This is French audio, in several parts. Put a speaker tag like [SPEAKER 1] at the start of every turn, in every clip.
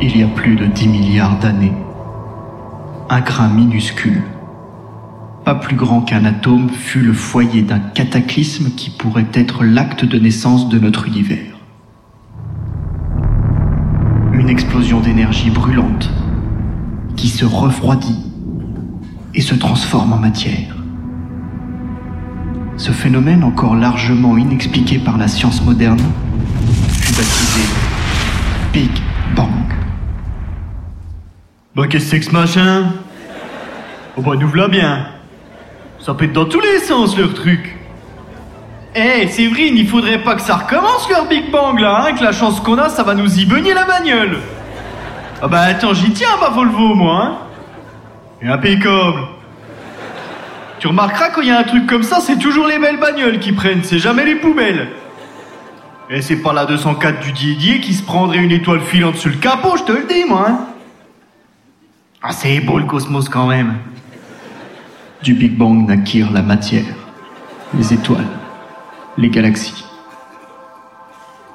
[SPEAKER 1] il y a plus de 10 milliards d'années. Un grain minuscule, pas plus grand qu'un atome, fut le foyer d'un cataclysme qui pourrait être l'acte de naissance de notre univers. Une explosion d'énergie brûlante qui se refroidit et se transforme en matière. Ce phénomène, encore largement inexpliqué par la science moderne, fut baptisé Big Bang.
[SPEAKER 2] Bah qu'est-ce que c'est que ce machin Oh bah nous voilà bien. Ça pète dans tous les sens leur truc. Eh, Séverine, il faudrait pas que ça recommence leur Big Bang là, hein, que la chance qu'on a, ça va nous y beugner la bagnole. Ah bah attends, j'y tiens ma Volvo moi. Hein. Et impeccable. Tu remarqueras quand il y a un truc comme ça, c'est toujours les belles bagnoles qui prennent, c'est jamais les poubelles. Et c'est pas la 204 du Didier qui se prendrait une étoile filante sur le capot, je te le dis moi. hein. Ah c'est beau le cosmos quand même.
[SPEAKER 1] Du Big Bang naquirent la matière, les étoiles, les galaxies.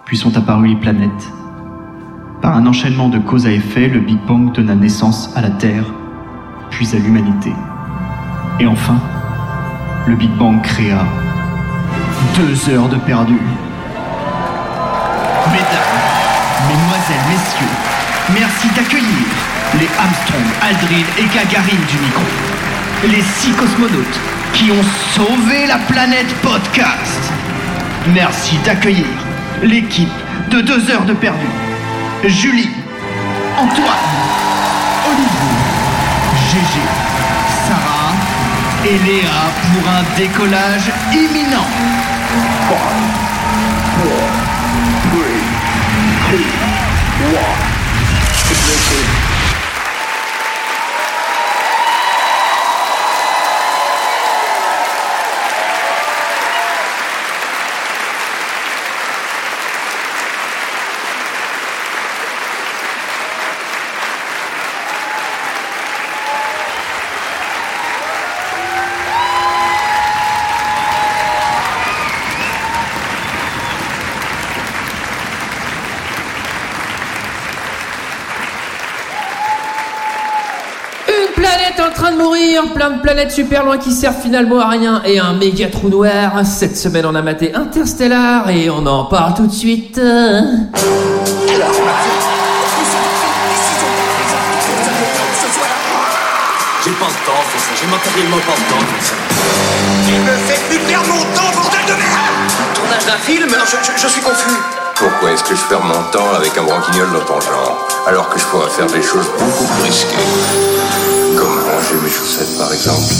[SPEAKER 1] Puis sont apparues les planètes. Par un enchaînement de causes à effet, le Big Bang donna naissance à la Terre, puis à l'humanité. Et enfin, le Big Bang créa deux heures de perdu. Mesdames, Mesdemoiselles, Messieurs, merci d'accueillir les Armstrong, Aldrin et Gagarine du micro. Les six cosmonautes qui ont sauvé la planète podcast. Merci d'accueillir l'équipe de deux heures de perdu. Julie, Antoine, Olivier, Gégé, Sarah et Léa pour un décollage imminent.
[SPEAKER 3] Une planète en train de mourir, plein de planètes super loin qui servent finalement à rien et un méga trou noir. Cette semaine, on a maté Interstellar et on en parle tout de suite.
[SPEAKER 4] J'ai pas le temps pour ça, j'ai matériellement pas le temps pour ça.
[SPEAKER 5] Il me fait plus perdre mon temps, bordel de merde
[SPEAKER 4] Tournage d'un film je, je- je suis confus.
[SPEAKER 6] Pourquoi est-ce que je perds mon temps avec un branquignol dans ton genre Alors que je pourrais faire des choses beaucoup plus risquées. Comme ranger mes chaussettes par exemple.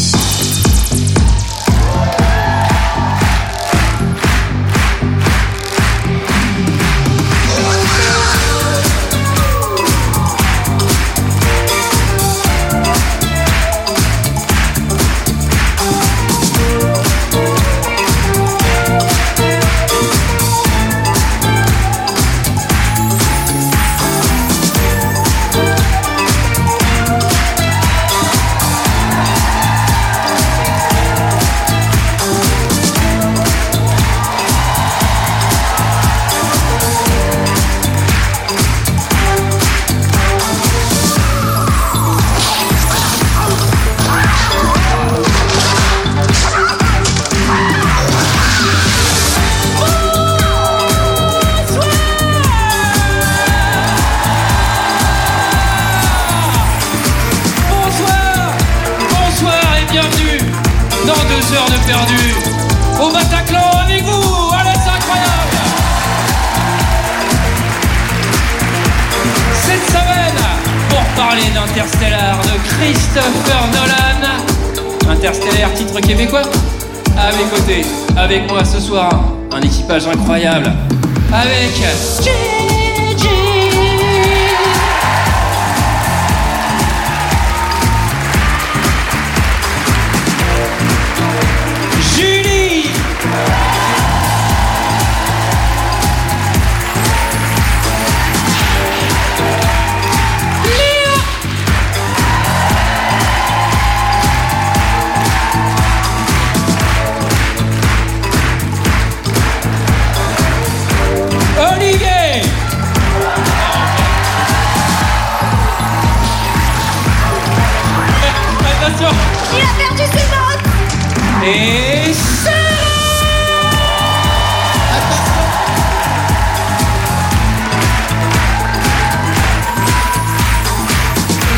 [SPEAKER 7] Bonsoir Bonsoir et bienvenue dans deux heures de perdu au Bataclan avec vous Allez, c'est incroyable Cette semaine, pour parler d'Interstellar de Christopher Nolan, Interstellar titre québécois, à mes côtés, avec moi ce soir, un équipage incroyable, avec Jenny Jean. Julie Léa Olivier attention
[SPEAKER 8] Il a perdu ses notes
[SPEAKER 7] Et...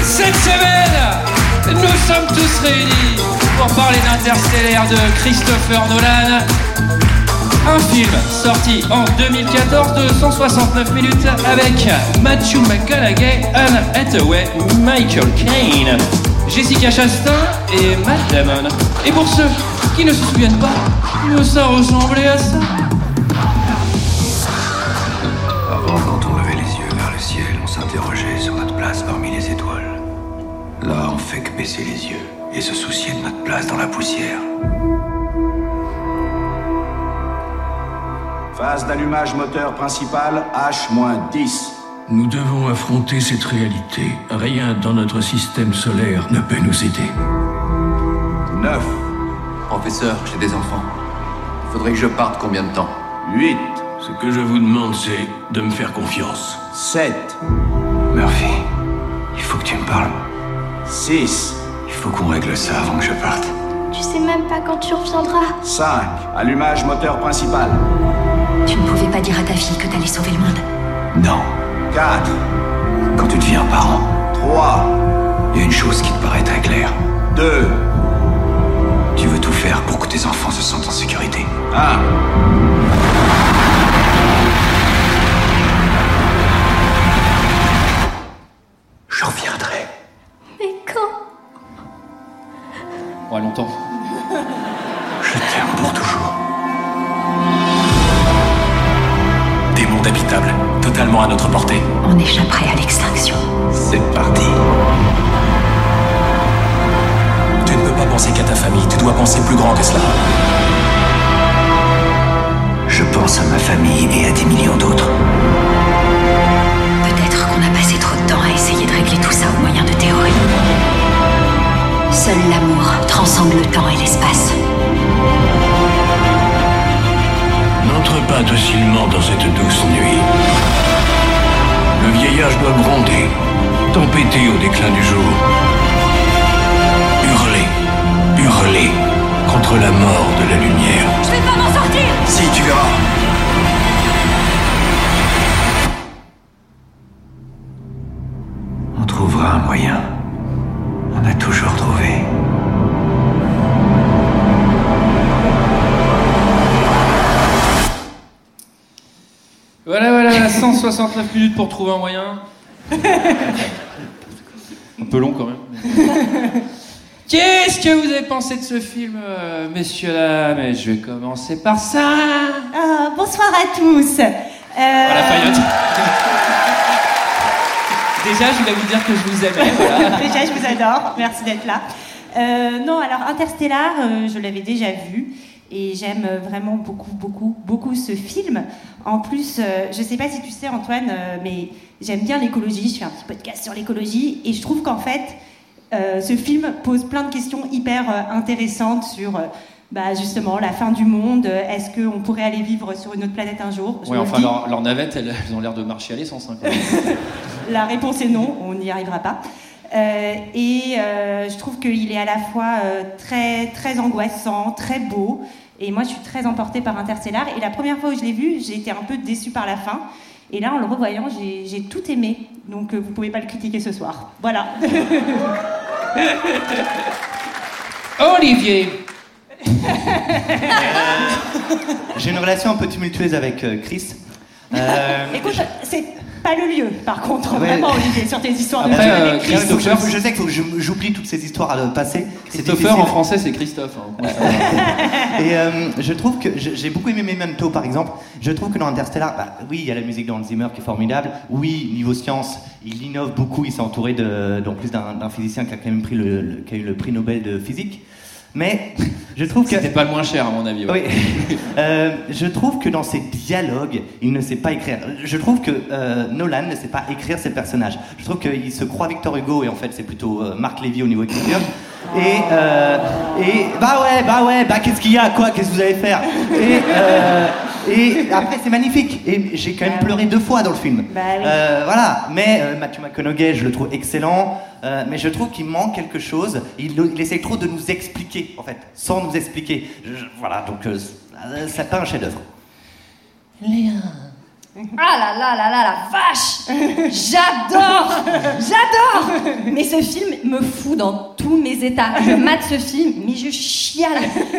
[SPEAKER 7] Cette semaine, nous sommes tous réunis pour parler d'Interstellaire de Christopher Nolan. Un film sorti en 2014 de 169 minutes avec Matthew McConaughey, Anne Hathaway, Michael Caine, Jessica Chastain et Matt Damon. Et pour ceux qui ne se souviennent pas, mais ça ressemblait à ça.
[SPEAKER 6] Avant, quand on levait les yeux vers le ciel, on s'interrogeait sur notre place parmi les étoiles. Là, on fait que baisser les yeux et se soucier de notre place dans la poussière.
[SPEAKER 1] Phase d'allumage moteur principal H-10.
[SPEAKER 9] Nous devons affronter cette réalité. Rien dans notre système solaire ne peut nous aider.
[SPEAKER 1] 9,
[SPEAKER 10] Professeur, j'ai des enfants. Il faudrait que je parte combien de temps
[SPEAKER 1] 8,
[SPEAKER 9] Ce que je vous demande, c'est de me faire confiance.
[SPEAKER 1] 7,
[SPEAKER 6] Murphy, il faut que tu me parles.
[SPEAKER 1] 6,
[SPEAKER 6] Il faut qu'on règle ça avant que je parte.
[SPEAKER 8] Tu sais même pas quand tu reviendras.
[SPEAKER 1] 5. Allumage moteur principal.
[SPEAKER 8] Tu ne pouvais pas dire à ta fille que t'allais sauver le monde.
[SPEAKER 6] Non,
[SPEAKER 1] 4,
[SPEAKER 6] quand tu deviens parent,
[SPEAKER 1] 3,
[SPEAKER 6] il y a une chose qui te paraît très claire.
[SPEAKER 1] 2,
[SPEAKER 6] Tu veux tout faire pour que tes enfants se sentent en sécurité.
[SPEAKER 1] 1.
[SPEAKER 6] Je reviendrai.
[SPEAKER 8] Mais quand
[SPEAKER 7] Ouais, longtemps.
[SPEAKER 6] Je t'aime pour toujours. Des mondes habitables, totalement à notre portée.
[SPEAKER 8] On échapperait à l'extinction.
[SPEAKER 6] C'est parti. Tu ne peux pas penser qu'à ta famille, tu dois penser plus grand que cela. Je pense à ma famille et à des millions d'autres.
[SPEAKER 8] Peut-être qu'on a passé trop de temps à essayer de régler tout ça au moyen de théories. Seul l'amour transcende le temps et l'espace.
[SPEAKER 9] N'entre pas docilement dans cette douce nuit. Le vieillage doit gronder, tempêter au déclin du jour. Hurler, hurler contre la mort de la lumière.
[SPEAKER 8] Je vais pas m'en sortir
[SPEAKER 6] Si, tu verras. On trouvera un moyen. On a toujours trouvé.
[SPEAKER 7] Voilà, voilà, 169 minutes pour trouver un moyen. un peu long quand même. Qu'est-ce que vous avez pensé de ce film, euh, messieurs dames Et Je vais commencer par ça.
[SPEAKER 11] Ah, bonsoir à tous. Euh,
[SPEAKER 7] À la faillotte. Déjà, je voulais vous dire que je vous aimais. Voilà.
[SPEAKER 11] Déjà, je vous adore. Merci d'être là. Euh, non, alors Interstellar, euh, je l'avais déjà vu et j'aime vraiment beaucoup, beaucoup, beaucoup ce film. En plus, euh, je sais pas si tu sais, Antoine, euh, mais j'aime bien l'écologie. Je fais un petit podcast sur l'écologie et je trouve qu'en fait, euh, ce film pose plein de questions hyper euh, intéressantes sur. euh, bah, justement, la fin du monde, euh, est-ce qu'on pourrait aller vivre sur une autre planète un jour Je
[SPEAKER 7] Ouais,
[SPEAKER 11] me
[SPEAKER 7] enfin,
[SPEAKER 11] dis-
[SPEAKER 7] leur, leur navette, elles, elles ont l'air de marcher à l'essence. hein, quand même.
[SPEAKER 11] La réponse est non, on n'y arrivera pas. Euh, et euh, je trouve qu'il est à la fois euh, très, très angoissant, très beau. Et moi, je suis très emportée par Interstellar. Et la première fois où je l'ai vu, j'ai été un peu déçue par la fin. Et là, en le revoyant, j'ai j'ai tout aimé. Donc, euh, vous pouvez pas le critiquer ce soir. Voilà.
[SPEAKER 7] Olivier
[SPEAKER 12] J'ai une relation un peu tumultueuse avec euh, Chris. Euh,
[SPEAKER 11] Écoute, c'est pas le lieu, par contre,
[SPEAKER 12] Ouais.
[SPEAKER 11] vraiment, Olivier, sur tes histoires de
[SPEAKER 7] Après,
[SPEAKER 11] jeux
[SPEAKER 7] euh,
[SPEAKER 11] avec
[SPEAKER 12] je-
[SPEAKER 11] Chris.
[SPEAKER 12] je,
[SPEAKER 7] Christopher.
[SPEAKER 12] Ah, bah, je sais que faut que je- j'oublie toutes ces histoires à le passer. C'est
[SPEAKER 7] Christopher en
[SPEAKER 12] difficile.
[SPEAKER 7] français, c'est Christophe. hein.
[SPEAKER 12] Et euh, je trouve que je- j'ai beaucoup aimé Memento par exemple. Je trouve que dans Interstellar, bah, oui, il y a la musique d'Hans Zimmer qui est formidable. Oui, niveau science, il innove beaucoup. Il s'est entouré de, d'en plus d'un d'un physicien qui a quand même pris le, le- qui a eu le prix Nobel de physique. Mais je trouve que
[SPEAKER 7] C'était pas le moins cher, à mon avis. ouais.
[SPEAKER 12] oui. Euh, je trouve que dans ses dialogues, il ne sait pas écrire. Je trouve que euh, Nolan ne sait pas écrire ses personnages. Je trouve qu'il se croit Victor Hugo et en fait c'est plutôt euh, Marc Lévy au niveau écriture. Et, euh, et bah ouais, bah ouais, bah qu'est-ce qu'il y a, quoi, qu'est-ce que vous allez faire Et euh, Et après, c'est magnifique. Et j'ai quand même pleuré deux fois dans le film.
[SPEAKER 11] Bah oui.
[SPEAKER 12] Euh, voilà. Mais euh, Matthew McConaughey, je le trouve excellent. Euh, mais je trouve qu'il manque quelque chose. Il, il essaie trop de nous expliquer, en fait, sans nous expliquer. Je- je- voilà, donc euh, euh, c'est pas un chef-d'œuvre.
[SPEAKER 13] Léa. Ah là là là là la vache J'adore J'adore Mais ce film me fout dans tous mes états. Je mate ce film, mais je chiale.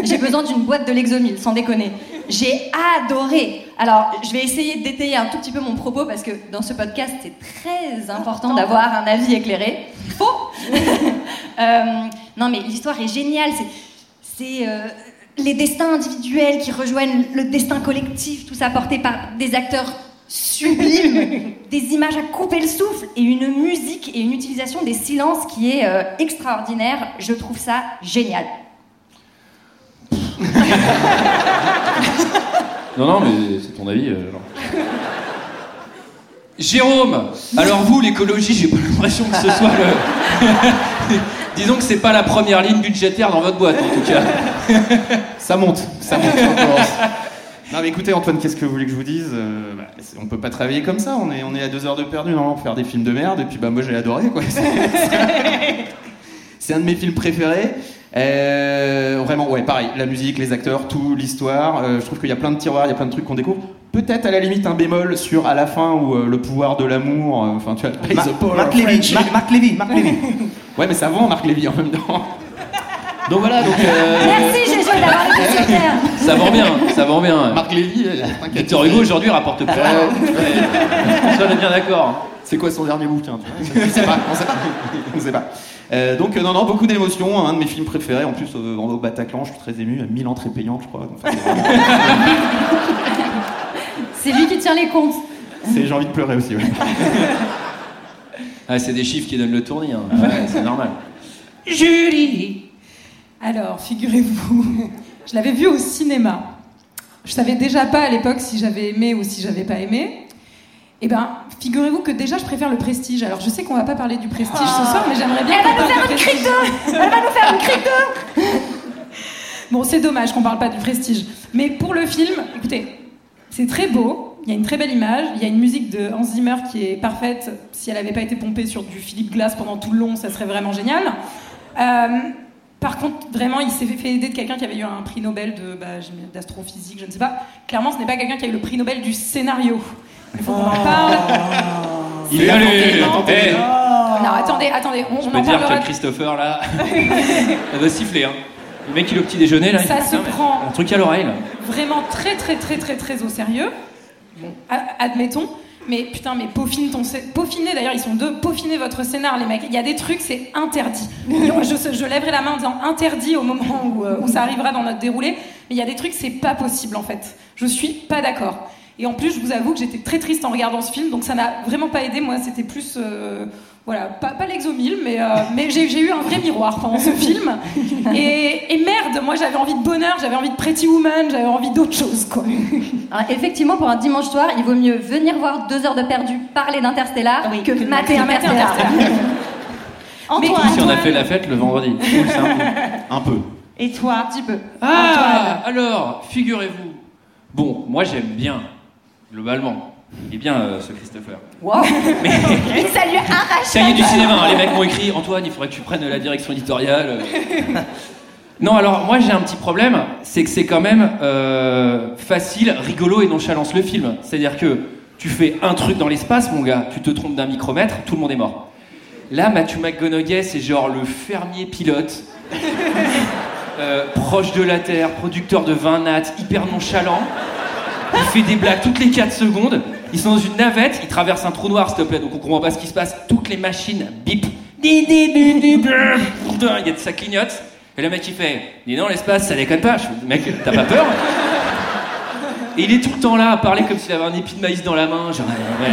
[SPEAKER 13] J'ai besoin d'une boîte de l'exomile, sans déconner. J'ai adoré. Alors, je vais essayer d'étayer un tout petit peu mon propos parce que dans ce podcast, c'est très important d'avoir un avis éclairé. Faux Euh, Non mais l'histoire est géniale. C'est c'est euh, les destins individuels qui rejoignent le destin collectif, tout ça porté par des acteurs sublimes, des images à couper le souffle et une musique et une utilisation des silences qui est euh, extraordinaire. Je trouve ça génial.
[SPEAKER 7] Non, non, mais c'est ton avis. euh, alors. Jérôme, alors vous, l'écologie, j'ai pas l'impression que ce soit le. Disons que c'est pas la première ligne budgétaire dans votre boîte, en tout cas.
[SPEAKER 14] Ça monte, ça monte on commence. Non mais écoutez Antoine, qu'est-ce que vous voulez que je vous dise Euh, bah, c'est- On peut pas travailler comme ça, on est, on est à deux heures de perdu, non, faire des films de merde, et puis bah moi j'ai adoré quoi. C'est un de mes films préférés. Euh, vraiment, ouais, pareil, la musique, les acteurs, tout, l'histoire. Euh, je trouve qu'il y a plein de tiroirs, il y a plein de trucs qu'on découvre. Peut-être à la limite un bémol sur à la fin où euh, le pouvoir de l'amour, euh, enfin tu vois,
[SPEAKER 12] Ma- Marc Lévy, Marc-
[SPEAKER 14] Lévy, Marc Lévy. ouais, mais ça vend Marc Lévy en même temps. Donc voilà, donc. euh,
[SPEAKER 13] Merci Jésus d'avoir été sur Terre.
[SPEAKER 7] Ça vend bien, ça vend bien.
[SPEAKER 14] Marc Lévy,
[SPEAKER 7] Victor Hugo aujourd'hui rapporte plus rien.
[SPEAKER 14] Ça, on est bien d'accord. C'est quoi son dernier bouquin tu vois On sait pas, on sait pas. On sait pas. Euh, donc, euh, non, non, beaucoup d'émotions, hein, un de mes films préférés. En plus, euh, au Bataclan, je suis très ému, à 1000 entrées payantes, je crois. Enfin,
[SPEAKER 13] C'est lui qui tient les comptes.
[SPEAKER 14] c'est- j'ai envie de pleurer aussi. ouais.
[SPEAKER 7] Ah, c'est des chiffres qui donnent le tournis, hein. Ouais, c'est normal.
[SPEAKER 15] Julie Alors, figurez-vous, je l'avais vu au cinéma. Je savais déjà pas à l'époque si j'avais aimé ou si j'avais pas aimé. Eh ben, figurez-vous que déjà, je préfère le prestige. Alors, je sais qu'on va pas parler du prestige ce soir, mais j'aimerais bien.
[SPEAKER 13] Ah. Elle
[SPEAKER 15] qu'on
[SPEAKER 13] va nous
[SPEAKER 15] parle
[SPEAKER 13] faire
[SPEAKER 15] du
[SPEAKER 13] une crique
[SPEAKER 15] prestige.
[SPEAKER 13] d'eau Elle va nous faire une crique
[SPEAKER 15] Bon, c'est dommage qu'on parle pas du prestige. Mais pour le film, écoutez, c'est très beau. Il y a une très belle image. Il y a une musique de Hans Zimmer qui est parfaite. Si elle n'avait pas été pompée sur du Philippe Glass pendant tout le long, ça serait vraiment génial. Euh, par contre, vraiment, il s'est fait aider de quelqu'un qui avait eu un prix Nobel de, bah, j'imagine, d'astrophysique, je ne sais pas. Clairement, ce n'est pas quelqu'un qui a eu le prix Nobel du scénario. Il faut qu'on
[SPEAKER 7] Oh.
[SPEAKER 15] en parle.
[SPEAKER 7] Il a tenté, il a tenté. Eh,
[SPEAKER 15] Non, attendez, attendez, on,
[SPEAKER 7] Je
[SPEAKER 15] on
[SPEAKER 7] peux
[SPEAKER 15] en
[SPEAKER 7] dire
[SPEAKER 15] parlera.
[SPEAKER 7] que Christopher, là, elle va siffler. Hein. Le mec, il est au petit déjeuner, là. il-
[SPEAKER 15] Ça se
[SPEAKER 7] Putain, mais-
[SPEAKER 15] prend.
[SPEAKER 7] Un truc à l'oreille, là.
[SPEAKER 15] vraiment très très très très très au sérieux. Bon, a- admettons. Mais putain, mais peaufine ton scé- peaufiner d'ailleurs, ils sont deux, peaufiner votre scénar, les mecs. Il y a des trucs, c'est interdit. Je, je lèverai la main en disant interdit au moment où, euh, où ça arrivera dans notre déroulé. Mais il y a des trucs, c'est pas possible en fait. Je suis pas d'accord. Et en plus, je vous avoue que j'étais très triste en regardant ce film, donc ça n'a vraiment pas aidé. Moi, c'était plus. euh, voilà, pas, pas l'exomile, mais, euh, mais j'ai j'ai eu un vrai miroir pendant ce film. Et, et merde, moi j'avais envie de bonheur, j'avais envie de Pretty Woman, j'avais envie d'autre chose, quoi.
[SPEAKER 13] Alors, effectivement, pour un dimanche soir, il vaut mieux venir voir deux heures de perdu, parler d'Interstellar, que, mater
[SPEAKER 15] que mater
[SPEAKER 13] Interstellar.
[SPEAKER 7] Nous
[SPEAKER 13] Antoine,
[SPEAKER 7] aussi, on a fait la fête le vendredi. Cool, ça, un peu. Un peu.
[SPEAKER 11] Et toi Un petit peu.
[SPEAKER 7] Ah, alors, figurez-vous. Bon, moi, j'aime bien, globalement. Il est bien, euh, ce Christopher.
[SPEAKER 13] Wow. Mais ça lui arrache
[SPEAKER 7] Ça y est,
[SPEAKER 13] la
[SPEAKER 7] du
[SPEAKER 13] gueule.
[SPEAKER 7] cinéma, hein, les mecs m'ont écrit Antoine, il faudrait que tu prennes la direction éditoriale. Non, alors moi j'ai un petit problème, c'est que c'est quand même euh, facile, rigolo et nonchalance le film. C'est-à-dire que tu fais un truc dans l'espace, mon gars, tu te trompes d'un micromètre, tout le monde est mort. Là, Matthew McGonaghy, c'est genre le fermier pilote, euh, proche de la Terre, producteur de 20 nattes, hyper nonchalant. Il fait des blagues toutes les 4 secondes. Ils sont dans une navette, ils traversent un trou noir, s'il te plaît, donc on comprend pas ce qui se passe. Toutes les machines bip. Di, di, di, di, brrr. Putain, Il y a de ça clignote. Et le mec il fait Dis non, l'espace, ça déconne pas. Je fais, Mec, t'as pas peur hein Et il est tout le temps là à parler comme s'il avait un épi de maïs dans la main. Genre, Ouais, ouais,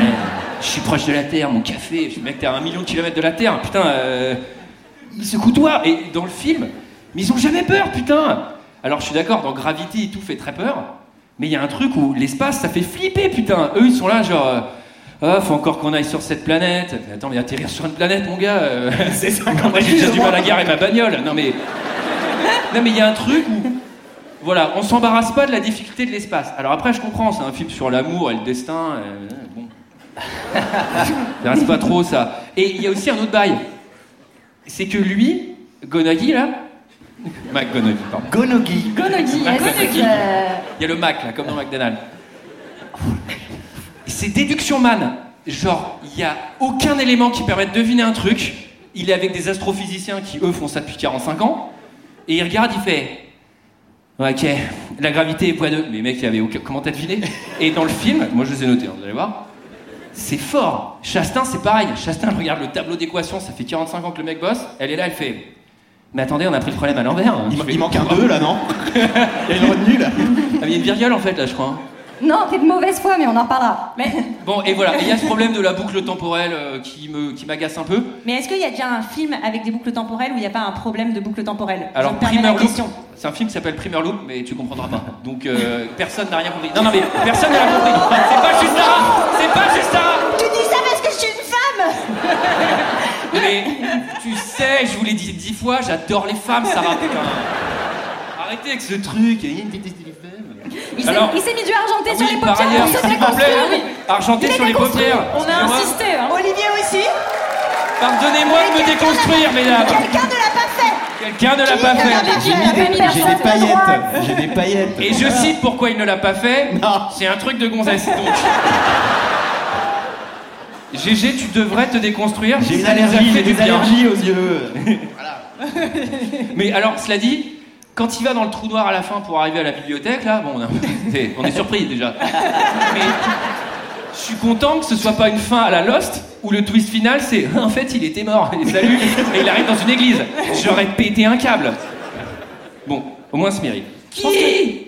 [SPEAKER 7] je suis proche de la Terre, mon café. Je fais, Mec, t'es à un million de kilomètres de la Terre. Putain, euh, il secoue-toi. Et dans le film, mais ils ont jamais peur, putain. Alors je suis d'accord, dans Gravity, tout fait très peur. Mais il y a un truc où l'espace, ça fait flipper, putain. Eux, ils sont là, genre. euh, Ah, faut encore qu'on aille sur cette planète. Mais Attends, mais atterrir sur une planète, mon gars. euh, c'est ça, quand j'ai déjà du mal à garer ma bagnole. Non, mais. Non, mais il y a un truc où. Voilà, on s'embarrasse pas de la difficulté de l'espace. Alors après, je comprends, c'est un film sur l'amour et le destin. euh, bon. Ça reste pas trop ça. Et il y a aussi un autre bail. C'est que lui, Gonogi là. Mac Gonogi, pardon.
[SPEAKER 12] Gonogi.
[SPEAKER 13] Gonogi,
[SPEAKER 7] Mac
[SPEAKER 13] yes,
[SPEAKER 7] Gonogi.
[SPEAKER 13] euh,
[SPEAKER 7] Il y a le Mac là, comme dans McDonald's. C'est déduction man. Genre, il n'y a aucun élément qui permet de deviner un truc. Il est avec des astrophysiciens qui, eux, font ça depuis 45 ans. Et il regarde, il fait. Ok, la gravité est poids 2. Mais mec, il y avait aucun... comment t'as deviné Et dans le film, moi je les ai notés, hein, vous allez voir. C'est fort. Chastain, c'est pareil. Chastain, elle regarde le tableau d'équation, ça fait 45 ans que le mec bosse. Elle est là, elle fait. Mais attendez, on a pris le problème à l'envers. hein. Il, manque un 2 là, non Il y a une là. Ah, Il y a une virgule en fait là, je crois. hein.
[SPEAKER 13] Non, t'es de mauvaise foi, mais on en reparlera. Mais,
[SPEAKER 7] Bon, et voilà, Et il y a ce problème de la boucle temporelle euh, qui me qui m'agace un peu.
[SPEAKER 11] Mais est-ce qu'il y a déjà un film avec des boucles temporelles où il n'y a pas un problème de boucle temporelle
[SPEAKER 7] Alors,
[SPEAKER 11] Je me permets la
[SPEAKER 7] Primer Loop,
[SPEAKER 11] question.
[SPEAKER 7] c'est un film qui s'appelle Primer Loop, mais tu comprendras pas. Donc, euh, personne n'a rien compris. Non, non, mais personne n'a rien compris. C'est pas juste ça C'est pas juste ça
[SPEAKER 5] Tu dis ça parce que je suis une femme
[SPEAKER 7] Mais tu sais, je vous l'ai dit dix fois, j'adore les femmes, Sarah. putain. Arrêtez avec ce truc.
[SPEAKER 13] il s'est
[SPEAKER 7] Alors- ah
[SPEAKER 13] il s'est mis du argenté sur les
[SPEAKER 7] Par
[SPEAKER 13] paupières
[SPEAKER 7] ailleurs,
[SPEAKER 13] pour se
[SPEAKER 7] s'il vous plaît,
[SPEAKER 13] déconstruire.
[SPEAKER 7] argenté sur les paupières. Excusez-moi.
[SPEAKER 5] Olivier aussi
[SPEAKER 7] Pardonnez-moi de me déconstruire, mesdames.
[SPEAKER 5] Quelqu'un ne l'a pas fait
[SPEAKER 7] Quelqu'un ne l'a
[SPEAKER 5] Qui
[SPEAKER 7] pas
[SPEAKER 5] ne l'a pas
[SPEAKER 7] fait.
[SPEAKER 5] fait J'ai mis des- Personne j'ai des n'a le droit. paillettes.
[SPEAKER 7] J'ai des paillettes. Et je cite pourquoi il ne l'a pas fait. C'est un truc de gonzesse. Donc. GG, tu devrais te déconstruire.
[SPEAKER 14] J'ai des
[SPEAKER 7] Ça nous a
[SPEAKER 14] allergies,
[SPEAKER 7] fait
[SPEAKER 14] j'ai
[SPEAKER 7] du
[SPEAKER 14] des
[SPEAKER 7] bien.
[SPEAKER 14] allergies aux yeux.
[SPEAKER 7] Mais alors, cela dit, quand il va dans le trou noir à la fin pour arriver à la bibliothèque, là, bon, on, a- c'est- on est surpris déjà. Mais je suis content que ce soit pas une fin à la Lost où le twist final c'est en fait il était mort. Et salut, et il arrive dans une église. J'aurais pété un câble. Bon, au moins ce mérite.
[SPEAKER 15] Je pense que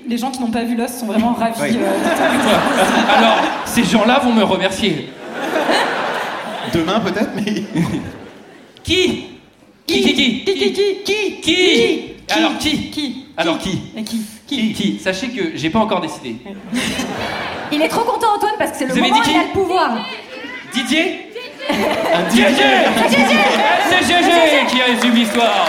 [SPEAKER 15] les gens qui n'ont pas vu Lost sont vraiment ravis.
[SPEAKER 7] Oui.
[SPEAKER 15] euh, de ça.
[SPEAKER 7] Alors, ces gens-là vont me remercier.
[SPEAKER 14] Demain peut-être, mais.
[SPEAKER 7] Qui Qui qui qui Qui qui qui Qui Alors qui Qui Alors qui Qui Qui Qui Sachez que j'ai pas encore décidé.
[SPEAKER 13] Il est trop content, Antoine, parce que c'est le
[SPEAKER 7] Vous avez
[SPEAKER 13] moment où
[SPEAKER 7] dit
[SPEAKER 13] il
[SPEAKER 7] qui
[SPEAKER 13] a le pouvoir.
[SPEAKER 7] Didier Un Gégé
[SPEAKER 13] Gégé
[SPEAKER 7] C'est Gégé qui résume l'histoire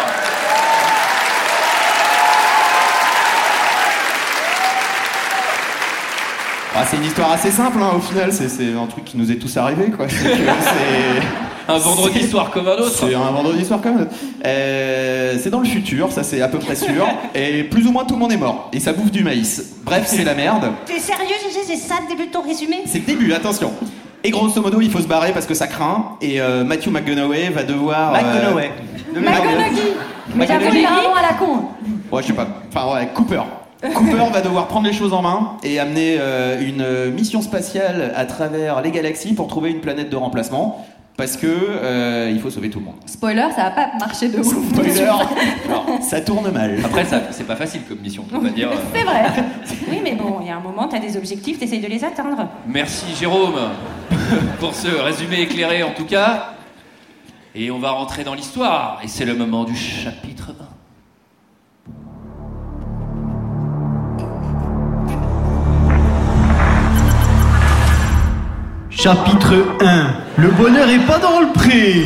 [SPEAKER 14] Ah, c'est une histoire assez simple hein, au final, c'est- c'est un truc qui nous est tous arrivé quoi. C'est que c'est-
[SPEAKER 7] Un vendredi
[SPEAKER 14] c'est-
[SPEAKER 7] soir comme un autre.
[SPEAKER 14] C'est un vendredi soir comme un autre. Euh, c'est dans le futur, ça c'est à peu près sûr. Et plus ou moins tout le monde est mort. Et ça bouffe du maïs. Bref, c'est la merde.
[SPEAKER 11] T'es sérieux, GG C'est ça le début de ton résumé
[SPEAKER 14] C'est le début, attention. Et grosso modo, il faut se barrer parce que ça craint. Et euh, Matthew McGonaghy va devoir. euh,
[SPEAKER 12] McGonaghy.
[SPEAKER 13] McGonaghy Mais j'avoue, il a un nom à la con.
[SPEAKER 14] Ouais, je sais pas. Enfin, ouais, Cooper. Cooper va devoir prendre les choses en main et amener euh, une euh, mission spatiale à travers les galaxies pour trouver une planète de remplacement parce que euh, il faut sauver tout le monde.
[SPEAKER 13] Spoiler, ça va pas marcher de ouf.
[SPEAKER 14] Spoiler. Alors, ça tourne mal.
[SPEAKER 7] Après, ça, c'est pas facile comme mission, on va dire.
[SPEAKER 14] hein.
[SPEAKER 11] C'est vrai. Oui, mais bon, il y a un moment, t'as des objectifs, t'essayes de les atteindre.
[SPEAKER 7] Merci Jérôme pour ce résumé éclairé en tout cas. Et on va rentrer dans l'histoire. Et c'est le moment du chapitre 1.
[SPEAKER 2] Chapitre 1 Le bonheur est pas dans le pré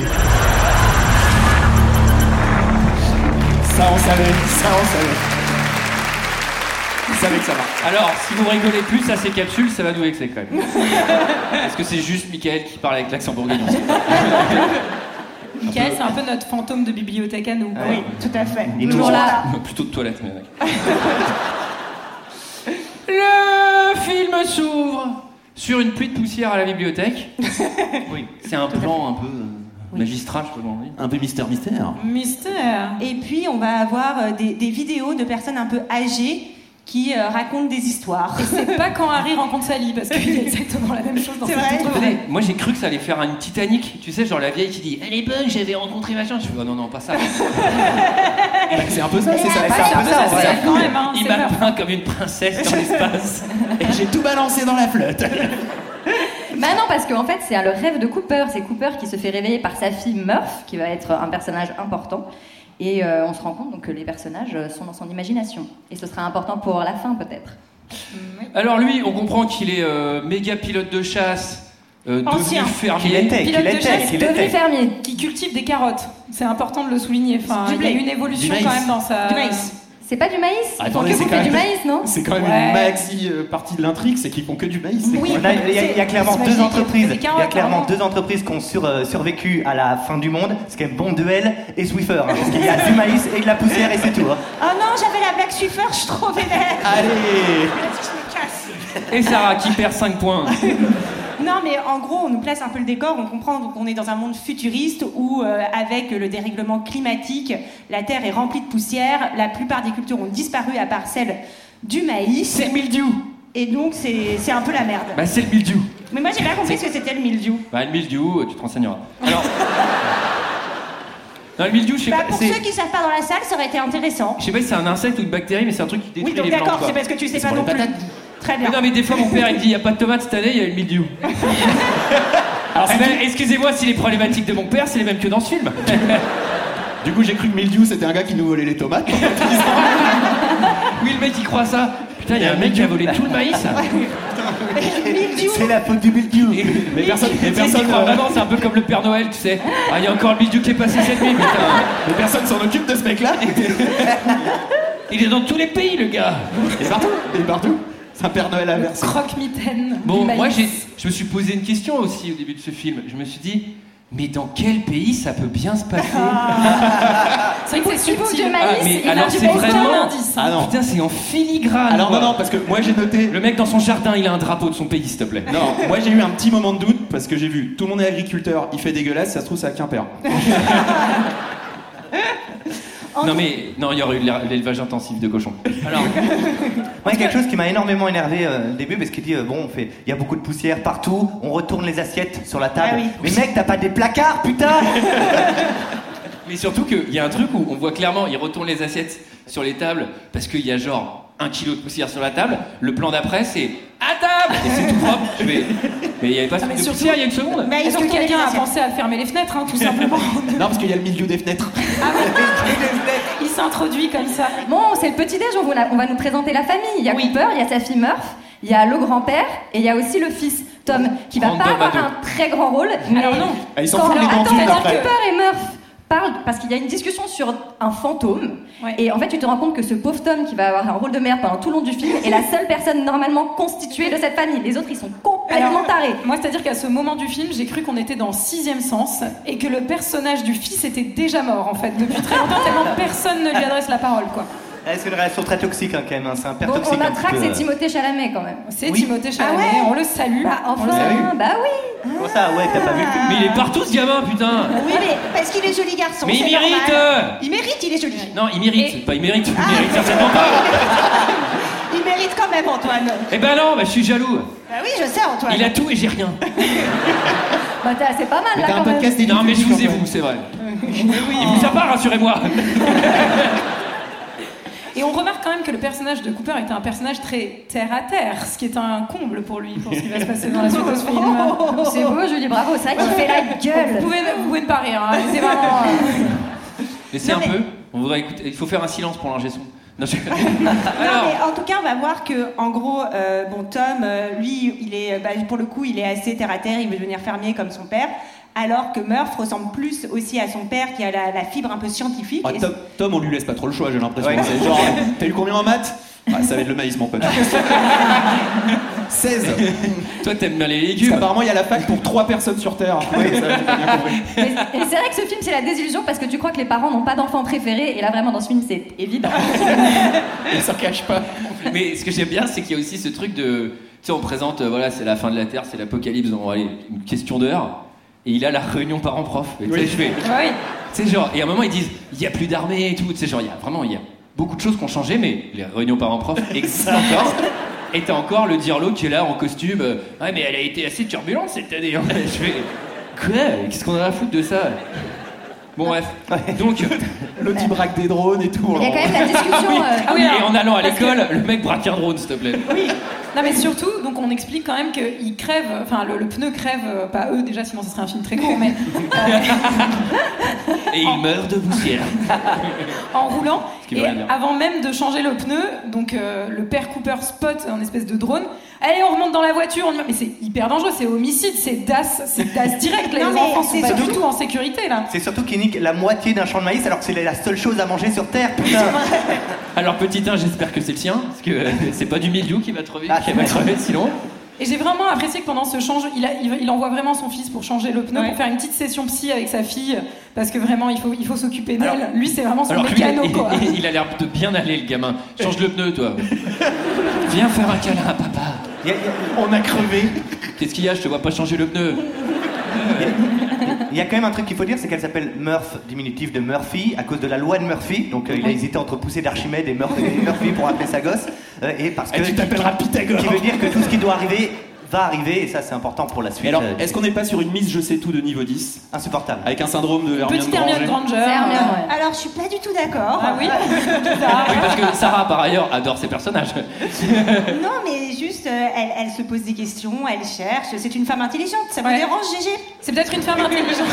[SPEAKER 14] Ça, on savait. Ça, on savait. On savait que ça marche.
[SPEAKER 7] Alors, si vous rigolez plus à ces capsules, ça va nous vexer quand même. Parce que c'est juste Michael qui parle avec l'accent bourguignon.
[SPEAKER 14] Ah
[SPEAKER 15] Michael, c'est un peu notre fantôme de bibliothèque à nous.
[SPEAKER 11] Oui, tout à fait.
[SPEAKER 15] Et toujours là.
[SPEAKER 7] Plutôt de toilette, mais ouais. Le film s'ouvre sur une pluie de poussière à la bibliothèque. Oui, c'est un plan un peu euh, magistral, je peux m'en dire.
[SPEAKER 14] Un peu mystère mystère.
[SPEAKER 11] Mystère. Et puis, on va avoir euh, des, des vidéos de personnes un peu âgées qui euh, racontent des histoires.
[SPEAKER 15] Et c'est pas quand Harry rencontre Sally, parce qu'il y a exactement la même chose dans
[SPEAKER 11] C'est
[SPEAKER 15] cette
[SPEAKER 11] vrai.
[SPEAKER 15] autre
[SPEAKER 7] Attendez,
[SPEAKER 15] vraie.
[SPEAKER 7] moi j'ai cru que ça allait faire une Titanic, tu sais, genre la vieille qui dit À l'époque j'avais rencontré machin. Je fais Oh non, non, pas ça.
[SPEAKER 14] c'est un peu ça, c'est ça,
[SPEAKER 7] Pas
[SPEAKER 14] c'est un peu ça,
[SPEAKER 7] c'est
[SPEAKER 14] ouais.
[SPEAKER 7] ça.
[SPEAKER 14] Quand même, hein,
[SPEAKER 7] Il
[SPEAKER 14] c'est
[SPEAKER 7] m'a
[SPEAKER 14] peur.
[SPEAKER 7] peint comme une princesse dans l'espace.
[SPEAKER 14] Et j'ai tout balancé dans la flotte.
[SPEAKER 13] Bah non, parce qu'en fait, c'est le rêve de Cooper. C'est Cooper qui se fait réveiller par sa fille Murph, qui va être un personnage important. Et euh, on se rend compte donc, que les personnages euh, sont dans son imagination. Et ce sera important pour la fin, peut-être.
[SPEAKER 7] Alors lui, on comprend qu'il est euh, méga pilote de chasse, euh,
[SPEAKER 15] Ancien.
[SPEAKER 7] devenu fermier.
[SPEAKER 15] Pilote de chasse, devenu fermier, qui cultive des carottes. C'est important de le souligner. Enfin,
[SPEAKER 13] Du
[SPEAKER 15] il y a
[SPEAKER 13] blé.
[SPEAKER 15] eu une évolution
[SPEAKER 7] Du
[SPEAKER 15] quand
[SPEAKER 7] maïs.
[SPEAKER 15] même dans sa.
[SPEAKER 13] Du maïs. C'est pas du maïs Ils font
[SPEAKER 14] Attendez,
[SPEAKER 13] que
[SPEAKER 14] c'est
[SPEAKER 13] bouffer
[SPEAKER 14] quand même,
[SPEAKER 13] du maïs, non
[SPEAKER 14] C'est quand même une maxi euh, partie de l'intrigue, c'est qu'ils font que du maïs. c'est
[SPEAKER 12] Il y,
[SPEAKER 14] quoi
[SPEAKER 12] a- il y a- il y a clairement
[SPEAKER 14] c'est
[SPEAKER 12] deux
[SPEAKER 14] magique,
[SPEAKER 12] entreprises.
[SPEAKER 14] c'est des
[SPEAKER 12] Il y a
[SPEAKER 14] carottes,
[SPEAKER 12] clairement
[SPEAKER 14] vraiment.
[SPEAKER 12] deux entreprises qui ont sur- euh, survécu à la fin du monde. C'est quand même bon duel et Swiffer. hein, parce qu'il y a du maïs et de la poussière et c'est tout. hein.
[SPEAKER 11] Oh non, j'avais la blague suffeur, je suis trop vénère.
[SPEAKER 14] Allez
[SPEAKER 11] Je me casse.
[SPEAKER 7] Et Sarah qui perd 5 points.
[SPEAKER 11] Non, mais en gros, on nous place un peu le décor, on comprend donc on est dans un monde futuriste où, euh, avec le dérèglement climatique, la terre est remplie de poussière, la plupart des cultures ont disparu à part celle du maïs. C'est le mildiou Et donc, c'est c'est un peu la merde.
[SPEAKER 7] Bah, c'est le mildiou.
[SPEAKER 11] Mais moi, j'ai pas compris ce que c'était le mildiou.
[SPEAKER 14] Bah, le mildiou, euh, tu te renseigneras.
[SPEAKER 7] Non, le mildiou, je sais
[SPEAKER 11] Bah,
[SPEAKER 7] pas.
[SPEAKER 11] pour
[SPEAKER 7] c'est-
[SPEAKER 11] ceux qui savent pas dans la salle, ça aurait été intéressant.
[SPEAKER 7] Je sais pas si c'est un insecte ou une bactérie, mais c'est un truc qui détruit
[SPEAKER 11] Oui, donc
[SPEAKER 7] les plantes.
[SPEAKER 11] d'accord,
[SPEAKER 7] quoi.
[SPEAKER 11] c'est parce que tu sais
[SPEAKER 7] C'est
[SPEAKER 11] pas
[SPEAKER 7] pour
[SPEAKER 11] non
[SPEAKER 7] les
[SPEAKER 11] plus.
[SPEAKER 7] patates.
[SPEAKER 11] Très bien.
[SPEAKER 7] Mais non, mais des fois, mon père, il me dit il n'y a pas de tomates cette année, il y a le mildiou. Alors, eh ben, excusez-moi si les problématiques de mon père, c'est les mêmes que dans ce film.
[SPEAKER 14] Du coup, j'ai cru que Mildiou, c'était un gars qui nous volait les tomates.
[SPEAKER 7] oui, le mec, il croit ça. Putain, il y a un mec qui a volé tout le maïs.
[SPEAKER 12] C'est la faute du mildiou.
[SPEAKER 7] Mais personne, mais personne
[SPEAKER 14] euh,
[SPEAKER 7] croit vraiment, c'est un peu comme le Père Noël, tu sais. Ah, il y a encore le mildiou qui est passé cette nuit, putain.
[SPEAKER 14] Mais personne s'en occupe de ce mec-là.
[SPEAKER 7] Il est dans tous les pays, le gars.
[SPEAKER 14] Et partout, et partout. C'est un Père Noël à verser.
[SPEAKER 15] Croque-mitaine.
[SPEAKER 7] Bon,
[SPEAKER 15] du maïs.
[SPEAKER 7] moi, j'ai- je me suis posé une question aussi au début de ce film. Je me suis dit, mais dans quel pays ça peut bien se passer Ah,
[SPEAKER 15] C'est vrai que c'est
[SPEAKER 13] Écoute,
[SPEAKER 15] subtil.
[SPEAKER 13] tu manges du Ah. maïs,
[SPEAKER 7] mais
[SPEAKER 13] il
[SPEAKER 7] alors
[SPEAKER 13] marche
[SPEAKER 7] c'est
[SPEAKER 13] pas autant
[SPEAKER 7] vraiment.
[SPEAKER 13] l'indice.
[SPEAKER 14] Ah non.
[SPEAKER 7] Putain, c'est en filigrane.
[SPEAKER 14] Alors
[SPEAKER 7] quoi.
[SPEAKER 14] Ah, non, non, parce que moi j'ai noté.
[SPEAKER 7] Le mec dans son jardin, il a un drapeau de son pays, s'il te plaît.
[SPEAKER 14] Non, moi j'ai eu un petit moment de doute parce que j'ai vu tout le monde est agriculteur, il fait dégueulasse, ça se trouve c'est à Quimper.
[SPEAKER 7] Non, mais non, il y aurait eu l'é- l'élevage intensif de cochons.
[SPEAKER 12] Moi, il y a quelque chose qui m'a énormément énervé euh, au début parce qu'il dit euh, bon, on fait, il y a beaucoup de poussière partout, on retourne les assiettes sur la
[SPEAKER 14] Ah
[SPEAKER 12] table. Mais mec, t'as pas des placards, putain
[SPEAKER 7] Mais surtout qu'il y a un truc où on voit clairement, il retourne les assiettes sur les tables parce qu'il y a genre un kilo de poussière sur la table. Le plan d'après, c'est à table Et c'est tout propre. Je vais- Mais il n'y avait pas ce
[SPEAKER 15] Ah, mais
[SPEAKER 7] truc de
[SPEAKER 15] surtout-
[SPEAKER 7] poussière il y a une seconde.
[SPEAKER 11] Mais ils
[SPEAKER 15] Est-ce
[SPEAKER 11] ont
[SPEAKER 15] que
[SPEAKER 11] tourné
[SPEAKER 15] quelqu'un
[SPEAKER 11] les
[SPEAKER 15] a
[SPEAKER 11] assiettes.
[SPEAKER 15] pensé à fermer les fenêtres, hein, tout simplement
[SPEAKER 14] Non, parce qu'il y a le milieu des fenêtres.
[SPEAKER 15] Il s'introduit comme ça.
[SPEAKER 13] Bon, c'est le petit déj, on, vous la- on va nous présenter la famille. Il y a Cooper, il y a sa fille Murph, il y a le grand-père et il y a aussi le fils Tom qui va
[SPEAKER 15] Random
[SPEAKER 13] pas avoir
[SPEAKER 15] ado.
[SPEAKER 13] un très grand rôle. Mais
[SPEAKER 15] Alors non.
[SPEAKER 14] Ah, ils s'en
[SPEAKER 13] Quand-
[SPEAKER 14] foutent les
[SPEAKER 13] Alors, Attends,
[SPEAKER 14] gantines,
[SPEAKER 13] c'est-à-dire
[SPEAKER 14] après.
[SPEAKER 13] Cooper et Murph parlent parce qu'il y a une discussion sur un fantôme et en fait tu te rends compte que ce pauvre Tom qui va avoir un rôle de mère pendant tout le long du film est la seule personne normalement constituée de cette famille. Les autres ils sont complètement
[SPEAKER 15] Alors,
[SPEAKER 13] tarés.
[SPEAKER 15] Moi, c'est-à-dire qu'à ce moment du film, j'ai cru qu'on était dans Sixième Sens et que le personnage du fils était déjà mort, en fait, depuis très longtemps, tellement personne ne lui adresse la parole, quoi.
[SPEAKER 12] Eh, C'est une relation très toxique hein, quand même, hein, c'est un père
[SPEAKER 13] Bon,
[SPEAKER 12] toxique.
[SPEAKER 13] on
[SPEAKER 12] un petit
[SPEAKER 13] attrape
[SPEAKER 12] peu,
[SPEAKER 13] c'est
[SPEAKER 12] euh.
[SPEAKER 13] Timothée Chalamet quand même.
[SPEAKER 15] C'est Timothée Chalamet,
[SPEAKER 13] Ah ouais
[SPEAKER 15] on le salue.
[SPEAKER 13] Bah
[SPEAKER 15] On le salue.
[SPEAKER 13] enfin, bah oui.
[SPEAKER 12] Comment ça, ouais, t'as pas vu
[SPEAKER 7] Mais il est partout ce gamin, putain
[SPEAKER 11] Ah, Oui, mais parce qu'il est joli garçon.
[SPEAKER 7] Mais il
[SPEAKER 11] c'est
[SPEAKER 7] mérite,
[SPEAKER 11] normal.
[SPEAKER 7] euh.
[SPEAKER 11] Il mérite, il est joli.
[SPEAKER 7] Non, il mérite. Pas il mérite, il mérite certainement pas.
[SPEAKER 11] Il mérite quand même, Antoine.
[SPEAKER 7] Eh ben non, bah, je suis jaloux.
[SPEAKER 11] Bah oui, je sais, Antoine.
[SPEAKER 7] Il a tout et j'ai rien.
[SPEAKER 13] Bah, t'as- c'est pas mal là quand même.
[SPEAKER 7] Non, mais je vous ai vous, c'est vrai. Il vous a pas, rassurez-moi.
[SPEAKER 15] Et on remarque quand même que le personnage de Cooper était un personnage très terre à terre, ce qui est un comble pour lui, pour ce qui va se passer dans la suite de ce film.
[SPEAKER 13] C'est beau, Julie, bravo, c'est vrai qu'il fait la
[SPEAKER 15] Vous
[SPEAKER 13] gueule.
[SPEAKER 15] pouvez, vous pouvez ne pas rire, hein, mais c'est vraiment.
[SPEAKER 7] Laissez un peu. On voudrait écouter. Il faut faire un silence pour l'ingé son. Non, je-
[SPEAKER 11] Non, mais en tout cas, on va voir que, en gros, euh, bon, Tom, euh, lui, il est, euh, bah, pour le coup, il est assez terre à terre, il veut devenir fermier comme son père, alors que Murph ressemble plus aussi à son père qui a la, la fibre un peu scientifique.
[SPEAKER 14] Ah,
[SPEAKER 11] Et-
[SPEAKER 14] Tom, Tom, on lui laisse pas trop le choix, j'ai l'impression.
[SPEAKER 12] Ouais.
[SPEAKER 14] C'est genre, t'as eu combien en maths Ah, ça va être le maïs, mon pote. 16
[SPEAKER 7] Toi, t'aimes bien les
[SPEAKER 14] Parce
[SPEAKER 7] légumes.
[SPEAKER 14] qu'apparemment, il y a la fac pour 3 personnes sur Terre. Oui, ça, j'ai pas bien compris.
[SPEAKER 13] Mais et c'est vrai que ce film, c'est la désillusion parce que tu crois que les parents n'ont pas d'enfant préféré, et là vraiment dans ce film, c'est évident.
[SPEAKER 7] Il s'en cache pas. Mais ce que j'aime bien, c'est qu'il y a aussi ce truc de. Tu sais, on présente, euh, voilà, c'est la fin de la Terre, c'est l'apocalypse, on va aller, une question d'heure. Et il a la réunion parents-prof. Et tu sais, je fais.
[SPEAKER 15] Ah oui.
[SPEAKER 7] Tu sais, genre, et à un moment, ils disent, il n'y a plus d'armée et tout. Tu sais, genre, il y a vraiment, il y a beaucoup de choses qui ont changé, mais les réunions parents-prof existent encore. Et t'as encore le dirlo qui est là en costume. euh, Ouais, mais elle a été assez turbulente cette année. hein. Je fais, quoi Qu'est-ce qu'on a à foutre de ça Bon, bref. Donc,
[SPEAKER 14] L'autre, il braque des drones et tout.
[SPEAKER 13] Il y a quand même la discussion. euh,
[SPEAKER 7] ah oui, et en allant à l'école, le mec braque un drone, s'il te plaît.
[SPEAKER 15] Non mais surtout, donc on explique quand même qu'ils crèvent, enfin le, le pneu crève, euh, pas eux déjà, sinon ce serait un film très court, mais
[SPEAKER 7] Et
[SPEAKER 13] Oh.
[SPEAKER 7] il meurt de poussière.
[SPEAKER 15] en roulant.
[SPEAKER 7] qui veut
[SPEAKER 15] Et
[SPEAKER 7] rien dire.
[SPEAKER 15] avant même de changer le pneu, donc euh, le père Cooper spot un espèce de drone Allez, on remonte dans la voiture. On y va. Mais c'est hyper dangereux, c'est homicide, c'est DAS, c'est DAS direct. là.
[SPEAKER 11] Non,
[SPEAKER 15] les
[SPEAKER 11] mais
[SPEAKER 15] enfants sont
[SPEAKER 11] c'est
[SPEAKER 15] pas du
[SPEAKER 11] surtout-
[SPEAKER 15] tout en sécurité là.
[SPEAKER 12] C'est surtout qu'il nique la moitié d'un champ de maïs alors que c'est la seule chose à manger sur Terre, putain
[SPEAKER 7] Alors petit 1, j'espère que c'est le sien, parce que euh, c'est pas du milieu qui va crever,
[SPEAKER 14] Ah.
[SPEAKER 7] qui va crever sinon.
[SPEAKER 15] Et j'ai vraiment apprécié que pendant ce change, il, a- il- il envoie vraiment son fils pour changer le pneu, pour faire une petite session psy avec sa fille, parce que vraiment, il faut, il faut s'occuper d'elle. Lui, c'est vraiment son
[SPEAKER 7] Alors que lui,
[SPEAKER 15] mécano,
[SPEAKER 7] il,
[SPEAKER 15] quoi.
[SPEAKER 7] il- il a l'air de bien aller le gamin. Change le pneu toi. Viens faire un câlin à papa.
[SPEAKER 12] On a crevé.
[SPEAKER 7] Qu'est-ce qu'il y a Je te vois pas changer le pneu.
[SPEAKER 12] Il y a quand même un truc qu'il faut dire, c'est qu'elle s'appelle Murph, diminutif de Murphy, à cause de la loi de Murphy. Donc euh, il a hésité entre pousser d'Archimède et Murphy, Murphy pour appeler sa gosse. Euh, et
[SPEAKER 14] Eh,
[SPEAKER 12] parce que. tu t'appelleras Pythagore Qui veut dire que tout ce qui doit arriver va arriver, et ça c'est important pour la suite.
[SPEAKER 14] Et alors,
[SPEAKER 12] euh,
[SPEAKER 14] est-ce qu'on n'est pas sur une mise je sais tout de niveau 10
[SPEAKER 12] Insupportable.
[SPEAKER 14] Avec un syndrome de Hermione Granger.
[SPEAKER 11] Alors, je suis pas du tout d'accord.
[SPEAKER 15] Ah oui
[SPEAKER 7] Oui, parce que Sarah par ailleurs adore ses personnages.
[SPEAKER 11] Non, mais juste, euh, elle, elle se pose des questions, elle cherche. C'est une femme intelligente, ça me dérange, Gégé
[SPEAKER 15] C'est peut-être une femme intelligente.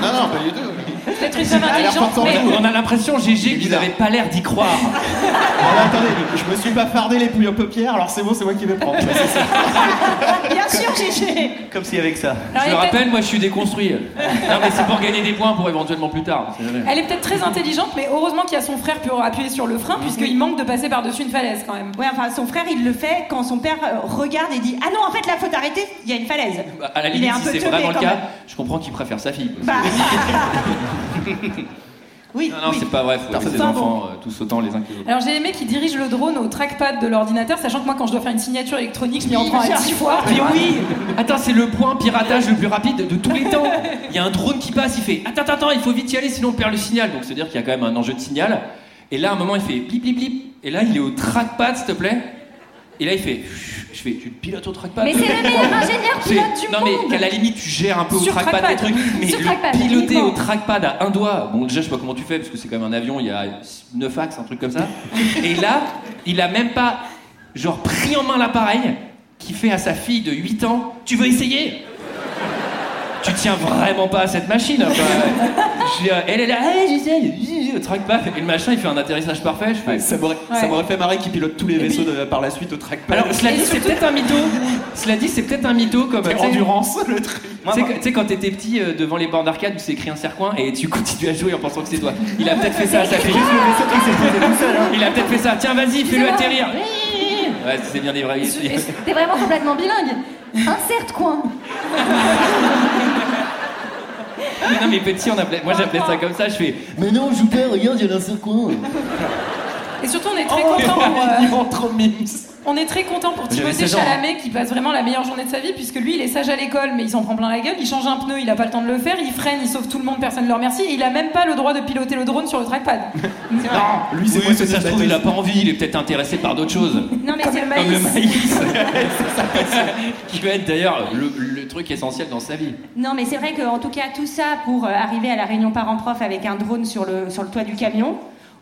[SPEAKER 7] Non, non, pas
[SPEAKER 14] du tout.
[SPEAKER 15] Peut-être une femme intelligente, mais-
[SPEAKER 7] On a- on a l'impression, GG, que vous n'avez pas l'air d'y croire.
[SPEAKER 14] Ah, attendez, je me suis pas fardé les pluies aux paupières, alors c'est bon, c'est moi qui vais prendre.
[SPEAKER 11] Bien sûr, Gégé
[SPEAKER 12] Comme si avec ça.
[SPEAKER 15] Alors,
[SPEAKER 7] Je
[SPEAKER 15] il
[SPEAKER 7] le
[SPEAKER 15] est
[SPEAKER 7] rappelle, moi je suis déconstruit. Non, mais c'est pour gagner des points pour éventuellement plus tard.
[SPEAKER 15] Elle est peut-être très intelligente, mais heureusement qu'il y a son frère pour appuyer sur le frein, puisqu'il manque de passer par-dessus une falaise quand même.
[SPEAKER 11] Ouais, enfin, son frère, il le fait quand son père euh, regarde et dit Ah non, en fait, là, faut t'arrêter, il y a une falaise.
[SPEAKER 7] Bah, À la
[SPEAKER 11] Il
[SPEAKER 7] limite,
[SPEAKER 11] est un
[SPEAKER 7] si
[SPEAKER 11] peu
[SPEAKER 7] c'est
[SPEAKER 11] teubé,
[SPEAKER 7] vraiment le
[SPEAKER 11] quand
[SPEAKER 7] cas,
[SPEAKER 11] même.
[SPEAKER 7] je comprends qu'il préfère sa fille.
[SPEAKER 11] Bah, oui,
[SPEAKER 7] Non, non,
[SPEAKER 11] oui.
[SPEAKER 7] c'est pas vrai, faut
[SPEAKER 14] Putain,
[SPEAKER 7] aimer
[SPEAKER 14] c'est
[SPEAKER 7] les
[SPEAKER 14] bon.
[SPEAKER 7] enfants euh, tous autant les uns que les autres.
[SPEAKER 15] Alors j'ai aimé qu'il dirige le drone au trackpad de l'ordinateur, sachant que moi quand je dois faire une signature électronique, je m'y en prends à 10 fois. tu
[SPEAKER 7] Mais
[SPEAKER 15] vois.
[SPEAKER 7] oui Attends, c'est le point piratage le plus rapide de tous les temps. Il y a un drone qui passe, il fait Attends, attends, attends, il faut vite y aller, sinon on perd le signal. Donc, c'est-à-dire qu'il y a quand même un enjeu de signal. Et là, à un moment, il fait blip, blip, blip. Et là, il est au trackpad, s'il te plaît. Et là, il fait Je fais, tu le pilotes au trackpad
[SPEAKER 13] Mais c'est le meilleur ingénieur
[SPEAKER 7] C'est-
[SPEAKER 13] pilote du
[SPEAKER 7] Non,
[SPEAKER 13] monde.
[SPEAKER 7] mais qu'à la limite, tu gères un peu au
[SPEAKER 13] Sur
[SPEAKER 7] trackpad,
[SPEAKER 13] trackpad.
[SPEAKER 7] des trucs. Mais
[SPEAKER 13] Sur
[SPEAKER 7] le
[SPEAKER 13] trackpad,
[SPEAKER 7] piloter
[SPEAKER 13] uniquement.
[SPEAKER 7] au trackpad à un doigt, bon, déjà, je sais pas comment tu fais, parce que c'est quand même un avion, il y a 9 axes, un truc comme ça. Et là, il a même pas, genre, pris en main l'appareil qui fait à sa fille de 8 ans Tu veux essayer Tu tiens vraiment pas à cette machine. enfin, je- euh, elle est là, Hey, j'essaye, le trackpad. Et le machin, il fait un atterrissage parfait. Je fais,
[SPEAKER 14] Ça m'aurait ça m'aurait fait marrer qu'il pilote tous les vaisseaux de- par la suite au trackpad.
[SPEAKER 7] alors, cela dit, c'est peut-être un mytho. Cela dit, c'est peut-être un mytho comme.
[SPEAKER 14] C'est
[SPEAKER 7] tu sais-
[SPEAKER 14] endurance, le truc.
[SPEAKER 7] Tu sais, que- tu sais, quand t'étais petit euh, devant les bornes d'arcade où c'est écrit un sercoin et tu continues à jouer en pensant que c'est toi. Il a peut-être fait ça à sa fille. Il a peut-être fait ça. Tiens, vas-y, fais-le atterrir. Ouais, c'est bien des vrais.
[SPEAKER 13] T'es vraiment complètement bilingue. Inserte coin.
[SPEAKER 7] non, mais petit, on appelait... moi j'appelais ça comme ça. Je fais. Mais non, joue pas, regarde, il y a un sercoin.
[SPEAKER 15] Et surtout on est très content pour, euh,
[SPEAKER 14] Ils vont trop mimes.
[SPEAKER 15] on est très content pour
[SPEAKER 14] J'avais
[SPEAKER 15] Timothée
[SPEAKER 14] 16 ans, hein.
[SPEAKER 15] Chalamet qui passe vraiment la meilleure journée de sa vie puisque lui il est sage à l'école mais il s'en prend plein la gueule, il change un pneu, il a pas le temps de le faire, il freine, il sauve tout le monde, personne ne le remercie et il a même pas le droit de piloter le drone sur le trackpad.
[SPEAKER 7] Non, lui, c'est oui, parce que ça se trouve, il a pas envie. Il est peut-être intéressé par d'autres choses.
[SPEAKER 15] Non mais c'est le
[SPEAKER 7] Comme le
[SPEAKER 15] maïs.
[SPEAKER 7] maïs. Qui va être d'ailleurs le, le truc essentiel dans sa vie.
[SPEAKER 11] Non, mais c'est vrai qu'en tout cas, tout ça pour euh, arriver à la réunion parents-prof avec un drone sur le, sur le toit du camion,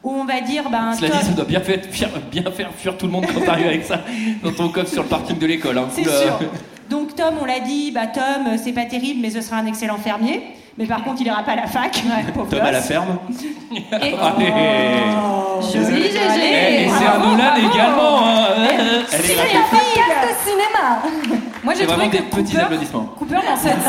[SPEAKER 11] où on va dire ben,
[SPEAKER 7] Cela
[SPEAKER 11] top.
[SPEAKER 7] dit, ça doit bien, fait- fier- bien faire fuir tout le monde quand t'arrives avec ça dans ton coffre sur le parking de l'école. hein.
[SPEAKER 11] C'est
[SPEAKER 7] Oula.
[SPEAKER 11] sûr. Donc Tom, on l'a dit, bah Tom, euh, c'est pas terrible, mais ce sera un excellent fermier. Mais par contre, il ira pas à la fac. pauvre
[SPEAKER 14] Tom à
[SPEAKER 13] Ah,
[SPEAKER 14] la
[SPEAKER 11] gosse.
[SPEAKER 14] ferme.
[SPEAKER 7] Oh
[SPEAKER 11] Et-
[SPEAKER 7] Allez.
[SPEAKER 13] Joli GG.
[SPEAKER 7] Eh, Et c'est un
[SPEAKER 13] Bravo,
[SPEAKER 7] Nolan
[SPEAKER 13] bravo.
[SPEAKER 7] également. hein.
[SPEAKER 13] C'est
[SPEAKER 7] Elle est
[SPEAKER 13] un
[SPEAKER 7] gratuite.
[SPEAKER 13] podcast de cinéma.
[SPEAKER 15] Moi
[SPEAKER 7] C'est
[SPEAKER 15] j'ai
[SPEAKER 7] vraiment
[SPEAKER 15] trouvé que
[SPEAKER 7] des petits
[SPEAKER 15] Cooper-
[SPEAKER 7] applaudissements.
[SPEAKER 15] Cooper dans cette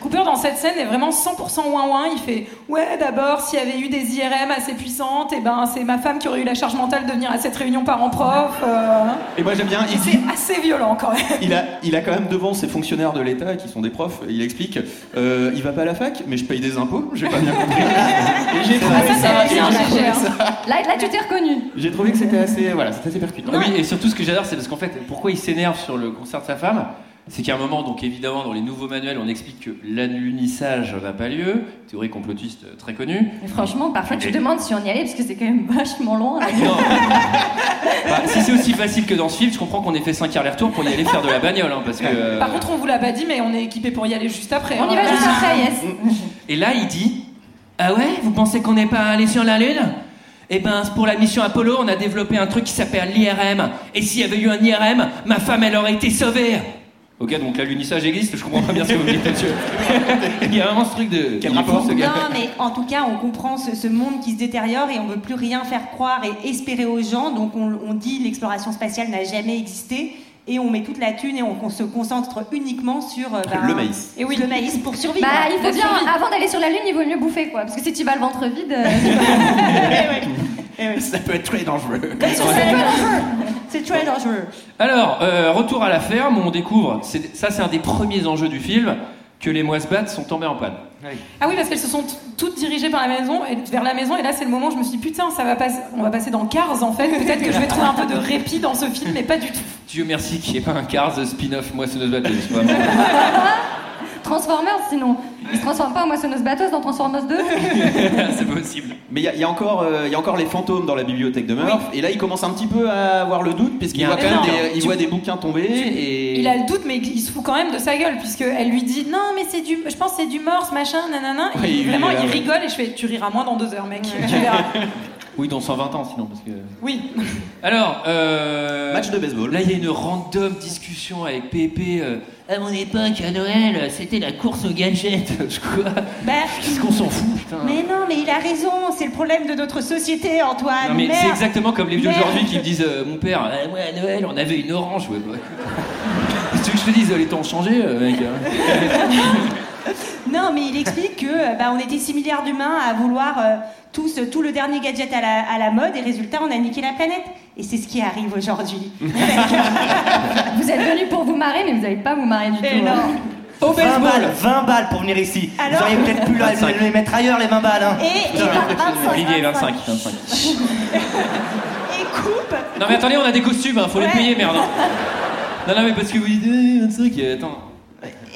[SPEAKER 15] Cooper dans cette scène est vraiment 100% ouin ouin. Il fait ouais d'abord s'il y avait eu des IRM assez puissantes, et ben c'est ma femme qui aurait eu la charge mentale de venir à cette réunion parents prof. euh,
[SPEAKER 14] Et moi j'aime bien, il
[SPEAKER 15] C'est assez violent quand même.
[SPEAKER 14] Il a, il a quand même devant ses fonctionnaires de l'État qui sont des profs, il explique euh, il va pas à la fac, mais je paye des impôts, j'ai pas bien compris. Et j'ai trouvé
[SPEAKER 13] Ah, ça,
[SPEAKER 14] ça-
[SPEAKER 13] c'est bien
[SPEAKER 14] et j'ai trouvé
[SPEAKER 13] GG. hein.
[SPEAKER 14] ça-
[SPEAKER 13] Là, là, tu t'es reconnu.
[SPEAKER 14] J'ai trouvé que c'était assez, voilà, c'était assez percutant.
[SPEAKER 7] Oui, et surtout ce que j'adore, c'est parce qu'en fait, pourquoi il s'énerve sur le concert de sa femme c'est qu'à un moment, donc évidemment, dans les nouveaux manuels, on explique que l'alunissage n'a pas lieu, théorie complotiste euh, très connue.
[SPEAKER 13] Mais franchement, parfois, tu te demandes si on y allait parce que c'est quand même vachement loin. là.
[SPEAKER 7] Bah, si c'est aussi facile que dans ce film, je comprends qu'on ait fait 5 allers-retours pour y aller faire de la bagnole, hein, parce que. euh,
[SPEAKER 15] Par contre on vous l'a pas dit mais on est équipé pour y aller juste après.
[SPEAKER 13] On y
[SPEAKER 15] hein.
[SPEAKER 13] va juste après, yes.
[SPEAKER 7] Et là, il dit Ah ouais, vous pensez qu'on n'est pas allé sur la Lune Eh ben, pour la mission Apollo, on a développé un truc qui s'appelle l'IRM. Et s'il y avait eu un IRM, ma femme, elle aurait été sauvée. Ok, donc là, l'unissage existe, je comprends pas bien ce que vous dites, monsieur. il y a vraiment ce truc de. Quel rapport, ce gars
[SPEAKER 11] Non, mais en tout cas, on comprend ce, ce monde qui se détériore et on veut plus rien faire croire et espérer aux gens. Donc, on, on dit l'exploration spatiale n'a jamais existé. et on met toute la thune et on, on se concentre uniquement sur euh, ben,
[SPEAKER 14] Le maïs.
[SPEAKER 11] Et oui, le maïs pour survivre.
[SPEAKER 13] Bah, il faut
[SPEAKER 11] Pour
[SPEAKER 13] bien,
[SPEAKER 11] survivre.
[SPEAKER 13] avant d'aller sur la lune, il vaut mieux bouffer, quoi. Parce que si tu vas le ventre vide. euh,
[SPEAKER 7] Eh
[SPEAKER 14] Ça peut être très dangereux.
[SPEAKER 11] C'est très
[SPEAKER 13] hein,
[SPEAKER 11] dangereux.
[SPEAKER 7] Alors, euh, retour à la ferme, on découvre, c'est- ça c'est un des premiers enjeux du film, que les moissebattes sont tombées en panne.
[SPEAKER 15] Ah oui, parce qu'elles se sont t- toutes dirigées par la maison et vers la maison. Et là, c'est le moment où je me suis dit, putain, ça va passer, on va passer dans Cars en fait. Peut-être que je vais trouver un peu de répit dans ce film, mais pas du tout.
[SPEAKER 7] Dieu merci qu'il n'y ait pas un Cars spin-off moissonneuse batteuse. vraiment.
[SPEAKER 13] Transformers, sinon. Il se transforme pas en moissonneuse batteuse dans Transformers 2.
[SPEAKER 7] c'est possible.
[SPEAKER 14] Mais il y, a- il y a encore, euh, il y a encore les fantômes dans la bibliothèque de Murph, et là il commence un petit peu à avoir le doute,
[SPEAKER 7] Il y
[SPEAKER 14] puisqu'il
[SPEAKER 7] a
[SPEAKER 14] voit
[SPEAKER 7] un
[SPEAKER 14] quand même
[SPEAKER 7] énorme.
[SPEAKER 14] des, il
[SPEAKER 7] Tu-
[SPEAKER 14] voit des bouquins tomber, et...
[SPEAKER 15] Il a le doute, mais il se fout quand même de sa gueule, puisqu'elle lui dit Non, mais c'est du. Je pense que c'est du morse, machin, nanana. Et
[SPEAKER 7] Oui, oui,
[SPEAKER 15] vraiment,
[SPEAKER 7] là,
[SPEAKER 15] il
[SPEAKER 7] oui.
[SPEAKER 15] rigole et je fais Tu riras moins dans deux heures, mec. Tu verras.
[SPEAKER 7] Oui, dans 120 ans sinon, parce que...
[SPEAKER 15] Oui.
[SPEAKER 7] Alors, match de baseball. Là, il y a une random discussion avec Pépé. euh, à mon époque, à Noël, c'était la course aux gadgets. Je crois. Qu'est-ce qu'on s'en fout, putain.
[SPEAKER 11] Ben, Mais non, mais il a raison, c'est le problème de notre société, Antoine.
[SPEAKER 7] Non, mais
[SPEAKER 11] Ah, Merde.
[SPEAKER 7] c'est exactement comme les vieux
[SPEAKER 11] Merde.
[SPEAKER 7] aujourd'hui qui me disent euh, Mon père, euh, moi à Noël, on avait une orange. Ouais, bah, écoute. tu veux que je te dise euh, Les temps ont changé, euh, mec hein.
[SPEAKER 11] Non, mais il explique que euh, bah, on était 6 milliards d'humains à vouloir euh, tous, euh, tout le dernier gadget à la, à la mode et résultat, on a niqué la planète. Et c'est ce qui arrive aujourd'hui.
[SPEAKER 13] Vous êtes venus pour vous marrer, mais vous n'allez pas vous marrer du tout. hein.
[SPEAKER 12] 20 balles, 20 balles pour venir ici.
[SPEAKER 13] Alors
[SPEAKER 12] Vous auriez peut-être pu là, les mettre ailleurs les 20 balles. Hein.
[SPEAKER 11] Et- et
[SPEAKER 12] Putain.
[SPEAKER 11] par- par-
[SPEAKER 7] Olivier, 25. 25.
[SPEAKER 11] Et coupe
[SPEAKER 7] Non, mais attendez, on a des costumes, hein, faut les
[SPEAKER 11] Ouais.
[SPEAKER 7] payer, merde. hein. Non, non, mais parce que vous dites eh, 25, euh, attends.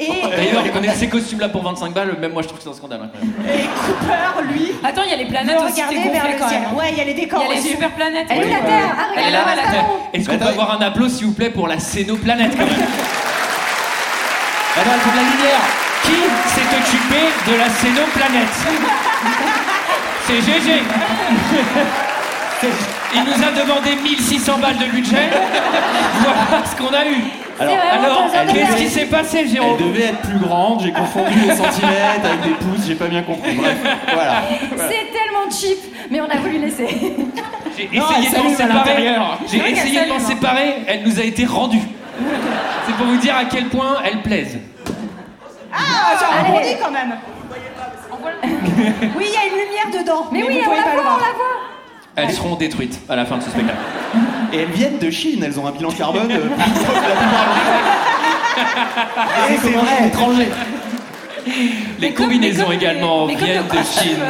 [SPEAKER 11] Et-
[SPEAKER 7] D'ailleurs, qu'on ait ces costumes-là pour 25 balles, même moi je trouve que c'est un scandale. hein, quand même.
[SPEAKER 11] Et Cooper, lui.
[SPEAKER 15] Attends, il y a les planètes
[SPEAKER 11] veut
[SPEAKER 15] aussi,
[SPEAKER 11] regarder
[SPEAKER 15] t'es gonflé
[SPEAKER 11] vers le
[SPEAKER 15] quand
[SPEAKER 11] ciel.
[SPEAKER 15] même. hein.
[SPEAKER 11] Ouais, il y a les
[SPEAKER 15] Il
[SPEAKER 11] décors
[SPEAKER 15] y a les
[SPEAKER 11] aussi.
[SPEAKER 15] super planètes.
[SPEAKER 11] Elle est où, la Terre Ah,
[SPEAKER 7] Elle est
[SPEAKER 11] regarde, là-bas,
[SPEAKER 7] là, la
[SPEAKER 11] là-bas.
[SPEAKER 7] Terre. Est-ce qu'on peut avoir un applaud, s'il vous plaît, pour la scénoplanète, quand même Attends, il faut de la lumière. Qui s'est occupé de la scénoplanète C'est GG. Il nous a demandé 1600 balles de budget. Voilà ce qu'on a eu.
[SPEAKER 14] Alors,
[SPEAKER 7] Alors,
[SPEAKER 14] elle
[SPEAKER 7] qu'est-ce
[SPEAKER 14] devait-
[SPEAKER 7] qui s'est passé, Jérôme
[SPEAKER 14] Elle devait être plus grande, j'ai confondu les centimètres avec des pouces, j'ai pas bien compris. Bref, voilà. Ah, Voilà.
[SPEAKER 13] C'est tellement cheap, mais on a voulu laisser.
[SPEAKER 7] J'ai
[SPEAKER 13] Non,
[SPEAKER 7] essayé
[SPEAKER 13] elle
[SPEAKER 7] de
[SPEAKER 13] s'allume à
[SPEAKER 7] m'en séparer.
[SPEAKER 13] l'intérieur.
[SPEAKER 7] J'ai
[SPEAKER 13] C'est vrai qu'elle
[SPEAKER 7] essayé de m'en
[SPEAKER 13] s'allume, hein.
[SPEAKER 7] séparer. Elle nous a été rendue.
[SPEAKER 13] Ah,
[SPEAKER 7] C'est pour vous dire à quel point elle plaise.
[SPEAKER 11] Ah, ça
[SPEAKER 13] Allez.
[SPEAKER 11] rebondit quand même. Oui, il y a une lumière dedans.
[SPEAKER 13] Mais oui,
[SPEAKER 11] vous
[SPEAKER 13] on
[SPEAKER 11] pouvez
[SPEAKER 13] la
[SPEAKER 11] pas le
[SPEAKER 13] voit, on
[SPEAKER 11] voir.
[SPEAKER 13] la voit.
[SPEAKER 7] Elles seront détruites à la fin de ce spectacle.
[SPEAKER 14] Et elles viennent de Chine, elles ont un bilan carbone. euh,
[SPEAKER 7] Ah,
[SPEAKER 12] Et c'est vrai,
[SPEAKER 14] étranger.
[SPEAKER 7] Les combinaisons également
[SPEAKER 15] mais comme euh,
[SPEAKER 7] viennent
[SPEAKER 15] nos
[SPEAKER 7] de Chine.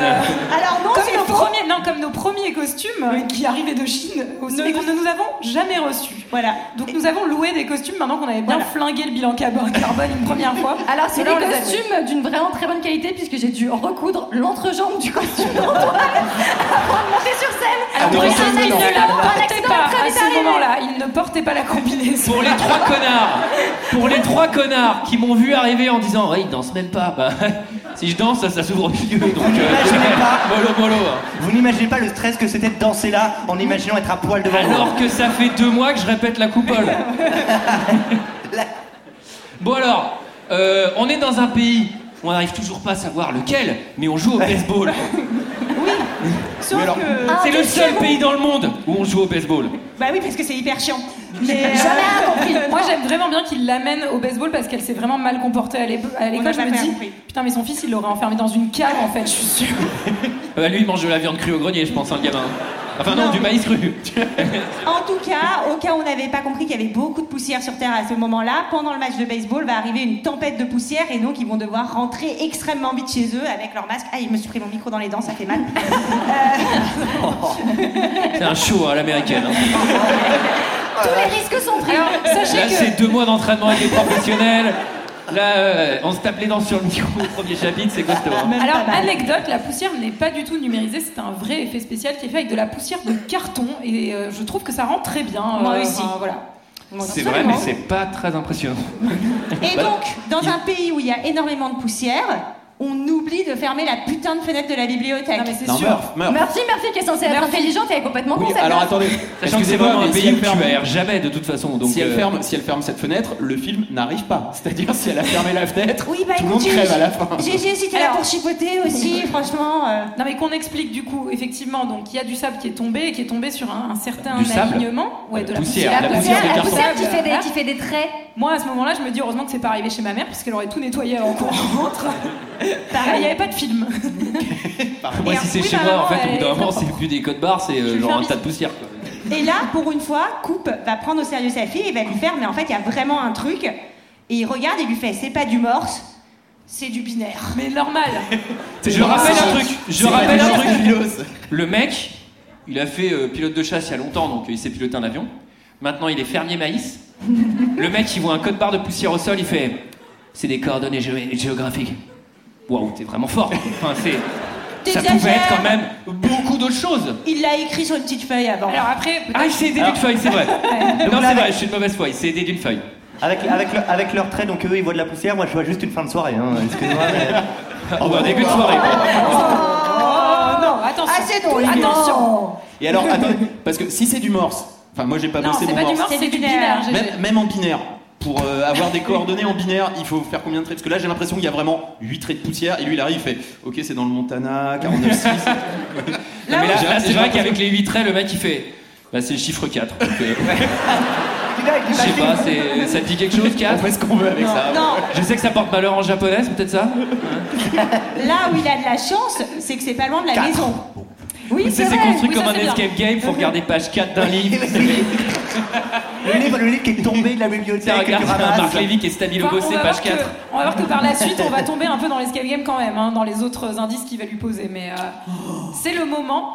[SPEAKER 11] Alors non,
[SPEAKER 15] comme
[SPEAKER 11] c'est
[SPEAKER 15] nos
[SPEAKER 11] faux.
[SPEAKER 15] premiers, non, comme nos premiers costumes euh, qui arrivaient de Chine, aussi, mais qu'on ne nous avons jamais reçus.
[SPEAKER 11] Voilà.
[SPEAKER 15] Donc nous avons loué des costumes maintenant qu'on avait bien flingué le bilan carbone carbone une première fois.
[SPEAKER 13] Alors, c'est
[SPEAKER 15] Celui-là,
[SPEAKER 13] des
[SPEAKER 15] on les a
[SPEAKER 13] costumes d'une vraiment très bonne qualité, puisque j'ai dû recoudre l'entrejambe du costume d'Antoine avant de monter sur scène.
[SPEAKER 15] Alors,
[SPEAKER 13] Pour
[SPEAKER 15] il
[SPEAKER 13] un
[SPEAKER 15] ne
[SPEAKER 13] accident,
[SPEAKER 15] la
[SPEAKER 13] un
[SPEAKER 15] portait
[SPEAKER 13] accident
[SPEAKER 15] pas
[SPEAKER 13] très
[SPEAKER 15] à
[SPEAKER 13] vite
[SPEAKER 15] ce
[SPEAKER 13] arrivé.
[SPEAKER 15] moment-là. Il ne portait pas la combinaison.
[SPEAKER 7] Pour les trois connards, pour les trois connards qui m'ont vu arriver en disant ouais, ils dansent même pas. Bah, si je danse, ça, ça s'ouvre au milieu. Donc,
[SPEAKER 12] Imaginez pas.
[SPEAKER 7] Molo, molo, hein.
[SPEAKER 12] Vous n'imaginez pas le stress que c'était de danser là en imaginant être à poil devant vous.
[SPEAKER 7] Alors que ça fait deux mois que je répète la coupole. Bon alors, euh, on est dans un pays où on n'arrive toujours pas à savoir lequel, mais on joue au baseball.
[SPEAKER 11] Sauf
[SPEAKER 7] Mais alors,
[SPEAKER 11] que-
[SPEAKER 7] C'est le seul pays dans le monde où on joue au baseball.
[SPEAKER 11] Bah oui, parce que c'est hyper chiant. Mais
[SPEAKER 15] Jamais
[SPEAKER 11] euh,
[SPEAKER 15] rien compris. Moi, j'aime vraiment bien qu'il l'amène au baseball parce qu'elle s'est vraiment mal comportée à l'ép- à
[SPEAKER 11] On n'a
[SPEAKER 15] l'école. Je
[SPEAKER 11] pas
[SPEAKER 15] me
[SPEAKER 11] bien
[SPEAKER 15] dis,
[SPEAKER 11] compris.
[SPEAKER 15] putain, mais son fils, il l'aurait enfermé dans une cave en fait, je suis sûre.
[SPEAKER 7] Euh, lui, il mange de la viande crue au grenier, je pense, hein, le gamin. Enfin non,
[SPEAKER 11] Non.
[SPEAKER 7] du maïs cru.
[SPEAKER 11] En tout cas, au cas où on n'avait pas compris qu'il y avait beaucoup de poussière sur Terre à ce moment-là, pendant le match de baseball va arriver une tempête de poussière et donc ils vont devoir rentrer extrêmement vite chez eux avec leur masque. Ah, je me suis pris mon micro dans les dents, ça fait mal. Euh,
[SPEAKER 7] C'est un show hein, à l'américaine. hein.
[SPEAKER 13] Tous les risques sont pris.
[SPEAKER 7] Là, Bah, c'est deux mois d'entraînement avec des professionnels. Là, euh, on se tape les dents sur le micro au premier chapitre, c'est costaud. hein.
[SPEAKER 15] Alors, anecdote, la poussière n'est pas du tout numérisée, c'est un vrai effet spécial qui est fait avec de la poussière de carton et euh, je trouve que ça rend très bien.
[SPEAKER 11] Moi
[SPEAKER 15] euh,
[SPEAKER 11] aussi.
[SPEAKER 15] enfin, voilà.
[SPEAKER 7] C'est vrai, mais c'est pas très impressionnant.
[SPEAKER 11] Et
[SPEAKER 7] Bah,
[SPEAKER 11] donc, dans un pays où il y a énormément de poussière, on oublie de fermer la putain de fenêtre de la bibliothèque. Non, mais c'est
[SPEAKER 14] Non, sûr. Murph, Murph.
[SPEAKER 13] Merci, merci, qui est censée être intelligente et elle est complètement
[SPEAKER 14] Oui,
[SPEAKER 13] con, cette
[SPEAKER 14] alors
[SPEAKER 13] meuf.
[SPEAKER 14] attendez.
[SPEAKER 7] Sachant que c'est
[SPEAKER 14] Excusez-moi,
[SPEAKER 7] vraiment un
[SPEAKER 14] mais
[SPEAKER 7] pays
[SPEAKER 14] si elle
[SPEAKER 7] que tu
[SPEAKER 14] ferme-
[SPEAKER 7] aères jamais de toute façon. Donc
[SPEAKER 14] si, elle
[SPEAKER 7] euh,
[SPEAKER 14] ferme, si elle ferme cette fenêtre, le film n'arrive pas. C'est-à-dire, si elle a fermé la fenêtre,
[SPEAKER 11] Oui, bah
[SPEAKER 14] tout le
[SPEAKER 11] écoute,
[SPEAKER 14] monde
[SPEAKER 11] j'ai-
[SPEAKER 14] crève à la fin.
[SPEAKER 11] GG, si t'es là
[SPEAKER 15] Alors-
[SPEAKER 11] pour chipoter aussi, franchement. euh,
[SPEAKER 15] Non mais qu'on explique du coup, effectivement, donc il y a du sable qui est tombé et qui est tombé sur un, un certain
[SPEAKER 14] Du sable
[SPEAKER 15] alignement. Ouais, de la
[SPEAKER 14] poussière, la poussière des
[SPEAKER 15] la
[SPEAKER 14] cartons.
[SPEAKER 13] qui fait des-
[SPEAKER 15] voilà.
[SPEAKER 13] qui fait des traits.
[SPEAKER 15] Moi à ce moment-là, je me dis heureusement que c'est pas arrivé chez ma mère parce qu'elle aurait tout nettoyé avant qu'on rentre. Pareil, il n'y avait pas de film.
[SPEAKER 7] Moi, si c'est
[SPEAKER 15] Oui,
[SPEAKER 7] chez
[SPEAKER 15] bah,
[SPEAKER 7] moi, en
[SPEAKER 15] non,
[SPEAKER 7] fait, au bout
[SPEAKER 15] elle est
[SPEAKER 7] d'un moment,
[SPEAKER 15] très
[SPEAKER 7] c'est plus des codes barres, c'est euh, genre un tas de poussière. quoi.
[SPEAKER 11] Et là, pour une fois, Coupe va prendre au sérieux sa fille et va lui faire, mais en fait, il y a vraiment un truc. Et il regarde et lui fait, c'est pas du morse, c'est du binaire.
[SPEAKER 15] Mais normal.
[SPEAKER 7] Je rappelle un truc. Je rappelle un truc.
[SPEAKER 14] Philos.
[SPEAKER 7] Le mec, il a fait euh, pilote de chasse il y a longtemps, donc euh, il sait piloter un avion. Maintenant, il est fermier maïs. Le mec, il voit un code barre de poussière au sol, il fait C'est des coordonnées gé- géographiques. Waouh, t'es vraiment fort. Enfin, c'est. Ça pouvait
[SPEAKER 11] T'exagères.
[SPEAKER 7] être quand même beaucoup d'autres choses.
[SPEAKER 11] Il l'a écrit sur une petite feuille avant.
[SPEAKER 15] Alors après,
[SPEAKER 7] Ah, il s'est aidé d'une feuille, c'est vrai.
[SPEAKER 12] Donc
[SPEAKER 7] Non,
[SPEAKER 12] là,
[SPEAKER 7] c'est
[SPEAKER 12] avec-
[SPEAKER 7] vrai, je suis de mauvaise foi, il s'est aidé d'une feuille.
[SPEAKER 12] Avec, avec, le- avec leur trait, donc eux ils voient de la poussière, moi je vois juste une fin de soirée, hein, excusez-moi. Mais...
[SPEAKER 7] On voit un début de soirée.
[SPEAKER 15] Oh non, attention.
[SPEAKER 11] Assez drôle.
[SPEAKER 15] Attention.
[SPEAKER 14] Et alors, attendez, parce que si c'est du morse, enfin, moi j'ai pas
[SPEAKER 15] Non,
[SPEAKER 14] bossé
[SPEAKER 15] c'est
[SPEAKER 14] mon
[SPEAKER 15] pas du
[SPEAKER 14] morse.
[SPEAKER 15] mort, c'est du binaire. j'ai-
[SPEAKER 14] Même, même en binaire, pour euh, avoir des coordonnées en binaire, il faut faire combien de traits Parce que là, j'ai l'impression qu'il y a vraiment 8 traits de poussière. Et lui, il arrive, il fait Ok, c'est dans le Montana, 49, 6.
[SPEAKER 7] Non, mais là, là, c'est vrai qu'avec les 8 traits, le mec il fait Bah, c'est le chiffre 4. donc, euh, je sais pas, c'est- ça te dit quelque chose 4
[SPEAKER 14] On fait ce qu'on veut avec
[SPEAKER 11] Non,
[SPEAKER 7] ça.
[SPEAKER 11] non.
[SPEAKER 7] Je sais que ça porte malheur en japonais, c'est peut-être ça
[SPEAKER 11] Là où il a de la chance, c'est que c'est pas loin de la
[SPEAKER 7] Quatre.
[SPEAKER 11] maison. Oui,
[SPEAKER 7] Tu sais,
[SPEAKER 11] c'est
[SPEAKER 7] C'est
[SPEAKER 11] vrai.
[SPEAKER 7] construit
[SPEAKER 11] Oui,
[SPEAKER 7] comme
[SPEAKER 11] ça,
[SPEAKER 7] un
[SPEAKER 11] c'est bien.
[SPEAKER 7] escape game, faut regarder page 4 d'un livre.
[SPEAKER 12] Le livre, le livre qui est tombé de la bibliothèque.
[SPEAKER 7] Tiens, regarde,
[SPEAKER 12] que tu ramasses.
[SPEAKER 7] Marc Lévy qui est stabilo
[SPEAKER 15] Enfin,
[SPEAKER 7] bossé,
[SPEAKER 15] on va
[SPEAKER 7] page
[SPEAKER 15] voir que-
[SPEAKER 7] 4.
[SPEAKER 15] on va voir que par la suite, on va tomber un peu dans l'escape game quand même, hein, dans les autres indices qu'il va lui poser. Mais euh, c'est le moment.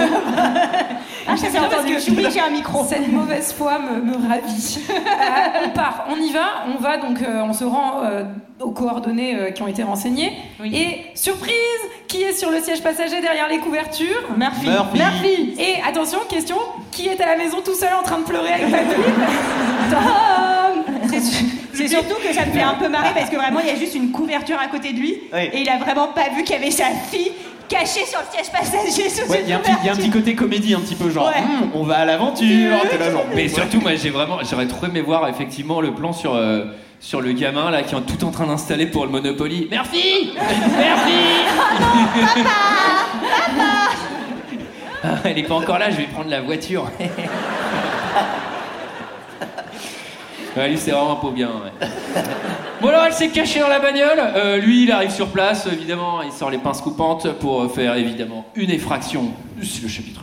[SPEAKER 11] Ah, ça, c'est
[SPEAKER 15] J'aime bien
[SPEAKER 11] entendu.
[SPEAKER 15] parce que
[SPEAKER 11] Je suis obligée, j'ai un micro.
[SPEAKER 15] Cette mauvaise foi me, me ravit. Euh, on part, on y va, on va donc, euh, on se rend euh, aux coordonnées euh, qui ont été renseignées. Et surprise, qui est sur le siège passager derrière les couvertures
[SPEAKER 11] Murphy.
[SPEAKER 14] Murphy.
[SPEAKER 15] Murphy. Et attention, question qui est à la maison tout seul en train de pleurer avec ma fille Tom
[SPEAKER 11] C'est su- C'est surtout que ça me fait un peu marrer parce que vraiment, il y a juste une couverture à côté de lui
[SPEAKER 14] Oui.
[SPEAKER 11] et il a vraiment pas vu qu'il y avait sa fille cachée sur le siège passager sous
[SPEAKER 14] Ouais,
[SPEAKER 11] une
[SPEAKER 14] il y, a un petit- il y a un petit
[SPEAKER 11] couverture.
[SPEAKER 14] côté comédie, un petit peu genre
[SPEAKER 11] Ouais.
[SPEAKER 14] Hmm, On va à l'aventure T'es là, genre,
[SPEAKER 7] Mais
[SPEAKER 14] ouais.
[SPEAKER 7] surtout, moi, j'ai vraiment, j'aurais trop aimé voir effectivement le plan sur euh, sur le gamin là qui est tout en train d'installer pour le Monopoly. Merci, merci. Ah, Elle est pas encore là, je vais prendre la voiture. Ouais, lui, c'est vraiment pas bien. ouais. Bon, alors, elle s'est cachée dans la bagnole. Euh, lui, il arrive sur place, évidemment, il sort les pinces coupantes pour euh, faire évidemment une effraction. C'est le chapitre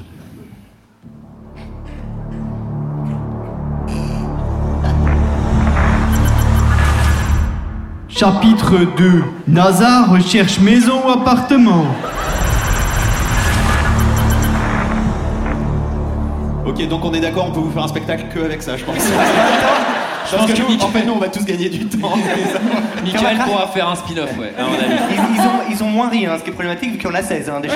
[SPEAKER 2] Chapitre 2 NASA recherche maison ou appartement.
[SPEAKER 14] Ok, donc on est d'accord, on peut vous faire un spectacle que avec ça, je pense. je pense
[SPEAKER 7] pense
[SPEAKER 14] que,
[SPEAKER 7] que
[SPEAKER 14] nous, en fait, nous, on va tous gagner du temps.
[SPEAKER 7] Michael pourra faire un spin-off, ouais, à mon avis.
[SPEAKER 12] Ils, ils ont, ils ont moins ri, hein, ce qui est problématique vu qu'il y en a 16 hein, déjà.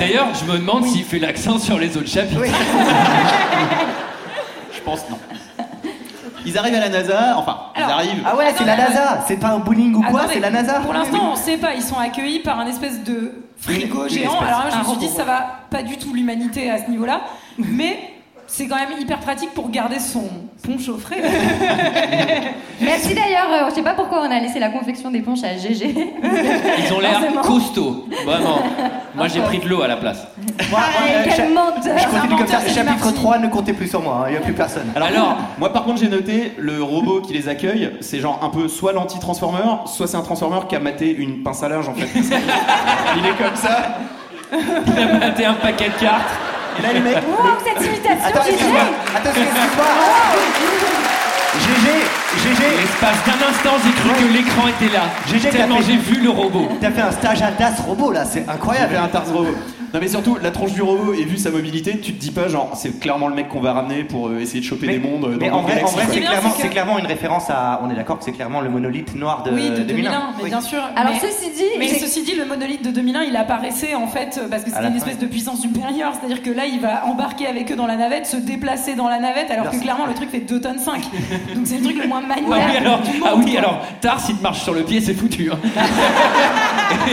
[SPEAKER 7] D'ailleurs, je me demande s'il fait l'accent sur les autres chapitres.
[SPEAKER 14] je pense non. Ils arrivent à la NASA, enfin, ils arrivent.
[SPEAKER 12] Ah ouais, c'est la NASA, c'est pas un bowling ou quoi,
[SPEAKER 15] Attendez,
[SPEAKER 12] c'est la NASA.
[SPEAKER 15] Pour l'instant, on sait pas. Ils sont accueillis par un espèce de frigo
[SPEAKER 12] Une- une
[SPEAKER 15] géant.
[SPEAKER 12] espèce.
[SPEAKER 15] Alors, moi, je
[SPEAKER 12] Un
[SPEAKER 15] me suis dit,
[SPEAKER 12] robot.
[SPEAKER 15] ça va pas du tout l'humanité à ce niveau-là. Mais c'est quand même hyper pratique pour garder son pont chauffé.
[SPEAKER 13] Merci d'ailleurs, euh, je sais pas pourquoi on a laissé la confection des ponches à GG.
[SPEAKER 7] Ils ont l'air
[SPEAKER 13] Forcément.
[SPEAKER 7] costauds, vraiment. Moi, j'ai pris de l'eau à la place.
[SPEAKER 13] Pareil,
[SPEAKER 12] euh,
[SPEAKER 13] quel menteur
[SPEAKER 12] Je continue comme ça,
[SPEAKER 13] c'est
[SPEAKER 12] chapitre
[SPEAKER 13] parti.
[SPEAKER 12] 3, ne comptez plus sur moi, hein, il n'y a plus personne.
[SPEAKER 14] Alors,
[SPEAKER 7] Alors-
[SPEAKER 14] moi par contre j'ai noté le robot qui les accueille, c'est genre un peu soit l'anti-transformer, soit c'est un transformer qui a maté une pince à linge en fait. il est comme ça.
[SPEAKER 7] Il a maté un paquet de cartes.
[SPEAKER 14] Et là les mecs.
[SPEAKER 13] Wow, cette imitation,
[SPEAKER 12] Attends,
[SPEAKER 13] GG
[SPEAKER 12] excuse-moi, attends, excuse-moi. GG, GG,
[SPEAKER 7] L'espace d'un instant, j'ai cru que l'écran était là.
[SPEAKER 12] GG, t'as
[SPEAKER 7] Tellement
[SPEAKER 12] fait-
[SPEAKER 7] j'ai vu le robot.
[SPEAKER 12] t'as fait un stage à DAS robot là, c'est incroyable.
[SPEAKER 14] un Tars robot. Non mais surtout, la tronche du robot et vu sa mobilité, tu te dis pas genre c'est clairement le mec qu'on va ramener pour euh, essayer de choper des mondes. euh,
[SPEAKER 12] Mais
[SPEAKER 14] dans
[SPEAKER 12] en
[SPEAKER 14] le
[SPEAKER 12] vrai, en
[SPEAKER 14] galaxie,
[SPEAKER 12] vrai,
[SPEAKER 14] quoi.
[SPEAKER 12] c'est clairement, c'est clairement une référence à. On est d'accord que c'est clairement le monolithe noir de,
[SPEAKER 15] oui, de 2001, mais
[SPEAKER 12] Oui.
[SPEAKER 15] bien sûr.
[SPEAKER 13] Alors,
[SPEAKER 15] mais,
[SPEAKER 13] ceci dit,
[SPEAKER 15] mais
[SPEAKER 13] j'ai-
[SPEAKER 15] ceci dit, le monolithe de 2001, il apparaissait en fait euh, parce que
[SPEAKER 12] À la
[SPEAKER 15] c'était une
[SPEAKER 12] fin.
[SPEAKER 15] espèce de puissance supérieure, c'est-à-dire que là, il va embarquer avec eux dans la navette, se déplacer dans la navette, alors
[SPEAKER 7] Merci.
[SPEAKER 15] que clairement, le truc fait 2 tonnes 5. Donc c'est le truc le moins
[SPEAKER 7] Ah
[SPEAKER 15] maniable
[SPEAKER 7] oui, alors,
[SPEAKER 15] du monde.
[SPEAKER 7] ah oui,
[SPEAKER 15] quoi.
[SPEAKER 7] alors, Tars, il te marche sur le pied, c'est foutu. hein.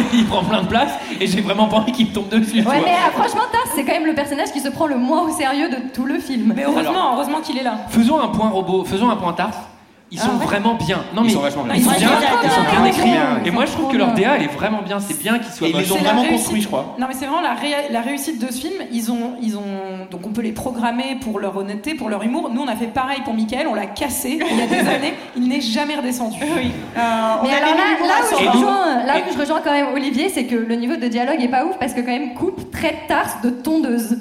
[SPEAKER 7] il prend plein de place et j'ai vraiment pas envie qu'il me tombe dessus. tu
[SPEAKER 13] Ouais,
[SPEAKER 7] vois.
[SPEAKER 13] mais ah, franchement, Tars, c'est quand même le personnage qui se prend le moins au sérieux de tout le film. Mais
[SPEAKER 7] heureusement, Alors-
[SPEAKER 13] heureusement qu'il est là.
[SPEAKER 7] Faisons un point robot, faisons un point Tars. Ils sont vraiment bien. Non, mais ils sont vachement
[SPEAKER 13] bien.
[SPEAKER 7] Ils sont
[SPEAKER 13] Ah Ils sont
[SPEAKER 7] bien,
[SPEAKER 13] bien,
[SPEAKER 7] ils sont
[SPEAKER 13] bien,
[SPEAKER 7] bien
[SPEAKER 13] bien,
[SPEAKER 7] écrits.
[SPEAKER 13] bien,
[SPEAKER 7] Et
[SPEAKER 13] ils
[SPEAKER 7] moi, je
[SPEAKER 13] sont
[SPEAKER 7] trouve
[SPEAKER 13] trop
[SPEAKER 7] que leur
[SPEAKER 13] bien.
[SPEAKER 7] DA, elle est vraiment bien. C'est bien qu'ils soient.
[SPEAKER 14] Et ils les ont
[SPEAKER 7] C'est la
[SPEAKER 14] vraiment
[SPEAKER 7] réussite.
[SPEAKER 14] construits, je crois.
[SPEAKER 15] Non, mais c'est vraiment la, réa- la réussite de ce film. Ils ont, ils ont, donc on peut les programmer pour leur honnêteté, pour leur humour. Nous, on a fait pareil pour Michael, on l'a cassé il y a des années. Il n'est jamais redescendu. Euh, Oui.
[SPEAKER 13] Mais alors là, là où, je rejoins, là où
[SPEAKER 15] et-
[SPEAKER 13] je rejoins quand même Olivier, c'est que le niveau de dialogue est pas ouf parce que quand même Coupe traite Tars de tondeuse.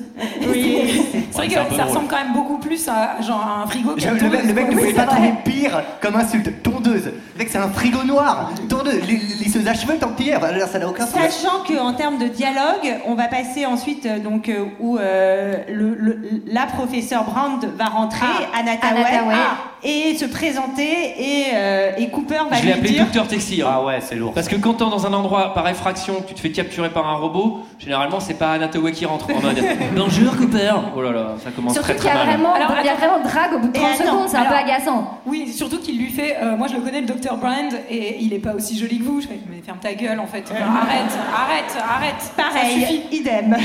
[SPEAKER 15] Oui. C'est vrai
[SPEAKER 12] Ouais,
[SPEAKER 15] que
[SPEAKER 12] c'est un
[SPEAKER 15] ça
[SPEAKER 12] peu drôle.
[SPEAKER 15] ressemble quand même beaucoup plus hein. à, genre, à un frigo
[SPEAKER 12] Je-
[SPEAKER 15] qu'à
[SPEAKER 12] le,
[SPEAKER 15] tondeuse,
[SPEAKER 12] mec- le mec
[SPEAKER 15] quoi.
[SPEAKER 12] ne
[SPEAKER 15] Oui,
[SPEAKER 12] pouvait
[SPEAKER 15] c'est
[SPEAKER 12] pas
[SPEAKER 15] vrai.
[SPEAKER 12] trouver pire comme insulte. Tondeuse. Le mec, c'est un frigo noir. Tondeuse. Il se lâche même tant que hier. Ça n'a aucun sens.
[SPEAKER 11] Sachant qu'en termes de dialogue, on va passer ensuite euh, donc euh, où euh, le, le- la professeure Brand va rentrer, Anna Tawai,
[SPEAKER 13] Tawai.
[SPEAKER 11] et se présenter et, euh, et Cooper va
[SPEAKER 7] Je
[SPEAKER 11] lui
[SPEAKER 7] l'ai appelé
[SPEAKER 11] dire.
[SPEAKER 7] Docteur Texir.
[SPEAKER 12] Ah ouais, c'est lourd.
[SPEAKER 7] Parce que quand t'es dans un endroit par effraction, que tu te fais capturer par un robot, généralement c'est pas Anatowe qui rentre en mode Bonjour Cooper Oh là là, ça commence
[SPEAKER 13] Surtout
[SPEAKER 7] très
[SPEAKER 13] qu'il
[SPEAKER 7] très
[SPEAKER 13] y a
[SPEAKER 7] mal.
[SPEAKER 13] vraiment, il y a vraiment drague au bout de 30
[SPEAKER 15] attends,
[SPEAKER 13] secondes, c'est un peu
[SPEAKER 15] alors-
[SPEAKER 13] agaçant.
[SPEAKER 15] Oui, surtout qu'il lui fait. euh, moi, je le connais, le Dr Brand, et il est pas aussi joli que vous. Je fais, mais ferme ta gueule, en fait. Enfin, arrête, arrête, arrête.
[SPEAKER 11] Pareil,
[SPEAKER 15] Ça suffit.
[SPEAKER 11] idem.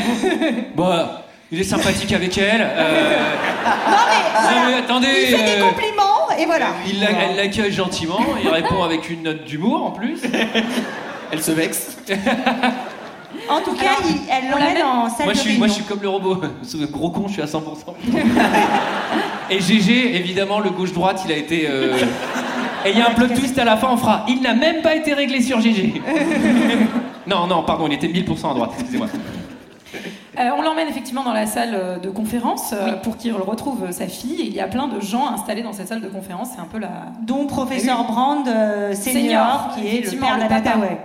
[SPEAKER 7] Bah, il est sympathique avec elle. euh,
[SPEAKER 11] Non mais voilà.
[SPEAKER 7] Ah, mais attendez,
[SPEAKER 11] Il fait des
[SPEAKER 7] euh,
[SPEAKER 11] compliments et voilà.
[SPEAKER 12] Ah,
[SPEAKER 7] il l'a- elle l'accueille gentiment, il répond avec une note d'humour en plus.
[SPEAKER 14] Elle se vexe.
[SPEAKER 11] En tout cas, il- elle
[SPEAKER 15] on
[SPEAKER 11] l'emmène
[SPEAKER 15] l'amène-
[SPEAKER 11] en salle
[SPEAKER 7] Moi
[SPEAKER 11] de
[SPEAKER 7] je, suis, moi je
[SPEAKER 11] réunion.
[SPEAKER 7] suis comme le robot, Sauf que gros con, je suis à 100%. Et GG, évidemment, le gauche-droite, il a été. euh, Et il y a un plot twist à la fin, on fera. Il n'a même pas été réglé sur GG. non, non, pardon, il était 1000% à droite, excusez-moi.
[SPEAKER 15] Euh, on l'emmène effectivement dans la salle euh, de conférence euh, pour qu'il retrouve euh, sa fille. Et il y a plein de gens installés dans cette salle de conférence. C'est un peu la.
[SPEAKER 11] Dont professeur Brand euh, senior,
[SPEAKER 15] Senior,
[SPEAKER 11] qui est le
[SPEAKER 15] effectivement,
[SPEAKER 11] père
[SPEAKER 15] le
[SPEAKER 11] d'Anna
[SPEAKER 15] papa.
[SPEAKER 11] Tawai.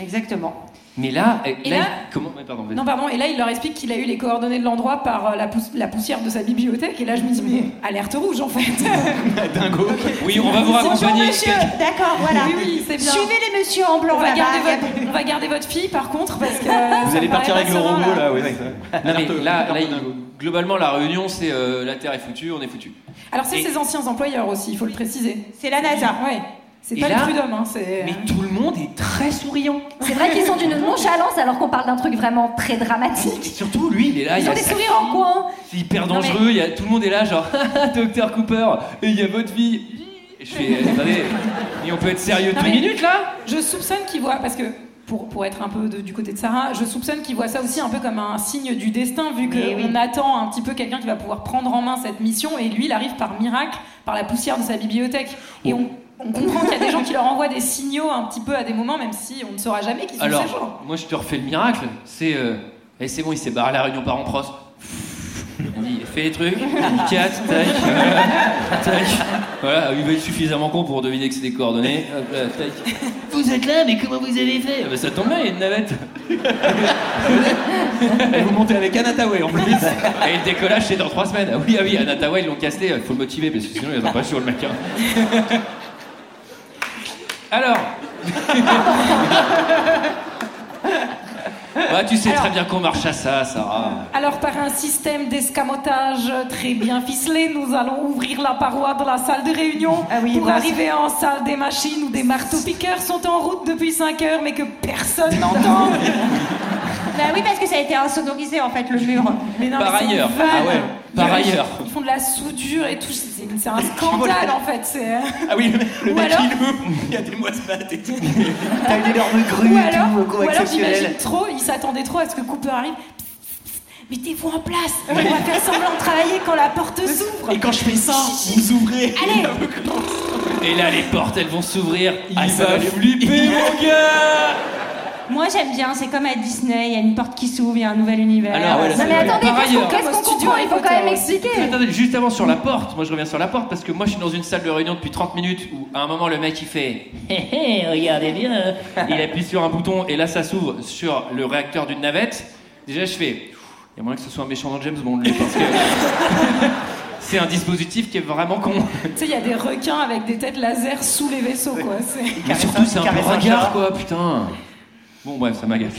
[SPEAKER 11] Exactement.
[SPEAKER 7] Mais là, euh,
[SPEAKER 15] Et
[SPEAKER 7] là,
[SPEAKER 15] là-
[SPEAKER 7] il- comment ouais, pardon, vas-y.
[SPEAKER 15] Non, pardon. Et là, il leur explique qu'il a eu les coordonnées de l'endroit par euh, la, pouss- la poussière de sa bibliothèque. Et là, je me dis, mais alerte rouge en fait.
[SPEAKER 7] Dingo. Oui, on va vous
[SPEAKER 11] Bonjour
[SPEAKER 7] raccompagner.
[SPEAKER 11] monsieur, d'accord, voilà.
[SPEAKER 15] Oui, oui, c'est bien.
[SPEAKER 11] Suivez les messieurs en blanc
[SPEAKER 15] on, va
[SPEAKER 11] là-bas.
[SPEAKER 15] garder votre, on va garder votre fille par contre parce que. euh,
[SPEAKER 14] Vous
[SPEAKER 15] ça
[SPEAKER 14] allez
[SPEAKER 15] me paraît
[SPEAKER 14] partir avec
[SPEAKER 15] pas
[SPEAKER 14] le
[SPEAKER 15] serein,
[SPEAKER 14] robot là, oui.
[SPEAKER 7] Non, mais là, là, il- globalement, la réunion, c'est euh, la Terre est foutue, on est foutu.
[SPEAKER 15] Alors, c'est
[SPEAKER 7] Et-
[SPEAKER 15] ses anciens employeurs aussi, il faut le préciser.
[SPEAKER 11] C'est la NASA.
[SPEAKER 15] Ouais. C'est
[SPEAKER 7] Et
[SPEAKER 15] pas
[SPEAKER 7] là-
[SPEAKER 15] le prud'homme, hein, c'est.
[SPEAKER 7] Mais tout le monde est très souriant.
[SPEAKER 13] C'est vrai qu'ils sont d'une nonchalance alors qu'on parle d'un truc vraiment très dramatique.
[SPEAKER 7] Surtout lui, il est là. il
[SPEAKER 13] Ils
[SPEAKER 7] a
[SPEAKER 13] ont des
[SPEAKER 7] sa
[SPEAKER 13] sourires en coin.
[SPEAKER 7] C'est hyper
[SPEAKER 13] Non, mais-
[SPEAKER 7] dangereux, il y a, tout le monde est là, genre, docteur Cooper, et il y a votre fille. Et je fais, euh, attendez, et on peut être sérieux
[SPEAKER 15] Non,
[SPEAKER 7] deux
[SPEAKER 15] mais
[SPEAKER 7] minutes là
[SPEAKER 15] Je soupçonne qu'il voit, parce que pour, pour être un peu de- du côté de Sarah, je soupçonne qu'il voit ça aussi un peu comme un signe du destin, vu
[SPEAKER 11] Mais oui.
[SPEAKER 15] qu'on attend un petit peu quelqu'un qui va pouvoir prendre en main cette mission, et lui, il arrive par miracle, par la poussière de sa bibliothèque.
[SPEAKER 7] Oh.
[SPEAKER 15] Et on, on comprend qu'il y a des gens qui leur envoient des signaux un petit peu à des moments, même si on ne saura jamais qui sont ces gens.
[SPEAKER 7] Alors, moi je te refais le miracle, c'est. euh, eh, c'est bon, il s'est barré à la réunion par en pros. On dit, fais les trucs, 4, tac, euh, tac. Voilà, il va être suffisamment con pour deviner que c'est des coordonnées. Hop là, tac. Vous êtes là, mais comment vous avez fait Ah, bah, Ça tombe bien, il y a une navette.
[SPEAKER 14] Et vous montez avec Anataway en plus.
[SPEAKER 7] Et le décollage, c'est dans 3 semaines. Ah oui, ah oui, Anatawa, ils l'ont casté, il faut le motiver parce que sinon, il n'en pas chaud le mec. hein. Alors. bah, tu sais très bien qu'on marche à ça, Sarah.
[SPEAKER 15] Alors, par un système d'escamotage très bien ficelé, nous allons ouvrir la paroi de la salle de réunion
[SPEAKER 11] oui,
[SPEAKER 15] pour
[SPEAKER 11] voilà.
[SPEAKER 15] arriver en salle des machines où des marteaux-piqueurs sont en route depuis 5 heures mais que personne n'entend.
[SPEAKER 11] Bah oui, parce que ça a été insonorisé en fait le mur.
[SPEAKER 15] Mais non,
[SPEAKER 7] Par
[SPEAKER 15] mais c'est une
[SPEAKER 7] ailleurs.
[SPEAKER 15] vanne.
[SPEAKER 7] Ah ouais. Par
[SPEAKER 15] Ils-
[SPEAKER 7] ailleurs.
[SPEAKER 15] Ils font de la soudure et tout. C'est c'est un scandale en fait. c'est- hein.
[SPEAKER 14] Ah oui, le mec, le
[SPEAKER 15] Ou
[SPEAKER 14] mec,
[SPEAKER 15] alors-
[SPEAKER 14] il veut- il y a des mois de et tout.
[SPEAKER 16] Ah,
[SPEAKER 12] T'as une énorme grue
[SPEAKER 15] Ou
[SPEAKER 12] et
[SPEAKER 15] alors,
[SPEAKER 12] tout.
[SPEAKER 15] ou
[SPEAKER 12] gros,
[SPEAKER 15] alors
[SPEAKER 12] exceptionnel.
[SPEAKER 15] j'imagine trop, ils s'attendaient trop à ce que Cooper arrive. Mettez-vous en place. On va faire semblant de travailler quand la porte s'ouvre.
[SPEAKER 14] Et quand je fais ça, vous ouvrez.
[SPEAKER 15] Allez.
[SPEAKER 7] Et là, les portes, elles vont s'ouvrir. Il
[SPEAKER 14] Ah, ça
[SPEAKER 7] va
[SPEAKER 14] va.
[SPEAKER 7] flipper, mon gars
[SPEAKER 11] Euh, Moi j'aime bien, c'est comme à Disney, il y a une porte qui s'ouvre, il y a un nouvel univers.
[SPEAKER 7] Alors, voilà,
[SPEAKER 13] Non
[SPEAKER 7] c'est
[SPEAKER 13] mais
[SPEAKER 7] vrai.
[SPEAKER 13] attendez,
[SPEAKER 7] Par
[SPEAKER 13] qu'est-ce qu'on-
[SPEAKER 7] ailleurs.
[SPEAKER 13] qu'est-ce qu'on
[SPEAKER 15] Comme au studio
[SPEAKER 13] comprend Il faut
[SPEAKER 15] Harry
[SPEAKER 13] quand même
[SPEAKER 15] Potter.
[SPEAKER 13] expliquer.
[SPEAKER 7] Attendez, juste avant sur la porte, moi je reviens sur la porte parce que moi je suis dans une salle de réunion depuis 30 minutes où à un moment le mec il fait Hé hé, regardez bien, il appuie sur un bouton et là ça s'ouvre sur le réacteur d'une navette. Déjà, je fais. Il y a moyen que ce soit un méchant dans James Bond, lui, parce que. C'est un dispositif qui est vraiment con.
[SPEAKER 15] Tu sais, il y a des requins avec des têtes laser sous les vaisseaux, quoi. c'est-
[SPEAKER 7] Mais surtout, c'est un peu ringard, quoi, putain. Bon, bref, ça m'agace.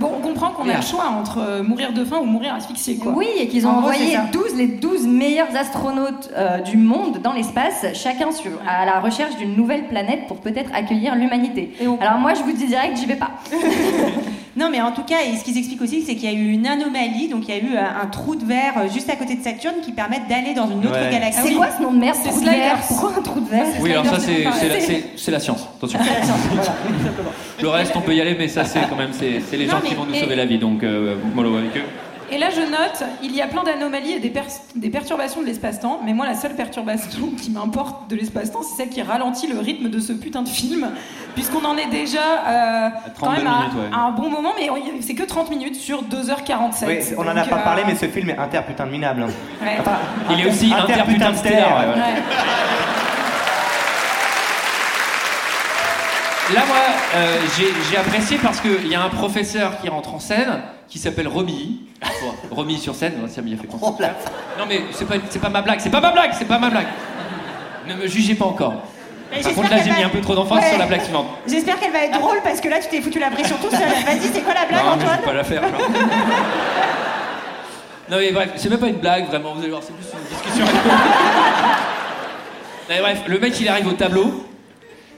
[SPEAKER 15] Bon, on comprend qu'on a le choix entre euh, mourir de faim ou mourir asphyxié, quoi.
[SPEAKER 13] Oui, et qu'ils ont
[SPEAKER 15] En gros, c'est
[SPEAKER 13] envoyé
[SPEAKER 15] ça.
[SPEAKER 13] 12, les 12 meilleurs astronautes euh, du monde dans l'espace, chacun sur, à la recherche d'une nouvelle planète pour peut-être accueillir l'humanité. Alors moi, je vous dis direct, j'y vais pas.
[SPEAKER 11] Non, mais en tout cas, et ce qu'ils expliquent aussi, c'est qu'il y a eu une anomalie, donc il y a eu euh, un trou de verre euh, juste à côté de Saturne qui permet d'aller dans une autre
[SPEAKER 7] Ouais.
[SPEAKER 15] Ah
[SPEAKER 11] galaxie.
[SPEAKER 13] Ah C'est quoi ce nom de merde trou de verre Pourquoi un trou de verre
[SPEAKER 7] Oui, alors ça, c'est c'est la, c'est- c'est la science. Attention. Le reste, on peut y aller, mais ça, c'est quand même c'est c'est les
[SPEAKER 15] Non,
[SPEAKER 7] gens
[SPEAKER 15] mais-
[SPEAKER 7] qui vont nous
[SPEAKER 15] et-
[SPEAKER 7] sauver la vie, donc euh, mollo avec eux.
[SPEAKER 15] Et là, je note, il y a plein d'anomalies et des, pers- des perturbations de l'espace-temps, mais moi, la seule perturbation qui m'importe de l'espace-temps, c'est celle qui ralentit le rythme de ce putain de film, puisqu'on en est déjà euh, quand
[SPEAKER 12] 32
[SPEAKER 15] même à,
[SPEAKER 12] minutes, ouais.
[SPEAKER 15] à un bon moment, mais on- c'est que 30 minutes sur 2h47.
[SPEAKER 12] Oui, on en a
[SPEAKER 15] Donc,
[SPEAKER 12] pas
[SPEAKER 15] euh,
[SPEAKER 12] parlé, mais ce film est inter putain de minable. hein.
[SPEAKER 15] ouais.
[SPEAKER 12] Enfin,
[SPEAKER 7] Il est aussi
[SPEAKER 12] inter-
[SPEAKER 7] inter putain de
[SPEAKER 12] terre,
[SPEAKER 7] terre, ouais.
[SPEAKER 15] Ouais.
[SPEAKER 7] Là, moi, euh, j'ai- j'ai apprécié parce qu'il y a un professeur qui rentre en scène qui s'appelle Romy. Bon, Romy sur scène, ça m'y a fait penser. non, mais c'est pas, c'est pas ma blague, c'est pas ma blague, c'est pas ma blague. Ne me jugez pas encore.
[SPEAKER 11] Mais
[SPEAKER 7] Par
[SPEAKER 11] j'espère
[SPEAKER 7] contre, là,
[SPEAKER 11] qu'elle
[SPEAKER 7] j'ai
[SPEAKER 11] va-
[SPEAKER 7] mis un peu trop d'emphase
[SPEAKER 11] Ouais.
[SPEAKER 7] sur la blague suivante.
[SPEAKER 11] J'espère qu'elle va être drôle parce que là, tu t'es foutu la pression tout seul. Vas-y, c'est quoi la blague,
[SPEAKER 7] non, mais je
[SPEAKER 11] Antoine
[SPEAKER 7] vais pas la faire. genre. non, mais bref, c'est même pas une blague, vraiment, vous allez voir, c'est plus une discussion. Mais bref, le mec, il arrive au tableau,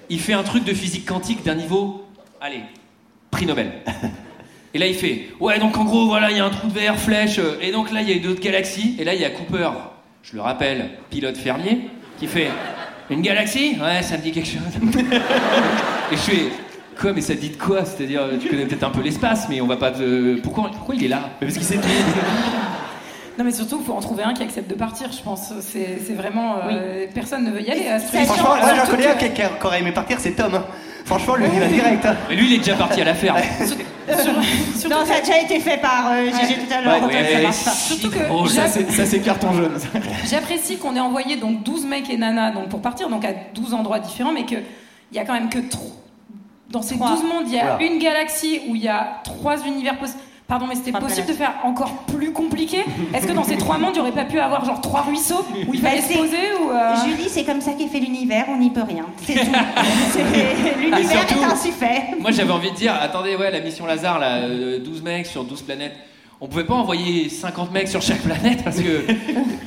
[SPEAKER 7] il fait un truc de physique quantique d'un niveau, allez, prix Nobel. Et là, il fait, ouais, donc en gros, voilà, il y a un trou de verre, flèche, euh, et donc là, il y a une autre galaxie, et là, il y a Cooper, je le rappelle, pilote fermier, qui fait, une galaxie Ouais, ça me dit quelque chose. Et je fais quoi mais ça dit de quoi C'est-à-dire euh, tu connais peut-être un peu l'espace mais on va pas te... euh, pourquoi pourquoi il est là Parce qu'il s'est
[SPEAKER 15] Non, mais surtout, faut en trouver un qui accepte de partir, je pense. C'est c'est vraiment. euh, Personne ne veut y aller à ce truc.
[SPEAKER 12] Franchement, là, j'en
[SPEAKER 15] Surtout
[SPEAKER 12] connais
[SPEAKER 15] que-
[SPEAKER 12] un qui- qui qui aurait aimé partir, c'est Tom. hein. Franchement, lui, il va direct. hein.
[SPEAKER 7] Mais lui il est déjà parti à la ferme.
[SPEAKER 11] Non, ça a déjà été fait par euh, GG tout à l'heure.
[SPEAKER 7] Ouais,
[SPEAKER 11] Antoine,
[SPEAKER 7] ouais, c'est
[SPEAKER 11] ça marche pas.
[SPEAKER 15] Surtout que
[SPEAKER 7] drôle.
[SPEAKER 15] j'app-
[SPEAKER 14] Oh, Ça, c'est carton jaune.
[SPEAKER 15] j'apprécie qu'on ait envoyé donc 12 mecs et nanas donc pour partir donc à 12 endroits différents, mais qu'il y a quand même que trop. Dans ces 12 mondes, il y a
[SPEAKER 13] Voilà.
[SPEAKER 15] une galaxie où il y a trois univers possibles. Pardon, mais c'était
[SPEAKER 11] Trois
[SPEAKER 15] possible de faire encore plus compliqué Est-ce que dans ces trois mondes, il n'y aurait pas pu avoir genre trois ruisseaux où il fallait
[SPEAKER 11] Bah,
[SPEAKER 15] se
[SPEAKER 11] c'est-
[SPEAKER 15] poser ou euh,
[SPEAKER 11] Julie, c'est comme ça qu'est fait l'univers, on n'y peut rien. C'est tout. C'est-
[SPEAKER 7] Ah,
[SPEAKER 11] l'univers
[SPEAKER 7] surtout-
[SPEAKER 11] est ainsi fait.
[SPEAKER 7] Moi j'avais envie de dire attendez ouais la mission Lazare là euh, 12 mecs sur 12 planètes. On pouvait pas envoyer 50 mecs sur chaque planète parce que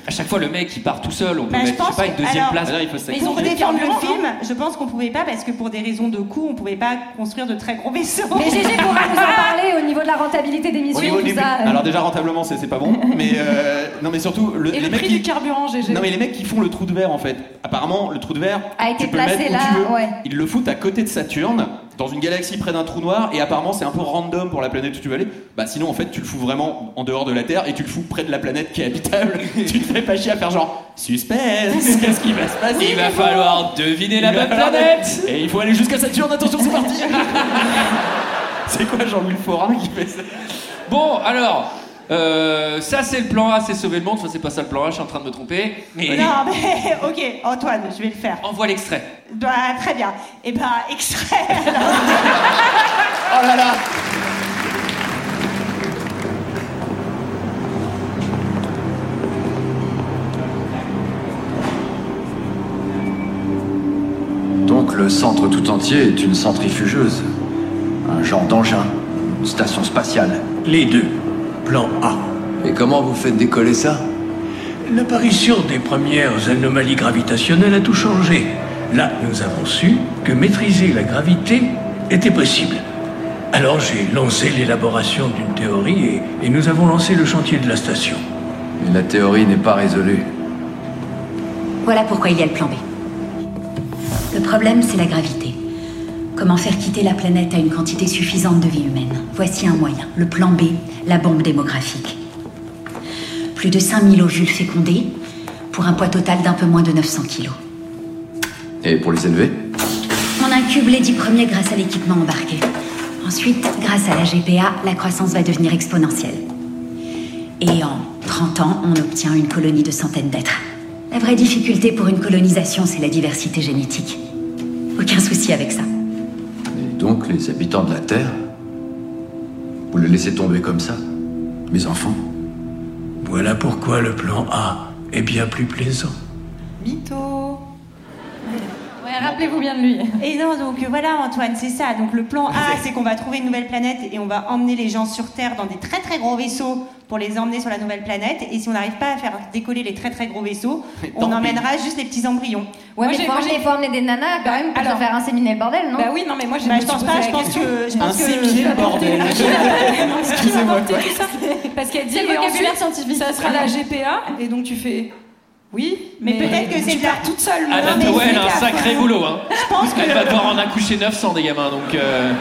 [SPEAKER 7] à chaque fois le mec il part tout seul, on peut
[SPEAKER 11] Bah, je
[SPEAKER 7] mettre je sais
[SPEAKER 11] pense
[SPEAKER 7] pas une deuxième
[SPEAKER 11] alors,
[SPEAKER 7] place. Ah,
[SPEAKER 11] pour défendre
[SPEAKER 7] hein.
[SPEAKER 11] le film, je pense qu'on pouvait pas parce que pour des raisons de coût, on pouvait pas construire de très gros vaisseaux.
[SPEAKER 13] Mais GG pourra nous en
[SPEAKER 15] Ah
[SPEAKER 13] parler au niveau de la rentabilité des missions, tout ça. euh.
[SPEAKER 14] Alors déjà rentabilisement c'est c'est pas bon, mais euh, non mais surtout le,
[SPEAKER 15] Et
[SPEAKER 14] les
[SPEAKER 15] le
[SPEAKER 14] mecs
[SPEAKER 15] prix
[SPEAKER 14] qui
[SPEAKER 15] du carburant, GG
[SPEAKER 14] non mais les mecs qui font le trou de verre en fait. Apparemment le trou de verre
[SPEAKER 13] A été
[SPEAKER 14] tu peux
[SPEAKER 13] placé
[SPEAKER 14] le mettre où
[SPEAKER 13] là,
[SPEAKER 14] tu veux.
[SPEAKER 13] ouais.
[SPEAKER 14] Ils le foutent à côté de Saturne dans une galaxie près d'un trou noir et apparemment c'est un peu random pour la planète où tu veux aller. Bah sinon en fait tu le fous vraiment en dehors de la Terre et tu le fous près de la planète qui est habitable. tu te fais pas chier à faire genre suspense. Qu'est-ce qui va se passer
[SPEAKER 7] Il va falloir deviner la
[SPEAKER 14] Il va
[SPEAKER 7] bonne
[SPEAKER 14] falloir-
[SPEAKER 7] planète.
[SPEAKER 14] Et il faut aller jusqu'à Saturne. Attention c'est parti. c'est quoi Jean-Louis Forain qui fait ça
[SPEAKER 7] Bon, alors, euh, ça c'est le plan A, c'est sauver le monde. Enfin, c'est pas ça le plan A, je suis en train de me tromper. Mais
[SPEAKER 11] Non, mais ok, Antoine, je vais le faire.
[SPEAKER 7] envoie l'extrait.
[SPEAKER 11] Bah, très bien. Et bah, extrait. alors.
[SPEAKER 14] Oh là là
[SPEAKER 6] Donc le centre tout entier est une centrifugeuse, un genre d'engin, une station spatiale. Les deux. Plan A. Et comment vous faites décoller ça
[SPEAKER 17] L'apparition des premières anomalies gravitationnelles a tout changé. Là, nous avons su que maîtriser la gravité était possible. Alors j'ai lancé l'élaboration d'une théorie et, et nous avons lancé le chantier de la station.
[SPEAKER 6] Mais la théorie n'est pas résolue.
[SPEAKER 8] Voilà pourquoi il y a le plan B. Le problème, c'est la gravité. Comment faire quitter la planète à une quantité suffisante de vie humaine Voici un moyen. Le plan B, la bombe démographique. Plus de 5000 ovules fécondés pour un poids total d'un peu moins de 900 kilos.
[SPEAKER 6] Et pour les élever
[SPEAKER 8] On incube les 10 premiers grâce à l'équipement embarqué. Ensuite, grâce à la GPA, la croissance va devenir exponentielle. Et en 30 ans, on obtient une colonie de centaines d'êtres. La vraie difficulté pour une colonisation, c'est la diversité génétique. Aucun souci avec ça.
[SPEAKER 6] Et donc les habitants de la Terre Vous les laissez tomber comme ça Mes enfants
[SPEAKER 17] Voilà pourquoi le plan A est bien plus plaisant.
[SPEAKER 11] Mytho.
[SPEAKER 15] Ouais, rappelez-vous bien de lui.
[SPEAKER 11] Et non, donc euh, voilà Antoine, c'est ça. Donc le plan A, c'est qu'on va trouver une nouvelle planète et on va emmener les gens sur Terre dans des très très gros vaisseaux pour les emmener sur la nouvelle planète. Et si on n'arrive pas à faire décoller les très très gros vaisseaux, on
[SPEAKER 13] tant
[SPEAKER 11] emmènera juste les petits embryons.
[SPEAKER 13] Ouais, mais faut emmener, faut emmener des nanas quand même pour se faire inséminer le bordel, non
[SPEAKER 15] Bah oui, non, mais moi
[SPEAKER 11] Bah, je pense pas, je pense que. Je pense que...
[SPEAKER 15] Excusez-moi, Parce qu'elle dit,
[SPEAKER 13] C'est le
[SPEAKER 15] et
[SPEAKER 13] vocabulaire
[SPEAKER 15] ensuite, ça sera la GPA, et donc tu fais. Oui, mais,
[SPEAKER 11] Mais peut-être que c'est
[SPEAKER 15] tu
[SPEAKER 11] le-
[SPEAKER 15] pars toute seule.
[SPEAKER 7] Anna
[SPEAKER 15] mais
[SPEAKER 7] Powell,
[SPEAKER 15] c'est
[SPEAKER 7] un
[SPEAKER 15] la-
[SPEAKER 7] sacré boulot. Hein.
[SPEAKER 11] Je pense que-
[SPEAKER 7] Elle va devoir en accoucher 900 des gamins, donc. euh,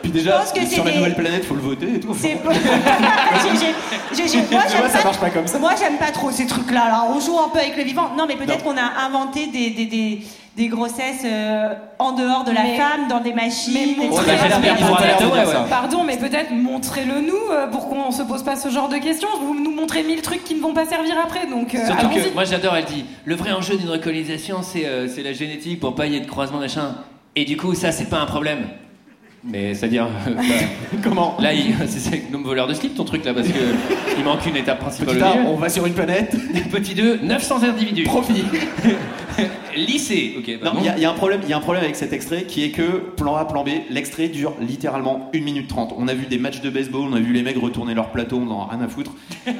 [SPEAKER 14] Puis déjà,
[SPEAKER 11] pense que c'est
[SPEAKER 14] sur la
[SPEAKER 11] des-
[SPEAKER 14] nouvelle planète, faut le voter et tout.
[SPEAKER 11] C'est pas- J'ai- j'ai- j'ai- j'ai- moi,
[SPEAKER 14] Tu
[SPEAKER 11] j'aime
[SPEAKER 14] vois, ça marche pas comme ça.
[SPEAKER 11] Moi, j'aime pas trop ces trucs-là. là. On joue un peu avec le vivant. Non, mais peut-être qu'on a inventé des, des, des, des grossesses euh, en dehors de la
[SPEAKER 15] Mais-
[SPEAKER 11] femme, dans des machines.
[SPEAKER 15] Mais
[SPEAKER 11] des
[SPEAKER 15] mon-
[SPEAKER 11] trucs-
[SPEAKER 7] j'espère
[SPEAKER 15] Mais
[SPEAKER 7] pour
[SPEAKER 15] peut-être-
[SPEAKER 7] Anna Powell, ouais.
[SPEAKER 15] Pardon, mais peut-être montrez-le nous euh, pour qu'on se pose pas ce genre de questions. Vous nous montrez mille trucs qui ne vont pas servir après, donc euh,
[SPEAKER 11] Ah,
[SPEAKER 7] Surtout
[SPEAKER 15] allons-y.
[SPEAKER 7] que moi j'adore, elle dit le vrai enjeu d'une recolonisation c'est euh, c'est la génétique pour pas y ait de croisement machin. Et du coup, ça c'est pas un problème. Mais c'est-à-dire. euh, bah,
[SPEAKER 14] Comment
[SPEAKER 7] Là, il- c'est- c'est un voleur de slip ton truc là parce que il manque une étape principale.
[SPEAKER 14] Petit A, on va sur une planète.
[SPEAKER 7] Petit 2, 900 individus.
[SPEAKER 14] Profit.
[SPEAKER 7] Lycée, ok. bah
[SPEAKER 14] Non, il y, a- il y a un problème. Il y a un problème avec cet extrait qui est que plan A, plan B, l'extrait dure littéralement 1 minute 30. On a vu des matchs de baseball, on a vu les mecs retourner leur plateau, on n'en a rien à foutre.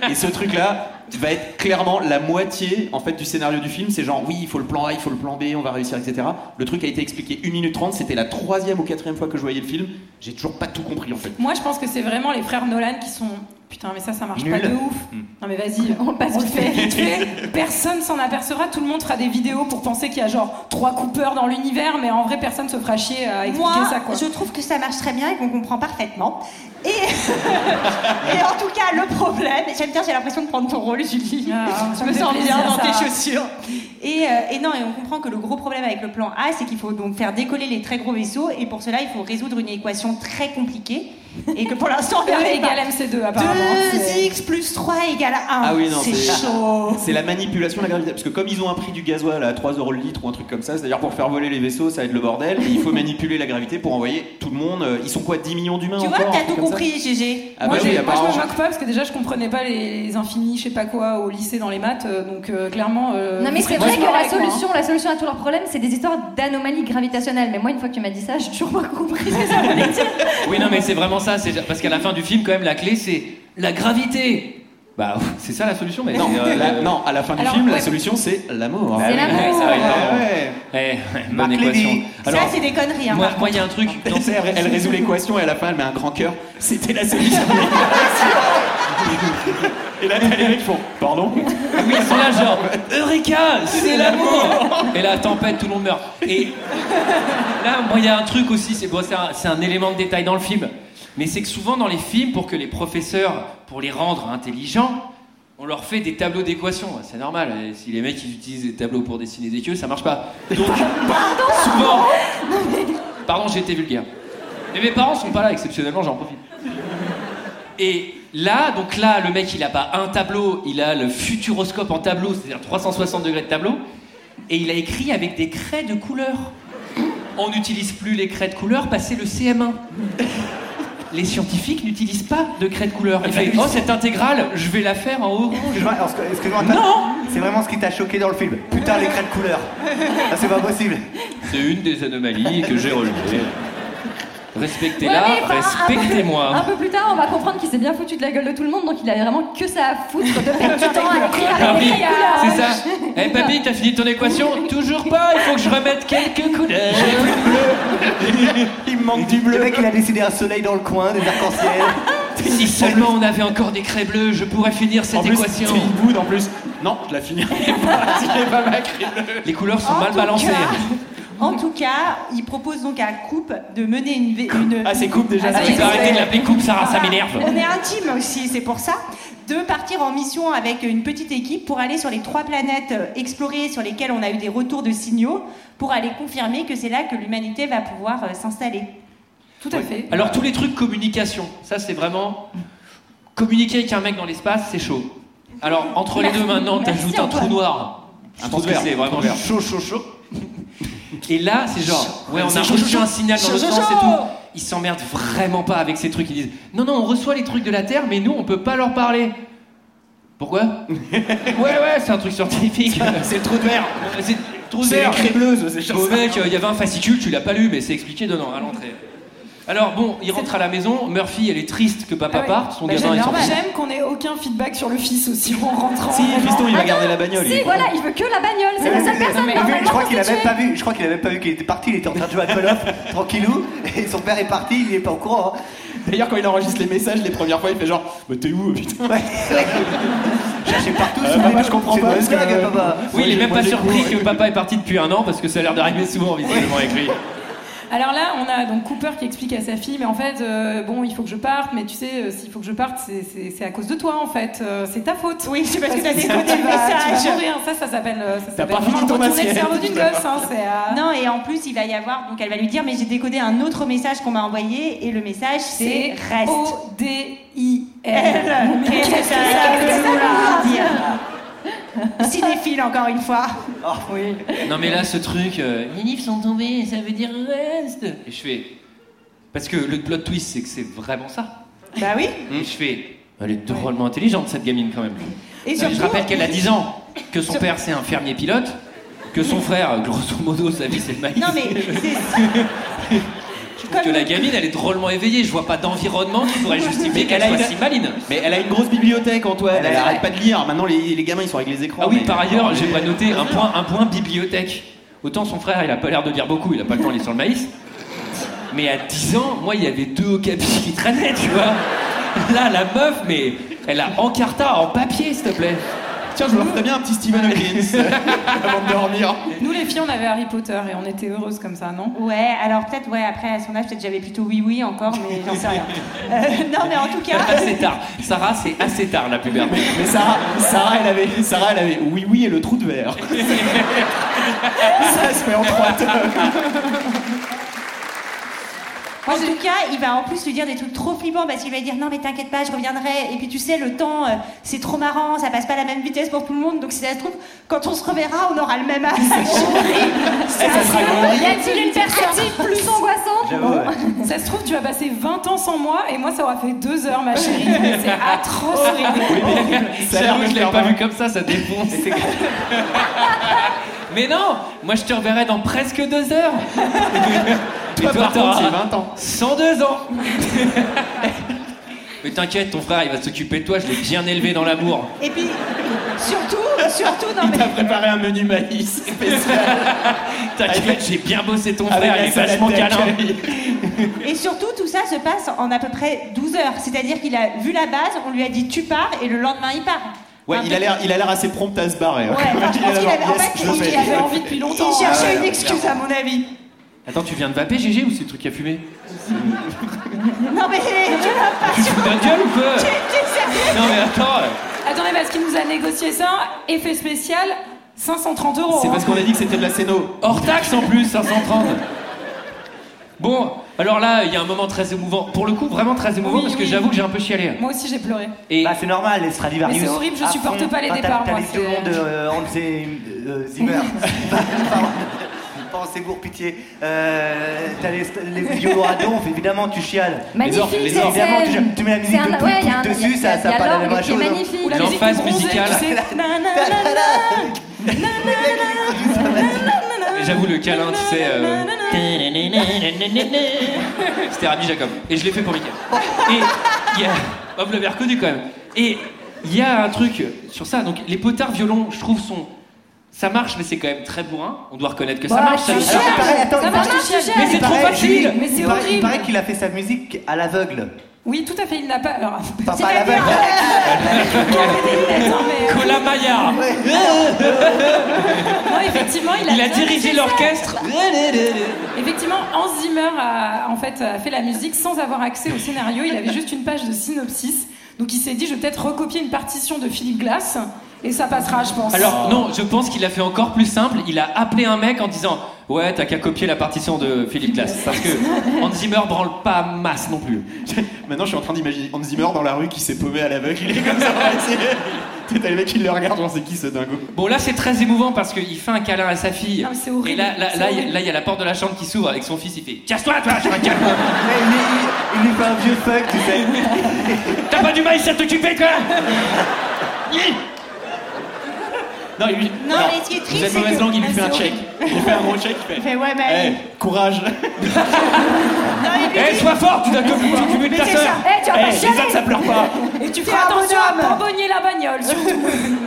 [SPEAKER 14] Et ce truc-là va être clairement la moitié en fait du scénario du film. C'est genre oui, il faut le plan A, il faut le plan B, on va réussir, etc. Le truc a été expliqué 1 minute 30. C'était la troisième ou quatrième fois que je voyais le film. J'ai toujours pas tout compris en fait.
[SPEAKER 15] Moi, je pense que c'est vraiment les frères Nolan qui sont. Putain, mais ça, ça marche pas
[SPEAKER 14] Nul.
[SPEAKER 15] de ouf.
[SPEAKER 14] Hmm.
[SPEAKER 15] Non, mais vas-y, on le passe vite fait. vite fait. Personne s'en apercevra. Tout le monde fera des vidéos pour penser qu'il y a genre trois coupeurs dans l'univers, mais en vrai, personne se fera chier à expliquer
[SPEAKER 11] Moi,
[SPEAKER 15] ça, quoi.
[SPEAKER 11] je trouve que ça marche très bien et qu'on comprend parfaitement. Et, et en tout cas, le problème, j'aime bien, j'ai l'impression de prendre ton rôle, Julie.
[SPEAKER 15] Ah, ça
[SPEAKER 11] je
[SPEAKER 15] me
[SPEAKER 11] me
[SPEAKER 15] fait
[SPEAKER 11] sens
[SPEAKER 15] plaisir,
[SPEAKER 11] bien dans
[SPEAKER 15] ça.
[SPEAKER 11] tes chaussures. Et, euh, et non, et on comprend que le gros problème avec le plan A, c'est qu'il faut donc faire décoller les très gros vaisseaux. Et pour cela, il faut résoudre une équation très compliquée. Et que pour l'instant, on
[SPEAKER 15] E
[SPEAKER 11] n'y arrive pas.
[SPEAKER 15] égale MC2, apparemment. C'est-
[SPEAKER 11] 2x plus 3 égale 1.
[SPEAKER 14] Ah oui, non,
[SPEAKER 11] c'est chaud.
[SPEAKER 14] C'est la manipulation de la gravité. Parce que comme ils ont un prix du gasoil à 3 euros le litre ou un truc comme ça, c'est-à-dire pour faire voler les vaisseaux, ça va être le bordel. Et il faut manipuler la gravité pour envoyer tout le monde. euh, Ils sont quoi 10 millions d'humains
[SPEAKER 11] Tu vois,
[SPEAKER 14] encore, un
[SPEAKER 11] t'as
[SPEAKER 14] truc
[SPEAKER 11] tout
[SPEAKER 14] comme ça
[SPEAKER 11] compris, GG.
[SPEAKER 14] Ah
[SPEAKER 15] moi,
[SPEAKER 14] bah
[SPEAKER 15] j'ai-
[SPEAKER 14] oui,
[SPEAKER 15] moi, je
[SPEAKER 14] apparemment.
[SPEAKER 15] me moque pas parce que déjà je comprenais pas les, les infinis, je sais pas quoi, au lycée dans les maths, euh, donc euh, clairement. euh,
[SPEAKER 13] Non mais
[SPEAKER 15] vous
[SPEAKER 13] c'est
[SPEAKER 15] serez
[SPEAKER 13] vrai que
[SPEAKER 15] d'accord
[SPEAKER 13] la
[SPEAKER 15] avec moi, hein.
[SPEAKER 13] solution, la solution à tous leurs problèmes, c'est des histoires d'anomalies gravitationnelles. Mais moi, une fois que tu m'as dit ça, j'ai toujours pas compris ce que ça voulait dire.
[SPEAKER 7] Oui, non, mais c'est vraiment ça. c'est- Parce qu'à la fin du film, quand même, la clé c'est la gravité. Bah, c'est ça la solution, mais.
[SPEAKER 14] Non,
[SPEAKER 7] c'est, euh,
[SPEAKER 14] la- non, à la fin du
[SPEAKER 7] Alors,
[SPEAKER 14] film,
[SPEAKER 7] ouais.
[SPEAKER 14] la solution c'est l'amour.
[SPEAKER 7] Ah oui, ouais, ça arrive, pardon.
[SPEAKER 14] Ouais.
[SPEAKER 7] Eh, bonne
[SPEAKER 14] Marc
[SPEAKER 7] équation.
[SPEAKER 14] Lévy.
[SPEAKER 7] Alors,
[SPEAKER 11] ça, c'est des conneries. Hein,
[SPEAKER 7] moi,
[SPEAKER 11] par
[SPEAKER 7] moi, il y a un truc.
[SPEAKER 14] Elle, sait, elle- elle résout l'équation et à la fin elle met un grand cœur. C'était la solution. et là t'as les mecs qui font pardon.
[SPEAKER 7] Oui, ils sont là, genre, Eureka, c'est l'amour Et la tempête, tout le monde meurt. Et là, moi, il y a un truc aussi, c'est bon, c'est un, c'est un élément de détail dans le film, mais c'est que souvent dans les films, pour que les professeurs, pour les rendre intelligents, on leur fait des tableaux d'équations. C'est normal, euh, si les mecs ils utilisent des tableaux pour dessiner des queues, ça marche pas. Donc, souvent. Pardon, j'ai été vulgaire. Mais mes parents sont pas là, exceptionnellement, j'en profite. Et là, donc là, le mec, il a pas un tableau, il a le futuroscope en tableau, c'est-à-dire 360 degrés de tableau, et il a écrit avec des craies de couleur. On n'utilise plus les craies de couleur, passé le CM1. Les scientifiques n'utilisent pas de craies de couleur. Il fait, oh, cette intégrale, je vais la faire en orange.
[SPEAKER 12] Excuse-moi, alors, excuse-moi, t'as- C'est vraiment ce qui t'a choqué dans le film. Putain, les craies de couleur. Ah, c'est pas possible.
[SPEAKER 7] C'est une des anomalies que j'ai relevées.
[SPEAKER 13] Ouais,
[SPEAKER 7] Respectez-la,
[SPEAKER 13] mais, enfin, un peu-
[SPEAKER 11] Ah,
[SPEAKER 13] Un
[SPEAKER 7] respectez-moi.
[SPEAKER 13] peu plus tard, on va comprendre qu'il s'est bien foutu de la gueule de tout le monde, donc il avait vraiment que ça à foutre de perdre
[SPEAKER 11] ah,
[SPEAKER 13] du temps à écrire avec
[SPEAKER 7] Papy,
[SPEAKER 13] des couleurs.
[SPEAKER 7] Ah c'est ça. Eh papy, t'as fini ton équation Toujours pas, il faut que je remette quelques couleurs.
[SPEAKER 12] Il me manque du bleu. Le mec, il a décidé un soleil dans le coin, des arcs-en-ciel.
[SPEAKER 7] Si seulement on avait encore des craies bleues, je pourrais finir cette
[SPEAKER 14] En plus,
[SPEAKER 7] équation.
[SPEAKER 14] il boude en plus. Non, je la finis.
[SPEAKER 7] Les couleurs sont
[SPEAKER 11] En
[SPEAKER 7] mal
[SPEAKER 11] tout
[SPEAKER 7] balancées.
[SPEAKER 11] cas- en tout cas, il propose donc à Coupe de mener une. vé- une-
[SPEAKER 14] Ah c'est coupe déjà.
[SPEAKER 11] Ah,
[SPEAKER 14] ça
[SPEAKER 7] Tu
[SPEAKER 11] c'est
[SPEAKER 14] fait
[SPEAKER 7] peux
[SPEAKER 11] coupe.
[SPEAKER 14] ça.
[SPEAKER 7] arrêter de l'appeler coupe, Sarah, ça m'énerve.
[SPEAKER 11] On est intime aussi, c'est pour ça. De partir en mission avec une petite équipe pour aller sur les trois planètes euh, explorées sur lesquelles on a eu des retours de signaux pour aller confirmer que c'est là que l'humanité va pouvoir euh, s'installer.
[SPEAKER 15] Tout à fait.
[SPEAKER 7] Alors tous les trucs communication, ça c'est vraiment communiquer avec un mec dans l'espace, c'est chaud. Alors entre les
[SPEAKER 15] Merci.
[SPEAKER 7] deux maintenant,
[SPEAKER 15] Merci,
[SPEAKER 7] t'ajoutes un trou
[SPEAKER 15] Antoine.
[SPEAKER 7] noir. Je
[SPEAKER 14] Un
[SPEAKER 7] trouve
[SPEAKER 14] trou
[SPEAKER 7] que
[SPEAKER 14] vert,
[SPEAKER 7] c'est
[SPEAKER 14] un trou
[SPEAKER 7] vraiment
[SPEAKER 14] vert.
[SPEAKER 7] chaud, chaud, chaud. Et là, c'est genre, ouais, on
[SPEAKER 14] C'est
[SPEAKER 7] a
[SPEAKER 14] chaud,
[SPEAKER 7] reçu
[SPEAKER 14] chaud,
[SPEAKER 7] un signal dans
[SPEAKER 14] chaud,
[SPEAKER 7] l'autre
[SPEAKER 14] chaud,
[SPEAKER 7] sens et
[SPEAKER 14] chaud.
[SPEAKER 7] tout. ils s'emmerdent vraiment pas avec ces trucs. Ils disent non, non, on reçoit les trucs de la Terre, mais nous, on peut pas leur parler. Pourquoi Ouais, ouais, c'est un truc scientifique. c'est le trou de verre. C'est le trou de
[SPEAKER 14] C'est
[SPEAKER 7] verre.
[SPEAKER 14] les crébleuses, c'est chiant,
[SPEAKER 7] Bon,
[SPEAKER 14] ça.
[SPEAKER 7] mec, euh, il y avait un fascicule, tu l'as pas lu, mais c'est expliqué dedans, à l'entrée. Alors bon, il rentre à la maison. Murphy, elle est triste que papa parte. Son
[SPEAKER 15] Mais
[SPEAKER 7] gamin, il s'en fout.
[SPEAKER 15] Ah Bah, J'aime qu'on ait aucun feedback sur le fils aussi en rentrant.
[SPEAKER 7] Si,
[SPEAKER 15] vraiment.
[SPEAKER 7] fiston, il va
[SPEAKER 15] Ah non,
[SPEAKER 7] garder
[SPEAKER 12] la bagnole, il
[SPEAKER 15] Si,
[SPEAKER 12] est
[SPEAKER 15] voilà,
[SPEAKER 12] content.
[SPEAKER 15] il veut que la bagnole, c'est la seule personne
[SPEAKER 12] je crois qu'il a
[SPEAKER 15] avait
[SPEAKER 12] même pas vu. Je crois qu'il a même pas vu qu'il était parti. Il était en train de jouer à Call of, tranquillou. Et son père est parti. Il est pas au courant.
[SPEAKER 14] hein. D'ailleurs, quand il enregistre les messages les premières fois, il fait genre, mais t'es où putain
[SPEAKER 12] Cherchez partout.
[SPEAKER 16] Ah,
[SPEAKER 14] Euh,
[SPEAKER 12] sous les
[SPEAKER 14] papa,
[SPEAKER 12] meubles.
[SPEAKER 14] je comprends
[SPEAKER 12] C'est
[SPEAKER 14] pas,
[SPEAKER 12] une
[SPEAKER 14] parce que-
[SPEAKER 12] blague,
[SPEAKER 16] euh,
[SPEAKER 12] papa.
[SPEAKER 7] Oui, il est même
[SPEAKER 12] Moi,
[SPEAKER 7] pas
[SPEAKER 12] j'ai
[SPEAKER 7] surpris
[SPEAKER 12] couru.
[SPEAKER 7] que papa est parti depuis un an parce que ça a l'air d'arriver souvent visiblement avec lui.
[SPEAKER 15] Alors là, on a donc Cooper qui explique à sa fille, mais en fait, euh, bon, il faut que je parte, mais tu sais, euh, s'il faut que je parte, c'est- c'est c'est à cause de toi, en fait, Euh, c'est ta faute. Oui, c'est
[SPEAKER 11] parce que t'as
[SPEAKER 15] tu
[SPEAKER 11] décoté le
[SPEAKER 15] vas-
[SPEAKER 11] message.
[SPEAKER 15] tu vas mourir. Ça, ça s'appelle. euh, ça s'appelle
[SPEAKER 11] pas fini
[SPEAKER 15] vraiment
[SPEAKER 11] ton
[SPEAKER 15] retourner le
[SPEAKER 11] assiette.
[SPEAKER 15] cerveau d'une gosse. hein, c'est, euh,
[SPEAKER 11] Non, et en plus, il va y avoir, donc elle va lui dire, mais j'ai décodé un autre message qu'on m'a envoyé, et le message, c'est
[SPEAKER 15] C'est
[SPEAKER 11] reste.
[SPEAKER 15] O-D-I-L.
[SPEAKER 11] Mais Qu'est-ce que ça
[SPEAKER 15] Qu'est-ce
[SPEAKER 11] veut
[SPEAKER 15] que ça
[SPEAKER 11] vouloir
[SPEAKER 15] veut
[SPEAKER 11] dire Cinéphile, encore une fois. oui.
[SPEAKER 7] Non mais là ce truc, euh, les livres sont tombés, ça veut dire reste. Et je fais, parce que le plot twist c'est que c'est vraiment ça.
[SPEAKER 11] Bah oui.
[SPEAKER 7] Et je fais, elle est drôlement intelligente cette gamine quand même.
[SPEAKER 11] Et
[SPEAKER 7] Non, mais je
[SPEAKER 11] surtout-
[SPEAKER 7] rappelle qu'elle a 10 ans, que son
[SPEAKER 11] Sur-
[SPEAKER 7] père c'est un fermier pilote, que son frère grosso modo sa vie c'est le maïs.
[SPEAKER 11] Non, mais
[SPEAKER 7] Je trouve que la gamine elle est drôlement éveillée, je vois pas d'environnement qui pourrait justifier qu'elle soit si maline.
[SPEAKER 14] Mais elle a une grosse bibliothèque, Antoine. Elle,
[SPEAKER 7] Elle a-
[SPEAKER 14] arrête pas de lire. Maintenant, les, les gamins, ils sont avec les écrans.
[SPEAKER 7] Ah oui,
[SPEAKER 14] mais-
[SPEAKER 7] par ailleurs, j'aimerais noter un point, un point bibliothèque. Autant son frère, il a pas l'air de lire beaucoup, il a pas le temps, il est sur le maïs. Mais à 10 ans, moi, il y avait deux okapis qui traînaient, tu vois. Là, la meuf, mais elle a encarta en papier, s'il te plaît.
[SPEAKER 14] Tiens, je leur ferais bien un petit Stephen Hawking avant de dormir.
[SPEAKER 15] Nous, les filles, on avait Harry Potter et on était heureuses comme ça, non
[SPEAKER 11] Ouais, alors peut-être, ouais, après, à son âge, peut-être j'avais plutôt oui, oui encore, mais j'en sais rien. Euh, non, mais en tout cas. euh,
[SPEAKER 7] Assez tard. Sarah, c'est assez tard la puberté.
[SPEAKER 14] Mais Sarah, Sarah, elle avait, Sarah, elle avait oui, oui et le trou de verre. Ça se fait en trois
[SPEAKER 11] En tout cas, il va en plus lui dire des trucs trop flippants parce qu'il va lui dire non mais t'inquiète pas, je reviendrai. Et puis tu sais, le temps, euh, c'est trop marrant, ça passe pas à la même vitesse pour tout le monde. Donc si ça se trouve, quand on se reverra, on aura le même âge.
[SPEAKER 15] Ça
[SPEAKER 11] Eh, sera
[SPEAKER 15] Ah, Y a-t-il une perspective Ah, plus angoissante
[SPEAKER 11] J'avoue, ouais.
[SPEAKER 15] Ça se trouve, tu vas passer 20 ans sans moi et moi, ça aura fait 2 heures, ma chérie. C'est atroce.
[SPEAKER 14] Ça a l'air
[SPEAKER 7] J'avoue,
[SPEAKER 14] de
[SPEAKER 7] je l'ai
[SPEAKER 14] faire
[SPEAKER 7] pas
[SPEAKER 14] mal.
[SPEAKER 7] vu comme ça, ça défonce. mais non, moi, je te reverrai dans presque deux heures. Et
[SPEAKER 14] Toi, par contre,
[SPEAKER 7] t'auras
[SPEAKER 14] c'est 20 ans.
[SPEAKER 7] 102 ans. Mais t'inquiète, ton frère, il va s'occuper de toi, je l'ai bien élevé dans l'amour.
[SPEAKER 11] Et puis surtout, surtout non
[SPEAKER 14] Il
[SPEAKER 11] mais
[SPEAKER 14] t'a préparé un menu maïs spécial. Ah,
[SPEAKER 7] T'inquiète, j'ai bien bossé ton
[SPEAKER 14] Avec
[SPEAKER 7] frère,
[SPEAKER 14] la
[SPEAKER 7] il est
[SPEAKER 14] salade
[SPEAKER 7] vachement câlin.
[SPEAKER 14] d'accueil.
[SPEAKER 11] et surtout tout ça se passe en à peu près 12 heures. C'est-à-dire qu'il a vu la base, on lui a dit tu pars et le lendemain il part.
[SPEAKER 14] Ouais, il a l'air, il a l'air assez prompt à se barrer. hein.
[SPEAKER 11] Ouais, je pense qu'il avait, en fait, il avait envie depuis longtemps. Il
[SPEAKER 14] Ah
[SPEAKER 11] cherchait une excuse à mon avis.
[SPEAKER 7] Attends, tu viens de vaper, GG, ou c'est le truc qui a fumé
[SPEAKER 11] Non mais tu vas pas
[SPEAKER 7] Tu fous de la gueule ou quoi
[SPEAKER 15] Tu- tu es sérieux
[SPEAKER 7] Non, mais attends,
[SPEAKER 15] Attendez, parce qu'il nous a négocié ça, effet spécial, 530 euros.
[SPEAKER 14] C'est
[SPEAKER 15] hein.
[SPEAKER 14] parce qu'on a dit que c'était de la scéno.
[SPEAKER 7] hors taxe en plus, 530. Bon, alors là, il y a un moment très émouvant. Pour le coup, vraiment très émouvant,
[SPEAKER 15] Oui,
[SPEAKER 7] parce que
[SPEAKER 15] oui.
[SPEAKER 7] j'avoue que j'ai un peu chialé.
[SPEAKER 15] Moi aussi, j'ai pleuré.
[SPEAKER 7] Et
[SPEAKER 12] Bah, c'est normal, les Stradivarius.
[SPEAKER 15] Mais c'est horrible, je
[SPEAKER 12] à
[SPEAKER 15] supporte
[SPEAKER 12] fond.
[SPEAKER 15] pas les
[SPEAKER 12] Enfin,
[SPEAKER 15] départs,
[SPEAKER 12] T'as
[SPEAKER 15] moi,
[SPEAKER 12] les
[SPEAKER 15] c'est-
[SPEAKER 12] deux mondes, euh, on sait, euh, Zimmer. Pensez pour pitié. Euh, T'as les, les violons à donf, évidemment, tu chiales.
[SPEAKER 13] Magnifique,
[SPEAKER 12] les orques, les
[SPEAKER 13] cette
[SPEAKER 12] orques. évidemment, tu,
[SPEAKER 13] scène.
[SPEAKER 12] chiales. Tu mets la musique
[SPEAKER 13] C'est un-
[SPEAKER 12] de
[SPEAKER 13] ouais, il y a un-
[SPEAKER 12] Poulpe
[SPEAKER 13] il y
[SPEAKER 12] dessus,
[SPEAKER 13] a-
[SPEAKER 12] ça
[SPEAKER 13] il y
[SPEAKER 12] ça
[SPEAKER 13] a
[SPEAKER 12] a pas la
[SPEAKER 13] l'orgue
[SPEAKER 12] même
[SPEAKER 13] qui est
[SPEAKER 12] chose. hein.
[SPEAKER 13] magnifique. Ou la musique
[SPEAKER 7] L'emphase
[SPEAKER 13] bronzée,
[SPEAKER 7] musicale.
[SPEAKER 13] tu sais.
[SPEAKER 7] Et J'avoue le câlin, tu sais. euh, C'était Rabbi Jacob. Et je l'ai fait pour Mickaël. Et il y a... bah, vous l'avez reconnu quand même. Et il y a un truc sur ça. Donc les potards violons, je trouve, sont. Ça marche, mais c'est quand même très bourrin. On doit reconnaître que ça
[SPEAKER 12] Voilà,
[SPEAKER 7] marche. ça
[SPEAKER 12] tu
[SPEAKER 7] marche.
[SPEAKER 12] cherches. Alors, il paraît- Bah, attends,
[SPEAKER 15] Ça
[SPEAKER 12] il
[SPEAKER 15] marche,
[SPEAKER 12] paraît-
[SPEAKER 15] tu cherches.
[SPEAKER 7] Mais c'est
[SPEAKER 12] il
[SPEAKER 7] trop
[SPEAKER 12] paraît-
[SPEAKER 7] facile.
[SPEAKER 12] il
[SPEAKER 15] Mais c'est
[SPEAKER 12] paraît- Il
[SPEAKER 15] horrible.
[SPEAKER 12] paraît qu'il a fait sa musique à l'aveugle.
[SPEAKER 15] Oui, tout à fait, il n'a pas. Alors,
[SPEAKER 12] Pas
[SPEAKER 15] c'est
[SPEAKER 12] à l'aveugle.
[SPEAKER 13] hein,
[SPEAKER 15] Attends, mais-
[SPEAKER 7] Cola Maillard.
[SPEAKER 16] Ah.
[SPEAKER 15] Non, effectivement, il a,
[SPEAKER 7] Il a
[SPEAKER 15] bien
[SPEAKER 7] dirigé
[SPEAKER 15] fait ça.
[SPEAKER 7] l'orchestre.
[SPEAKER 15] Effectivement, Hans Zimmer a en fait a fait la musique sans avoir accès au scénario. Il avait juste une page de synopsis. Donc il s'est dit, je vais peut-être recopier une partition de Philippe Glass et ça passera, je pense.
[SPEAKER 7] Alors non, je pense qu'il a fait encore plus simple. Il a appelé un mec en disant ouais, t'as qu'à copier la partition de Philippe Glass parce que Hans Zimmer branle pas masse non plus.
[SPEAKER 14] Maintenant, je suis en train d'imaginer Hans Zimmer dans la rue qui s'est paumé à l'aveugle. Il est comme ça. T'as les mecs qui le regardent, genre c'est qui ce dingo
[SPEAKER 7] Bon, là, c'est très émouvant parce qu'il fait un câlin à sa fille.
[SPEAKER 15] Non, Ah, mais c'est horrible.
[SPEAKER 7] Et là, là,
[SPEAKER 15] C'est
[SPEAKER 7] là, il y a-
[SPEAKER 15] horrible.
[SPEAKER 7] là, il y a la porte de la chambre qui s'ouvre avec son fils. Il fait Casse-toi, toi, je regarde.
[SPEAKER 12] Il est pas un vieux fuck, tu sais.
[SPEAKER 7] T'as pas du mal à t'occuper, toi Non, il lui-
[SPEAKER 11] Non,
[SPEAKER 7] Alors,
[SPEAKER 11] mais ce qui est triste,
[SPEAKER 7] Vous êtes
[SPEAKER 11] c'est
[SPEAKER 7] mauvaise
[SPEAKER 11] que-
[SPEAKER 7] langue, il lui fait
[SPEAKER 11] Ah,
[SPEAKER 7] un
[SPEAKER 11] c'est
[SPEAKER 7] check. Il lui fait un gros check, il fait.
[SPEAKER 11] Mais ouais, bah.
[SPEAKER 7] Eh,
[SPEAKER 14] courage
[SPEAKER 7] Eh, sois fort, tu dois que tu cumules
[SPEAKER 15] Mais
[SPEAKER 7] ta
[SPEAKER 15] c'est
[SPEAKER 7] sœur
[SPEAKER 15] ça. Eh, tu vas pas
[SPEAKER 7] les
[SPEAKER 15] chialer.
[SPEAKER 7] autres, ça pleure pas
[SPEAKER 15] Et tu feras attention à bonbonnier la bagnole, surtout.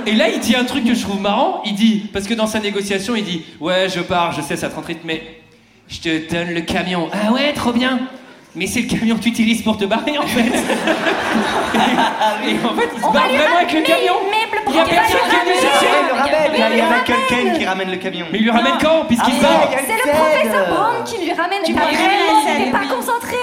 [SPEAKER 7] Et là, il dit un truc que je trouve marrant. Il dit, parce que dans sa négociation, il dit Ouais, je pars, je sais, ça te rend triste, mais je te donne le camion. Ah ouais, trop bien Mais c'est le camion que tu utilises pour te barrer, en fait.
[SPEAKER 15] Ah
[SPEAKER 7] et, et en fait, il se barre vraiment avec le camion. Il y a personne qui vient nous chercher.
[SPEAKER 12] Il y a- il y a Michael Caine qui ramène le camion.
[SPEAKER 7] Mais il lui ramène quand Puisqu'il
[SPEAKER 12] Ah,
[SPEAKER 7] part
[SPEAKER 12] il y a une
[SPEAKER 13] C'est le
[SPEAKER 12] scène.
[SPEAKER 13] professeur Brown qui lui ramène.
[SPEAKER 11] Tu
[SPEAKER 13] T'as
[SPEAKER 11] parles
[SPEAKER 13] vraiment-
[SPEAKER 11] de la
[SPEAKER 13] T'es
[SPEAKER 11] scène,
[SPEAKER 13] pas
[SPEAKER 11] oui.
[SPEAKER 13] concentré.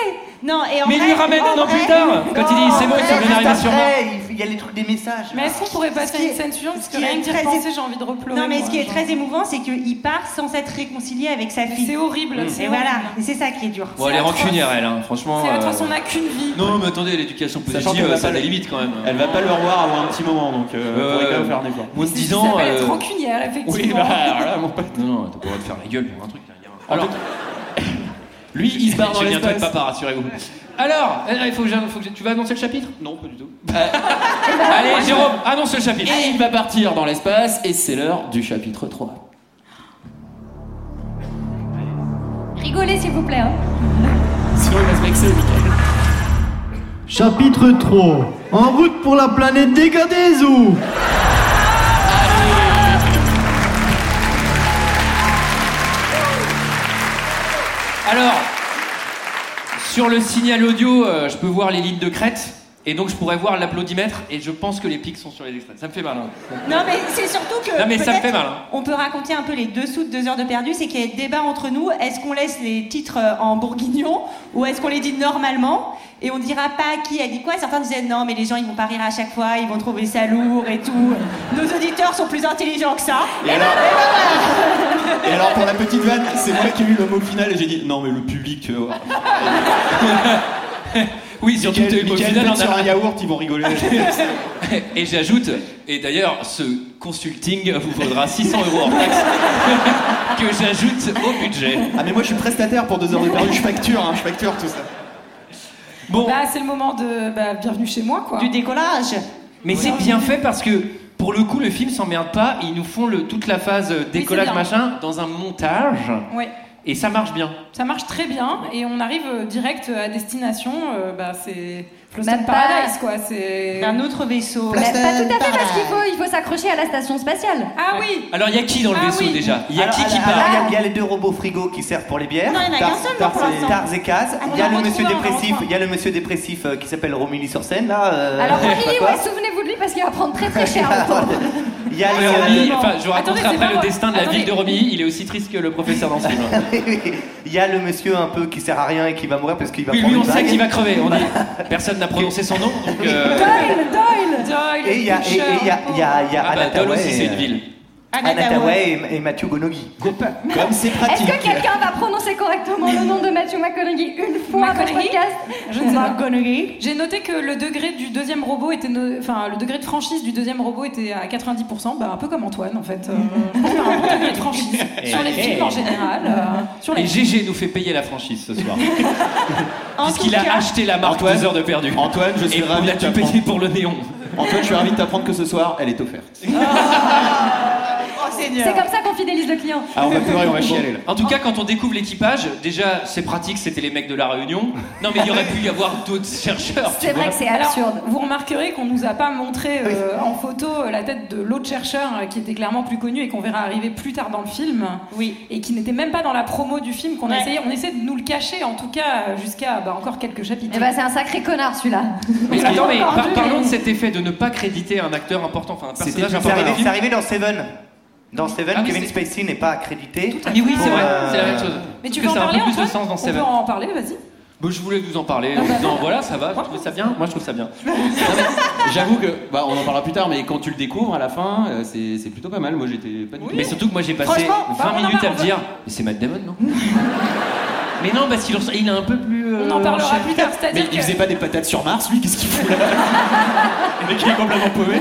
[SPEAKER 11] Non, et en
[SPEAKER 7] Mais il
[SPEAKER 11] vrai-
[SPEAKER 7] lui ramène
[SPEAKER 11] en
[SPEAKER 7] un an
[SPEAKER 11] vrai-
[SPEAKER 7] plus tard quand il dit c'est bon, ils sont bien
[SPEAKER 12] Juste
[SPEAKER 7] arrivés sur moi.
[SPEAKER 12] après, il- Il y a les trucs des messages.
[SPEAKER 15] Mais est-ce qu'on pourrait passer à une scène suivante Parce
[SPEAKER 11] Ce
[SPEAKER 15] que
[SPEAKER 11] qui est
[SPEAKER 15] rien que d'y
[SPEAKER 11] très-
[SPEAKER 15] repenser, j'ai envie de replonger.
[SPEAKER 11] Non, mais ce qui est très émouvant, c'est qu'il part sans s'être réconcilié avec sa fille. C'est
[SPEAKER 15] horrible. c'est
[SPEAKER 11] Et voilà,
[SPEAKER 15] horrible.
[SPEAKER 11] et c'est ça qui est dur.
[SPEAKER 7] Hmm. Bon, elle est rancunière, elle, hein. franchement.
[SPEAKER 15] C'est atroce,
[SPEAKER 7] euh,
[SPEAKER 15] on n'a qu'une vie.
[SPEAKER 7] Non, mais attendez, l'éducation
[SPEAKER 14] Sachant qu'elle
[SPEAKER 7] positive,
[SPEAKER 14] va
[SPEAKER 7] ça
[SPEAKER 14] pas
[SPEAKER 7] a des
[SPEAKER 14] le-
[SPEAKER 7] limites quand même. hein.
[SPEAKER 14] Elle va pas le revoir avant un petit moment, donc euh,
[SPEAKER 7] Euh,
[SPEAKER 14] faudrait quand même faire un effort.
[SPEAKER 7] Moins de 10
[SPEAKER 15] Ça
[SPEAKER 7] ans.
[SPEAKER 15] s'appelle
[SPEAKER 7] euh,
[SPEAKER 15] être rancunière, effectivement.
[SPEAKER 7] Oui, bah alors là, mon pote. Non, non, t'as pas le droit de faire la gueule pour un truc, là, gars. Alors.
[SPEAKER 14] Lui, il se barre dans
[SPEAKER 7] J'ai bien un truc
[SPEAKER 14] l'espace.
[SPEAKER 7] papa, rassurez-vous. Alors, euh, il faut que, j'ann- faut que je- tu vas annoncer le chapitre Bah, Non, pas du tout. Allez, Jérôme, annonce le chapitre.
[SPEAKER 18] Et il va partir dans l'espace, et c'est l'heure du chapitre 3.
[SPEAKER 13] Rigolez s'il vous plaît. hein.
[SPEAKER 18] Sinon, il va se vexer, Michael.
[SPEAKER 2] Chapitre 3. En route pour la planète des gadezous.
[SPEAKER 7] Alors, sur le signal audio, euh, je peux voir les lignes de crête. Et donc, je pourrais voir l'applaudimètre. Et je pense que les pics sont sur les extraits. Ça me fait mal. hein.
[SPEAKER 11] Non, mais c'est surtout que.
[SPEAKER 7] Non, mais ça me
[SPEAKER 11] peut-être
[SPEAKER 7] fait mal, hein.
[SPEAKER 11] On peut raconter un peu les dessous de deux heures de perdu, c'est qu'il y a débat entre nous. Est-ce qu'on laisse les titres euh, en bourguignon ou est-ce qu'on les dit normalement et on dira pas qui a dit quoi. Certains disaient non, mais les gens ils vont pas rire à chaque fois, ils vont trouver ça lourd et tout. Nos auditeurs sont plus intelligents que ça.
[SPEAKER 14] Et alors Et alors pour la petite vanne, c'est moi qui ai eu le mot final et j'ai dit non mais le public tu vas voir.
[SPEAKER 7] Oui, surtout
[SPEAKER 14] Michael-
[SPEAKER 7] au
[SPEAKER 14] Michael,
[SPEAKER 7] final,
[SPEAKER 14] peut-être
[SPEAKER 7] on a-
[SPEAKER 14] sur un yaourt, ils vont rigoler.
[SPEAKER 7] hein. et j'ajoute, et d'ailleurs, ce consulting vous vaudra 600 euros en taxes que j'ajoute au budget.
[SPEAKER 14] Ah mais moi je suis prestataire pour deux heures de perdu, je facture, hein, je facture tout ça.
[SPEAKER 7] Bon.
[SPEAKER 15] Bah, c'est le moment de. Bah, bienvenue chez moi, quoi.
[SPEAKER 11] Du décollage.
[SPEAKER 7] Mais c'est bien fait parce que pour le coup, le film s'emmerde pas. Ils nous font le, toute la phase euh, décollage
[SPEAKER 15] bien.
[SPEAKER 7] machin dans un montage
[SPEAKER 15] Ouais.
[SPEAKER 7] et ça marche bien.
[SPEAKER 15] Ça marche très bien et on arrive euh, direct à destination. euh, bah, c'est Flostan
[SPEAKER 13] Même pas-
[SPEAKER 15] Paradise, quoi. C'est
[SPEAKER 11] Un autre vaisseau.
[SPEAKER 13] Mais pas tout à fait parce qu'il faut, il faut s'accrocher à la station spatiale.
[SPEAKER 15] Ah oui.
[SPEAKER 7] Alors, il y a qui dans le
[SPEAKER 13] Ah
[SPEAKER 7] vaisseau
[SPEAKER 13] oui.
[SPEAKER 7] déjà Il y a
[SPEAKER 12] Alors,
[SPEAKER 7] qui
[SPEAKER 12] à
[SPEAKER 7] qui
[SPEAKER 12] la- à la-
[SPEAKER 7] part
[SPEAKER 12] Il y a- il y, a les deux robots frigos qui servent pour les bières.
[SPEAKER 11] Non, il y en a
[SPEAKER 12] Tars-
[SPEAKER 11] qu'un seul,
[SPEAKER 12] Tars
[SPEAKER 11] pour l'instant.
[SPEAKER 12] et- Tars et Kaz.
[SPEAKER 11] Ah,
[SPEAKER 12] Il y a
[SPEAKER 11] on en
[SPEAKER 12] le monsieur
[SPEAKER 11] retrouve un, on en
[SPEAKER 12] dépressif.
[SPEAKER 11] retrouve un.
[SPEAKER 12] Il y a le monsieur dépressif euh, qui s'appelle Romilly sur scène là. euh,
[SPEAKER 13] Alors
[SPEAKER 12] je sais pas
[SPEAKER 13] Romilly,
[SPEAKER 12] quoi.
[SPEAKER 13] ouais, souvenez-vous de lui parce qu'il va prendre très très cher. longtemps.
[SPEAKER 12] Il y a
[SPEAKER 7] Ouais,
[SPEAKER 15] Ah,
[SPEAKER 12] le-
[SPEAKER 7] Romilly, enfin, je vous
[SPEAKER 13] Attendez,
[SPEAKER 7] raconterai
[SPEAKER 13] c'est
[SPEAKER 7] après
[SPEAKER 13] pas
[SPEAKER 7] le
[SPEAKER 13] vrai.
[SPEAKER 7] destin de la
[SPEAKER 13] Attendez.
[SPEAKER 7] ville de Romilly. Il est aussi triste que le professeur dans ce film.
[SPEAKER 12] Il y a le monsieur un peu qui sert à rien et qui va mourir parce qu'il va
[SPEAKER 7] Oui,
[SPEAKER 12] prendre
[SPEAKER 7] lui, on
[SPEAKER 12] une
[SPEAKER 7] sait
[SPEAKER 12] vague.
[SPEAKER 7] qu'il va crever. On dit, personne n'a prononcé son nom, donc. euh,
[SPEAKER 15] Doyle, Doyle, Doyle.
[SPEAKER 12] Et il y a, et- et il y a, il y a, il y a
[SPEAKER 7] Ah bah,
[SPEAKER 12] Anna euh,
[SPEAKER 7] Doyle
[SPEAKER 12] Thaouet
[SPEAKER 7] aussi, c'est
[SPEAKER 12] et-
[SPEAKER 7] une ville.
[SPEAKER 12] Anna
[SPEAKER 11] Anna
[SPEAKER 12] Thaouet
[SPEAKER 11] Thaouet.
[SPEAKER 12] et, et Mathieu Gonogi. Comme c'est
[SPEAKER 13] Est-ce
[SPEAKER 12] pratique.
[SPEAKER 13] que quelqu'un va prononcer correctement le nom de Mathieu McConaughey une fois dans le
[SPEAKER 15] McConaughey
[SPEAKER 13] podcast
[SPEAKER 15] Je ne sais pas. J'ai noté que le degré du deuxième robot était, no- enfin le degré de franchise du deuxième robot était à 90%, bah, un peu comme Antoine en fait. Euh, je pense qu'il y a un bon degré de franchise sur les films en général. euh, sur les
[SPEAKER 7] Eh, Et GG nous fait payer la franchise ce soir.
[SPEAKER 15] En
[SPEAKER 7] Puisqu'il
[SPEAKER 15] tout
[SPEAKER 7] a
[SPEAKER 15] cas-
[SPEAKER 7] acheté la marque 2 heures de perdu.
[SPEAKER 14] Antoine, je suis
[SPEAKER 7] Et
[SPEAKER 14] ravi
[SPEAKER 7] on l'a
[SPEAKER 14] de
[SPEAKER 7] dû
[SPEAKER 14] t'apprendre.
[SPEAKER 7] payer pour le néon.
[SPEAKER 14] Antoine, je suis ravi de t'apprendre que ce soir, elle est offerte.
[SPEAKER 15] Oh.
[SPEAKER 11] Oh,
[SPEAKER 13] C'est comme ça qu'on fidélise le client.
[SPEAKER 14] Ah on va pleurer, on va chialer là.
[SPEAKER 7] En tout cas, quand on découvre l'équipage, déjà, c'est pratique, c'était les mecs de la Réunion. Non, mais il y aurait pu y avoir d'autres chercheurs. tu vois.
[SPEAKER 15] Alors, vous remarquerez qu'on nous a pas montré euh, en photo euh, la tête de l'autre chercheur euh, qui était clairement plus connu et qu'on verra arriver plus tard dans le film.
[SPEAKER 11] Oui.
[SPEAKER 15] Et qui n'était même pas dans la promo du film qu'on a
[SPEAKER 13] Ouais.
[SPEAKER 15] essayé. On essaie de nous le cacher en tout cas euh, jusqu'à bah, encore quelques chapitres.
[SPEAKER 13] Et bah c'est un sacré connard celui-là.
[SPEAKER 7] Mais
[SPEAKER 15] Parce
[SPEAKER 7] attends,
[SPEAKER 15] qu'il
[SPEAKER 7] mais
[SPEAKER 15] est encore
[SPEAKER 7] par-
[SPEAKER 15] vieux.
[SPEAKER 7] parlons de cet effet de ne pas créditer un acteur important, enfin un
[SPEAKER 12] C'était
[SPEAKER 7] personnage
[SPEAKER 12] c'est
[SPEAKER 7] important.
[SPEAKER 12] arrivé, c'est arrivé dans Seven. Dans Seven,
[SPEAKER 7] Ah oui,
[SPEAKER 12] Kevin
[SPEAKER 7] c'est-
[SPEAKER 12] Spacey n'est pas accrédité.
[SPEAKER 7] Ah, mais oui, c'est
[SPEAKER 12] pour,
[SPEAKER 7] vrai,
[SPEAKER 12] euh,
[SPEAKER 7] c'est la même chose.
[SPEAKER 15] Mais tu
[SPEAKER 7] Parce
[SPEAKER 15] veux en
[SPEAKER 7] que ça a
[SPEAKER 15] parler
[SPEAKER 7] un peu plus de
[SPEAKER 15] Antoine
[SPEAKER 7] sens dans
[SPEAKER 15] On peut
[SPEAKER 7] Seven.
[SPEAKER 15] en parler, vas-y.
[SPEAKER 7] Bon, je voulais vous en parler en disant voilà, ça va, je trouve ça bien. Moi, je trouve ça bien.
[SPEAKER 18] J'avoue que, bah, on en parlera plus tard, mais quand tu le découvres à la fin, euh, c'est c'est plutôt pas mal. Moi, j'étais pas du tout.
[SPEAKER 7] Mais surtout que moi, j'ai passé
[SPEAKER 18] Franchement,
[SPEAKER 7] 20
[SPEAKER 18] bah, on en
[SPEAKER 7] minutes à
[SPEAKER 18] parle,
[SPEAKER 7] me
[SPEAKER 18] on
[SPEAKER 7] dire
[SPEAKER 18] veut-
[SPEAKER 7] mais c'est Matt Damon, non Mais non, parce qu'il en- il est un peu plus. euh,
[SPEAKER 15] On en parlera
[SPEAKER 7] chef.
[SPEAKER 15] Ah, plus tard,
[SPEAKER 14] Mais
[SPEAKER 15] c'est-à-dire
[SPEAKER 14] il faisait
[SPEAKER 15] que.
[SPEAKER 14] pas des patates sur Mars, lui, qu'est-ce qu'il fout là Le mec, il est complètement paumé.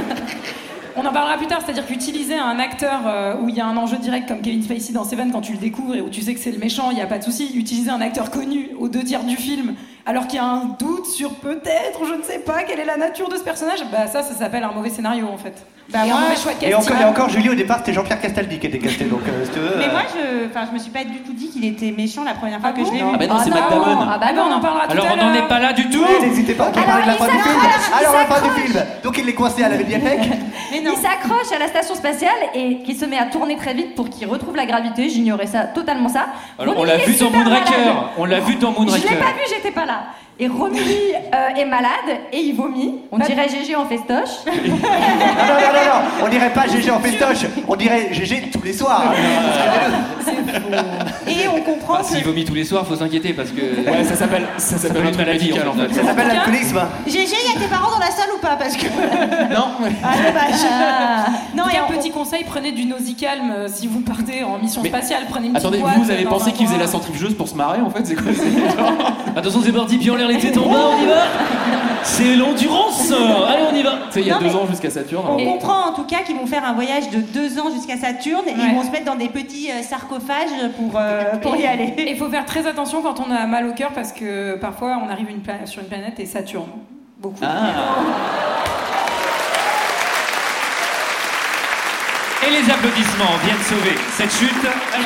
[SPEAKER 15] On en parlera plus tard, c'est-à-dire qu'utiliser un acteur euh, où il y a un enjeu direct comme Kevin Spacey dans Seven quand tu le découvres et où tu sais que c'est le méchant, il n'y a pas de souci. Utiliser un acteur connu aux deux tiers du film alors qu'il y a un doute sur peut-être, je ne sais pas, quelle est la nature de ce personnage, bah ça, ça s'appelle un mauvais scénario en fait. Bah,
[SPEAKER 11] Et
[SPEAKER 15] un
[SPEAKER 11] moi-
[SPEAKER 15] mauvais choix de
[SPEAKER 12] Et
[SPEAKER 15] casting.
[SPEAKER 12] encore, et encore, Julie, au départ, c'était Jean-Pierre Castaldi qui était casté, donc euh, si tu veux.
[SPEAKER 11] Mais
[SPEAKER 12] euh,
[SPEAKER 11] moi, je, enfin, je me suis pas du tout dit qu'il était méchant la première fois que je l'ai vu.
[SPEAKER 12] Ah bah non, c'est Ah Matt non, Damon.
[SPEAKER 11] Ah bah non, on en parlera
[SPEAKER 7] Alors on n'en est pas là du tout.
[SPEAKER 12] N'hésitez pas, qui parle de la fin du film. Alors, la fin du film. Donc, il est coincé à la médiathèque.
[SPEAKER 13] Il s'accroche à la station spatiale et qui se met à tourner très vite pour qu'il retrouve la gravité. J'ignorais ça totalement ça.
[SPEAKER 7] Alors, on
[SPEAKER 13] Romilly
[SPEAKER 7] l'a
[SPEAKER 13] est
[SPEAKER 7] vu dans
[SPEAKER 13] super
[SPEAKER 7] Moonraker.
[SPEAKER 13] malade.
[SPEAKER 7] On l'a vu dans
[SPEAKER 13] Je l'ai
[SPEAKER 7] Moonraker.
[SPEAKER 13] pas vu, j'étais pas là. Et Romilly euh, est malade et il vomit. On dirait GG en festoche.
[SPEAKER 12] Non, non, non, non, on dirait pas GG en festoche, on dirait GG tous les soirs.
[SPEAKER 11] Et on comprend
[SPEAKER 7] Enfin, Euh, bah, s'il vomit tous les soirs, faut s'inquiéter parce que.
[SPEAKER 12] Ouais, ça s'appelle- ça s'appelle un
[SPEAKER 7] une
[SPEAKER 12] truc
[SPEAKER 7] maladie
[SPEAKER 12] médical,
[SPEAKER 7] en fait.
[SPEAKER 12] en fait. Ça s'appelle l'alcoolisme.
[SPEAKER 11] GG, il y a tes parents dans la salle ou pas Parce que.
[SPEAKER 18] Non
[SPEAKER 11] Ah, dommage.
[SPEAKER 15] Non, et un petit conseil, prenez du nausicalm euh, si vous partez en mission
[SPEAKER 18] Mais-
[SPEAKER 15] spatiale. Prenez une petite
[SPEAKER 18] Attendez,
[SPEAKER 15] boîte
[SPEAKER 18] vous, vous avez
[SPEAKER 15] dans
[SPEAKER 18] pensé
[SPEAKER 15] un
[SPEAKER 18] qu'il faisait
[SPEAKER 15] coin.
[SPEAKER 18] la centrifugeuse pour se marrer en fait C'est quoi c'est-
[SPEAKER 7] Attention, c'est parti, puis en l'air les têtes en bas, on y va. C'est l'endurance. Allez, on y va.
[SPEAKER 18] Tu sais, il y a
[SPEAKER 11] Non,
[SPEAKER 18] deux
[SPEAKER 11] mais-
[SPEAKER 18] ans jusqu'à Saturne. hein.
[SPEAKER 11] On comprend en tout cas qu'ils vont faire un voyage de deux ans jusqu'à Saturne et ils vont se mettre dans des petits euh, sarcophages pour, euh, pour y
[SPEAKER 15] Et-
[SPEAKER 11] aller.
[SPEAKER 15] Et il faut faire très attention quand on a mal au cœur parce que parfois on arrive une pla- sur une planète et Saturne. Beaucoup.
[SPEAKER 7] Ah. Et les applaudissements viennent sauver cette chute. Alors,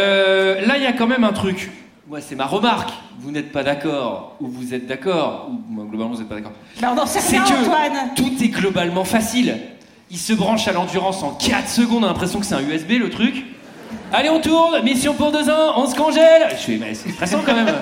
[SPEAKER 7] euh, là, il y a quand même un truc. Moi, c'est ma remarque. Vous n'êtes pas d'accord, ou vous êtes d'accord, ou moi, globalement, vous n'êtes pas d'accord.
[SPEAKER 11] Bah, on en sait
[SPEAKER 7] C'est
[SPEAKER 11] rien,
[SPEAKER 7] que
[SPEAKER 11] Antoine.
[SPEAKER 7] tout est globalement facile. Il se branche à l'endurance en 4 secondes, on a l'impression que c'est un USB le truc. Allez, on tourne, mission pour deux ans, on se congèle. Je fais, mais c'est stressant quand même.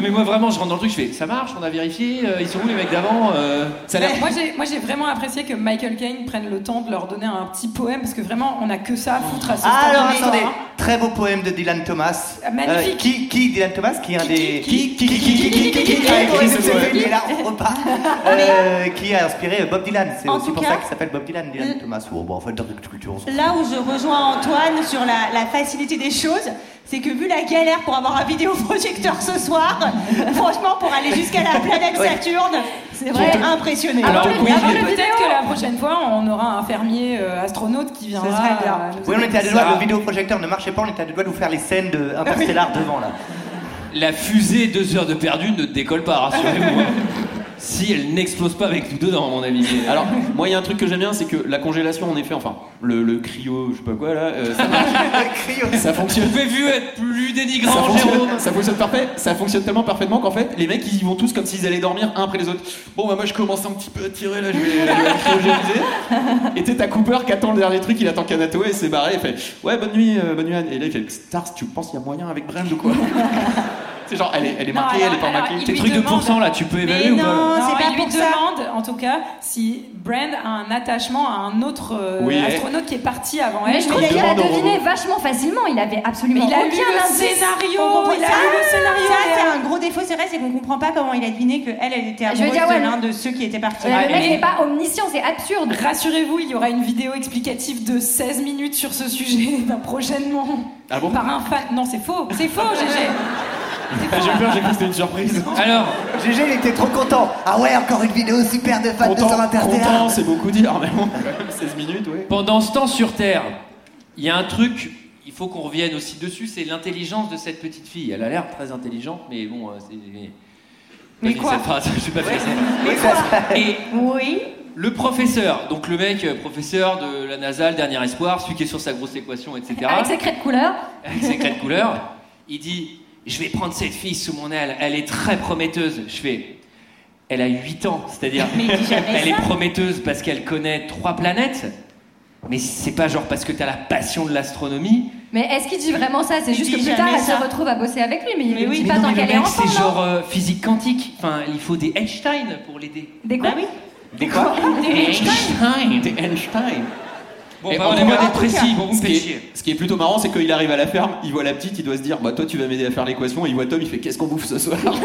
[SPEAKER 7] Mais moi, vraiment, je rentre dans le truc, je fais, ça marche, on a vérifié, euh, ils sont où les mecs d'avant euh, ça a l'air-
[SPEAKER 15] Moi j'ai- moi, j'ai vraiment apprécié que Michael Caine prenne le temps de leur donner un petit poème parce que vraiment on a que ça à foutre à ce
[SPEAKER 11] Ah,
[SPEAKER 15] stade
[SPEAKER 12] Alors
[SPEAKER 15] de l'histoire,
[SPEAKER 12] attendez,
[SPEAKER 15] hein.
[SPEAKER 12] très beau poème de Dylan Thomas.
[SPEAKER 15] Ah, magnifique.
[SPEAKER 12] qui, qui Dylan Thomas qui est un des qui qui qui qui qui qui qui qui
[SPEAKER 11] qui-
[SPEAKER 12] a écrit ce
[SPEAKER 11] qui-
[SPEAKER 12] poème
[SPEAKER 11] qui-
[SPEAKER 12] Il est là, on repart. Euh, Qui a inspiré Bob Dylan. C'est
[SPEAKER 11] En
[SPEAKER 12] aussi
[SPEAKER 11] tout
[SPEAKER 12] pour
[SPEAKER 11] cas,
[SPEAKER 12] ça qu'il s'appelle Bob Dylan. Dylan
[SPEAKER 11] le-
[SPEAKER 12] Thomas. Oh, Bon, en fait, dans notre culture, on s'en fout.
[SPEAKER 11] Là où je rejoins Antoine sur la, la facilité des choses, c'est que vu la galère pour avoir un vidéoprojecteur ce soir, franchement, pour aller jusqu'à la planète
[SPEAKER 15] Ouais.
[SPEAKER 11] Saturne, c'est vrai
[SPEAKER 15] Surtout-
[SPEAKER 11] impressionnant.
[SPEAKER 15] Alors,
[SPEAKER 11] Avant le-
[SPEAKER 15] oui,
[SPEAKER 11] avant le
[SPEAKER 15] peut-être
[SPEAKER 11] vidéo.
[SPEAKER 15] que la prochaine fois on aura un fermier euh, astronaute qui viendra.
[SPEAKER 11] serait bien.
[SPEAKER 15] euh, nous
[SPEAKER 12] Oui, on
[SPEAKER 15] aider.
[SPEAKER 12] était à deux doigts, le vidéoprojecteur ne marchait pas, on était à deux doigts de vous faire les scènes de Interstellar devant là.
[SPEAKER 7] La fusée deux heures de perdu ne décolle pas, rassurez-vous. hein. si elle n'explose pas avec nous dedans, à mon avis.
[SPEAKER 18] Alors, moi, il y a un truc que j'aime bien, c'est que la congélation, en effet, enfin, le, le cryo, je sais pas quoi, là, euh, ça marche. Ça fonctionne.
[SPEAKER 7] Pouvez-vous être plus
[SPEAKER 18] Ça
[SPEAKER 7] dénigrant, Jérôme
[SPEAKER 18] fonctionne, ça fonctionne parfait, ça fonctionne tellement parfaitement qu'en fait les mecs ils y vont tous comme s'ils allaient dormir un après les autres. Bon bah moi je commence un petit peu à tirer là, je vais, je vais cryogéniser. Et t'es t'as Cooper qui attend le dernier truc, il attend Kanatoé et s'est barré, il fait ouais bonne nuit, euh, bonne nuit Anne. Et là il fait Stars, tu penses qu'il y a moyen avec Brand ou quoi C'est genre elle est, elle est
[SPEAKER 15] Non,
[SPEAKER 18] marquée,
[SPEAKER 15] alors-
[SPEAKER 18] elle est pas
[SPEAKER 15] alors,
[SPEAKER 18] marquée.
[SPEAKER 15] il Tes lui trucs de demande- pourcent, là, tu
[SPEAKER 18] peux
[SPEAKER 15] Mais non,
[SPEAKER 11] Oh, c'est
[SPEAKER 15] non,
[SPEAKER 11] pas
[SPEAKER 15] il lui
[SPEAKER 11] pour ça.
[SPEAKER 15] demande, en tout cas, si Brand a un attachement à un autre euh,
[SPEAKER 18] Oui.
[SPEAKER 15] astronaute qui est parti avant elle.
[SPEAKER 13] Mais je trouve qu'il a deviné vachement facilement. Il avait absolument
[SPEAKER 15] Mais il a
[SPEAKER 13] aucun
[SPEAKER 15] lu le
[SPEAKER 13] indice. Ah
[SPEAKER 15] scénario,
[SPEAKER 11] On comprend-
[SPEAKER 15] il a
[SPEAKER 11] ça,
[SPEAKER 15] lu le scénario.
[SPEAKER 11] Ça, c'est un gros défaut, c'est vrai, c'est qu'on comprend pas comment il a deviné qu'elle, elle était
[SPEAKER 13] Je veux
[SPEAKER 11] amoureuse
[SPEAKER 13] dire, ouais,
[SPEAKER 11] de l'un
[SPEAKER 13] mais-
[SPEAKER 11] de ceux qui étaient partis.
[SPEAKER 13] Ouais, le mec n'est
[SPEAKER 11] Mais-
[SPEAKER 13] pas omniscient, c'est absurde.
[SPEAKER 15] Ah, Rassurez-vous, il y aura une vidéo explicative de 16 minutes sur ce sujet ben, prochainement.
[SPEAKER 18] Ah bon Ah,
[SPEAKER 15] Par un fan. Non, c'est faux, c'est faux, GG.
[SPEAKER 18] J'ai peur, j'ai cru que c'était une surprise.
[SPEAKER 7] Alors,
[SPEAKER 12] GG il était trop content. Ah ouais, encore une vidéo super de fans de
[SPEAKER 18] content,
[SPEAKER 12] sur Interstellar.
[SPEAKER 18] content, c'est beaucoup dire, mais bon, quand même 16 minutes, ouais.
[SPEAKER 7] Pendant ce temps sur Terre, il y a un truc, il faut qu'on revienne aussi dessus, c'est l'intelligence de cette petite fille. Elle a l'air très intelligente, mais bon, euh, c'est.
[SPEAKER 11] Mais
[SPEAKER 7] Pas
[SPEAKER 11] quoi
[SPEAKER 7] dit cette phrase, Je suis pas fait ça. Et
[SPEAKER 11] Oui.
[SPEAKER 7] le professeur, donc le mec, euh, professeur de la NASA, le dernier espoir, celui qui est sur sa grosse équation, etc.
[SPEAKER 13] Avec ses craies de couleur.
[SPEAKER 7] avec ses traits de couleur, il dit Je vais prendre cette fille sous mon aile, elle est très prometteuse. Je fais Elle a 8 ans, c'est-à-dire
[SPEAKER 11] Mais il dit jamais
[SPEAKER 7] elle est
[SPEAKER 11] ça.
[SPEAKER 7] prometteuse parce qu'elle connaît trois planètes, mais c'est pas genre parce que t'as la passion de l'astronomie.
[SPEAKER 13] Mais est-ce qu'il dit vraiment ça C'est
[SPEAKER 11] Il
[SPEAKER 13] juste que
[SPEAKER 11] dit
[SPEAKER 13] plus tard,
[SPEAKER 11] jamais
[SPEAKER 13] elle
[SPEAKER 11] ça.
[SPEAKER 13] se retrouve à bosser avec lui, mais il
[SPEAKER 11] Mais
[SPEAKER 13] ne
[SPEAKER 11] oui.
[SPEAKER 13] dit
[SPEAKER 11] Mais
[SPEAKER 13] pas
[SPEAKER 11] non,
[SPEAKER 13] tant
[SPEAKER 7] Mais
[SPEAKER 13] qu'elle
[SPEAKER 7] le
[SPEAKER 13] est
[SPEAKER 7] mec,
[SPEAKER 13] enfant.
[SPEAKER 7] c'est
[SPEAKER 13] non
[SPEAKER 7] genre euh, physique quantique, enfin il faut des Einstein pour l'aider. Bah
[SPEAKER 13] Des quoi
[SPEAKER 18] Des
[SPEAKER 13] quoi
[SPEAKER 7] Des Einstein
[SPEAKER 18] Des Einstein
[SPEAKER 7] Bon,
[SPEAKER 18] Et
[SPEAKER 7] bah,
[SPEAKER 18] en
[SPEAKER 7] on
[SPEAKER 18] tout
[SPEAKER 7] est
[SPEAKER 18] cas,
[SPEAKER 7] moins précis, bon, vous me
[SPEAKER 18] ce,
[SPEAKER 7] faites
[SPEAKER 18] qui est,
[SPEAKER 7] chier.
[SPEAKER 18] ce qui est plutôt marrant, c'est qu'il arrive à la ferme, il voit la petite, il doit se dire Bah, toi, tu vas m'aider à faire l'équation. Et il voit Tom, il fait Qu'est-ce qu'on bouffe ce soir L'autre,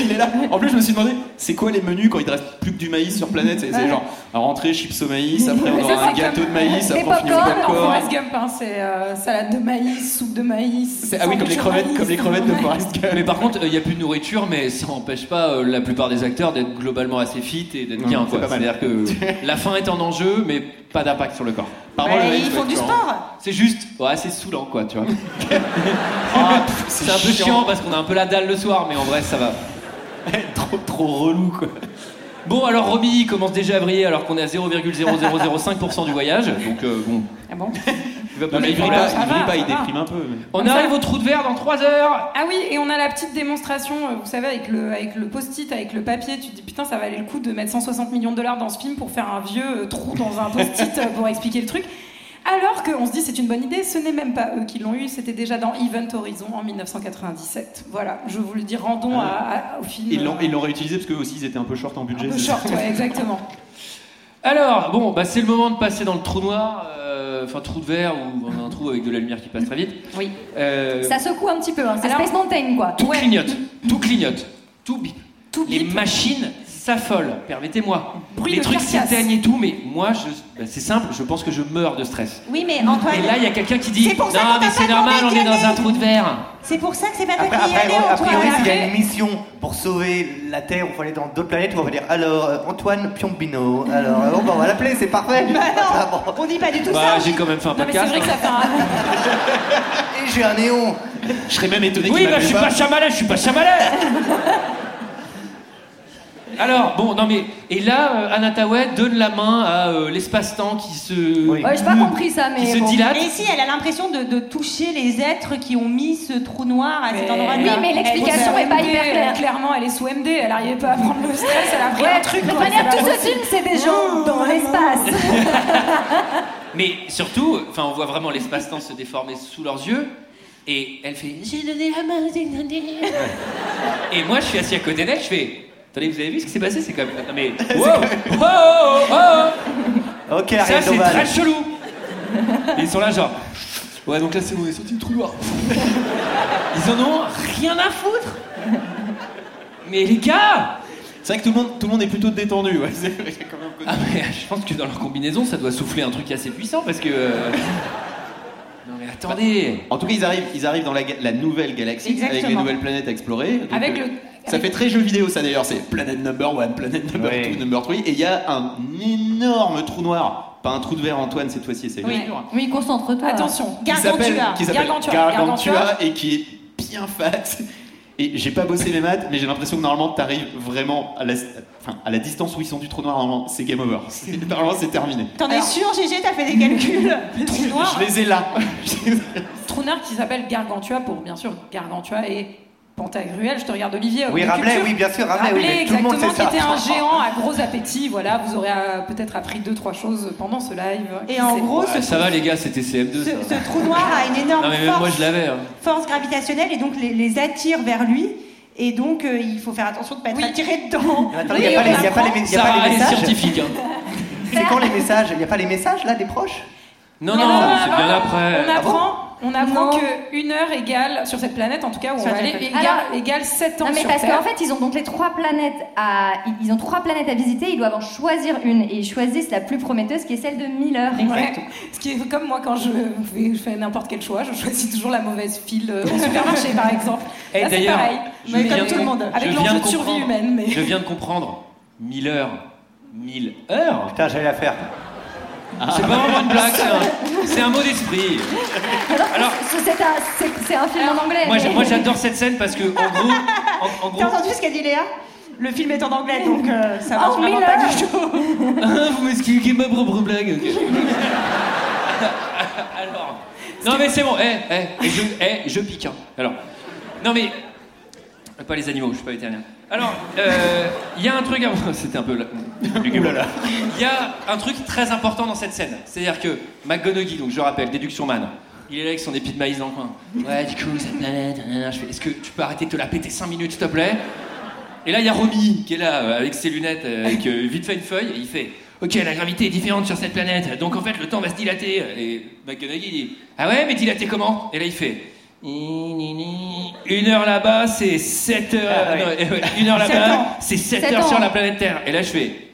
[SPEAKER 18] il est là. En plus, je me suis demandé, c'est quoi les menus quand il te reste plus que du maïs sur planète C'est c'est genre à rentrer, chips au maïs, après on
[SPEAKER 15] Mais ça,
[SPEAKER 18] aura un
[SPEAKER 15] c'est
[SPEAKER 18] gâteau
[SPEAKER 15] comme-
[SPEAKER 18] de maïs,
[SPEAKER 15] Les
[SPEAKER 18] après on finit au
[SPEAKER 15] popcorn, en
[SPEAKER 18] popcorn.
[SPEAKER 15] Forrest Gump, hein, c'est euh, salade de maïs, soupe de maïs.
[SPEAKER 18] Ah oui, comme les crevettes, comme les crevettes de Forest
[SPEAKER 7] Mais par contre, euh, il n'y a plus de nourriture, mais ça n'empêche pas euh, la plupart des acteurs d'être globalement assez fit et d'être bien. quoi. C'est-à-dire que la faim est en enjeu, mais pas d'impact sur le corps.
[SPEAKER 11] Bah,
[SPEAKER 7] contre, le
[SPEAKER 11] ils
[SPEAKER 7] maïs,
[SPEAKER 11] font
[SPEAKER 7] ouais,
[SPEAKER 11] du
[SPEAKER 7] genre,
[SPEAKER 11] sport.
[SPEAKER 7] C'est juste, ouais, c'est saoulant, quoi, tu vois. Ah, pff, c'est un peu
[SPEAKER 18] chiant.
[SPEAKER 7] chiant parce qu'on a un peu la dalle le soir, mais en vrai, ça va. trop, trop relou, quoi. Bon, alors Roby il commence déjà à briller alors qu'on est à 0,0005% du voyage, donc euh, bon.
[SPEAKER 15] Ah bon
[SPEAKER 7] Il va
[SPEAKER 18] Non, mais il brille pas,
[SPEAKER 7] faire la-
[SPEAKER 18] il brille pas, il
[SPEAKER 15] ça va.
[SPEAKER 18] déprime un peu. mais-
[SPEAKER 7] On arrive au trou de verre dans 3 heures.
[SPEAKER 15] Ah oui, et on a la petite démonstration, euh, vous savez, avec le, avec le post-it, avec le papier. Tu te dis putain, ça valait le coup de mettre 160 millions de dollars dans ce film pour faire un vieux euh, trou dans un post-it euh, pour expliquer le truc. Alors qu'on se dit c'est une bonne idée, ce n'est même pas eux qui l'ont eu, c'était déjà dans Event Horizon en 1997. Voilà, je vous le dis, rendons à- à- au film. euh,
[SPEAKER 18] Ils l'ont, ils l'ont réutilisé parce qu'eux aussi ils étaient un peu short en budget.
[SPEAKER 15] Un peu
[SPEAKER 18] c'est-
[SPEAKER 15] short, ouais, exactement.
[SPEAKER 7] Alors, bon, bah, c'est le moment de passer dans le trou noir, euh, enfin trou de verre ou un trou avec de la lumière qui passe très vite.
[SPEAKER 13] Oui.
[SPEAKER 7] Euh,
[SPEAKER 13] Ça secoue un petit peu, hein. c'est Space Mountain quoi.
[SPEAKER 7] tout clignote, tout clignote, tout bip. Les machines s'affolent, permettez-moi.
[SPEAKER 13] Bruit
[SPEAKER 7] Les
[SPEAKER 13] de
[SPEAKER 7] trucs
[SPEAKER 13] carcasse.
[SPEAKER 7] s'éteignent et tout, mais moi, je- bah, c'est simple, je pense que je meurs de stress.
[SPEAKER 11] Oui, mais Antoine.
[SPEAKER 7] Et là, il y a quelqu'un qui dit
[SPEAKER 11] C'est pour ça
[SPEAKER 7] Non,
[SPEAKER 11] qu'on
[SPEAKER 7] mais
[SPEAKER 11] t'a
[SPEAKER 7] c'est
[SPEAKER 11] pas
[SPEAKER 7] normal, on
[SPEAKER 11] demandé
[SPEAKER 7] est
[SPEAKER 11] d'y
[SPEAKER 7] dans un
[SPEAKER 11] aller.
[SPEAKER 7] trou de verre.
[SPEAKER 11] C'est pour ça que c'est pas toi
[SPEAKER 12] Après,
[SPEAKER 11] qui y
[SPEAKER 12] après,
[SPEAKER 11] allais,
[SPEAKER 12] a
[SPEAKER 11] Antoine.
[SPEAKER 12] priori, s'il y a une mission pour sauver la Terre, on va aller dans d'autres planètes, on va dire alors euh, Antoine Piombino. Alors, euh, bon, bah, on va l'appeler, c'est parfait.
[SPEAKER 11] Bah non,
[SPEAKER 12] Ah, bon.
[SPEAKER 11] on dit pas du tout ça.
[SPEAKER 7] Bah, j'ai quand même fait un podcast. hein.
[SPEAKER 12] Et j'ai un néon.
[SPEAKER 18] Je serais même étonné
[SPEAKER 7] Oui,
[SPEAKER 18] qu'il
[SPEAKER 7] bah,
[SPEAKER 18] m'appelle
[SPEAKER 7] je suis pas chamalais, je suis pas chamalais. Alors, bon, non mais. Et là, euh, Anna Tawai donne la main à euh, l'espace-temps qui se. Mmh.
[SPEAKER 13] Ouais, j'ai pas compris ça, mais.
[SPEAKER 7] Qui se
[SPEAKER 13] bon.
[SPEAKER 7] dilate.
[SPEAKER 11] Et si elle a l'impression de, de toucher les êtres qui ont mis ce trou noir à cet endroit
[SPEAKER 13] Oui, mais l'explication est pas hyper claire.
[SPEAKER 15] Clairement, elle est sous MD, elle arrivait pas à prendre le stress, elle a pris un truc.
[SPEAKER 13] De toute
[SPEAKER 15] quoi,
[SPEAKER 13] manière,
[SPEAKER 15] c'est
[SPEAKER 13] tout
[SPEAKER 15] pas
[SPEAKER 13] ce
[SPEAKER 15] possible.
[SPEAKER 13] film, c'est des
[SPEAKER 15] Oh,
[SPEAKER 13] gens dans l'espace.
[SPEAKER 7] Mais surtout, enfin, on voit vraiment l'espace-temps se déformer sous leurs yeux. Et elle fait. J'ai donné la main, j'ai donné la main. Et moi, je suis assis à côté d'elle, je fais. Attendez, vous avez vu ce qui s'est passé C'est quand même. Non mais. Wow Wow wow
[SPEAKER 12] Ok,
[SPEAKER 7] Ça,
[SPEAKER 12] Ariel
[SPEAKER 7] c'est
[SPEAKER 12] Dombal.
[SPEAKER 7] très chelou Et Ils sont là, genre. Ouais, donc là, c'est bon, on est sorti du trou noir. Ils en ont rien à foutre Mais les gars
[SPEAKER 18] C'est vrai que tout le monde, tout le monde est plutôt détendu. ouais, c'est- il y a quand même un côté-
[SPEAKER 7] Ah, mais je pense que dans leur combinaison, ça doit souffler un truc assez puissant parce que. euh, Non mais attendez
[SPEAKER 14] Oh,
[SPEAKER 18] En tout cas, ils arrivent, ils arrivent dans la, ga- la nouvelle galaxie avec les
[SPEAKER 15] Exactement.
[SPEAKER 18] nouvelles planètes à explorer. Donc, euh,
[SPEAKER 15] Avec le-
[SPEAKER 18] Ça fait très jeu vidéo, ça d'ailleurs. C'est planète number one, planète number two, number three. Et il y a un énorme trou noir. Pas un trou de verre, Antoine, cette fois-ci, c'est
[SPEAKER 13] Oui,
[SPEAKER 18] le mur.
[SPEAKER 13] oui concentre-toi.
[SPEAKER 15] Attention,
[SPEAKER 18] Qui s'appelle qui s'appelle Gargantua
[SPEAKER 13] Gargantua.
[SPEAKER 18] et qui est bien fat. Et j'ai pas bossé mes maths, mais j'ai l'impression que normalement t'arrives vraiment à la, enfin, à la distance où ils sont du trou noir, normalement c'est game over. C'est- Normalement c'est terminé.
[SPEAKER 11] T'en es sûr, Gégé T'as fait des calculs
[SPEAKER 15] Trou noir,
[SPEAKER 18] Je les ai là.
[SPEAKER 15] trou noir qui s'appelle Gargantua pour bien sûr Gargantua et Pantagruel. Je te regarde Olivier.
[SPEAKER 12] Oui,
[SPEAKER 15] homme de
[SPEAKER 12] Rabelais,
[SPEAKER 15] culture.
[SPEAKER 12] oui, bien sûr, Rabelais, oui, mais tout le
[SPEAKER 15] exactement,
[SPEAKER 12] monde sait ça.
[SPEAKER 15] qui était un géant à gros appétit. Voilà, vous aurez euh, peut-être appris deux trois choses pendant ce live.
[SPEAKER 11] Et en gros,
[SPEAKER 7] Ouais, Oh, Ça va les gars, c'était CM2 ça.
[SPEAKER 11] ce trou noir a une énorme
[SPEAKER 7] Non mais même
[SPEAKER 11] force.
[SPEAKER 7] moi je l'avais. hein.
[SPEAKER 11] force gravitationnelle et donc les, les attire vers lui. Et donc euh, il faut faire attention de ne pas être attiré dedans.
[SPEAKER 12] Mais attendez, il n'y a, pas les- y a pas les, y a
[SPEAKER 7] Sarah,
[SPEAKER 12] pas les
[SPEAKER 7] elle est
[SPEAKER 12] messages.
[SPEAKER 7] scientifique, hein.
[SPEAKER 12] C'est quand les messages Il n'y a pas les messages là des proches
[SPEAKER 7] Non, non, c'est bien après.
[SPEAKER 15] On apprend, on apprend
[SPEAKER 13] Non.
[SPEAKER 15] que une heure égale sur cette planète, en tout cas où
[SPEAKER 13] Sur
[SPEAKER 15] on va
[SPEAKER 13] la
[SPEAKER 15] aller,
[SPEAKER 13] planète.
[SPEAKER 15] égale,
[SPEAKER 13] Alors-
[SPEAKER 15] égale 7 ans
[SPEAKER 13] Non mais
[SPEAKER 15] sur
[SPEAKER 13] parce
[SPEAKER 15] Terre.
[SPEAKER 13] qu'en fait ils ont donc les trois planètes à ils- ils ont trois planètes à visiter, ils doivent en choisir une et ils choisissent la plus prometteuse qui est celle de Miller.
[SPEAKER 15] Ouais. Ce qui est comme moi quand je, fais- je fais n'importe quel choix, je choisis toujours la mauvaise file euh, au supermarché par exemple.
[SPEAKER 7] Eh,
[SPEAKER 15] Là, c'est
[SPEAKER 7] d'ailleurs,
[SPEAKER 15] pareil,
[SPEAKER 7] je
[SPEAKER 15] Mais
[SPEAKER 7] viens
[SPEAKER 15] comme
[SPEAKER 7] de
[SPEAKER 15] tout le
[SPEAKER 7] com-
[SPEAKER 15] monde,
[SPEAKER 7] je
[SPEAKER 15] avec
[SPEAKER 7] viens
[SPEAKER 15] l'enjeu
[SPEAKER 7] de
[SPEAKER 15] de survie
[SPEAKER 7] comprendre.
[SPEAKER 15] humaine. Mais...
[SPEAKER 7] Je viens de comprendre. 1000 heures. 1000 heures Ah.
[SPEAKER 12] Putain, j'allais la faire.
[SPEAKER 7] C'est pas vraiment une blague, c'est un, c'est un mot d'esprit. Alors,
[SPEAKER 13] C'est c'est un, c'est- c'est un film en anglais.
[SPEAKER 7] moi, j'a-
[SPEAKER 13] mais-
[SPEAKER 7] moi, j'adore cette scène parce que, en gros, en, en gros
[SPEAKER 11] T'as entendu ce qu'a dit Léa Le film est en anglais donc euh, ça marche
[SPEAKER 13] Oh,
[SPEAKER 11] vraiment
[SPEAKER 13] Miller.
[SPEAKER 11] pas du tout.
[SPEAKER 7] Ah, vous m'expliquez ma propre blague, ok. Alors. Non, mais c'est bon, eh, eh, et je, eh, je pique. hein. Alors. Non, mais. Pas les animaux, je suis pas vétérinaire. Alors, euh, il y a un truc. à- C'était un peu. la- Il y a un truc très important dans cette scène. C'est-à-dire que McGonaghy, donc je rappelle, déduction man, il est là avec son épi de maïs dans le coin. Ouais, du coup, cette planète, nanana, je fais, est-ce que tu peux arrêter de te la péter 5 minutes, s'il te plaît Et là, il y a Romy qui est là euh, avec ses lunettes, euh, avec euh, vite fait une feuille, et il fait Ok, la gravité est différente sur cette planète, donc en fait, le temps va se dilater. Et McGonaghy dit Ah ouais, mais dilater comment Et là, il fait Une heure là-bas, c'est 7 heures.
[SPEAKER 4] Ah, ouais.
[SPEAKER 7] non, euh, ouais, une heure
[SPEAKER 4] Sept
[SPEAKER 7] là-bas,
[SPEAKER 4] ans.
[SPEAKER 7] c'est 7
[SPEAKER 4] Sept
[SPEAKER 7] heures sur
[SPEAKER 4] ans.
[SPEAKER 7] la planète Terre. Et là, je fais.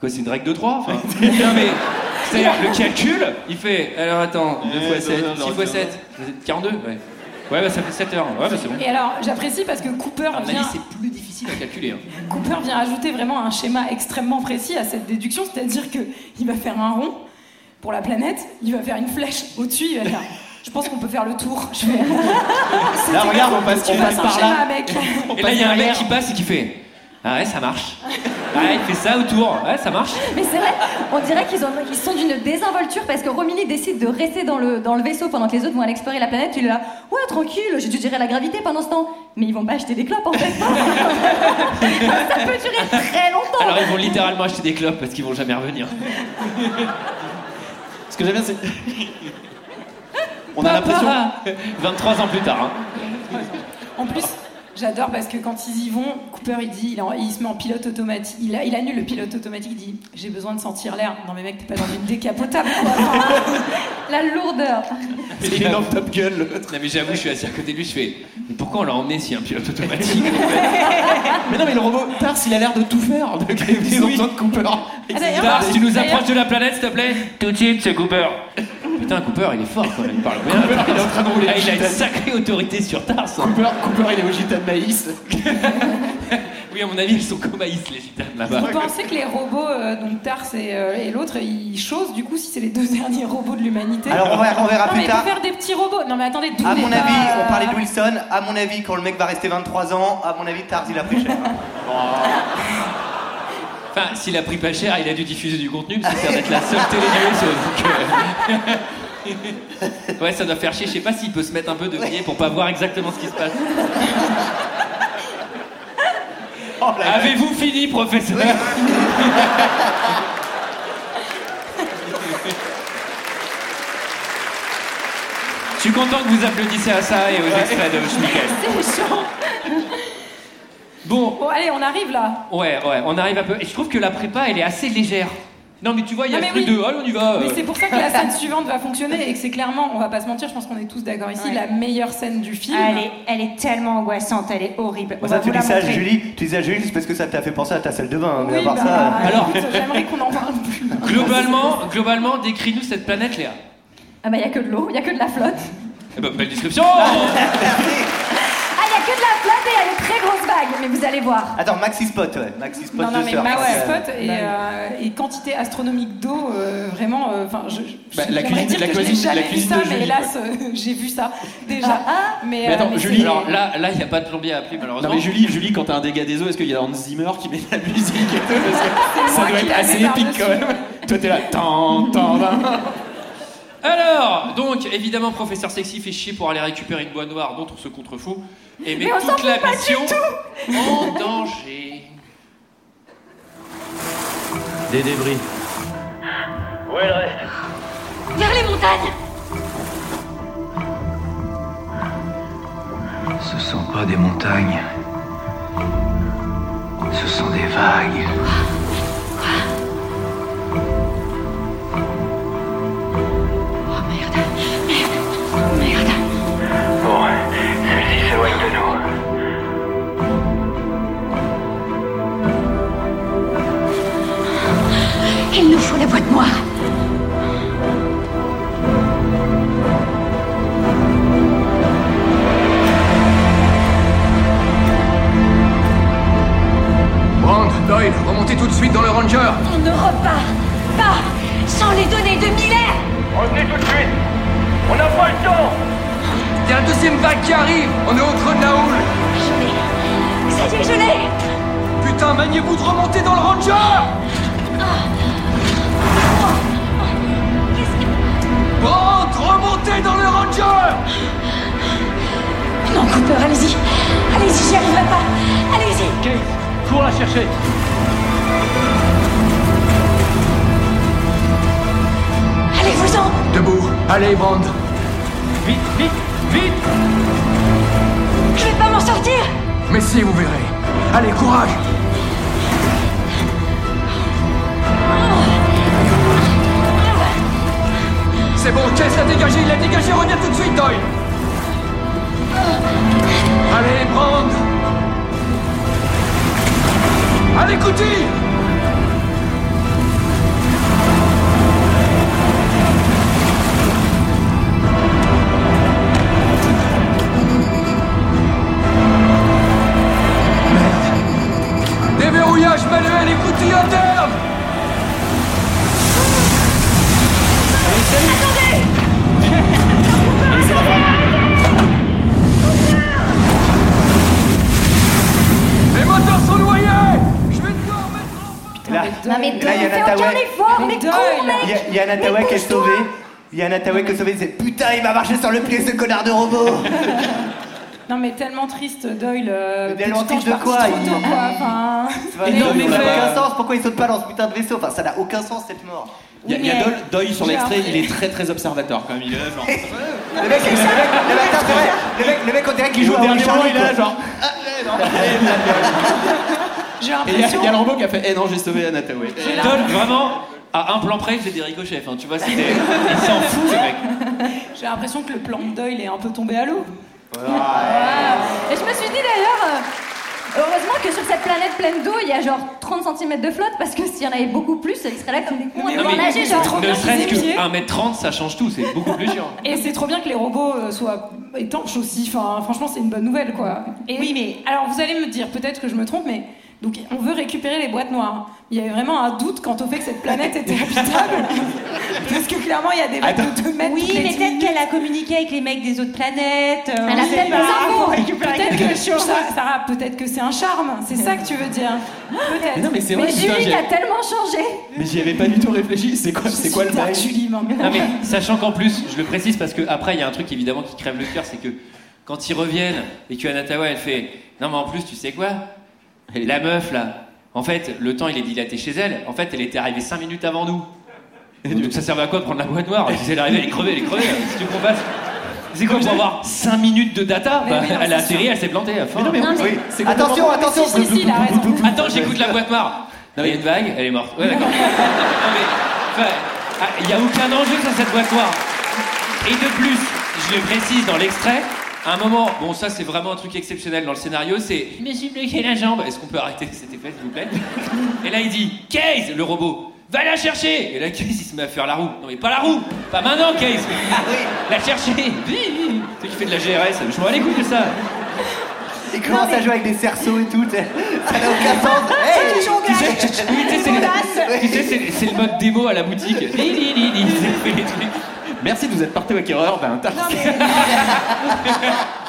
[SPEAKER 7] Quoi, c'est une règle de 3 enfin, Non, mais. C'est-à-dire, le calcul, il fait. Alors attends, 2
[SPEAKER 4] Eh,
[SPEAKER 7] fois
[SPEAKER 4] deux
[SPEAKER 7] 7,
[SPEAKER 4] heures,
[SPEAKER 7] 6 fois
[SPEAKER 4] non,
[SPEAKER 7] 7, 42, ouais. Ouais, bah ça fait 7 heures. Ouais, bah c'est bon.
[SPEAKER 15] Et alors, j'apprécie parce que Cooper
[SPEAKER 7] À mon avis,
[SPEAKER 15] vient,
[SPEAKER 7] c'est plus difficile à calculer. hein.
[SPEAKER 15] Cooper vient ajouter vraiment un schéma extrêmement précis à cette déduction, c'est-à-dire que il va faire un rond pour la planète, il va faire une flèche au-dessus, il va faire. Je pense qu'on peut faire le tour. Je vais...
[SPEAKER 7] Là,
[SPEAKER 15] C'était
[SPEAKER 7] regarde,
[SPEAKER 15] quoi
[SPEAKER 7] on passe-
[SPEAKER 15] Tu
[SPEAKER 7] on
[SPEAKER 15] passes
[SPEAKER 7] passe
[SPEAKER 15] un
[SPEAKER 7] par
[SPEAKER 15] schéma,
[SPEAKER 7] là.
[SPEAKER 15] mec.
[SPEAKER 7] Et là, il y a un mec qui passe et qui fait. Ah ouais, ça marche. Ah, il fait ça autour. Ouais, ça marche.
[SPEAKER 13] Mais c'est vrai, on dirait qu'ils ont- ils sont d'une désinvolture parce que Romilly décide de rester dans le, dans le vaisseau pendant que les autres vont aller explorer la planète. Il est là, ouais, tranquille, j'ai dû gérer la gravité pendant ce temps. Mais ils vont pas acheter des clopes en fait. Ça peut durer très longtemps.
[SPEAKER 7] Alors, ils vont littéralement acheter des clopes parce qu'ils vont jamais revenir.
[SPEAKER 18] Ce que j'aime bien, c'est.
[SPEAKER 7] On a l'impression. 23 ans plus tard. hein.
[SPEAKER 15] En plus, j'adore parce que quand ils y vont, Cooper il dit, il, en- il se met en pilote automatique, il, a- il annule le pilote automatique, il dit j'ai besoin de sentir l'air. Non mais mec, t'es pas dans une décapotable quoi. Enfin, La lourdeur.
[SPEAKER 7] Il est dans Top Gun, l'autre. Non, mais j'avoue, je suis assis à côté de lui, je fais. Mais pourquoi on l'a emmené s'il y a un pilote automatique
[SPEAKER 18] Mais non, mais le robot, Tars, il a l'air de tout faire. Donc, ils ont besoin de Cooper.
[SPEAKER 15] d'ailleurs-
[SPEAKER 7] Ah, Tars, tu nous
[SPEAKER 15] d'ailleurs-
[SPEAKER 7] approches de la planète, s'il te plaît Tout de suite, c'est Cooper. Putain, Cooper, il est fort quand même. Il parle bien.
[SPEAKER 18] Cooper, il est en train de rouler
[SPEAKER 7] Ah, il a
[SPEAKER 18] la
[SPEAKER 7] une
[SPEAKER 18] gitane.
[SPEAKER 7] sacrée autorité sur Tars. hein.
[SPEAKER 18] Cooper, Cooper, il est au gita de maïs.
[SPEAKER 7] Oui, à mon avis, ils sont comaïs, les gitanes
[SPEAKER 12] Bah,
[SPEAKER 7] là-bas.
[SPEAKER 15] Vous pensez que les robots, euh, donc Tars et, euh, et l'autre, ils chosent du coup si c'est les deux derniers robots de l'humanité
[SPEAKER 12] Alors, on verra- on verra
[SPEAKER 15] non,
[SPEAKER 12] plus
[SPEAKER 15] mais
[SPEAKER 12] tard.
[SPEAKER 15] Faut faire des petits robots. Non mais attendez, d'où
[SPEAKER 12] À
[SPEAKER 15] n'est
[SPEAKER 12] mon
[SPEAKER 15] pas,
[SPEAKER 12] avis,
[SPEAKER 15] euh,
[SPEAKER 12] on parlait de Wilson. À mon avis, quand le mec va rester 23 ans, à mon avis, Tars il a pris cher.
[SPEAKER 7] Enfin, s'il a pris pas cher, il a dû diffuser du contenu, parce que ça va être la seule télé du réseau, donc, euh, ouais, ça doit faire chier. Je sais pas s'il peut se mettre un peu de pied pour pas voir exactement ce qui se passe. Avez-vous fini, professeur Je suis content que vous applaudissez à ça et aux extraits de Schmickel.
[SPEAKER 15] C'est méchant.
[SPEAKER 7] Bon,
[SPEAKER 15] Bon allez, on arrive là.
[SPEAKER 7] Ouais, ouais, on arrive un peu. Et je trouve que la prépa, elle est assez légère. Non, mais tu vois, il y a
[SPEAKER 15] Ah,
[SPEAKER 7] le
[SPEAKER 15] mais
[SPEAKER 7] truc
[SPEAKER 15] oui.
[SPEAKER 7] de Hall, on y va.
[SPEAKER 15] Mais
[SPEAKER 7] euh.
[SPEAKER 15] c'est pour ça que la scène suivante va fonctionner et que c'est clairement, on va pas se mentir, je pense qu'on est tous d'accord ici, la meilleure scène du film.
[SPEAKER 11] Elle est, elle est tellement angoissante, elle est horrible.
[SPEAKER 12] Bon,
[SPEAKER 11] On
[SPEAKER 12] ça,
[SPEAKER 11] va
[SPEAKER 12] tu
[SPEAKER 11] vous
[SPEAKER 12] dis
[SPEAKER 11] la
[SPEAKER 12] ça à
[SPEAKER 11] montrer.
[SPEAKER 12] Julie, tu dis ça à Julie, c'est parce que ça t'a fait penser à ta salle de bain. hein,
[SPEAKER 15] Oui,
[SPEAKER 12] Mais à part
[SPEAKER 15] bah,
[SPEAKER 12] ça.
[SPEAKER 7] Alors-
[SPEAKER 15] écoute, j'aimerais qu'on en parle plus.
[SPEAKER 7] Globalement, globalement, décris-nous cette planète, Léa.
[SPEAKER 13] Ah bah, il y a que de l'eau, il y a que de la flotte.
[SPEAKER 7] Eh ben, belle description
[SPEAKER 13] Ah, il y a que de la flotte et il y a une très grosse vague, mais vous allez voir.
[SPEAKER 12] Attends, Maxi Spot, ouais. Maxi Spot
[SPEAKER 15] Non, non,
[SPEAKER 12] de
[SPEAKER 15] mais
[SPEAKER 12] surf.
[SPEAKER 15] Max
[SPEAKER 12] Ouais.
[SPEAKER 15] Spot et, euh, et quantité astronomique d'eau, euh, vraiment. euh, Enfin, je, je-
[SPEAKER 18] Bah, la
[SPEAKER 15] j'aimerais
[SPEAKER 18] cuisine-
[SPEAKER 15] dire
[SPEAKER 18] la
[SPEAKER 15] que je n'ai
[SPEAKER 18] cuisine-
[SPEAKER 15] jamais
[SPEAKER 18] la
[SPEAKER 15] vu
[SPEAKER 18] cuisine
[SPEAKER 15] ça,
[SPEAKER 18] de
[SPEAKER 15] mais
[SPEAKER 18] Julie,
[SPEAKER 15] hélas, euh, j'ai vu ça déjà.
[SPEAKER 11] Ah,
[SPEAKER 15] Mais,
[SPEAKER 18] Mais
[SPEAKER 14] Ah,
[SPEAKER 15] euh,
[SPEAKER 18] attends,
[SPEAKER 15] mais
[SPEAKER 18] Julie,
[SPEAKER 15] c'est-
[SPEAKER 18] alors
[SPEAKER 7] Là, là, il n'y a pas de plombier à appeler, malheureusement.
[SPEAKER 18] Non mais Julie, Julie, quand t'as un dégât des eaux, est-ce qu'il y a Hans Zimmer qui met de la musique et tout Parce que
[SPEAKER 7] moi
[SPEAKER 18] ça doit
[SPEAKER 7] qui
[SPEAKER 18] être
[SPEAKER 7] la
[SPEAKER 18] assez
[SPEAKER 7] mets
[SPEAKER 18] épique
[SPEAKER 7] par-dessus.
[SPEAKER 18] quand même. Toi t'es là, tant, tant,
[SPEAKER 7] Alors, donc, évidemment, professeur sexy fait chier pour aller récupérer une boîte noire dont on se contrefout. Et met
[SPEAKER 4] Mais on s'en
[SPEAKER 7] toute la
[SPEAKER 4] fout pas du
[SPEAKER 7] mission
[SPEAKER 4] tout.
[SPEAKER 7] en danger.
[SPEAKER 19] Des débris.
[SPEAKER 4] Où est le reste
[SPEAKER 13] Vers les montagnes
[SPEAKER 19] Ce sont pas des montagnes. Ce sont des vagues. Bon, celle-ci s'éloigne de nous.
[SPEAKER 13] Il nous faut la boîte noire.
[SPEAKER 16] Brand, Doyle, remontez tout de suite dans le Ranger
[SPEAKER 13] On ne repart pas sans les données de Miller
[SPEAKER 4] Revenez tout de suite On n'a pas le temps
[SPEAKER 16] Il y a la deuxième vague qui arrive On est au creux de la houle
[SPEAKER 13] Ça y est, je l'ai
[SPEAKER 16] Putain, maniez-vous de remonter dans le Ranger Brand, remontez dans le Ranger
[SPEAKER 13] Non, Cooper, allez-y Allez-y, j'y arriverai pas Allez-y
[SPEAKER 19] Cours la chercher.
[SPEAKER 13] Allez-vous-en
[SPEAKER 16] Debout, allez, Brand Vite, vite, vite
[SPEAKER 13] Je vais pas m'en sortir
[SPEAKER 16] Mais si, vous verrez. Allez, courage C'est bon, Chase l'a dégagé, il l'a dégagé, reviens tout de suite, Doyle
[SPEAKER 7] Ah.
[SPEAKER 12] là, il y a
[SPEAKER 13] Fais
[SPEAKER 12] Nataway.
[SPEAKER 13] aucun effort, mais con, mec
[SPEAKER 12] Il y a- Il y a Nataway qui est sauvé. Il y a Nataway qui est sauvé. Il disait Putain, il m'a marché sur le pied, ce connard de robot
[SPEAKER 15] Non mais tellement triste Doyle. euh, mais
[SPEAKER 12] tellement triste de quoi, il-
[SPEAKER 15] Enfin,
[SPEAKER 12] Ça
[SPEAKER 15] énorme
[SPEAKER 12] n'a
[SPEAKER 15] effort.
[SPEAKER 12] aucun sens. Pourquoi il saute pas dans ce putain de vaisseau Enfin, ça n'a aucun sens cette mort.
[SPEAKER 14] Il y a, il y a
[SPEAKER 12] Oui, mais-
[SPEAKER 14] Doyle, Doyle sur
[SPEAKER 12] J'ai
[SPEAKER 14] l'extrait,
[SPEAKER 12] appris.
[SPEAKER 14] il est très très observateur quand même. Il est là, genre.
[SPEAKER 12] Le mec, le mec, le mec, attends, c'est vrai, le mec, le mec, on dirait qu'il joue à
[SPEAKER 14] Au dernier
[SPEAKER 12] Wally Charlie,
[SPEAKER 14] moment, il est là,
[SPEAKER 12] quoi.
[SPEAKER 14] genre.
[SPEAKER 15] J'ai
[SPEAKER 14] Et il y, a-
[SPEAKER 15] l'impression.
[SPEAKER 14] il y a le robot qui a fait Eh non, j'ai sauvé Anna Tawai.
[SPEAKER 7] Doyle, vraiment, à un plan près, il faisait des ricochets. Enfin, hein, tu vois, c'était. Il s'en fout, ce mec.
[SPEAKER 15] J'ai l'impression que le plan de Doyle est un peu tombé à l'eau.
[SPEAKER 13] Et je me suis dit d'ailleurs, euh, heureusement que sur cette planète pleine d'eau, il y a genre 30 cm de flotte, parce que s'il y en avait beaucoup plus, ils seraient là comme des cons hein. à devoir nager. Genre.
[SPEAKER 7] ne serait-ce
[SPEAKER 15] qu'ils aient
[SPEAKER 7] que 1m30, ça change tout, c'est beaucoup plus chiant.
[SPEAKER 15] Et c'est trop bien que les robots euh, soient étanches aussi. Enfin, franchement, c'est une bonne nouvelle, quoi. Et oui, mais alors vous allez me dire, peut-être que je me trompe, mais donc on veut récupérer les boîtes noires. Il y avait vraiment un doute quant au fait que cette planète était habitable, parce que clairement, il y a des vagues de 2 mètres.
[SPEAKER 11] Oui,
[SPEAKER 15] toutes les
[SPEAKER 11] mais
[SPEAKER 15] dix
[SPEAKER 11] peut-être
[SPEAKER 15] minutes.
[SPEAKER 11] qu'elle a communiqué avec les mecs des autres planètes. euh,
[SPEAKER 15] Elle
[SPEAKER 11] on
[SPEAKER 15] a
[SPEAKER 11] sait
[SPEAKER 15] peut-être
[SPEAKER 11] pas,
[SPEAKER 15] des infos.
[SPEAKER 11] pour récupérer
[SPEAKER 15] Peut-être
[SPEAKER 11] quelque
[SPEAKER 15] que
[SPEAKER 11] chose.
[SPEAKER 15] Sarah, Sarah, peut-être que c'est un charme. C'est ça que tu veux dire. Peut-être.
[SPEAKER 14] Mais non, mais c'est vrai, putain,
[SPEAKER 15] Julie
[SPEAKER 14] j'ai-
[SPEAKER 15] a tellement changé.
[SPEAKER 14] Mais j'y avais pas du tout réfléchi. C'est quoi, c'est quoi le bail
[SPEAKER 7] Non mais sachant qu'en plus, je le précise parce que après il y a un truc évidemment qui crève le cœur, c'est que quand ils reviennent et que Anatawa elle fait non mais en plus tu sais quoi La meuf là, en fait le temps il est dilaté chez elle. En fait elle était arrivée 5 minutes avant nous. Donc ça servait à quoi de prendre la boîte noire Si elle est arrivée elle est crevée, elle est crevée. hein. Si tu comprends pas, c'est quoi pour avoir 5 minutes de data Bah, Elle a atterri, elle s'est plantée. enfin.
[SPEAKER 14] Mais non, mais Non, oui, mais- c'est complètement-
[SPEAKER 12] Attention, attention.
[SPEAKER 7] Si, si, si, il a raison. Attends, j'écoute la boîte noire. Il y a une vague, elle est morte. Ouais, d'accord. Non, mais, enfin, ah, il n'y a aucun enjeu sur cette boîte noire. Et de plus, je le précise dans l'extrait, à un moment, bon, ça c'est vraiment un truc exceptionnel dans le scénario, c'est Mais j'ai bloqué la jambe. Est-ce qu'on peut arrêter cet effet, s'il vous plaît Et là, il dit Case, le robot, va la chercher Et là, Case, il se met à faire la roue. Non, mais pas la roue Pas maintenant, Case La chercher Celui qui fait de la GRS, je m'en écoute de ça
[SPEAKER 12] Il commence à jouer avec des cerceaux et tout. t'sais. Ça n'a aucun sens. Hey,
[SPEAKER 7] tu sais, tu sais, c'est- tu sais, c'est- c'est le mode démo à la boutique. Li, li, li, li, il fait les trucs.
[SPEAKER 14] Merci de vous être porté acquéreur d'un tarte. ben,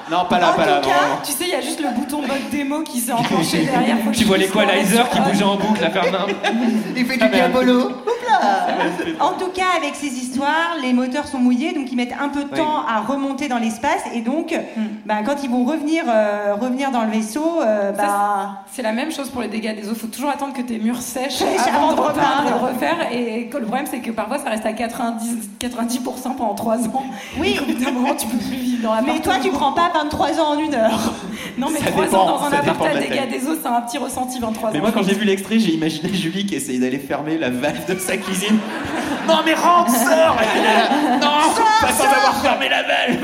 [SPEAKER 14] Non, pas là,
[SPEAKER 15] En
[SPEAKER 14] pas là.
[SPEAKER 15] tout
[SPEAKER 14] non,
[SPEAKER 15] cas,
[SPEAKER 14] non.
[SPEAKER 15] tu sais, il y a juste le bouton mode démo qui s'est enclenché derrière. Faut que
[SPEAKER 7] Tu vois
[SPEAKER 15] je-
[SPEAKER 7] l'Equalizer qui bougeait en boucle hein. à faire main. Ah,
[SPEAKER 12] Il fait du diabolo. Oups là.
[SPEAKER 11] En tout cas, avec ces histoires, les moteurs sont mouillés, donc ils mettent un peu de
[SPEAKER 12] Oui.
[SPEAKER 11] temps à remonter dans l'espace, et donc,
[SPEAKER 13] Hmm.
[SPEAKER 11] bah, quand ils vont revenir, euh, revenir dans le vaisseau, euh,
[SPEAKER 15] Ça,
[SPEAKER 11] bah,
[SPEAKER 15] C'est la même chose pour les dégâts des eaux. Faut toujours attendre que tes murs sèchent
[SPEAKER 11] Sèchent
[SPEAKER 15] avant,
[SPEAKER 11] avant
[SPEAKER 15] de
[SPEAKER 11] de
[SPEAKER 15] repeindre et de
[SPEAKER 11] repeindre.
[SPEAKER 15] refaire. Et que le problème, c'est que parfois, ça reste à 90, 90% pendant 3 ans.
[SPEAKER 11] Oui.
[SPEAKER 15] Et Au bout d'un moment, tu peux plus vivre dans la
[SPEAKER 11] mais toi, tu prends pas 23 ans en une heure.
[SPEAKER 15] Non, mais
[SPEAKER 14] Ça
[SPEAKER 15] 3
[SPEAKER 14] dépend,
[SPEAKER 15] ans dans un
[SPEAKER 14] ça
[SPEAKER 15] appart
[SPEAKER 14] dépend de
[SPEAKER 15] à
[SPEAKER 14] la
[SPEAKER 15] dégâts
[SPEAKER 14] taille.
[SPEAKER 15] des eaux, c'est un petit ressenti 23 ans.
[SPEAKER 14] Mais moi, quand j'ai vu l'extrait, j'ai imaginé Julie qui essayait d'aller fermer la valve de sa cuisine.
[SPEAKER 15] Non, mais rentre,
[SPEAKER 14] sors Et elle est là, Non, pas sans avoir fermé la valve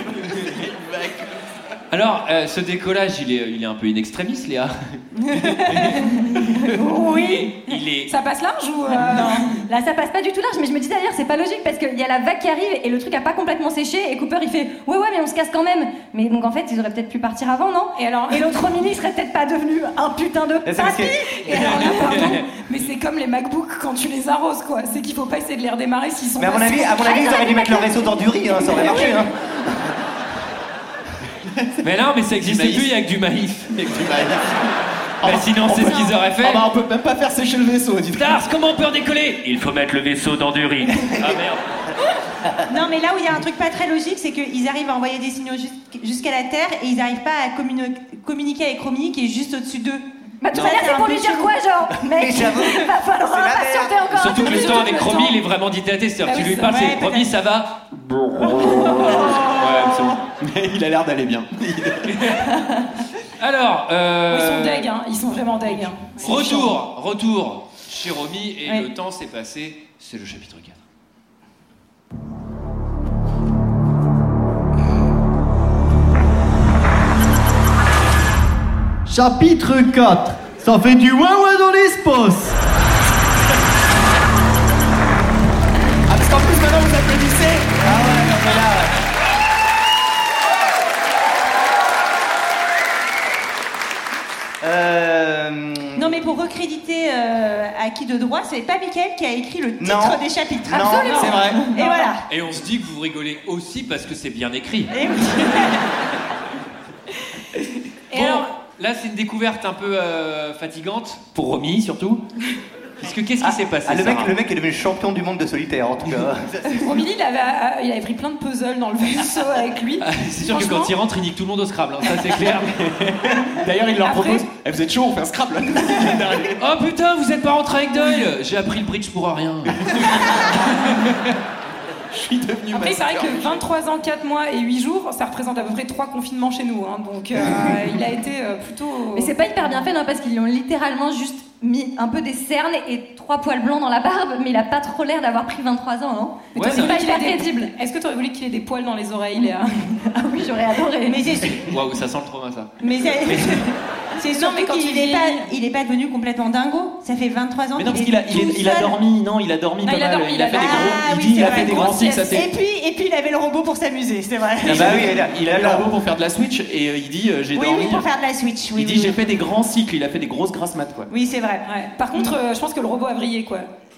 [SPEAKER 7] Alors, euh, ce décollage, il est, il est un peu in extremis, Léa.
[SPEAKER 13] Ah Oui.
[SPEAKER 7] Il est.
[SPEAKER 13] Ça passe large ou euh, Non. Là, ça passe pas du tout large, mais je me dis d'ailleurs, c'est pas logique parce qu'il y a la vague qui arrive et le truc a pas complètement séché et Cooper il fait ouais ouais mais on se casse quand même. Mais donc en fait, ils auraient peut-être pu partir avant, non Et alors Et l'autre mini serait peut-être pas devenu un putain de
[SPEAKER 15] Et c'est parce
[SPEAKER 13] papy.
[SPEAKER 15] que- Et alors là, pardon, mais c'est comme les MacBooks quand tu les arroses, quoi. C'est qu'il faut pas essayer de les redémarrer s'ils sont
[SPEAKER 12] Mais à mon
[SPEAKER 15] pas
[SPEAKER 12] avis,
[SPEAKER 15] sûrs.
[SPEAKER 12] à mon avis, ils auraient dû mettre leur réseau dans du riz, hein, ça aurait marché. Hein.
[SPEAKER 7] Mais non, mais ça existe plus, il y a que du maïs. Bah, sinon, c'est ce qu'ils auraient fait.
[SPEAKER 14] Ah bah, on peut même pas faire sécher le vaisseau, dis donc.
[SPEAKER 7] Tars, comment on peut redécoller Il faut mettre le vaisseau dans du riz. Ah merde.
[SPEAKER 11] Non, mais là où il y a un truc pas très logique, c'est qu'ils arrivent à envoyer des signaux jus- jusqu'à la Terre et ils n'arrivent pas à communi- communiquer avec Romney qui est juste au-dessus d'eux.
[SPEAKER 13] Bah tout à l'heure, c'est pour lui dire quoi, genre Mec, va falloir patienter encore. un
[SPEAKER 7] Surtout
[SPEAKER 13] peu
[SPEAKER 7] que le
[SPEAKER 13] plus
[SPEAKER 7] temps
[SPEAKER 13] de
[SPEAKER 7] avec Romy, il est vraiment dilaté. C'est-à-dire
[SPEAKER 13] Ah
[SPEAKER 7] que tu
[SPEAKER 13] oui,
[SPEAKER 7] lui
[SPEAKER 13] c'est
[SPEAKER 7] parles,
[SPEAKER 13] vrai,
[SPEAKER 7] c'est Romy, ça va Ouais, c'est bon.
[SPEAKER 14] Mais il a l'air d'aller bien.
[SPEAKER 7] Alors, euh,
[SPEAKER 15] Ils sont deg, hein. Ils sont vraiment deg. hein.
[SPEAKER 7] Retour, retour chez Romy et
[SPEAKER 15] Ouais.
[SPEAKER 7] le temps s'est passé. C'est le chapitre 4.
[SPEAKER 2] Chapitre 4. Ça fait du ouin ouin dans l'espace.
[SPEAKER 14] Ah, parce qu'en plus, maintenant, vous applaudissez Ah ouais, non, mais là...
[SPEAKER 12] Euh,
[SPEAKER 11] Non, mais pour recréditer euh, à qui de droit, c'est pas Michael qui a écrit le titre
[SPEAKER 7] Non.
[SPEAKER 11] des chapitres.
[SPEAKER 7] Non, Absolument. c'est vrai.
[SPEAKER 11] Et voilà.
[SPEAKER 7] Et on se dit que vous rigolez aussi parce que c'est bien écrit.
[SPEAKER 11] Et oui.
[SPEAKER 7] Bon, là, c'est une découverte un peu euh, fatigante, pour Romy surtout. Parce que qu'est-ce qui s'est passé
[SPEAKER 12] Ah, le, mec,
[SPEAKER 7] Sarah
[SPEAKER 12] le mec est devenu champion du monde de solitaire en tout cas.
[SPEAKER 15] Romilly, il avait, euh, il avait pris plein de puzzles dans le vaisseau avec lui.
[SPEAKER 7] Ah, C'est sûr que
[SPEAKER 15] Franchement-
[SPEAKER 7] quand il rentre, il nique tout le monde au Scrabble, hein, ça c'est clair.
[SPEAKER 18] D'ailleurs, il leur
[SPEAKER 7] Après-
[SPEAKER 18] propose Eh, Vous êtes chaud, on fait un Scrabble
[SPEAKER 7] Oh putain, vous êtes pas rentré avec Doyle J'ai appris le bridge pour rien.
[SPEAKER 18] Je suis devenu
[SPEAKER 7] bah,
[SPEAKER 15] Après, c'est vrai que 23 ans, 4 mois et 8 jours, ça représente à peu près 3 confinements chez nous. hein. donc, euh, il a été euh, plutôt.
[SPEAKER 13] Mais c'est pas hyper bien fait, non, parce qu'ils lui ont littéralement juste mis un peu des cernes et trois poils blancs dans la barbe, mais il a pas trop l'air d'avoir pris 23 ans, hein. non
[SPEAKER 15] Mais
[SPEAKER 13] Mais
[SPEAKER 15] t'aurais
[SPEAKER 13] c'est
[SPEAKER 15] voulu
[SPEAKER 13] pas
[SPEAKER 15] qu'il ait
[SPEAKER 13] hyper
[SPEAKER 15] des-
[SPEAKER 13] crédible.
[SPEAKER 15] Est-ce que tu aurais voulu qu'il ait des poils dans les oreilles, Léa
[SPEAKER 13] Ah oui, j'aurais adoré.
[SPEAKER 11] Mais j'ai-
[SPEAKER 7] Waouh, ça sent le trauma ça.
[SPEAKER 11] Mais c'est- c'est
[SPEAKER 15] Non, mais
[SPEAKER 11] surtout
[SPEAKER 15] quand tu
[SPEAKER 11] qu'il n'est
[SPEAKER 15] vieillis-
[SPEAKER 11] pas, il est pas devenu complètement dingo. Ça fait 23 ans
[SPEAKER 18] Mais non, parce qu'il a, il est- il a
[SPEAKER 11] tout seul.
[SPEAKER 18] dormi, non, il a dormi
[SPEAKER 11] Non,
[SPEAKER 18] pas
[SPEAKER 11] il a
[SPEAKER 18] mal.
[SPEAKER 11] dormi,
[SPEAKER 18] il a fait
[SPEAKER 11] dormi.
[SPEAKER 18] des
[SPEAKER 11] Ah
[SPEAKER 18] gros,
[SPEAKER 11] oui,
[SPEAKER 18] il dit, il
[SPEAKER 11] c'est
[SPEAKER 18] a
[SPEAKER 11] vrai.
[SPEAKER 18] fait des grands six, ça
[SPEAKER 11] Et
[SPEAKER 18] c'est.
[SPEAKER 11] puis, et puis il avait le robot pour s'amuser, c'est vrai.
[SPEAKER 18] Ah bah oui, il a, il a le robot pour faire de la Switch et euh, il dit euh, j'ai
[SPEAKER 11] Oui,
[SPEAKER 18] dormi.
[SPEAKER 11] oui, pour faire de la Switch, oui.
[SPEAKER 18] il dit
[SPEAKER 11] oui,
[SPEAKER 18] j'ai
[SPEAKER 11] oui.
[SPEAKER 18] fait des grands cycles, il a fait des grosses grasses maths quoi.
[SPEAKER 11] Oui, c'est vrai.
[SPEAKER 15] Par contre, euh, je pense que le robot a brillé, quoi.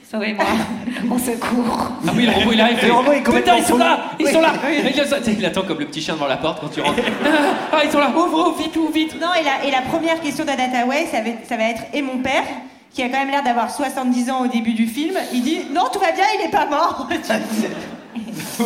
[SPEAKER 13] Sauvez-moi. On secours.
[SPEAKER 7] Ah oui, le robot il arrive.
[SPEAKER 12] Le robot est complètement
[SPEAKER 7] Putain, ils sont là Ils
[SPEAKER 12] Oui.
[SPEAKER 7] sont là Il a- tu sais, Il attend comme le petit chien devant la porte quand tu rentres. Ah, ah, ils sont là Ouvre, ouvre, vite, ouvre, vite
[SPEAKER 11] Non, et la, et la première question d'Adataway, ça va, ça va être Et mon père qui a quand même l'air d'avoir 70 ans au début du film, il dit non tout va bien, il n'est pas mort.
[SPEAKER 18] Il,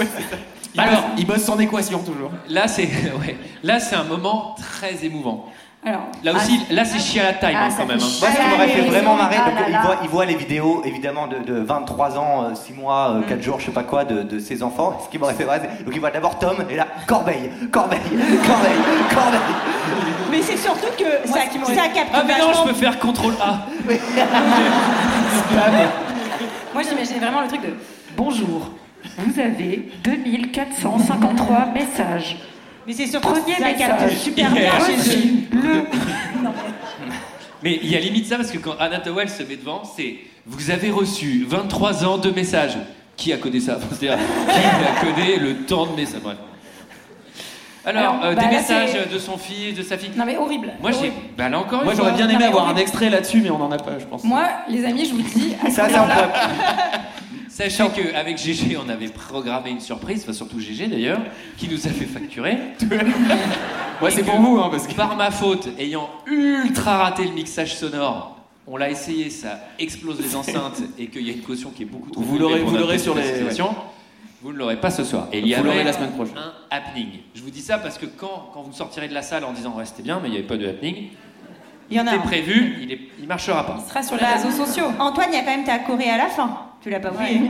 [SPEAKER 18] bosse, il bosse son équation toujours.
[SPEAKER 7] Là, c'est ouais. Là, c'est un moment très émouvant.
[SPEAKER 15] Alors,
[SPEAKER 7] Là aussi, là, c'est chien à la taille
[SPEAKER 12] Ah,
[SPEAKER 7] hein,
[SPEAKER 12] ça
[SPEAKER 7] quand même.
[SPEAKER 12] fait
[SPEAKER 7] hein.
[SPEAKER 12] Ah, Moi, ce qui m'aurait fait vraiment marrer, donc,
[SPEAKER 13] là
[SPEAKER 12] il,
[SPEAKER 13] là.
[SPEAKER 12] voit, il voit les vidéos évidemment de, de 23 ans, 6 mois, 4 jours, je sais pas quoi, de, de ses enfants. Ce qui m'aurait fait marrer, c'est- donc il voit d'abord Tom et là, Corbeil, Corbeil, Corbeil, Corbeil.
[SPEAKER 11] Mais c'est surtout que ça,
[SPEAKER 15] m'aurait-
[SPEAKER 11] ça capte
[SPEAKER 7] Ah mais non,
[SPEAKER 11] vachement
[SPEAKER 7] je peux faire contrôle A.
[SPEAKER 15] Moi, j'imaginais vraiment le truc de.
[SPEAKER 20] Bonjour, vous avez 2453 messages.
[SPEAKER 11] Mais c'est surtout
[SPEAKER 20] Premier
[SPEAKER 11] que ça capte
[SPEAKER 20] message.
[SPEAKER 11] super bien chez eux.
[SPEAKER 7] Mais il y a limite ça parce que quand Anna Towell se met devant, c'est vous avez reçu 23 ans de messages. Qui a codé ça Enfin, C'est-à-dire, qui a codé le temps de messages Bref. Alors,
[SPEAKER 15] Alors,
[SPEAKER 7] euh,
[SPEAKER 15] bah,
[SPEAKER 7] des
[SPEAKER 15] là,
[SPEAKER 7] messages
[SPEAKER 15] c'est-
[SPEAKER 7] de son fils, de sa fille.
[SPEAKER 15] Non, mais horrible.
[SPEAKER 7] Moi, j'ai.
[SPEAKER 15] Horrible.
[SPEAKER 7] Bah, là encore une
[SPEAKER 18] Moi
[SPEAKER 7] fois.
[SPEAKER 18] j'aurais bien
[SPEAKER 7] Non,
[SPEAKER 18] aimé
[SPEAKER 7] mais
[SPEAKER 18] avoir un
[SPEAKER 7] horrible.
[SPEAKER 18] extrait là-dessus mais on en a pas je pense.
[SPEAKER 15] Moi, les amis, je vous le dis. à
[SPEAKER 18] Ça,
[SPEAKER 15] ce
[SPEAKER 18] ça, on
[SPEAKER 15] moment-là-
[SPEAKER 7] Sachez qu'avec GG, on avait programmé une surprise, enfin surtout GG d'ailleurs, qui nous a fait facturer. Moi, c'est pour
[SPEAKER 18] hein,
[SPEAKER 7] vous, parce que. Par ma faute, ayant ultra raté le mixage sonore, on l'a essayé, ça explose les enceintes et qu'il y a une caution qui est beaucoup trop
[SPEAKER 18] Vous
[SPEAKER 7] élevée
[SPEAKER 18] l'aurez-
[SPEAKER 7] pour
[SPEAKER 18] vous
[SPEAKER 7] notre
[SPEAKER 18] l'aurez sur les-
[SPEAKER 7] situation.
[SPEAKER 18] ouais.
[SPEAKER 7] Vous ne l'aurez pas ce soir. Et il y
[SPEAKER 18] Vous l'aurez
[SPEAKER 7] avait
[SPEAKER 18] la semaine prochaine.
[SPEAKER 7] un happening. Je vous dis ça parce que quand, quand vous sortirez de la salle en disant ouais, c'était bien, mais il n'y avait pas de happening,
[SPEAKER 11] Il y en a.
[SPEAKER 7] c'était
[SPEAKER 11] un.
[SPEAKER 7] prévu, il, est, il marchera pas.
[SPEAKER 15] sera sur
[SPEAKER 7] les réseaux
[SPEAKER 15] sociaux.
[SPEAKER 11] Bah, Antoine, il y a quand même ta Corée à la fin. Tu l'as pas oublié.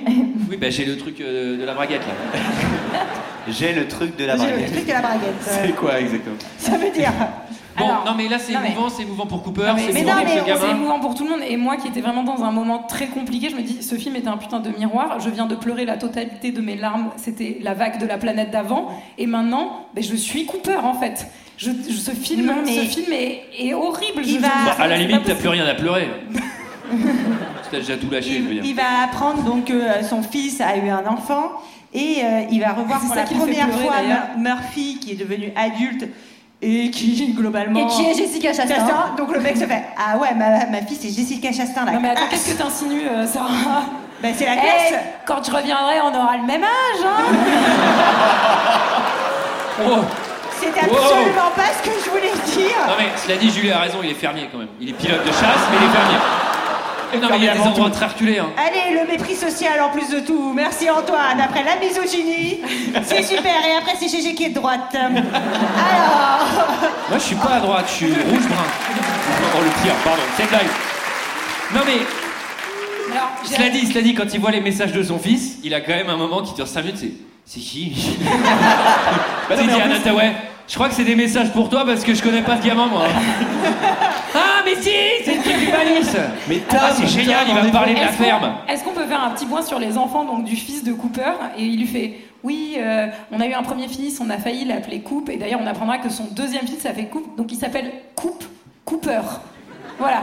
[SPEAKER 7] Oui, bah, j'ai le truc euh, de la braguette là.
[SPEAKER 12] J'ai le truc de la
[SPEAKER 11] J'ai le
[SPEAKER 12] braguette.
[SPEAKER 11] truc de la braguette.
[SPEAKER 18] C'est quoi exactement
[SPEAKER 11] Ça veut dire.
[SPEAKER 7] Bon,
[SPEAKER 15] Alors,
[SPEAKER 7] non mais là c'est
[SPEAKER 15] non, mais-
[SPEAKER 7] émouvant, c'est émouvant pour Cooper, c'est
[SPEAKER 15] Mais
[SPEAKER 7] émouvant
[SPEAKER 15] non,
[SPEAKER 7] pour
[SPEAKER 15] mais
[SPEAKER 7] ce
[SPEAKER 15] c'est
[SPEAKER 7] gamin.
[SPEAKER 15] émouvant pour tout le monde. Et moi qui étais vraiment dans un moment très compliqué, je me dis, ce film était un putain de miroir. Je viens de pleurer la totalité de mes larmes. C'était la vague de la planète d'avant. Et maintenant, ben, je suis Cooper en fait. Je, je- ce film,
[SPEAKER 11] Non, mais-
[SPEAKER 15] ce film est, est horrible. Je- je-
[SPEAKER 7] Bah, à la
[SPEAKER 15] c'est
[SPEAKER 7] limite,
[SPEAKER 15] pas
[SPEAKER 7] t'as plus rien à pleurer. t'as déjà tout lâché, je veux
[SPEAKER 11] Il
[SPEAKER 7] dire.
[SPEAKER 11] va apprendre donc que euh, son fils a eu un enfant et euh, il va revoir
[SPEAKER 15] C'est
[SPEAKER 11] pour
[SPEAKER 15] ça
[SPEAKER 11] la
[SPEAKER 15] qui le fait
[SPEAKER 11] première
[SPEAKER 15] pleurer,
[SPEAKER 11] fois
[SPEAKER 15] d'ailleurs.
[SPEAKER 11] Mur- Murphy qui est devenu adulte et qui globalement.
[SPEAKER 15] Et qui est Jessica Chastain.
[SPEAKER 11] donc le mec se fait Ah ouais, ma, ma fille c'est Jessica Chastain là.
[SPEAKER 15] Non mais attends, qu'est-ce que t'insinues, euh, Sarah
[SPEAKER 11] Bah, c'est la
[SPEAKER 15] Eh,
[SPEAKER 11] classe.
[SPEAKER 15] Quand je reviendrai, on aura le même âge, hein
[SPEAKER 7] Oh,
[SPEAKER 11] C'est
[SPEAKER 7] Wow.
[SPEAKER 11] absolument pas ce que je voulais dire.
[SPEAKER 7] Non mais cela dit, Julie a raison, il est fermier quand même. Il est pilote de chasse, mais il est fermier. Et non mais il y a des endroits très reculés. Hein.
[SPEAKER 11] Allez, le mépris social en plus de tout. Merci Antoine. Après la misogynie, c'est super. Et après, c'est GG qui est de droite. Alors.
[SPEAKER 7] Moi je suis pas à droite, je suis rouge brun. Oh le pire, pardon, c'est une blague. Non mais
[SPEAKER 15] Alors, j'ai-
[SPEAKER 7] cela dit, cela dit, quand il voit les messages de son fils, il a quand même un moment qui dure 5 minutes. C'est c'est qui
[SPEAKER 18] Bah non,
[SPEAKER 7] Il
[SPEAKER 18] mais
[SPEAKER 7] dit
[SPEAKER 18] en
[SPEAKER 7] à
[SPEAKER 18] plus-
[SPEAKER 7] Nata, ouais. Je crois que c'est des messages pour toi parce que je connais pas ce gamin moi. ah mais si, c'est le truc du malice.
[SPEAKER 18] Mais
[SPEAKER 7] Ah, c'est génial, il va me parler de la
[SPEAKER 15] Est-ce qu'on-
[SPEAKER 7] ferme.
[SPEAKER 15] Est-ce qu'on peut faire un petit point sur les enfants donc du fils de Cooper Et il lui fait Oui, euh, on a eu un premier fils, on a failli l'appeler Coupe, et d'ailleurs on apprendra que son deuxième fils s'appelle Coupe, donc il s'appelle Coupe Cooper. Voilà.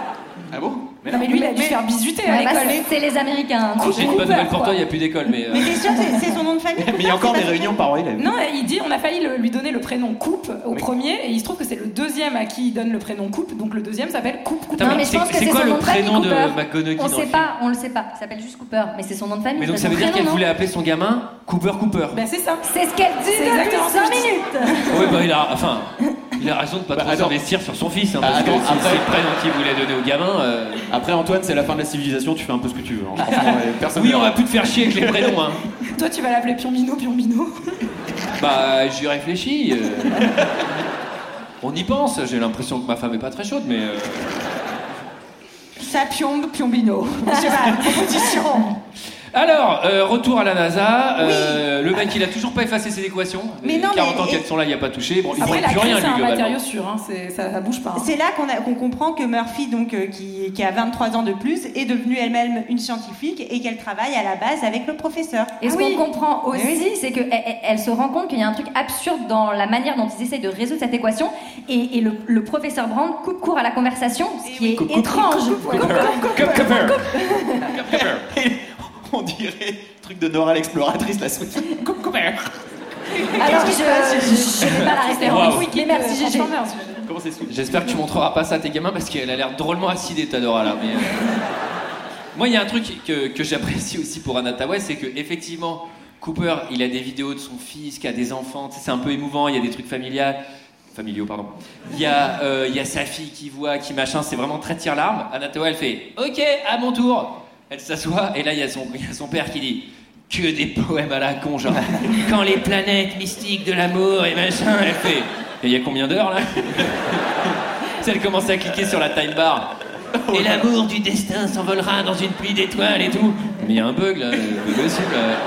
[SPEAKER 18] Ah bon Mais
[SPEAKER 15] non, mais lui il a dû se faire bisuter à
[SPEAKER 13] Ouais, bah,
[SPEAKER 15] l'école.
[SPEAKER 13] c'est- c'est les Américains.
[SPEAKER 7] J'ai une bonne nouvelle pour toi, il n'y a plus d'école, mais. euh,
[SPEAKER 11] Mais t'es sûr, c'est- c'est son nom de famille
[SPEAKER 18] Mais il y a encore des réunions par élève.
[SPEAKER 15] Non, il dit on a failli le- lui donner le prénom Coupe au premier, et il se trouve que c'est le deuxième à qui il donne le prénom Coupe, donc le deuxième s'appelle Coupe Cooper.
[SPEAKER 7] Attends, mais Non, mais je c'est- pense que c'est c'est quoi son le nom de famille, prénom de Cooper McGonaghy
[SPEAKER 13] On
[SPEAKER 7] dans
[SPEAKER 13] sait
[SPEAKER 7] le
[SPEAKER 13] pas, on le sait pas. Il s'appelle juste Cooper, mais c'est son nom de famille.
[SPEAKER 7] Mais donc
[SPEAKER 13] c'est
[SPEAKER 7] ça veut
[SPEAKER 13] son
[SPEAKER 7] dire
[SPEAKER 13] prénom,
[SPEAKER 7] qu'elle
[SPEAKER 13] bah, non
[SPEAKER 7] voulait appeler son gamin Cooper Cooper.
[SPEAKER 15] Ben c'est ça.
[SPEAKER 13] C'est ce qu'elle dit
[SPEAKER 15] C'est
[SPEAKER 13] depuis
[SPEAKER 15] exactement
[SPEAKER 13] 5
[SPEAKER 15] ce que je dis.
[SPEAKER 13] minutes.
[SPEAKER 7] Oui, bah il a. Enfin. Il a raison de pas
[SPEAKER 18] Bah,
[SPEAKER 7] trop
[SPEAKER 18] attends.
[SPEAKER 7] s'investir sur son fils, hein,
[SPEAKER 18] Ah,
[SPEAKER 7] parce que
[SPEAKER 18] attends,
[SPEAKER 7] si
[SPEAKER 18] après-
[SPEAKER 7] c'est le prénom qu'il voulait donner au gamin. euh,
[SPEAKER 18] Après, Antoine, c'est la fin de la civilisation, tu fais un peu ce que tu veux. hein. Franchement, ouais, personne
[SPEAKER 7] Oui,
[SPEAKER 18] ne-
[SPEAKER 7] on va plus te faire chier avec les prénoms. Hein.
[SPEAKER 15] Toi, tu vas l'appeler Piombino, Piombino.
[SPEAKER 7] Bah, j'y réfléchis. euh. On y pense. J'ai l'impression que ma femme est pas très chaude, mais. euh,
[SPEAKER 15] Ça piombe, Piombino. Je sais pas, proposition.
[SPEAKER 7] Alors, euh, retour à la NASA. euh, Le mec, il a toujours pas effacé ses équations.
[SPEAKER 11] Mais
[SPEAKER 7] Les
[SPEAKER 11] non,
[SPEAKER 7] 40
[SPEAKER 11] mais-
[SPEAKER 7] ans qu'elles sont là, il n'y a pas touché. Bon, il ne
[SPEAKER 15] Après, la
[SPEAKER 7] plus
[SPEAKER 15] craie,
[SPEAKER 7] rien,
[SPEAKER 15] c'est
[SPEAKER 7] lui,
[SPEAKER 15] un matériau
[SPEAKER 7] globalement.
[SPEAKER 15] sûr, hein, c'est- ça, ça bouge pas. hein.
[SPEAKER 11] C'est là qu'on a- qu'on comprend que Murphy, donc, euh, qui, qui a 23 ans de plus, est devenue elle-même une scientifique et qu'elle travaille à la base avec le professeur.
[SPEAKER 13] Et ce
[SPEAKER 11] Ah oui.
[SPEAKER 13] qu'on comprend
[SPEAKER 11] Mais
[SPEAKER 13] aussi,
[SPEAKER 11] oui.
[SPEAKER 13] c'est qu'elle elle se rend compte qu'il y a un truc absurde dans la manière dont ils essayent de résoudre cette équation. Et, et le, le professeur Brand coupe court à la conversation, ce qui est étrange.
[SPEAKER 18] On dirait truc de Nora l'exploratrice, la suite.
[SPEAKER 13] Alors, je je n'ai pas la référence.
[SPEAKER 7] Wow.
[SPEAKER 13] Mais merci, GG.
[SPEAKER 18] Comment c'est sous
[SPEAKER 7] J'espère que tu montreras pas ça à tes gamins parce qu'elle a l'air drôlement acidée, ta Dora là. Mais euh, Moi, il y a un truc que, que j'apprécie aussi pour Anataway, c'est que effectivement, Cooper, il a des vidéos de son fils qui a des enfants. tu sais, C'est un peu émouvant. Il y a des trucs familiales, familiaux, pardon. Il y a, euh, il y a sa fille qui voit, qui machin. C'est vraiment très tire-larme. Anataway, elle fait OK, à mon tour. Elle s'assoit et là, il y a son, il y a son père qui dit. Que des poèmes à la con, genre. Quand les planètes mystiques de l'amour et machin, elle fait. Et il y a combien d'heures là tu sais, elle commençait à cliquer sur la time bar. Et l'amour du destin s'envolera dans une pluie d'étoiles et tout. Mais il y a un bug là, euh, possible. euh.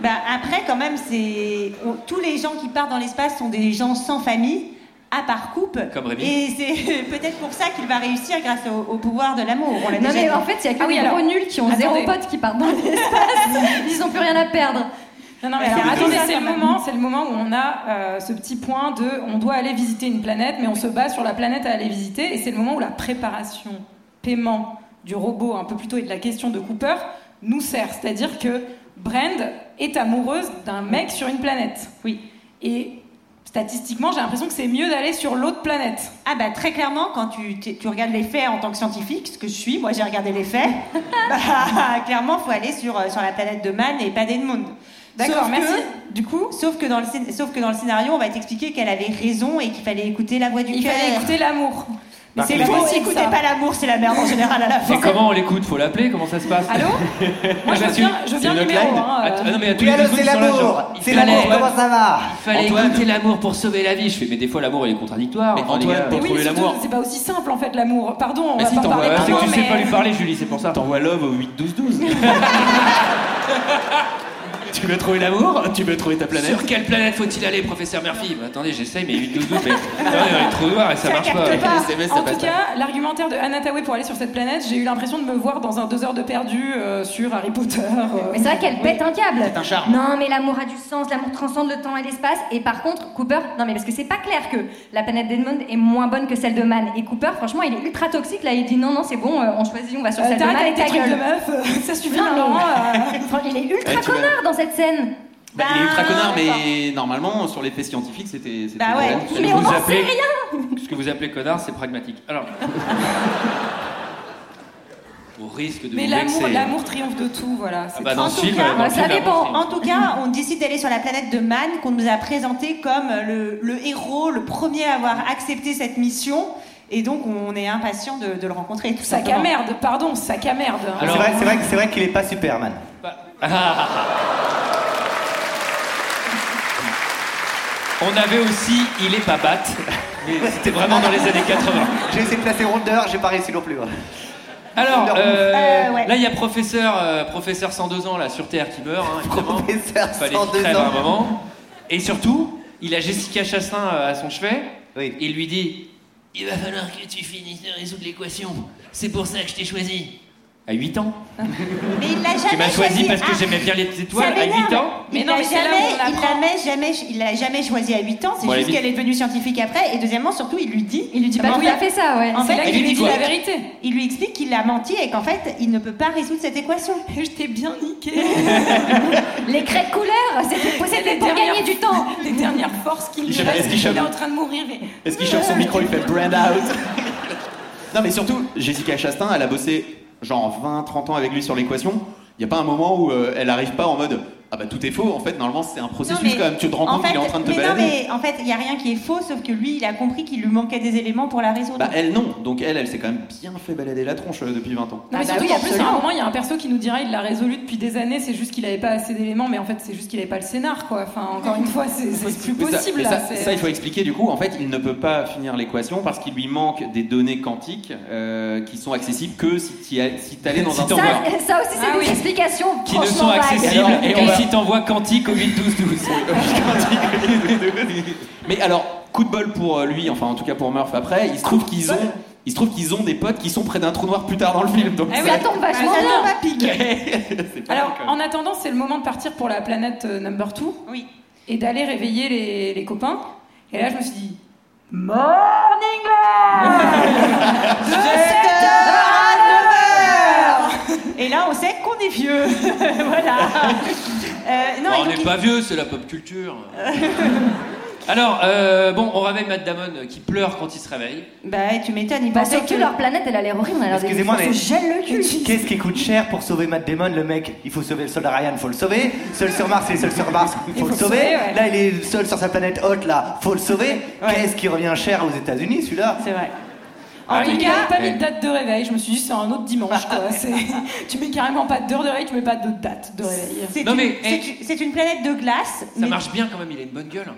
[SPEAKER 11] Bah, après, quand même, c'est on- tous les gens qui partent dans l'espace sont des gens sans famille, à part coupe.
[SPEAKER 7] Comme Rémi.
[SPEAKER 11] Et c'est peut-être pour ça qu'il va réussir grâce au, au pouvoir de l'amour. On l'a
[SPEAKER 13] Non,
[SPEAKER 11] déjà
[SPEAKER 13] mais
[SPEAKER 11] dit.
[SPEAKER 13] en fait, il y a que
[SPEAKER 11] Ah oui,
[SPEAKER 13] des
[SPEAKER 11] alors-
[SPEAKER 13] gros nuls qui ont zéro
[SPEAKER 11] Attendez.
[SPEAKER 13] pote qui partent dans l'espace. Ils n'ont plus rien à perdre.
[SPEAKER 15] Non, non, mais
[SPEAKER 13] C'est
[SPEAKER 15] alors,
[SPEAKER 13] le
[SPEAKER 15] attendez,
[SPEAKER 13] désert,
[SPEAKER 15] c'est le
[SPEAKER 13] madame.
[SPEAKER 15] moment, c'est le moment où on a euh, ce petit point de, on doit aller visiter une planète, mais on se bat sur la planète à aller visiter, et c'est le moment où la préparation, paiement du robot un peu plus tôt et de la question de Cooper nous sert, c'est-à-dire que Brand est amoureuse d'un mec sur une planète. Oui. Et statistiquement, j'ai l'impression que c'est mieux d'aller sur l'autre planète.
[SPEAKER 11] Ah bah très clairement, quand tu, tu- tu regardes les faits en tant que scientifique, ce que je suis, moi j'ai regardé les faits, bah, clairement faut aller sur, euh, sur la planète de Man et pas d'Edmund.
[SPEAKER 15] D'accord,
[SPEAKER 11] Sauf
[SPEAKER 15] merci.
[SPEAKER 11] que- du coup, sauf que, dans le, scén- sauf que dans le scénario, on va t'expliquer qu'elle avait raison et qu'il fallait écouter la voix du
[SPEAKER 15] Il
[SPEAKER 11] cœur.
[SPEAKER 15] fallait écouter l'amour.
[SPEAKER 11] Mais c'est
[SPEAKER 7] Par
[SPEAKER 11] faux,
[SPEAKER 7] contre,
[SPEAKER 11] si écoutez pas l'amour, c'est la merde en général à la fin.
[SPEAKER 7] Et comment on l'écoute Faut l'appeler Comment ça se passe Allô
[SPEAKER 15] Moi, je veux bien- je veux bien le numéro, hein, euh.
[SPEAKER 7] Ah, non, mais à tous
[SPEAKER 15] Oui,
[SPEAKER 7] les
[SPEAKER 15] allô, c'est
[SPEAKER 7] deux secondes, ils sont là,
[SPEAKER 15] l'amour.
[SPEAKER 7] genre, il
[SPEAKER 15] C'est
[SPEAKER 7] fallait-
[SPEAKER 15] l'amour, comment
[SPEAKER 12] ça va
[SPEAKER 7] Il fallait
[SPEAKER 15] Antoine.
[SPEAKER 7] écouter l'amour pour sauver la vie. Je fais, mais des fois, l'amour, il est contradictoire.
[SPEAKER 18] Mais
[SPEAKER 7] enfin, les
[SPEAKER 18] Antoine,
[SPEAKER 7] gars.
[SPEAKER 18] pour
[SPEAKER 15] Oui, surtout, c'est pas aussi simple en fait l'amour. Pardon, on
[SPEAKER 7] Mais
[SPEAKER 15] va
[SPEAKER 7] si,
[SPEAKER 15] pas
[SPEAKER 7] t'en
[SPEAKER 15] parler
[SPEAKER 7] vois-
[SPEAKER 15] de
[SPEAKER 7] c'est que
[SPEAKER 15] l'amour,
[SPEAKER 7] tu sais
[SPEAKER 15] mais-
[SPEAKER 7] pas lui parler, Julie, c'est pour ça.
[SPEAKER 18] T'envoies Love au 8-12-12. tu veux trouver l'amour Tu veux trouver ta planète
[SPEAKER 7] Sur quelle planète faut-il aller, professeur Murphy Bah, Attendez, j'essaye, mais 8 12 12 mais attendez, on est trop noir et ça, marche pas.
[SPEAKER 15] capte en tout cas, l'argumentaire de Anna Tawai pour aller sur cette planète, j'ai eu l'impression de me voir dans un deux heures de perdu euh, sur Harry Potter. euh.
[SPEAKER 13] Mais c'est vrai qu'elle pète un câble.
[SPEAKER 15] C'est un charme.
[SPEAKER 13] Non, mais l'amour a du sens, l'amour transcende le temps et l'espace. Et par contre, Cooper, non, mais parce que c'est pas clair que la planète d'Edmond est moins bonne que celle de Man. Et Cooper, franchement, il est ultra toxique. Là, il dit non, non, c'est bon, euh, on choisit, on va sur
[SPEAKER 15] Euh,
[SPEAKER 13] celle de
[SPEAKER 15] t'arrêtes
[SPEAKER 13] Man
[SPEAKER 15] avec
[SPEAKER 13] avec
[SPEAKER 15] tes
[SPEAKER 13] ta
[SPEAKER 15] trucs
[SPEAKER 13] gueule.
[SPEAKER 15] de meuf, euh, ça suffit
[SPEAKER 13] Non,
[SPEAKER 15] maintenant.
[SPEAKER 13] mais-
[SPEAKER 15] euh.
[SPEAKER 13] Franchement, il est ultra
[SPEAKER 18] Ouais, tu
[SPEAKER 13] connard dans cette scène.
[SPEAKER 18] Bah, Il est ultra
[SPEAKER 13] Bah,
[SPEAKER 18] connard, mais normalement, sur les faits scientifiques, c'était. c'était
[SPEAKER 13] Bah ouais.
[SPEAKER 18] une-
[SPEAKER 13] Mais
[SPEAKER 18] Vous
[SPEAKER 13] on en
[SPEAKER 18] appelez-
[SPEAKER 13] sait rien.
[SPEAKER 7] Ce que vous appelez connard, c'est pragmatique. Alors. Au risque de
[SPEAKER 15] Mais
[SPEAKER 7] vous
[SPEAKER 15] l'amour,
[SPEAKER 7] vexer.
[SPEAKER 15] l'amour triomphe de tout, voilà.
[SPEAKER 7] Ah
[SPEAKER 15] C'est
[SPEAKER 7] bah, dans
[SPEAKER 11] En
[SPEAKER 7] ce
[SPEAKER 11] tout
[SPEAKER 7] film,
[SPEAKER 11] cas,
[SPEAKER 7] dans le film, l'amour triomphe.
[SPEAKER 11] En tout cas, on décide d'aller sur la planète de Man, qu'on nous a présenté comme le, le héros, le premier à avoir accepté cette mission. Et donc, on est impatient de, de le rencontrer. Tout
[SPEAKER 15] Sac à
[SPEAKER 11] simplement.
[SPEAKER 15] merde, pardon, sac à merde.
[SPEAKER 12] C'est vrai, c'est vrai, que- c'est vrai qu'il est pas Superman. ah.
[SPEAKER 7] On avait aussi Il est pas batte, mais c'était vraiment dans les années 80.
[SPEAKER 12] J'ai essayé de placer Wonder, j'ai pas réussi non plus. hein.
[SPEAKER 7] Alors,
[SPEAKER 12] Wonder
[SPEAKER 7] euh,
[SPEAKER 12] Woman. Euh, ouais.
[SPEAKER 7] là, il y a professeur, euh, professeur 102 ans là, sur Terre qui meurt. Hein, évidemment. Il fallait
[SPEAKER 12] 102
[SPEAKER 7] qu'il crève à
[SPEAKER 12] ans.
[SPEAKER 7] un moment. Et surtout, il a Jessica Chastain euh, à son chevet. Il lui dit Il va falloir que tu finisses de résoudre l'équation. C'est pour ça que je t'ai choisi. À 8 ans
[SPEAKER 11] Mais il l'a jamais
[SPEAKER 7] Tu m'as choisi parce que
[SPEAKER 11] Ah,
[SPEAKER 7] j'aimais bien les
[SPEAKER 11] ça
[SPEAKER 7] étoiles à 8
[SPEAKER 11] m'énerve.
[SPEAKER 7] ans
[SPEAKER 11] Il
[SPEAKER 15] non,
[SPEAKER 11] l'a
[SPEAKER 15] mais c'est là
[SPEAKER 11] jamais,
[SPEAKER 15] où on
[SPEAKER 11] il l'a jamais, jamais, il l'a jamais choisi à 8 ans. C'est
[SPEAKER 7] Bon, allez,
[SPEAKER 11] juste
[SPEAKER 7] vite.
[SPEAKER 11] qu'elle est devenue scientifique après. Et deuxièmement, surtout, il lui dit. Il lui dit
[SPEAKER 13] pas tout à fait ça, ouais.
[SPEAKER 11] En
[SPEAKER 13] C'est
[SPEAKER 11] fait,
[SPEAKER 13] là
[SPEAKER 11] il
[SPEAKER 13] qu'il
[SPEAKER 11] lui
[SPEAKER 13] lui
[SPEAKER 11] dit
[SPEAKER 13] dit
[SPEAKER 11] la
[SPEAKER 13] quoi
[SPEAKER 11] vérité. Il lui explique qu'il a menti et qu'en fait, il ne peut pas résoudre cette équation. Je t'ai bien niqué.
[SPEAKER 13] Les craies de couleur, c'était
[SPEAKER 15] les
[SPEAKER 13] possible pour
[SPEAKER 15] dernières-
[SPEAKER 13] gagner du temps.
[SPEAKER 15] Les dernières forces qui
[SPEAKER 18] Il
[SPEAKER 15] lui
[SPEAKER 18] chame-
[SPEAKER 15] restent,
[SPEAKER 18] est-ce qu'il
[SPEAKER 15] il est
[SPEAKER 18] chame-
[SPEAKER 15] en train de mourir. et-
[SPEAKER 18] Est-ce qu'il chauffe son micro, il fait brand out Non, mais surtout, Jessica Chastain, elle a bossé genre 20-30 ans avec lui sur l'équation. Il n'y a pas un moment où euh, elle arrive pas en mode
[SPEAKER 14] Ah bah tout est faux, en fait, normalement c'est un
[SPEAKER 11] Non,
[SPEAKER 14] processus
[SPEAKER 11] mais
[SPEAKER 14] quand même, tu te rends
[SPEAKER 11] en
[SPEAKER 14] compte
[SPEAKER 11] fait-
[SPEAKER 14] qu'il est en train de te
[SPEAKER 11] mais non,
[SPEAKER 14] balader.
[SPEAKER 11] mais en fait, il n'y a rien qui est faux, sauf que lui, il a compris qu'il lui manquait des éléments pour la résoudre.
[SPEAKER 14] Bah elle non, donc elle, elle s'est quand même bien fait balader la tronche euh, depuis 20 ans.
[SPEAKER 13] Ah bah
[SPEAKER 15] Non, mais surtout, en plus, à un moment, il y a un perso qui nous dira il l'a résolu depuis des années, c'est juste qu'il avait pas assez d'éléments, mais en fait, c'est juste qu'il avait pas le scénar, quoi. Enfin, encore une fois, c'est c'est plus
[SPEAKER 14] Mais ça-
[SPEAKER 15] possible,
[SPEAKER 14] mais
[SPEAKER 15] là.
[SPEAKER 14] ça,
[SPEAKER 15] c'est-
[SPEAKER 14] ça, il faut expliquer du coup. En fait, il ne peut pas finir l'équation parce qu'il lui manque des données quantiques euh, qui sont accessibles que si tu si t'allais dans un
[SPEAKER 13] ça,
[SPEAKER 14] serveur.
[SPEAKER 13] ça aussi, c'est
[SPEAKER 15] Ah
[SPEAKER 13] une
[SPEAKER 15] oui.
[SPEAKER 13] explication
[SPEAKER 7] Qui ne sont
[SPEAKER 13] franchement vague.
[SPEAKER 7] accessibles
[SPEAKER 14] Alors, et
[SPEAKER 7] et
[SPEAKER 14] on va-
[SPEAKER 7] si t'envoies quantique au 8 12 12.
[SPEAKER 14] Mais alors, coup de bol pour euh, lui, enfin en tout cas pour Murph après, il se trouve qu'ils ont, il se trouve qu'ils ont des potes qui sont près d'un trou noir plus tard dans le film. Donc
[SPEAKER 15] Eh oui,
[SPEAKER 14] ça-
[SPEAKER 15] attends, vachement
[SPEAKER 11] Ah, ça
[SPEAKER 15] bien.
[SPEAKER 11] tombe à pic.
[SPEAKER 15] Alors,
[SPEAKER 7] euh,
[SPEAKER 15] en attendant, c'est le moment de partir pour la planète euh, number 2.
[SPEAKER 11] Oui.
[SPEAKER 15] Et d'aller réveiller les, les copains. Et là, je me suis dit.
[SPEAKER 21] Morning
[SPEAKER 11] De 7 heures à 9 heures. Et là, on sait qu'on est vieux. voilà. Euh, non,
[SPEAKER 7] Bah,
[SPEAKER 11] et
[SPEAKER 7] on
[SPEAKER 11] donc,
[SPEAKER 7] n'est pas vieux, c'est la pop culture. Alors, euh, bon, on réveille Matt Damon euh, qui pleure quand il se réveille.
[SPEAKER 11] il- Bah, tu m'étonnes, il
[SPEAKER 13] Bah,
[SPEAKER 11] pensait
[SPEAKER 13] sauf que leur planète, elle a l'air horrible. On a l'air des-
[SPEAKER 12] Excusez-moi,
[SPEAKER 13] on
[SPEAKER 12] mais
[SPEAKER 13] se gèle le cul.
[SPEAKER 12] qu'est-ce qui coûte cher pour sauver Matt Damon Le mec, il faut sauver le soldat Ryan, faut le sauver. Seul sur Mars, il est seul sur Mars, faut, le sauver.
[SPEAKER 11] ouais.
[SPEAKER 12] Là, il est seul sur sa planète haute, là, faut le sauver. Qu'est-ce qui revient cher aux États-Unis, celui-là
[SPEAKER 11] C'est vrai.
[SPEAKER 15] En
[SPEAKER 12] Ah,
[SPEAKER 15] tout
[SPEAKER 12] oui.
[SPEAKER 15] cas, pas mis
[SPEAKER 12] Eh.
[SPEAKER 15] de date de réveil. Je me suis dit, c'est un autre dimanche, quoi. C'est- tu mets carrément pas d'heure de réveil, tu mets pas de date de réveil.
[SPEAKER 11] c'est
[SPEAKER 7] Non,
[SPEAKER 11] une-
[SPEAKER 7] mais, eh.
[SPEAKER 11] c'est une- c'est une planète de glace.
[SPEAKER 7] Ça marche bien quand même, il a une bonne gueule.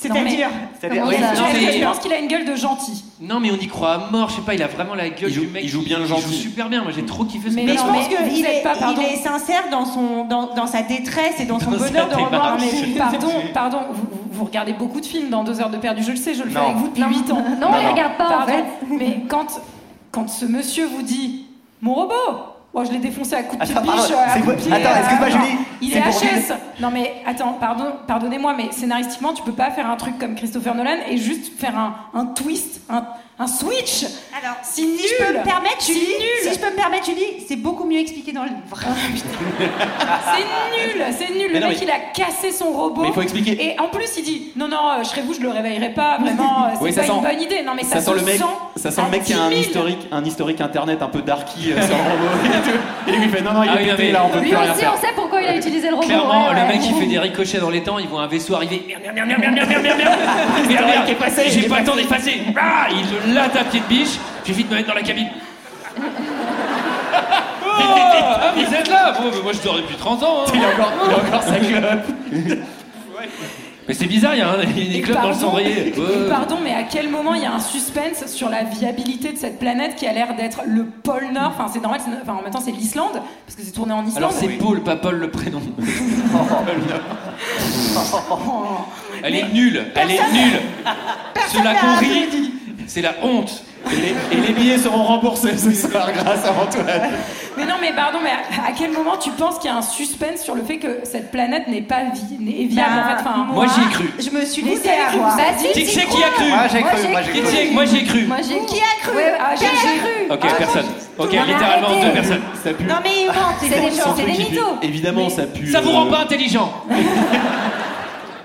[SPEAKER 11] C'est-à-dire
[SPEAKER 12] C'est-à-dire-
[SPEAKER 15] Comment
[SPEAKER 12] oui,
[SPEAKER 15] ça
[SPEAKER 12] non,
[SPEAKER 15] Est-ce que
[SPEAKER 7] mais-
[SPEAKER 15] tu penses qu'il a une gueule de gentil
[SPEAKER 7] Non, mais on y croit à mort, je sais pas, il a vraiment la gueule du mec. Il joue bien le gentil. Il joue super bien, moi j'ai trop kiffé ce
[SPEAKER 15] Mais
[SPEAKER 11] Mais
[SPEAKER 7] personnage.
[SPEAKER 11] je pense
[SPEAKER 15] mais
[SPEAKER 11] qu'il
[SPEAKER 15] vous êtes
[SPEAKER 11] est,
[SPEAKER 15] pas, pardon.
[SPEAKER 11] il est sincère dans, son, dans, dans sa détresse et dans son
[SPEAKER 7] Dans sa
[SPEAKER 11] bonheur de revoir
[SPEAKER 7] démarche.
[SPEAKER 11] un
[SPEAKER 15] Mais
[SPEAKER 11] mec.
[SPEAKER 15] pardon, pardon, vous, vous- vous regardez beaucoup de films dans deux heures de perdu, je le sais, je le fais
[SPEAKER 12] Non.
[SPEAKER 15] avec vous depuis 8 ans.
[SPEAKER 13] Non, on les regarde pas, en
[SPEAKER 15] Pardon,
[SPEAKER 13] fait.
[SPEAKER 15] Mais quand, quand ce monsieur vous dit Mon robot moi je l'ai défoncé à coups de
[SPEAKER 12] Attends,
[SPEAKER 15] pied de
[SPEAKER 12] pardon,
[SPEAKER 15] biche, à coups
[SPEAKER 12] c'est
[SPEAKER 15] de
[SPEAKER 12] quoi-
[SPEAKER 15] pied,
[SPEAKER 12] attends,
[SPEAKER 15] euh,
[SPEAKER 12] excuse-moi,
[SPEAKER 15] non.
[SPEAKER 12] Julie,
[SPEAKER 15] Il
[SPEAKER 12] c'est
[SPEAKER 15] est
[SPEAKER 12] pour
[SPEAKER 15] HS. Non mais attends, pardon, pardonnez-moi, mais scénaristiquement, tu peux pas faire un truc comme Christopher Nolan et juste faire un, un twist, un, un switch.
[SPEAKER 11] Alors,
[SPEAKER 15] si nul,
[SPEAKER 11] Si je peux me permettre,
[SPEAKER 15] si
[SPEAKER 11] Julie,
[SPEAKER 15] nul. Ah,
[SPEAKER 11] si je peux me permettre, Julie, c'est beaucoup mieux expliqué dans le livre.
[SPEAKER 15] C'est nul, c'est nul.
[SPEAKER 14] Mais
[SPEAKER 15] Le
[SPEAKER 14] non,
[SPEAKER 15] mec,
[SPEAKER 14] mais-
[SPEAKER 15] il a cassé son robot.
[SPEAKER 14] Mais il faut expliquer.
[SPEAKER 15] Et en plus, il dit non, non, euh, je serai vous, je le réveillerai pas. Vraiment, euh, c'est
[SPEAKER 14] Oui,
[SPEAKER 15] pas
[SPEAKER 14] ça
[SPEAKER 15] une
[SPEAKER 14] sent-
[SPEAKER 15] bonne idée. Non, mais ça,
[SPEAKER 14] sent
[SPEAKER 15] se
[SPEAKER 14] le mec,
[SPEAKER 15] sent
[SPEAKER 14] ça sent
[SPEAKER 15] à
[SPEAKER 14] le mec qui a un
[SPEAKER 15] 10 000.
[SPEAKER 14] historique, un historique internet un peu darky euh, sur le robot et tout. Et lui il fait non non il est
[SPEAKER 7] Ah oui, non,
[SPEAKER 14] pété
[SPEAKER 7] mais-
[SPEAKER 14] là on peut
[SPEAKER 13] Lui
[SPEAKER 14] plus rien
[SPEAKER 13] aussi,
[SPEAKER 14] faire.
[SPEAKER 13] on sait pourquoi il a utilisé le robot.
[SPEAKER 7] Clairement,
[SPEAKER 13] ouais,
[SPEAKER 7] Oh, le
[SPEAKER 13] ouais.
[SPEAKER 7] mec il fait des ricochets dans les temps, il voit un vaisseau arriver. Merde, merde, merde, merde, merde, merde, merde,
[SPEAKER 14] Il
[SPEAKER 7] merde,
[SPEAKER 14] est
[SPEAKER 7] merde,
[SPEAKER 14] qui est passé, il
[SPEAKER 7] J'ai
[SPEAKER 14] est
[SPEAKER 7] pas le temps d'être passé. Ah, il le latte à pied de biche. J'ai vite me mettre dans la cabine. Oh, ah, vous êtes là Bon, mais Moi je dors depuis 30 ans. hein.
[SPEAKER 14] Il a encore, il a encore sa clope.
[SPEAKER 7] Mais c'est bizarre, il y a un- il y a des
[SPEAKER 15] Et
[SPEAKER 7] clubs dans le
[SPEAKER 15] pardon,
[SPEAKER 7] cendrier.
[SPEAKER 15] et Pardon, mais à quel moment il y a un suspense sur la viabilité de cette planète qui a l'air d'être le pôle Nord Enfin, c'est normal, c'est- enfin, en même temps, c'est l'Islande, parce que c'est tourné en Islande.
[SPEAKER 7] Alors c'est Paul, pas Paul le prénom. Elle est nulle, elle est nulle. Cela
[SPEAKER 15] l'a
[SPEAKER 7] qu'on rit, c'est la honte.
[SPEAKER 14] Et les, et les billets seront remboursés ce soir grâce à Antoine.
[SPEAKER 15] Mais non, mais pardon, mais à, à quel moment tu penses qu'il y a un suspense sur le fait que cette planète n'est pas vi- n'est viable en fait enfin,
[SPEAKER 7] moi, j'y ai cru.
[SPEAKER 11] Je me suis
[SPEAKER 15] Vous
[SPEAKER 11] laissée
[SPEAKER 15] avez cru,
[SPEAKER 11] avoir.
[SPEAKER 15] vous avez dit,
[SPEAKER 7] Qui
[SPEAKER 15] t'y
[SPEAKER 7] c'est qui
[SPEAKER 15] crois
[SPEAKER 7] a cru
[SPEAKER 12] Moi, j'ai Moi, cru, j'ai moi, j'ai cru.
[SPEAKER 7] Qui c'est- Moi j'ai cru.
[SPEAKER 13] Moi, j'ai
[SPEAKER 11] Qui a cru
[SPEAKER 13] Ouais, ah,
[SPEAKER 11] Qui a
[SPEAKER 13] j'ai-
[SPEAKER 11] cru
[SPEAKER 7] Ok,
[SPEAKER 13] Ah,
[SPEAKER 7] personne. Ok,
[SPEAKER 13] monde a
[SPEAKER 7] littéralement
[SPEAKER 13] arrêté.
[SPEAKER 7] deux personnes.
[SPEAKER 14] Ça pue.
[SPEAKER 11] Non mais
[SPEAKER 15] Ah,
[SPEAKER 11] il ment,
[SPEAKER 13] C'est des
[SPEAKER 11] gens.
[SPEAKER 13] gens,
[SPEAKER 14] Sans
[SPEAKER 13] c'est
[SPEAKER 14] truc
[SPEAKER 13] des
[SPEAKER 14] qui pue.
[SPEAKER 13] mythos.
[SPEAKER 14] Évidemment ça pue.
[SPEAKER 7] Ça vous rend
[SPEAKER 14] euh,
[SPEAKER 7] pas intelligent.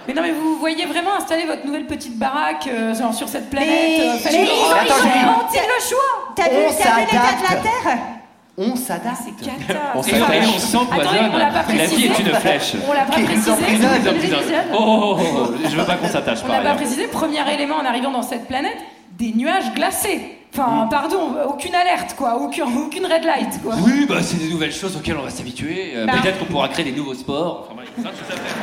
[SPEAKER 15] Mais non, mais vous voyez vraiment installer votre nouvelle petite baraque euh, genre sur cette planète.
[SPEAKER 11] Mais-
[SPEAKER 15] euh, faites
[SPEAKER 11] mais
[SPEAKER 15] une
[SPEAKER 11] ils
[SPEAKER 15] robe,
[SPEAKER 11] ont- ils
[SPEAKER 15] genre,
[SPEAKER 11] ont inventé
[SPEAKER 15] c'est le choix.
[SPEAKER 11] T'as vu,
[SPEAKER 12] On
[SPEAKER 11] t'as vu l'état de la
[SPEAKER 12] s'adapte.
[SPEAKER 11] Terre
[SPEAKER 12] On s'adapte.
[SPEAKER 15] Cata.
[SPEAKER 7] On
[SPEAKER 15] C'est pas-
[SPEAKER 7] s'attache, on s'empoisonne.
[SPEAKER 15] Attendez, on l'a pas
[SPEAKER 7] La vie
[SPEAKER 15] précisé.
[SPEAKER 7] est une flèche.
[SPEAKER 15] On l'a pas
[SPEAKER 12] Qui nous
[SPEAKER 15] précisé.
[SPEAKER 12] emprisonne.
[SPEAKER 7] Ils emprisonnent. Oh, oh, oh, oh, je veux pas qu'on s'attache
[SPEAKER 15] On
[SPEAKER 7] par
[SPEAKER 15] n'a pas
[SPEAKER 7] ailleurs.
[SPEAKER 15] précisé, premier élément en arrivant dans cette planète, des nuages glacés. Enfin, pardon, aucune alerte, quoi, aucune, aucune red light, quoi.
[SPEAKER 7] Oui, bah c'est des nouvelles choses auxquelles on va s'habituer. Euh,
[SPEAKER 15] Bah.
[SPEAKER 7] Peut-être qu'on pourra créer des nouveaux sports. Enfin, bref, ça, tout à fait.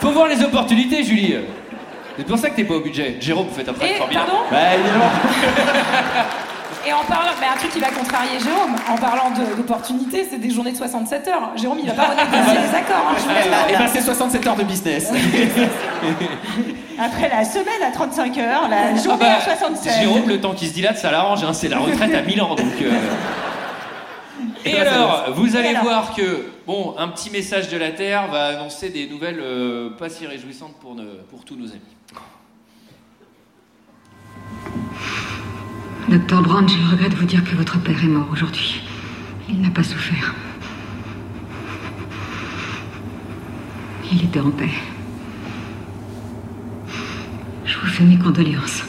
[SPEAKER 7] Faut voir les opportunités, Julie. C'est pour ça que t'es pas au budget. Jérôme, vous faites un travail
[SPEAKER 15] Et,
[SPEAKER 7] formidable.
[SPEAKER 15] pardon
[SPEAKER 14] Bah évidemment.
[SPEAKER 15] Et en parlant, mais un truc qui va contrarier Jérôme, en parlant de- d'opportunités, c'est des journées de 67 heures. Jérôme, il va pas renégocier les accords. hein, je vous le dis.
[SPEAKER 14] Et ben c'est 67 heures de business.
[SPEAKER 11] Après la semaine à 35 heures, la
[SPEAKER 7] Ah
[SPEAKER 11] journée
[SPEAKER 7] bah,
[SPEAKER 11] à 67.
[SPEAKER 7] Jérôme, le temps qui se dilate, ça l'arrange. hein. C'est la retraite à 1000 ans, donc. euh. Eh Et
[SPEAKER 14] Et
[SPEAKER 7] alors,
[SPEAKER 14] alors
[SPEAKER 7] vous allez
[SPEAKER 11] Et alors
[SPEAKER 7] voir que bon, un petit message de la Terre va annoncer des nouvelles euh, pas si réjouissantes pour, ne- pour tous nos amis.
[SPEAKER 8] Docteur Brand, je regrette de vous dire que votre père est mort aujourd'hui. Il n'a pas souffert. Il était en paix. Je vous fais mes condoléances.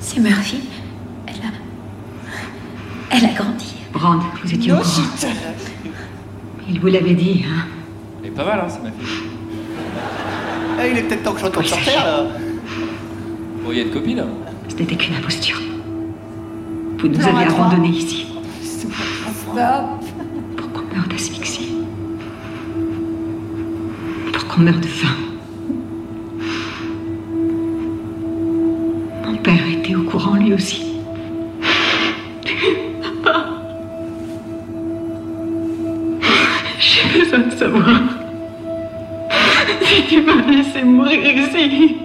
[SPEAKER 22] C'est Murphy. Elle a. Elle a grandi.
[SPEAKER 8] Brand, vous étiez au courant.
[SPEAKER 23] Il vous l'avait dit, hein
[SPEAKER 7] Elle est pas mal, hein, ça m'a fait.
[SPEAKER 12] Eh, il est peut-être temps que je retourne sur Terre, là.
[SPEAKER 7] Bon, il y a hein. une copie, là.
[SPEAKER 23] Ce n'était qu'une imposture. Vous nous
[SPEAKER 13] Non, à
[SPEAKER 23] avez
[SPEAKER 13] trois.
[SPEAKER 23] abandonnés ici
[SPEAKER 13] Stop.
[SPEAKER 23] pour qu'on meure d'asphyxie. Pour qu'on meure de faim. Mon père était au courant lui aussi. J'ai besoin de savoir si tu m'as laissé mourir ici.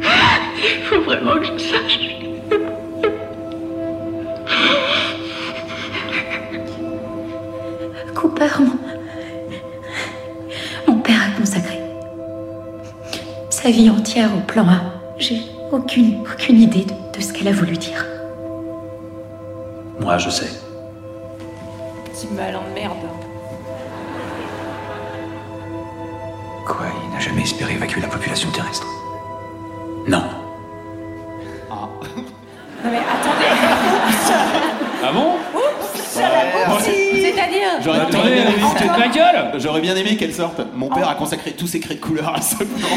[SPEAKER 23] Il faut vraiment que je sache.
[SPEAKER 8] Cooper, mon, mon père a consacré sa vie entière au plan A. J'ai aucune, aucune idée de, de ce qu'elle a voulu dire.
[SPEAKER 6] Moi, je sais.
[SPEAKER 15] Petit malin de merde.
[SPEAKER 6] Quoi, il n'a jamais espéré évacuer la population terrestre Non.
[SPEAKER 15] Non mais attendez.
[SPEAKER 18] Ah bon
[SPEAKER 15] Oups, C'est-à-dire
[SPEAKER 18] J'aurais j'aurais
[SPEAKER 15] Attendez,
[SPEAKER 18] bien
[SPEAKER 15] vous
[SPEAKER 18] aimé
[SPEAKER 15] foutez de ma
[SPEAKER 18] qu'elle- J'aurais bien aimé qu'elle sorte. Mon père a consacré tous ses crédits de couleur à ce plan.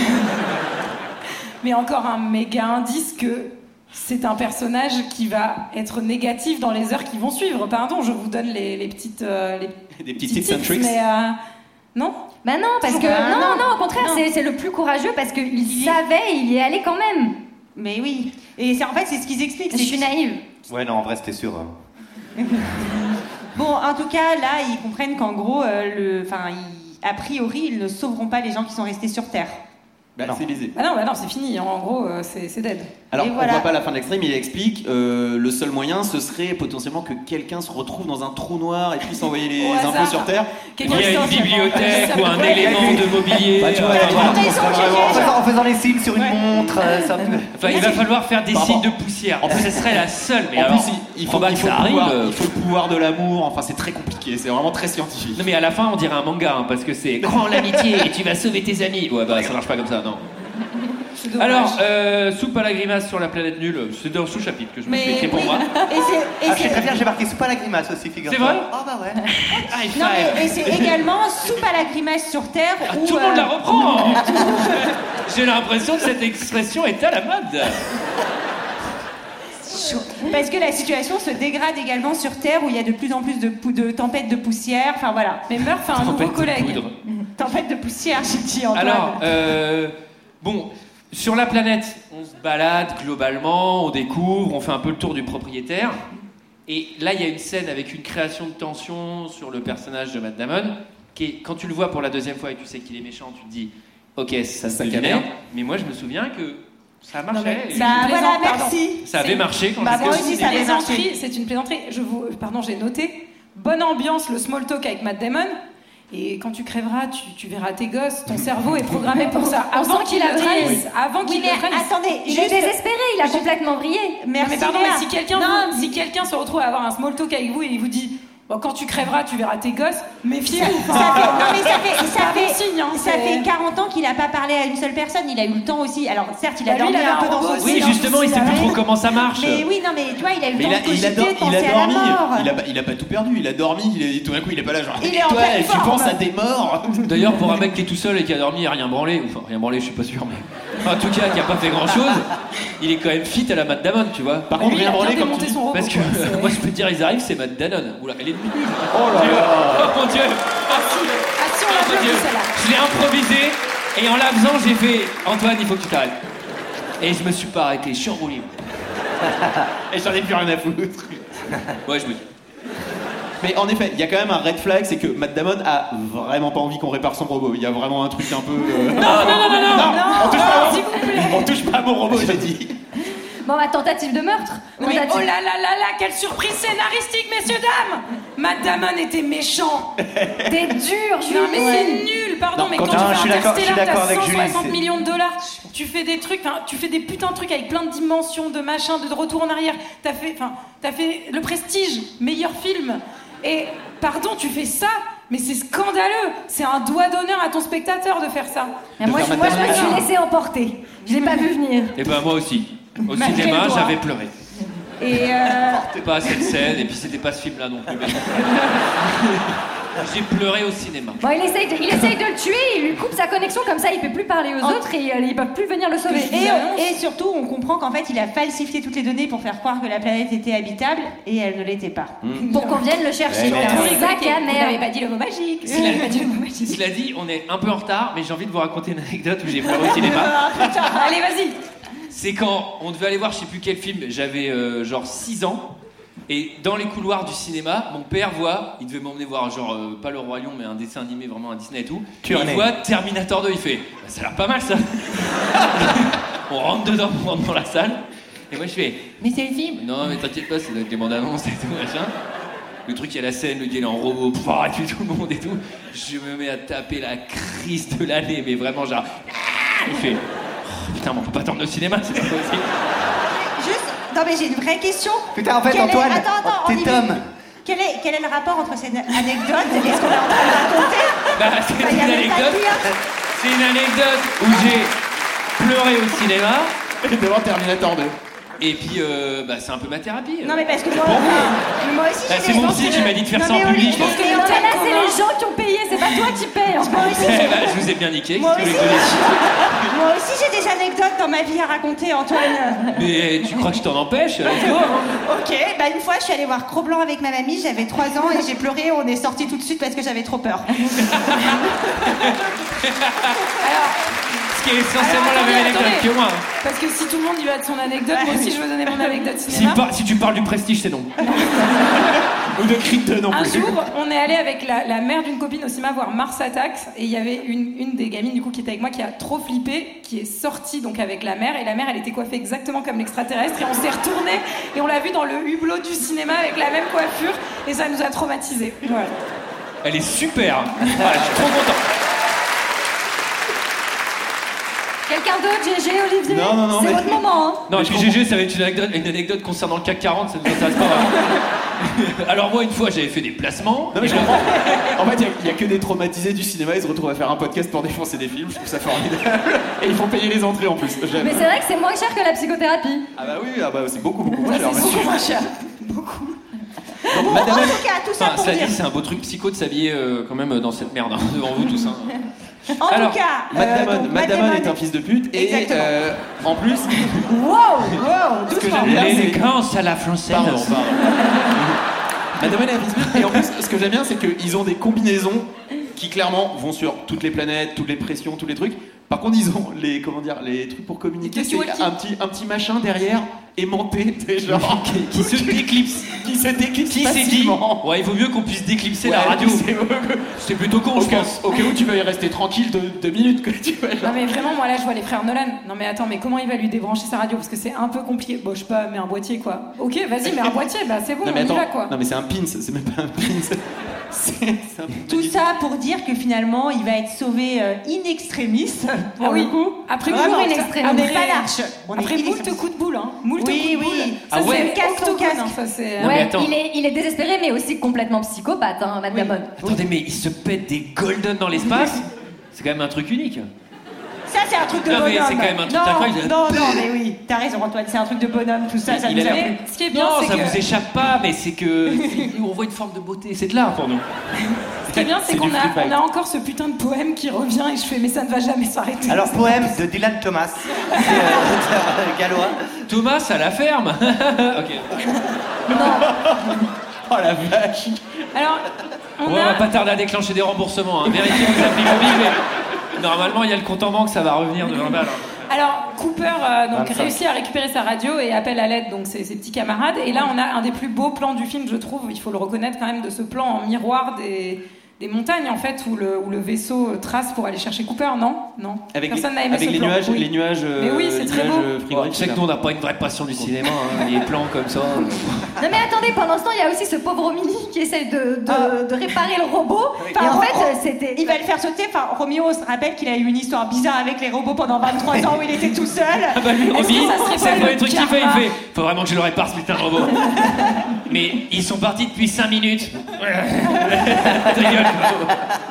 [SPEAKER 15] Mais encore un méga indice que c'est un personnage qui va être négatif dans les heures qui vont suivre. Pardon, je vous donne les, les petites. euh, les
[SPEAKER 18] Des petits
[SPEAKER 15] petits
[SPEAKER 18] tips and
[SPEAKER 15] tips,
[SPEAKER 18] tricks.
[SPEAKER 15] Mais euh, non
[SPEAKER 13] Bah non, parce que.
[SPEAKER 15] Bah
[SPEAKER 13] non,
[SPEAKER 15] non.
[SPEAKER 13] non, au contraire,
[SPEAKER 15] Non.
[SPEAKER 13] c'est c'est le plus courageux parce qu'il savait, il y est allé quand même.
[SPEAKER 11] Mais oui. Et c'est en fait, c'est ce qu'ils expliquent.
[SPEAKER 13] Je suis naïve.
[SPEAKER 12] Ouais, non, en vrai, c'était sûr. hein.
[SPEAKER 11] Bon, en tout cas, là, ils comprennent qu'en gros, euh, le, enfin, ils- a priori, ils ne sauveront pas les gens qui sont restés sur Terre.
[SPEAKER 14] Bah, c'est baisé.
[SPEAKER 15] Bah non, bah non, c'est fini. En gros, euh, c'est c'est dead.
[SPEAKER 14] Alors,
[SPEAKER 11] Et
[SPEAKER 14] on
[SPEAKER 11] voilà.
[SPEAKER 14] voit pas la fin de l'extrait, mais il explique euh, le seul moyen, ce serait potentiellement que quelqu'un se retrouve dans un trou noir et puisse envoyer les
[SPEAKER 15] Au
[SPEAKER 14] infos
[SPEAKER 15] hasard.
[SPEAKER 14] sur Terre.
[SPEAKER 15] Quelqu'un Il y a qui une sort sur- bibliothèque ou un Ouais. élément de
[SPEAKER 7] mobilier.
[SPEAKER 14] Bah, tu vois,
[SPEAKER 7] Ouais,
[SPEAKER 14] alors,
[SPEAKER 7] t'as
[SPEAKER 14] on
[SPEAKER 7] raison,
[SPEAKER 14] serait
[SPEAKER 7] Gégé.
[SPEAKER 14] vraiment-
[SPEAKER 12] En faisant, en faisant les signes sur une montre, euh, ça
[SPEAKER 7] Enfin, il va falloir faire des
[SPEAKER 12] Par
[SPEAKER 7] signes
[SPEAKER 12] rapport-
[SPEAKER 7] de poussière. En plus, ça serait la seule. Mais
[SPEAKER 14] en
[SPEAKER 7] alors,
[SPEAKER 14] plus, il- il faut,
[SPEAKER 7] probable
[SPEAKER 14] il faut
[SPEAKER 7] que ça
[SPEAKER 14] le
[SPEAKER 7] arrive.
[SPEAKER 14] pouvoir,
[SPEAKER 7] euh,
[SPEAKER 14] il faut le pouvoir de l'amour, enfin c'est très compliqué, c'est vraiment très scientifique.
[SPEAKER 7] Non mais à la fin on dirait un manga hein, parce que c'est Prends l'amitié et tu vas sauver tes amis. Ouais bah ça marche pas comme ça non. Alors euh, soupe à la grimace sur la planète nulle, c'est dans le sous-chapitre que je me suis écrit pour moi.
[SPEAKER 11] Et c'est- et
[SPEAKER 12] Ah, je sais
[SPEAKER 11] c'est-
[SPEAKER 12] très bien, j'ai marqué sous pas la grimace aussi, figure
[SPEAKER 7] C'est vrai
[SPEAKER 11] Ah bah ouais.
[SPEAKER 7] five.
[SPEAKER 11] non, mais, et c'est également soupe à la grimace sur Terre. où,
[SPEAKER 7] Tout le monde
[SPEAKER 11] euh,
[SPEAKER 7] la reprend. J'ai l'impression que cette expression est à la mode.
[SPEAKER 11] Parce que la situation se dégrade également sur Terre où il y a de plus en plus de, pou- de tempêtes de poussière. Enfin voilà.
[SPEAKER 15] Mais meurt fait un
[SPEAKER 7] Tempête nouveau de collègue. poudre.
[SPEAKER 11] Tempête de poussière, j'ai dit Antoine.
[SPEAKER 7] Alors, euh, bon, sur la planète, on se balade globalement, on découvre, on fait un peu le tour du propriétaire. Et là, il y a une scène avec une création de tension sur le personnage de Matt Damon, qui est, quand tu le vois pour la deuxième fois et tu sais qu'il est méchant, tu te dis, ok, ça se
[SPEAKER 14] Ça
[SPEAKER 7] devinait,
[SPEAKER 14] caverne.
[SPEAKER 7] mais moi je me souviens que ça marchait. Et-
[SPEAKER 11] Bah voilà, merci.
[SPEAKER 7] Ça avait marché quand
[SPEAKER 15] Bah,
[SPEAKER 7] j'étais
[SPEAKER 15] moi
[SPEAKER 7] au
[SPEAKER 15] aussi, ça
[SPEAKER 7] cinéma.
[SPEAKER 15] avait marché. C'est une plaisanterie. Je vous, pardon, j'ai noté. Bonne ambiance, le small talk avec Matt Damon. Et quand tu crèveras, tu, tu verras tes gosses. Ton cerveau est programmé pour ça.
[SPEAKER 13] On
[SPEAKER 15] Avant
[SPEAKER 13] sent
[SPEAKER 15] qu'il
[SPEAKER 13] qu'il
[SPEAKER 15] le
[SPEAKER 13] le
[SPEAKER 15] prenne,
[SPEAKER 13] dise.
[SPEAKER 15] avant qu'il
[SPEAKER 13] Oui, mais
[SPEAKER 15] le prenne.
[SPEAKER 11] attendez,
[SPEAKER 13] Il est désespéré, il a complètement brillé.
[SPEAKER 15] Non, mais pardon,
[SPEAKER 13] Léa.
[SPEAKER 15] mais si quelqu'un
[SPEAKER 13] Non,
[SPEAKER 15] vous- si quelqu'un se retrouve à avoir un small talk avec vous et il vous dit Bon, quand tu crèveras, tu verras tes gosses, méfiez-vous.
[SPEAKER 11] Ça fait, non mais ça fait,
[SPEAKER 15] C'est
[SPEAKER 11] ça
[SPEAKER 15] un bon
[SPEAKER 11] fait-
[SPEAKER 15] signe, hein,
[SPEAKER 11] ça
[SPEAKER 15] c'est-
[SPEAKER 11] fait 40 ans qu'il n'a pas parlé à une seule personne. Il a eu le temps aussi. Alors certes, il
[SPEAKER 15] Bah,
[SPEAKER 11] a
[SPEAKER 15] lui,
[SPEAKER 11] dormi
[SPEAKER 15] il avait
[SPEAKER 11] un peu
[SPEAKER 15] un
[SPEAKER 11] dans son
[SPEAKER 15] robot,
[SPEAKER 7] Oui,
[SPEAKER 11] silence
[SPEAKER 7] justement, il sait plus
[SPEAKER 11] aussi,
[SPEAKER 7] trop comment ça marche.
[SPEAKER 11] Mais oui, non mais tu vois, il a eu le
[SPEAKER 14] Mais
[SPEAKER 11] temps
[SPEAKER 14] il a,
[SPEAKER 11] de
[SPEAKER 14] il
[SPEAKER 11] cogiter,
[SPEAKER 14] a dor-
[SPEAKER 11] de
[SPEAKER 14] il
[SPEAKER 11] penser
[SPEAKER 14] a
[SPEAKER 11] à la
[SPEAKER 14] dormi,
[SPEAKER 11] mort.
[SPEAKER 14] il a, pas- il a pas tout perdu, il a dormi, il est, tout d'un coup il est pas là genre.
[SPEAKER 11] Il est en
[SPEAKER 14] toi,
[SPEAKER 11] pleine
[SPEAKER 14] tu
[SPEAKER 11] forme.
[SPEAKER 14] penses à des morts
[SPEAKER 7] D'ailleurs, pour un mec qui est tout seul et qui a dormi et rien branlé, enfin rien branlé, je suis pas sûr, mais en tout cas qui a pas fait grand chose, il est quand même fit à la Matt Damon, tu vois. Par
[SPEAKER 14] contre, Lui, il a rien branlé, bien comme
[SPEAKER 15] démonté tu dis. son robot,
[SPEAKER 7] Parce que
[SPEAKER 15] quoi, c'est-
[SPEAKER 7] moi je peux te dire, ils arrivent, c'est Matt Damon. Oula, elle est nulle. Oh
[SPEAKER 14] là
[SPEAKER 7] Oh mon dieu
[SPEAKER 15] Ah, si, on l'a
[SPEAKER 7] Mon
[SPEAKER 15] bloqué,
[SPEAKER 7] Dieu.
[SPEAKER 15] celle-là.
[SPEAKER 7] Je l'ai improvisé et en la faisant, j'ai fait Antoine, il faut que tu t'arrêtes. Et je me suis pas arrêté, je suis enroulé.
[SPEAKER 14] Et j'en ai plus rien à foutre.
[SPEAKER 7] Ouais, je me dis.
[SPEAKER 14] Mais en effet, il y a quand même un red flag, c'est que Matt Damon a vraiment pas envie qu'on répare son robot. Il y a vraiment un truc un peu. euh,
[SPEAKER 15] Non, non, non, non, non,
[SPEAKER 14] on touche pas à
[SPEAKER 15] s'il vous plaît.
[SPEAKER 14] On touche pas à mon robot, j'ai dit.
[SPEAKER 13] Bon, bah, tentative de meurtre.
[SPEAKER 15] Non, mais
[SPEAKER 13] Tentative-
[SPEAKER 15] oh là là là là, quelle surprise scénaristique, messieurs, dames Matt Damon était méchant
[SPEAKER 13] T'es dur, Julie
[SPEAKER 15] Non, mais c'est nul, pardon,
[SPEAKER 13] Non,
[SPEAKER 15] mais
[SPEAKER 13] quand-
[SPEAKER 15] quand,
[SPEAKER 13] non, je
[SPEAKER 15] tu
[SPEAKER 13] suis
[SPEAKER 15] fais
[SPEAKER 13] d'accord- je suis
[SPEAKER 15] Interstellar,
[SPEAKER 13] d'accord
[SPEAKER 15] t'as
[SPEAKER 13] avec
[SPEAKER 15] 160
[SPEAKER 13] Julie, c'est-
[SPEAKER 15] millions de dollars, tu fais des trucs, enfin, tu fais des putains de trucs avec plein de dimensions, de machins, de retour en arrière, t'as fait, enfin, t'as fait Le Prestige, meilleur film, et pardon, tu fais ça mais c'est scandaleux C'est un doigt d'honneur à ton spectateur de faire ça
[SPEAKER 13] Mais moi, je, moi, je me suis laissé emporter. Je l'ai pas vu venir.
[SPEAKER 7] Et ben moi aussi. Au
[SPEAKER 15] Malgré
[SPEAKER 7] cinéma,
[SPEAKER 15] toi.
[SPEAKER 7] j'avais pleuré.
[SPEAKER 11] Et euh,
[SPEAKER 7] C'était pas cette scène, et puis c'était pas ce film-là non plus. mais- J'ai pleuré au cinéma.
[SPEAKER 13] Bon, il essaye, de, il essaye de le tuer, il lui coupe sa connexion, comme ça il peut plus parler aux autres et euh, ils peuvent plus venir le
[SPEAKER 11] Et,
[SPEAKER 13] sauver.
[SPEAKER 11] et- et surtout, on comprend qu'en fait, il a falsifié toutes les données pour faire croire que la planète était habitable et elle ne l'était pas.
[SPEAKER 14] Hmm.
[SPEAKER 13] Pour qu'on vienne le
[SPEAKER 14] Eh,
[SPEAKER 13] chercher.
[SPEAKER 7] Ouais, ouais, ouais.
[SPEAKER 13] Sac hein, euh, à
[SPEAKER 11] Vous
[SPEAKER 13] merde.
[SPEAKER 11] n'avez pas dit le mot magique.
[SPEAKER 7] Cela, Cela dit, on est un peu en retard, mais j'ai envie de vous raconter une anecdote où j'ai pleuré au cinéma.
[SPEAKER 15] Allez, vas-y.
[SPEAKER 7] C'est quand on devait aller voir je sais plus quel film, j'avais euh, genre 6 ans, et dans les couloirs du cinéma, mon père voit, il devait m'emmener voir genre euh, pas le Roi Lion, mais un dessin animé vraiment un Disney et tout,
[SPEAKER 12] Tu
[SPEAKER 7] et
[SPEAKER 12] en
[SPEAKER 7] il
[SPEAKER 12] es.
[SPEAKER 7] voit Terminator 2, il fait Bah, ça a l'air pas mal ça On rentre dedans, on rentre dans la salle, et moi je fais Mais c'est le film Non, mais t'inquiète pas, ça doit être des bandes annonces et tout machin. Le truc, il y a la scène, le gars il est en robot, pff, ah, tue tout le monde et tout. Je me mets à taper la crise de l'année, mais vraiment genre. Ah Il fait. Oh, putain, mais on peut pas attendre le cinéma, c'est pas possible.
[SPEAKER 11] Juste, non mais j'ai une vraie question.
[SPEAKER 12] Putain, en fait,
[SPEAKER 11] Quel est-
[SPEAKER 12] Antoine,
[SPEAKER 11] attends, attends,
[SPEAKER 12] t'es
[SPEAKER 11] on y
[SPEAKER 12] Tom.
[SPEAKER 11] va. Quel est, quel est le rapport entre cette anecdote et ce qu'on est en train de raconter
[SPEAKER 7] Bah, c'est
[SPEAKER 11] Bah, y
[SPEAKER 7] une
[SPEAKER 11] avait pas
[SPEAKER 7] anecdote.
[SPEAKER 11] pire.
[SPEAKER 7] C'est une anecdote où j'ai pleuré au cinéma.
[SPEAKER 18] Et devant Terminator 2.
[SPEAKER 7] Et puis, euh, bah, c'est un peu ma thérapie.
[SPEAKER 11] Non mais parce que moi,
[SPEAKER 7] Bon.
[SPEAKER 11] enfin, moi aussi
[SPEAKER 7] Bah,
[SPEAKER 11] j'ai
[SPEAKER 7] c'est
[SPEAKER 11] des-
[SPEAKER 7] mon
[SPEAKER 11] je pense
[SPEAKER 7] psy
[SPEAKER 11] que-
[SPEAKER 7] qui m'a dit de faire
[SPEAKER 11] Non,
[SPEAKER 7] ça en
[SPEAKER 11] mais
[SPEAKER 7] public.
[SPEAKER 11] oui,
[SPEAKER 7] Je pense que
[SPEAKER 11] mais
[SPEAKER 13] Et
[SPEAKER 11] non,
[SPEAKER 13] là,
[SPEAKER 11] mais là,
[SPEAKER 13] c'est les gens qui ont payé, c'est pas toi qui payes. en
[SPEAKER 11] Moi
[SPEAKER 13] fait.
[SPEAKER 11] aussi,
[SPEAKER 7] Eh bah, je vous ai bien niqué,
[SPEAKER 11] Moi
[SPEAKER 7] qu'est-ce que vous voulez
[SPEAKER 11] aussi.
[SPEAKER 7] que je
[SPEAKER 11] Moi aussi j'ai des anecdotes dans ma vie à raconter, Antoine.
[SPEAKER 7] vous dise Mais tu crois que je t'en empêche euh, Let's go. hein.
[SPEAKER 11] Ok, bah une fois je suis allée voir Cro-Blanc avec ma mamie, j'avais 3 ans et j'ai pleuré, on est sorti tout de suite parce que j'avais trop peur.
[SPEAKER 7] Ce qui est essentiellement la
[SPEAKER 15] Alors,
[SPEAKER 7] même
[SPEAKER 15] attendez,
[SPEAKER 7] anecdote que
[SPEAKER 15] attendez.
[SPEAKER 7] moi.
[SPEAKER 15] Parce que si tout le monde y va de son anecdote, moi aussi je veux donner mon anecdote
[SPEAKER 7] Si,
[SPEAKER 15] cinéma.
[SPEAKER 7] par- si tu parles du prestige, c'est non. Ou de crit non
[SPEAKER 15] Un
[SPEAKER 7] plus.
[SPEAKER 15] jour, on est allé avec la, la mère d'une copine au cinéma voir Mars Attacks et il y avait une, une des gamines du coup qui était avec moi qui a trop flippé, qui est sortie donc avec la mère et la mère elle était coiffée exactement comme l'extraterrestre et on s'est retourné et on l'a vue dans le hublot du cinéma avec la même coiffure et ça nous a traumatisés. Voilà.
[SPEAKER 7] Elle est super. Voilà, je suis trop content.
[SPEAKER 13] Quelqu'un d'autre, GG, Olivier
[SPEAKER 7] Non, non, non,
[SPEAKER 13] C'est
[SPEAKER 7] mais-
[SPEAKER 13] votre moment, hein
[SPEAKER 7] Non, et puis GG, ça va être une anecdote, une anecdote concernant le CAC 40, ça ne nous intéresse pas. vraiment. Alors, moi, une fois, j'avais fait des placements.
[SPEAKER 18] Non mais je
[SPEAKER 7] Et le-
[SPEAKER 18] comprends. En fait, il n'y a, que des traumatisés du cinéma, ils se retrouvent à faire un podcast pour défoncer des films, je trouve ça formidable. Et ils font payer les entrées en plus. J'aime.
[SPEAKER 13] Mais c'est vrai que c'est moins cher que la psychothérapie.
[SPEAKER 18] Ah bah oui, ah bah c'est beaucoup beaucoup moins
[SPEAKER 13] Ça,
[SPEAKER 18] cher.
[SPEAKER 13] c'est beaucoup moins cher.
[SPEAKER 7] Donc,
[SPEAKER 11] Bon, en tout cas, tout ça
[SPEAKER 7] Enfin,
[SPEAKER 11] pour
[SPEAKER 7] dit,
[SPEAKER 11] dire.
[SPEAKER 7] c'est un beau truc psycho de s'habiller euh, quand même euh, dans cette merde, hein, devant vous tous. hein.
[SPEAKER 11] En
[SPEAKER 7] Alors,
[SPEAKER 11] tout cas, euh,
[SPEAKER 18] Matt Damon,
[SPEAKER 11] donc,
[SPEAKER 18] Matt
[SPEAKER 11] Matt
[SPEAKER 18] Damon
[SPEAKER 11] Damon-
[SPEAKER 18] est un fils de pute et
[SPEAKER 11] Exactement.
[SPEAKER 18] euh, en plus,
[SPEAKER 11] Wow, wow,
[SPEAKER 18] ce que
[SPEAKER 11] doucement.
[SPEAKER 18] j'aime bien, c'est
[SPEAKER 7] L'élégance à la française.
[SPEAKER 18] Pardon, pardon. Madame Hélène Risberg. Et en plus, ce que j'aime bien, c'est qu'ils ont des combinaisons qui clairement vont sur toutes les planètes, toutes les pressions, tous les trucs. Par contre, ils ont les comment dire, les trucs pour communiquer. C'est un petit, un petit machin derrière aimanté, des gens qui,
[SPEAKER 7] qui se déclipse,
[SPEAKER 18] qui se déclipse
[SPEAKER 7] Qui s'est dit
[SPEAKER 18] facilement.
[SPEAKER 7] Ouais, il vaut mieux qu'on puisse déclipser la
[SPEAKER 18] Ouais,
[SPEAKER 7] radio.
[SPEAKER 18] c'est-
[SPEAKER 7] C'est plutôt con,
[SPEAKER 18] Au
[SPEAKER 7] je
[SPEAKER 18] cas,
[SPEAKER 7] pense.
[SPEAKER 18] au cas où tu vas y rester tranquille deux, deux minutes, que tu vois, genre.
[SPEAKER 15] Non mais vraiment moi là je vois les frères Nolan. Non mais attends mais comment il va lui débrancher sa radio parce que c'est un peu compliqué. Bon je sais pas mais un boîtier quoi. Ok vas-y mais un boîtier bah c'est bon
[SPEAKER 18] Non,
[SPEAKER 15] on
[SPEAKER 18] mais
[SPEAKER 15] y
[SPEAKER 18] attends,
[SPEAKER 15] va quoi.
[SPEAKER 18] non mais c'est un pins, c'est même pas un pins. C'est c'est un
[SPEAKER 11] Tout ça pour dire que finalement, il va être sauvé euh, in extremis. Pour
[SPEAKER 15] Ah oui.
[SPEAKER 11] le coup.
[SPEAKER 15] Après
[SPEAKER 11] Vraiment,
[SPEAKER 15] moult in
[SPEAKER 11] ça-
[SPEAKER 15] extremis.
[SPEAKER 11] On n'est
[SPEAKER 15] Après-
[SPEAKER 11] pas lâche. On
[SPEAKER 15] après
[SPEAKER 11] est in
[SPEAKER 15] moult
[SPEAKER 11] extremis.
[SPEAKER 15] coups de boule, hein. Moult
[SPEAKER 11] oui,
[SPEAKER 15] coups de
[SPEAKER 11] oui.
[SPEAKER 15] boule.
[SPEAKER 11] Ça,
[SPEAKER 7] Ah
[SPEAKER 11] c'est
[SPEAKER 7] ouais.
[SPEAKER 11] casque au
[SPEAKER 15] Octogone,
[SPEAKER 11] casque.
[SPEAKER 15] hein, ça, c'est-
[SPEAKER 7] Non, mais
[SPEAKER 13] ouais,
[SPEAKER 7] attends.
[SPEAKER 13] il est, il est désespéré, mais aussi complètement psychopathe, hein, Matt Damon.
[SPEAKER 7] Attendez, mais il se pète des golden dans l'espace C'est quand même un truc unique.
[SPEAKER 11] Ça, c'est un truc de
[SPEAKER 7] Non, mais
[SPEAKER 11] bonhomme.
[SPEAKER 7] c'est quand même un truc
[SPEAKER 11] Non,
[SPEAKER 7] incroyable. Il a-
[SPEAKER 11] Non, non, mais oui. T'as raison, Antoine. C'est un truc de bonhomme, tout ça. ça
[SPEAKER 7] Il a
[SPEAKER 11] nous
[SPEAKER 7] l'air
[SPEAKER 11] a-
[SPEAKER 7] plus-
[SPEAKER 15] Ce qui est bien,
[SPEAKER 7] Non,
[SPEAKER 15] c'est
[SPEAKER 7] ça
[SPEAKER 15] que-
[SPEAKER 7] vous échappe pas, mais c'est que on voit une forme de beauté. C'est de l'art pour nous.
[SPEAKER 15] Ce qui est bien, c'est
[SPEAKER 7] C'est
[SPEAKER 15] qu'on
[SPEAKER 7] du
[SPEAKER 15] a,
[SPEAKER 7] free fight.
[SPEAKER 15] on a encore ce putain de poème qui revient et je fais, mais ça ne va jamais s'arrêter.
[SPEAKER 12] Alors, poème de Dylan Thomas, euh, auteur gallois.
[SPEAKER 7] Thomas à la ferme. ok.
[SPEAKER 18] Oh la vache
[SPEAKER 15] Alors, on
[SPEAKER 7] Bon, on va
[SPEAKER 15] a.
[SPEAKER 7] pas tarder à déclencher des remboursements. hein. Vérifiez vos applis mobiles. mais Normalement, il y a le compte en banque, ça va revenir de 20 balles. hein.
[SPEAKER 15] Alors, Cooper euh, donc,
[SPEAKER 7] Vingt-cinq.
[SPEAKER 15] réussit à récupérer sa radio et appelle à l'aide donc ses, ses petits camarades. Et là, on a un des plus beaux plans du film, je trouve. Il faut le reconnaître quand même de ce plan en miroir des, des montagnes, en fait, où le, où le vaisseau trace pour aller chercher Cooper. Non, non.
[SPEAKER 18] Avec,
[SPEAKER 15] Personne n'a aimé
[SPEAKER 18] avec
[SPEAKER 15] ce
[SPEAKER 18] les,
[SPEAKER 15] plan.
[SPEAKER 18] nuages,
[SPEAKER 15] Oui.
[SPEAKER 18] les nuages, euh,
[SPEAKER 15] Mais oui, c'est
[SPEAKER 18] les
[SPEAKER 15] très
[SPEAKER 18] nuages, euh,
[SPEAKER 15] beau.
[SPEAKER 7] Bon, je sais
[SPEAKER 18] frigorifiques,
[SPEAKER 7] que
[SPEAKER 18] là.
[SPEAKER 7] nous, on n'a pas une vraie passion du cinéma. hein. Les plans comme ça. euh,
[SPEAKER 13] Non, mais attendez, pendant ce temps, il y a aussi ce pauvre Omini qui essaye de, de, de réparer le robot. Enfin,
[SPEAKER 11] Et
[SPEAKER 13] en
[SPEAKER 11] en-
[SPEAKER 13] fait, euh, c'était.
[SPEAKER 11] Il va le faire sauter. Enfin, Romeo se rappelle qu'il a eu une histoire bizarre avec les robots pendant 23 ans où il était tout seul.
[SPEAKER 7] Ah bah lui,
[SPEAKER 11] Est-ce que
[SPEAKER 7] Romy,
[SPEAKER 11] ça serait
[SPEAKER 7] c'est
[SPEAKER 11] pas
[SPEAKER 7] le premier
[SPEAKER 11] le
[SPEAKER 7] truc qu'il fait, il
[SPEAKER 11] karma
[SPEAKER 7] fait Faut vraiment que je le répare ce putain de robot. Mais ils sont partis depuis 5 minutes. Ta gueule.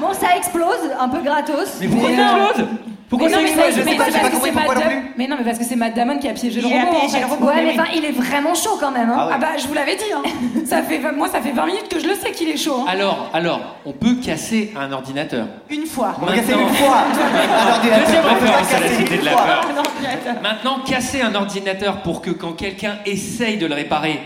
[SPEAKER 13] Bon, ça explose, un peu gratos.
[SPEAKER 7] Mais pourquoi
[SPEAKER 13] Mais,
[SPEAKER 7] ça
[SPEAKER 13] euh,
[SPEAKER 7] explose
[SPEAKER 12] Pourquoi
[SPEAKER 15] mais non,
[SPEAKER 12] c'est
[SPEAKER 15] mais
[SPEAKER 12] une image
[SPEAKER 15] ça- mais
[SPEAKER 12] Pourquoi
[SPEAKER 15] c'est
[SPEAKER 12] j'ai pas
[SPEAKER 15] parce que
[SPEAKER 12] compris
[SPEAKER 15] c'est
[SPEAKER 12] pourquoi non
[SPEAKER 15] Madame- Mais non, mais parce que c'est Matt Damon qui a piégé le
[SPEAKER 13] Il a
[SPEAKER 15] robot. en
[SPEAKER 13] piégé
[SPEAKER 15] fait.
[SPEAKER 13] le robot. Ouais, mais enfin, il est vraiment chaud quand même. hein.
[SPEAKER 7] Ah ouais.
[SPEAKER 15] Ah bah, je vous l'avais dit. hein. ça fait, vingt- moi, ça fait 20 minutes que je le sais qu'il est chaud. hein.
[SPEAKER 7] Alors, alors, on peut casser un ordinateur.
[SPEAKER 15] Une fois.
[SPEAKER 7] Maintenant-
[SPEAKER 12] Un ordinateur,
[SPEAKER 7] Deuxième
[SPEAKER 12] on peut pas
[SPEAKER 7] référence à la
[SPEAKER 12] casser
[SPEAKER 7] cité
[SPEAKER 12] une
[SPEAKER 7] de la
[SPEAKER 12] fois.
[SPEAKER 7] peur.
[SPEAKER 12] Un
[SPEAKER 7] Maintenant, casser un ordinateur pour que quand quelqu'un essaye de le réparer,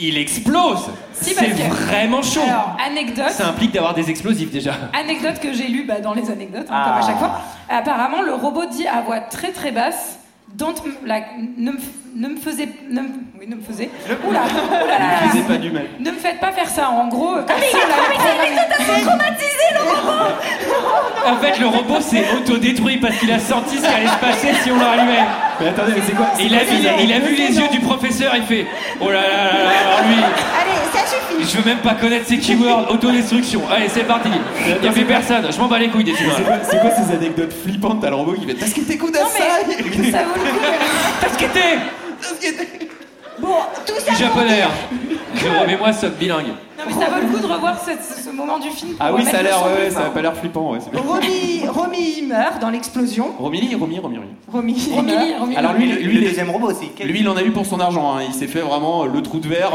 [SPEAKER 7] il explose.
[SPEAKER 15] Si, parce
[SPEAKER 7] c'est
[SPEAKER 15] que-
[SPEAKER 7] vraiment chaud.
[SPEAKER 15] Alors, anecdote.
[SPEAKER 7] Ça implique d'avoir des explosifs déjà.
[SPEAKER 15] Anecdote que j'ai lue bah, dans les anecdotes, hein,
[SPEAKER 7] Ah.
[SPEAKER 15] comme à chaque fois. Apparemment, le robot dit à voix très très basse Don't m- like, ne, me f- ne me faisais. Ne me, oui, ne me faisais. Oula, oula, là, là.
[SPEAKER 14] Faisais pas du mal.
[SPEAKER 15] Ne me faites pas faire ça, en gros.
[SPEAKER 13] Ah, mais il a traumatisé, il a traumatisé le robot
[SPEAKER 7] En fait, le robot s'est autodétruit parce qu'il a senti ce qui allait se passer si on le rallumait.
[SPEAKER 14] Mais attendez, mais c'est quoi
[SPEAKER 7] Il a vu, il a vu les yeux du professeur, il fait Oh là là là là, alors lui,
[SPEAKER 11] Allez, ça suffit.
[SPEAKER 7] je veux même pas connaître ses keywords, autodestruction. Allez, c'est parti. Il y a plus personne, je m'en bats les couilles des humains.
[SPEAKER 14] C'est quoi, c'est quoi ces anecdotes flippantes T'as le robot qui fait Parce que t'es coup
[SPEAKER 15] Non, mais ça vaut le coup.
[SPEAKER 7] Parce que t'es
[SPEAKER 15] Bon, tout
[SPEAKER 7] Du japonais. hein. Jérôme et moi sommes bilingues.
[SPEAKER 15] Non, mais ça vaut le coup de revoir ce, ce- ce moment du film. pour
[SPEAKER 14] Ah oui,
[SPEAKER 15] remettre
[SPEAKER 14] ça a
[SPEAKER 15] le
[SPEAKER 14] l'air,
[SPEAKER 15] son
[SPEAKER 14] ouais,
[SPEAKER 15] plus
[SPEAKER 14] ouais, ça a
[SPEAKER 15] fort.
[SPEAKER 14] pas l'air flippant, ouais. c'est bien.
[SPEAKER 15] Romy, Romy meurt dans l'explosion.
[SPEAKER 14] Romilly, Romy, Romy, Romy.
[SPEAKER 15] Romy, Romy.
[SPEAKER 14] Alors lui, lui, il est-
[SPEAKER 12] deuxième robot aussi.
[SPEAKER 14] Lui, il en a eu pour son argent. hein. Il s'est fait vraiment le trou de verre,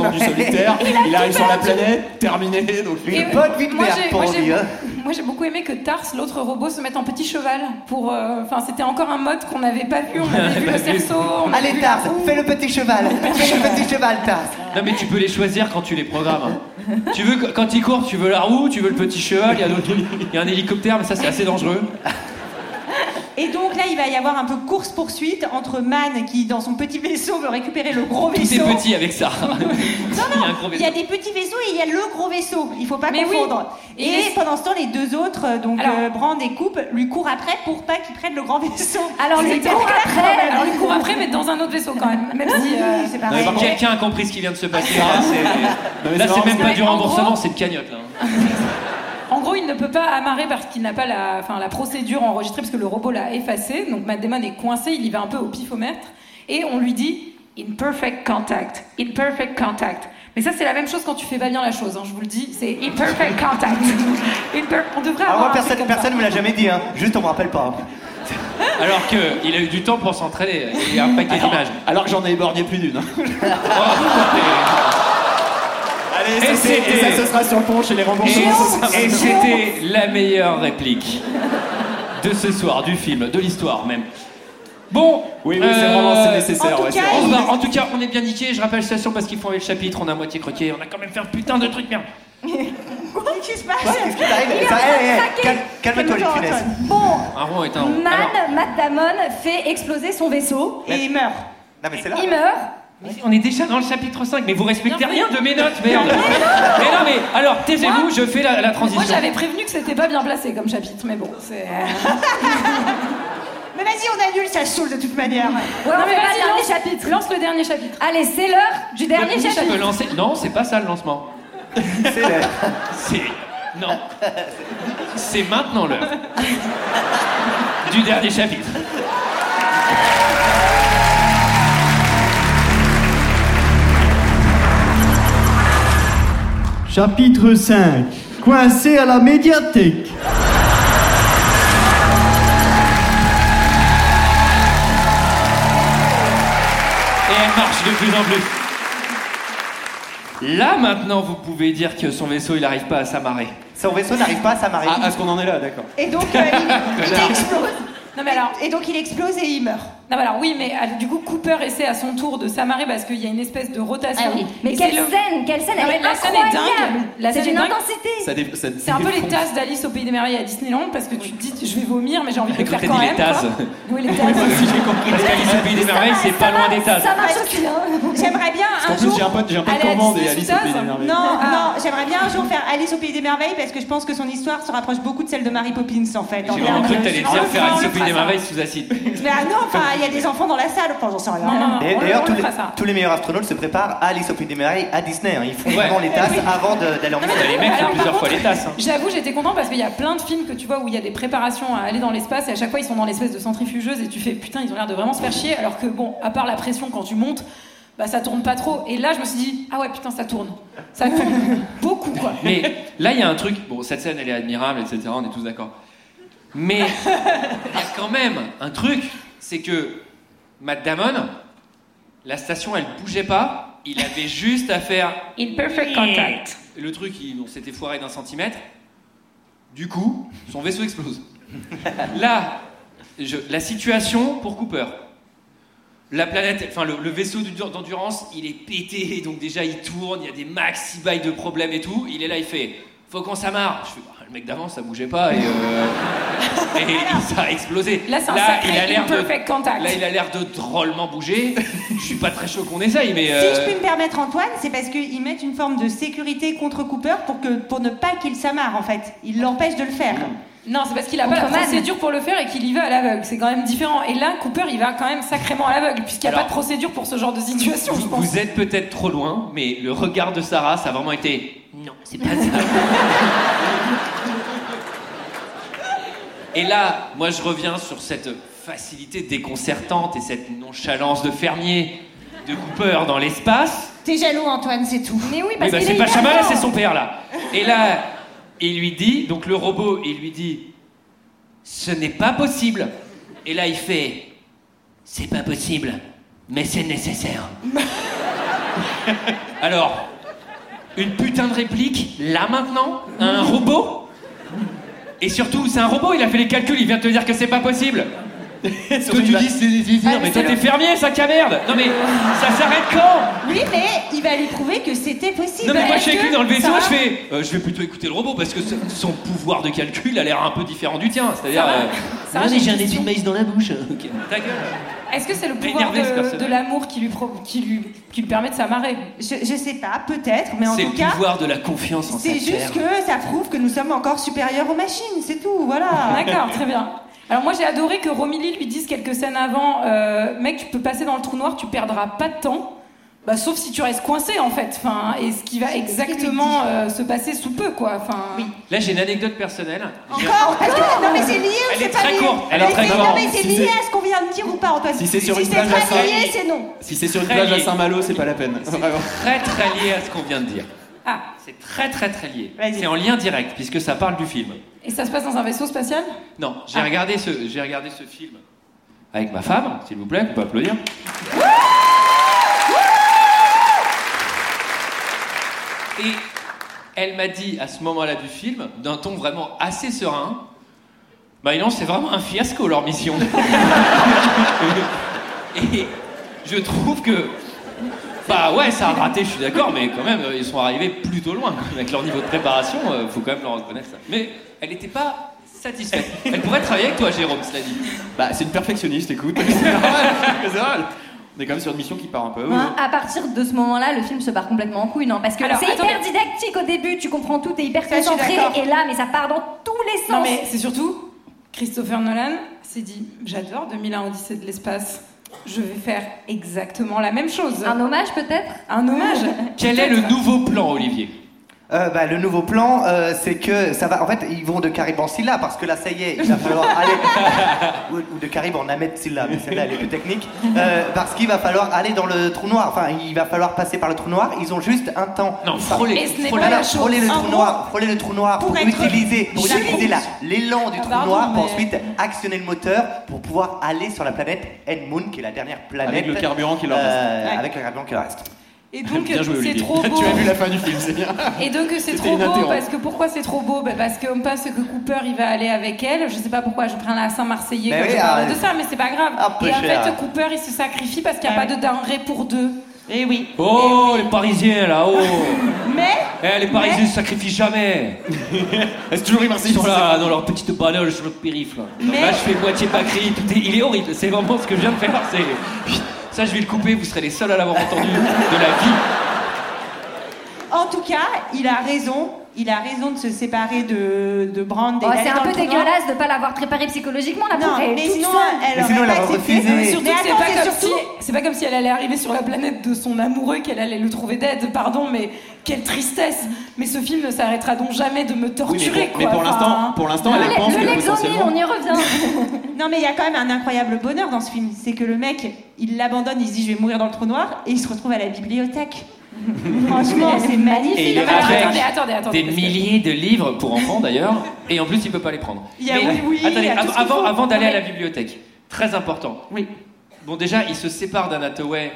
[SPEAKER 14] ans du solitaire.
[SPEAKER 15] Il
[SPEAKER 14] il,
[SPEAKER 15] a
[SPEAKER 14] arrive
[SPEAKER 15] tout
[SPEAKER 14] sur la
[SPEAKER 15] perdu.
[SPEAKER 14] planète, terminé. Donc
[SPEAKER 15] Et
[SPEAKER 14] une
[SPEAKER 15] euh, moi,
[SPEAKER 14] hein,
[SPEAKER 15] j'ai- moi, j'ai- Moi j'ai beaucoup aimé que Tars, l'autre robot, se mette en petit cheval. Pour, euh, enfin, c'était encore un mode qu'on n'avait pas vu. On avait vu le cerceau. on avait
[SPEAKER 12] Allez,
[SPEAKER 15] vu la
[SPEAKER 12] Tars,
[SPEAKER 15] roue.
[SPEAKER 12] fais le petit cheval. Fais le petit cheval, Tars.
[SPEAKER 7] Non mais tu peux les choisir quand tu les programmes. hein. Tu veux qu- quand ils courent, tu veux la roue, tu veux le petit cheval, il y a d'autres trucs. Il y a un hélicoptère, mais ça c'est assez dangereux.
[SPEAKER 11] Et donc là, il va y avoir un peu course-poursuite entre Man qui, dans son petit vaisseau, veut récupérer le gros
[SPEAKER 7] Tout
[SPEAKER 11] vaisseau.
[SPEAKER 7] est petit avec ça. Il y a un gros
[SPEAKER 11] Il y a
[SPEAKER 7] vaisseau.
[SPEAKER 11] des petits vaisseaux et il y a le gros vaisseau. Il faut pas
[SPEAKER 15] Mais oui.
[SPEAKER 11] confondre.
[SPEAKER 15] Et
[SPEAKER 11] Et,
[SPEAKER 15] les-
[SPEAKER 11] pendant ce temps, les deux autres, euh, donc euh, Brand et Coupe, lui courent après pour pas qu'ils prennent le grand vaisseau.
[SPEAKER 15] Alors lui
[SPEAKER 11] C'est
[SPEAKER 15] court
[SPEAKER 11] clair, quand
[SPEAKER 15] après,
[SPEAKER 11] même.
[SPEAKER 15] alors lui court après, mais dans un autre vaisseau quand même. Même si euh, c'est
[SPEAKER 7] Non, mais
[SPEAKER 15] pareil.
[SPEAKER 7] par contre, Quelqu'un a compris ce qui vient de se passer. Là,
[SPEAKER 14] Ah, Non,
[SPEAKER 7] c'est,
[SPEAKER 14] mais
[SPEAKER 7] là,
[SPEAKER 14] c'est
[SPEAKER 7] c'est
[SPEAKER 14] marrant,
[SPEAKER 7] même
[SPEAKER 15] parce
[SPEAKER 7] pas
[SPEAKER 15] que-
[SPEAKER 7] du remboursement, c'est de cagnotte. Là.
[SPEAKER 15] En gros, il ne peut pas amarrer parce qu'il n'a pas la, enfin, la procédure enregistrée parce que le robot l'a effacé. Donc Matt Damon est coincé, il y va un peu au pifomètre et on lui dit in perfect contact, in perfect contact. Mais ça, c'est la même chose quand tu fais pas bien la chose. hein, je vous le dis, c'est in perfect contact. In per- on devrait
[SPEAKER 12] Alors
[SPEAKER 15] avoir.
[SPEAKER 12] moi,
[SPEAKER 15] un truc
[SPEAKER 12] personne,
[SPEAKER 15] Ah, comme ça. Ah,
[SPEAKER 12] personne me l'a jamais dit, hein. Juste, on me rappelle pas.
[SPEAKER 7] Alors qu'il a eu du temps pour s'entraîner. Il y a un paquet d'images. Oh,
[SPEAKER 14] Alors que j'en ai éborgné plus d'une. hein. Allez,
[SPEAKER 7] Et
[SPEAKER 14] ça, c'est- et
[SPEAKER 7] c'était-
[SPEAKER 14] ça, ce sera sur le pont chez les remboursements.
[SPEAKER 7] Et, et c'était la meilleure réplique de ce soir, du film, de l'histoire même. Bon,
[SPEAKER 14] Oui, oui, c'est vraiment- c'est nécessaire,
[SPEAKER 7] En tout,
[SPEAKER 14] ouais,
[SPEAKER 7] cas,
[SPEAKER 14] c'est
[SPEAKER 7] on
[SPEAKER 14] vraiment
[SPEAKER 7] va-
[SPEAKER 14] nécessaire.
[SPEAKER 7] en tout cas, on est bien niqué. Je rappelle station parce qu'ils font enlever le chapitre, on a moitié croqué, on a quand même fait un putain de truc merde.
[SPEAKER 11] Qu'est-ce qui se passe
[SPEAKER 12] Qu'est-ce qui t'arrive
[SPEAKER 13] Il est en
[SPEAKER 12] Ça,
[SPEAKER 13] train de
[SPEAKER 12] eh, eh,
[SPEAKER 13] craquer.
[SPEAKER 12] calme- Calme-toi, les
[SPEAKER 13] Calme-toi,
[SPEAKER 12] punaises.
[SPEAKER 13] Antoine. Bon,
[SPEAKER 7] Un rond est un rond.
[SPEAKER 13] Man,
[SPEAKER 7] Alors,
[SPEAKER 13] Matt Damon fait exploser son vaisseau.
[SPEAKER 12] Et il
[SPEAKER 11] meurt.
[SPEAKER 12] Non, mais c'est là.
[SPEAKER 13] Il meurt.
[SPEAKER 7] on est déjà dans le chapitre 5, mais vous respectez rien de mes notes, merde. Mais non, mais alors taisez-vous, je fais la, la transition.
[SPEAKER 15] Moi, j'avais prévenu que c'était pas bien placé comme chapitre, mais bon, c'est. euh.
[SPEAKER 11] Mais vas-y, on annule, ça saoule de toute manière.
[SPEAKER 13] Ouais, on
[SPEAKER 15] Non, mais
[SPEAKER 13] fait pas
[SPEAKER 15] vas-y,
[SPEAKER 13] le dernier
[SPEAKER 15] lance-
[SPEAKER 13] chapitre.
[SPEAKER 15] Lance le dernier chapitre.
[SPEAKER 13] Allez, c'est l'heure du dernier
[SPEAKER 7] Je peux
[SPEAKER 13] chapitre.
[SPEAKER 7] lancer- Non, c'est pas ça le lancement.
[SPEAKER 12] C'est l'heure.
[SPEAKER 7] C'est. Non. C'est maintenant l'heure. Du dernier chapitre.
[SPEAKER 2] Chapitre 5. Coincé à la médiathèque.
[SPEAKER 7] Et elle marche de plus en plus. Là maintenant, vous pouvez dire que son vaisseau, il n'arrive pas à s'amarrer.
[SPEAKER 12] Son vaisseau n'arrive pas à s'amarrer.
[SPEAKER 14] Ah, à ce qu'on en est là, d'accord.
[SPEAKER 11] Et donc, euh, il, il
[SPEAKER 7] Connard.
[SPEAKER 11] explose.
[SPEAKER 15] Non, mais alors.
[SPEAKER 11] Et donc, il explose et il meurt.
[SPEAKER 15] Non, mais alors oui, mais alors, du coup, Cooper essaie à son tour de s'amarrer parce qu'il y a une espèce de rotation.
[SPEAKER 13] Ah oui. Mais
[SPEAKER 15] Et
[SPEAKER 13] quelle
[SPEAKER 15] c'est le-
[SPEAKER 13] scène, quelle scène,
[SPEAKER 15] Non,
[SPEAKER 13] elle
[SPEAKER 15] mais
[SPEAKER 13] est
[SPEAKER 15] la scène est dingue.
[SPEAKER 13] incroyable.
[SPEAKER 15] La
[SPEAKER 13] C'est
[SPEAKER 15] scène est
[SPEAKER 13] d'une
[SPEAKER 15] dingue.
[SPEAKER 13] intensité.
[SPEAKER 14] Ça dé- ça
[SPEAKER 15] C'est un peu les
[SPEAKER 14] défonce.
[SPEAKER 15] tasses d'Alice au Pays des Merveilles à Disneyland parce que tu te dis, je vais vomir, mais j'ai envie de le
[SPEAKER 7] Écoute,
[SPEAKER 15] faire
[SPEAKER 7] t'as
[SPEAKER 15] quand
[SPEAKER 7] dit
[SPEAKER 15] même.
[SPEAKER 7] les tasses.
[SPEAKER 15] quoi. Oui, les tasses.
[SPEAKER 7] Parce qu'Alice au Pays des Merveilles, c'est pas loin des tasses.
[SPEAKER 13] Ça marche aussi, hein.
[SPEAKER 11] J'aimerais bien
[SPEAKER 14] En
[SPEAKER 11] un
[SPEAKER 14] plus,
[SPEAKER 11] jour.
[SPEAKER 14] j'ai un pote, j'ai un pote
[SPEAKER 15] Allez,
[SPEAKER 14] commande et
[SPEAKER 15] Alice
[SPEAKER 14] Alice
[SPEAKER 15] sous
[SPEAKER 14] au pays
[SPEAKER 15] tasse.
[SPEAKER 14] des merveilles.
[SPEAKER 11] Non,
[SPEAKER 15] Ah.
[SPEAKER 11] non, j'aimerais bien un jour faire Alice au pays des merveilles parce que je pense que son histoire se rapproche beaucoup de celle de Mary Poppins en fait.
[SPEAKER 7] J'ai vraiment cru que t'allais dire faire Alice au Pays des Merveilles sous acide.
[SPEAKER 11] Mais ah non, enfin, il y a des enfants dans la salle, enfin, j'en sais rien.
[SPEAKER 12] Et D'ailleurs, tous, les-
[SPEAKER 11] fera ça.
[SPEAKER 12] tous les meilleurs astronautes se préparent à Alice au Pays des Merveilles à Disney. hein. Ils font
[SPEAKER 7] Ouais.
[SPEAKER 12] vraiment les tasses
[SPEAKER 15] Eh Oui.
[SPEAKER 12] avant de- d'aller en
[SPEAKER 15] Non, mais
[SPEAKER 12] mission.
[SPEAKER 7] Les mecs font
[SPEAKER 15] Alors, par
[SPEAKER 7] plusieurs fois
[SPEAKER 15] contre,
[SPEAKER 7] les tasses. hein.
[SPEAKER 15] J'avoue, j'étais content parce qu'il y a plein de films que tu vois où il y a des préparations à aller dans l'espace et à chaque fois ils sont dans l'espèce de centrifugeuse et tu fais putain, ils ont l'air de vraiment se faire chier alors que bon, à part la pression quand tu montes, bah ça tourne pas trop. Et là, je me suis dit, ah ouais, putain, ça tourne. Ça tourne beaucoup quoi.
[SPEAKER 7] Mais là, il y a un truc. Bon, cette scène, elle est admirable, etc. On est tous d'accord. Mais il y a quand même un truc, c'est que Matt Damon, la station, elle bougeait pas. Il avait juste à faire.
[SPEAKER 24] In perfect contact.
[SPEAKER 7] Le truc, il, on s'était foiré d'un centimètre. Du coup, son vaisseau explose. Là, je- la situation pour Cooper. La planète, enfin le, le vaisseau du- d'endurance, il est pété, donc déjà il tourne, il y a des maxi bails de problèmes et tout. Il est là, il fait Faut qu'on s'amarre. Je fais, Ah, Le mec d'avant, ça bougeait pas et, euh, et ça a explosé.
[SPEAKER 15] Là, c'est un sacré imperfect
[SPEAKER 7] de,
[SPEAKER 15] contact.
[SPEAKER 7] Là, il a l'air de drôlement bouger. je suis pas très chaud qu'on essaye, mais.
[SPEAKER 11] Si je
[SPEAKER 7] euh,
[SPEAKER 11] puis me permettre, Antoine, c'est parce qu'ils mettent une forme de sécurité contre Cooper pour, que, pour ne pas qu'il s'amarre, en fait. Ils l'empêchent de le faire.
[SPEAKER 15] Non, c'est parce qu'il a pas la
[SPEAKER 11] Contre Man.
[SPEAKER 15] procédure pour le faire et qu'il y va à l'aveugle. C'est quand même différent. Et là, Cooper, il va quand même sacrément à l'aveugle, puisqu'il n'y a
[SPEAKER 7] Alors-
[SPEAKER 15] pas de procédure pour ce genre de situation, je pense.
[SPEAKER 7] Vous êtes peut-être trop loin, mais le regard de Sarah, ça a vraiment été. Non, c'est pas ça. et là, moi, je reviens sur cette facilité déconcertante et cette nonchalance de fermier de Cooper dans l'espace.
[SPEAKER 11] T'es jaloux, Antoine, c'est tout. Mais oui,
[SPEAKER 7] Oui, bah, c'est pas Chama, là, c'est son père, là. Et là, il lui dit, donc le robot, il lui dit Ce n'est pas possible. Et là, il fait C'est pas possible, mais c'est nécessaire. Alors, une putain de réplique, là maintenant, à un robot Et surtout, c'est un robot, il a fait les calculs, il vient de te dire que c'est pas possible. toi, tu dis c'est nécessaire, mais toi, t'es fermier, sac à merde Non, mais ça s'arrête quand
[SPEAKER 11] Oui, mais il va lui prouver que c'était possible.
[SPEAKER 7] non mais moi je
[SPEAKER 11] Est-ce
[SPEAKER 7] suis avec
[SPEAKER 11] que
[SPEAKER 7] lui dans le vaisseau,
[SPEAKER 11] Sarah-
[SPEAKER 7] je fais, euh, je vais plutôt écouter le robot parce que ce- son pouvoir de calcul a l'air un peu différent du tien, c'est-à-dire.
[SPEAKER 15] Sarah- Sarah,
[SPEAKER 7] Non, mais
[SPEAKER 15] j'ai une
[SPEAKER 7] étui de maïs dans la bouche. Ok. Ta gueule.
[SPEAKER 15] Est-ce que c'est le
[SPEAKER 7] T'as
[SPEAKER 15] pouvoir
[SPEAKER 7] énervé ce
[SPEAKER 15] de,
[SPEAKER 7] personnage.
[SPEAKER 15] de l'amour qui lui, pro- qui, lui, qui lui permet de s'amarrer
[SPEAKER 11] je, je sais pas, peut-être, mais en
[SPEAKER 7] C'est
[SPEAKER 11] tout
[SPEAKER 7] le
[SPEAKER 11] cas,
[SPEAKER 7] pouvoir de la confiance en sa
[SPEAKER 11] c'est juste
[SPEAKER 7] chair.
[SPEAKER 11] que ça prouve que nous sommes encore supérieurs aux machines, c'est tout, voilà.
[SPEAKER 15] D'accord, très bien. Alors moi j'ai adoré que Romilly lui dise quelques scènes avant, euh, mec tu peux passer dans le trou noir, tu perdras pas de temps, bah, sauf si tu restes coincé en fait, enfin, et ce qui va exactement euh, se passer sous peu quoi. Enfin,
[SPEAKER 7] Là j'ai une anecdote personnelle. J'ai-
[SPEAKER 11] Encore, parce que- non mais c'est lié ou
[SPEAKER 7] Elle
[SPEAKER 11] c'est
[SPEAKER 7] est
[SPEAKER 11] pas
[SPEAKER 7] très
[SPEAKER 11] lié
[SPEAKER 7] courte, elle est
[SPEAKER 11] Mais
[SPEAKER 7] très
[SPEAKER 11] c'est- Non
[SPEAKER 7] courte.
[SPEAKER 11] mais c'est
[SPEAKER 14] Si
[SPEAKER 11] lié
[SPEAKER 14] c'est-
[SPEAKER 11] à ce qu'on vient de dire ou pas, Antoine
[SPEAKER 14] Si c'est sur une plage à
[SPEAKER 11] très
[SPEAKER 14] Saint-
[SPEAKER 11] lié, c'est non.
[SPEAKER 14] Si c'est sur une
[SPEAKER 7] Très
[SPEAKER 14] plage à
[SPEAKER 7] lié.
[SPEAKER 14] Saint-Malo, c'est pas la peine. Vraiment.
[SPEAKER 7] Très très lié à ce qu'on vient de dire.
[SPEAKER 15] Ah.
[SPEAKER 7] C'est très très très lié. C'est en lien direct puisque ça parle du film.
[SPEAKER 15] et ça se passe dans un vaisseau spatial
[SPEAKER 7] Non, j'ai regardé ce, j'ai regardé ce film avec ma femme, s'il vous plaît, on peut applaudir. Et elle m'a dit à ce moment-là du film, d'un ton vraiment assez serein, bah non, c'est vraiment un fiasco leur mission. Et je trouve que, bah ouais, ça a raté, je suis d'accord, mais quand même, ils sont arrivés plutôt loin avec leur niveau de préparation. euh, faut quand même leur reconnaître ça. Mais elle n'était pas satisfaite. Elle pourrait travailler avec toi, Jérôme, cela dit.
[SPEAKER 14] Bah, c'est une perfectionniste, écoute. C'est normal, c'est normal. On est quand même sur une mission qui part un peu. euh, haut.
[SPEAKER 13] Hein, à partir de ce moment-là, le film se part complètement en couille, non Parce que
[SPEAKER 15] Euh, Alors,
[SPEAKER 13] c'est hyper
[SPEAKER 15] attendez.
[SPEAKER 13] didactique au début, tu comprends tout, t'es hyper
[SPEAKER 15] Ça, je suis
[SPEAKER 13] concentré,
[SPEAKER 15] d'accord.
[SPEAKER 13] et là, mais ça part dans tous les sens.
[SPEAKER 15] Non mais c'est surtout Christopher Nolan s'est dit j'adore 2001 Odyssée de l'espace, je vais faire exactement la même chose. Un
[SPEAKER 13] hommage peut-être
[SPEAKER 15] Un hommage
[SPEAKER 7] Quel est le nouveau plan, Olivier
[SPEAKER 12] Euh, bah, le nouveau plan, euh, c'est que ça va. En fait, ils vont de Carib en Silla parce que là, ça y est, il va falloir aller. ou, ou de Carib en Ahmed Silla, mais celle-là, elle est plus technique. Euh, parce qu'il va falloir aller dans le trou noir. Enfin, il va falloir passer par le trou noir. Ils ont juste un temps.
[SPEAKER 7] Non,
[SPEAKER 12] frôler.
[SPEAKER 15] Et ce n'est pas la chose.
[SPEAKER 12] le
[SPEAKER 15] En
[SPEAKER 12] trou
[SPEAKER 15] gros,
[SPEAKER 12] noir. Frôler le trou noir pour,
[SPEAKER 15] pour être
[SPEAKER 12] utiliser, pour
[SPEAKER 15] juste.
[SPEAKER 12] utiliser la- l'élan du
[SPEAKER 15] Ah,
[SPEAKER 12] trou
[SPEAKER 15] pardon,
[SPEAKER 12] noir pour
[SPEAKER 15] mais-
[SPEAKER 12] ensuite actionner le moteur pour pouvoir aller sur la planète Edmund, qui est la dernière planète.
[SPEAKER 14] Avec le carburant qui leur reste.
[SPEAKER 12] euh, Avec le carburant qui leur reste.
[SPEAKER 15] Et donc
[SPEAKER 14] Bien joué,
[SPEAKER 15] c'est
[SPEAKER 14] Olivier.
[SPEAKER 15] trop beau.
[SPEAKER 14] Tu as
[SPEAKER 7] euh,
[SPEAKER 14] vu la fin du film, c'est bien.
[SPEAKER 15] Et donc c'est
[SPEAKER 14] C'était
[SPEAKER 15] trop beau
[SPEAKER 14] ininterrompu.
[SPEAKER 15] parce que pourquoi c'est trop beau Bah, Parce qu'on pense que Cooper il va aller avec elle. Je sais pas pourquoi je prends la Saint-Marseillais
[SPEAKER 12] Mais
[SPEAKER 15] quand
[SPEAKER 12] Ben oui,
[SPEAKER 15] je parle
[SPEAKER 12] arrête.
[SPEAKER 15] de ça, mais c'est pas grave.
[SPEAKER 12] peu
[SPEAKER 15] et en
[SPEAKER 12] cher.
[SPEAKER 15] fait Cooper il se sacrifie parce qu'il n'y a pas de denrées pour deux.
[SPEAKER 11] Et Ah Eh oui.
[SPEAKER 7] Oh, les Parisiens là, oh
[SPEAKER 11] Mais
[SPEAKER 7] Eh, les Parisiens ne se sacrifient jamais Est-ce toujours les Marseillais Ils sont là, dans leur petite bagnole sur le périph'. Là,
[SPEAKER 11] Mais-
[SPEAKER 7] Là, je fais moitié bacri, tout est... il est horrible, c'est vraiment ce que je viens de faire. c'est- Ça, je vais le couper, vous serez les seuls à l'avoir entendu de la vie.
[SPEAKER 11] En tout cas, il a raison. Il a raison de se séparer de, de Brand. et
[SPEAKER 13] Oh,
[SPEAKER 11] d'aller
[SPEAKER 13] c'est
[SPEAKER 11] dans
[SPEAKER 13] un peu
[SPEAKER 11] le trou noir.
[SPEAKER 13] dégueulasse de pas l'avoir préparé psychologiquement, la
[SPEAKER 11] Non,
[SPEAKER 13] pauvre, elle est
[SPEAKER 11] mais
[SPEAKER 13] toute
[SPEAKER 11] sinon,
[SPEAKER 13] seule.
[SPEAKER 11] elle aurait pas accepté.
[SPEAKER 15] Mais surtout,
[SPEAKER 11] Mais
[SPEAKER 15] que c'est
[SPEAKER 11] attends,
[SPEAKER 15] pas,
[SPEAKER 11] c'est
[SPEAKER 15] comme si,
[SPEAKER 11] surtout-
[SPEAKER 15] c'est pas comme si elle allait arriver sur la planète de son amoureux, qu'elle allait le trouver dead, pardon, mais quelle tristesse Mais ce film ne s'arrêtera donc jamais de me torturer,
[SPEAKER 14] mais pour-
[SPEAKER 15] quoi.
[SPEAKER 14] mais pour l'instant-
[SPEAKER 15] Enfin, hein.
[SPEAKER 14] pour l'instant, elle pense que potentiellement-
[SPEAKER 13] y
[SPEAKER 11] revient. non, mais il y a quand même un incroyable bonheur dans ce film. C'est que le mec, il l'abandonne, il se dit je vais mourir dans le trou noir, et il se retrouve à la bibliothèque. Franchement, c'est magnifique.
[SPEAKER 7] Et
[SPEAKER 11] Alors,
[SPEAKER 7] avec
[SPEAKER 11] attendez, attendez, attendez,
[SPEAKER 7] Des
[SPEAKER 11] parce que-
[SPEAKER 7] milliers de livres pour enfants d'ailleurs, et en plus il peut pas les prendre.
[SPEAKER 11] Il y a- oui, oui, il
[SPEAKER 7] attendez,
[SPEAKER 11] y a tout
[SPEAKER 7] av-
[SPEAKER 11] ce qu'il
[SPEAKER 7] avant,
[SPEAKER 11] faut.
[SPEAKER 7] avant d'aller à la
[SPEAKER 11] Ouais.
[SPEAKER 7] bibliothèque, très important. Oui. Bon déjà, il se sépare d'Anatoway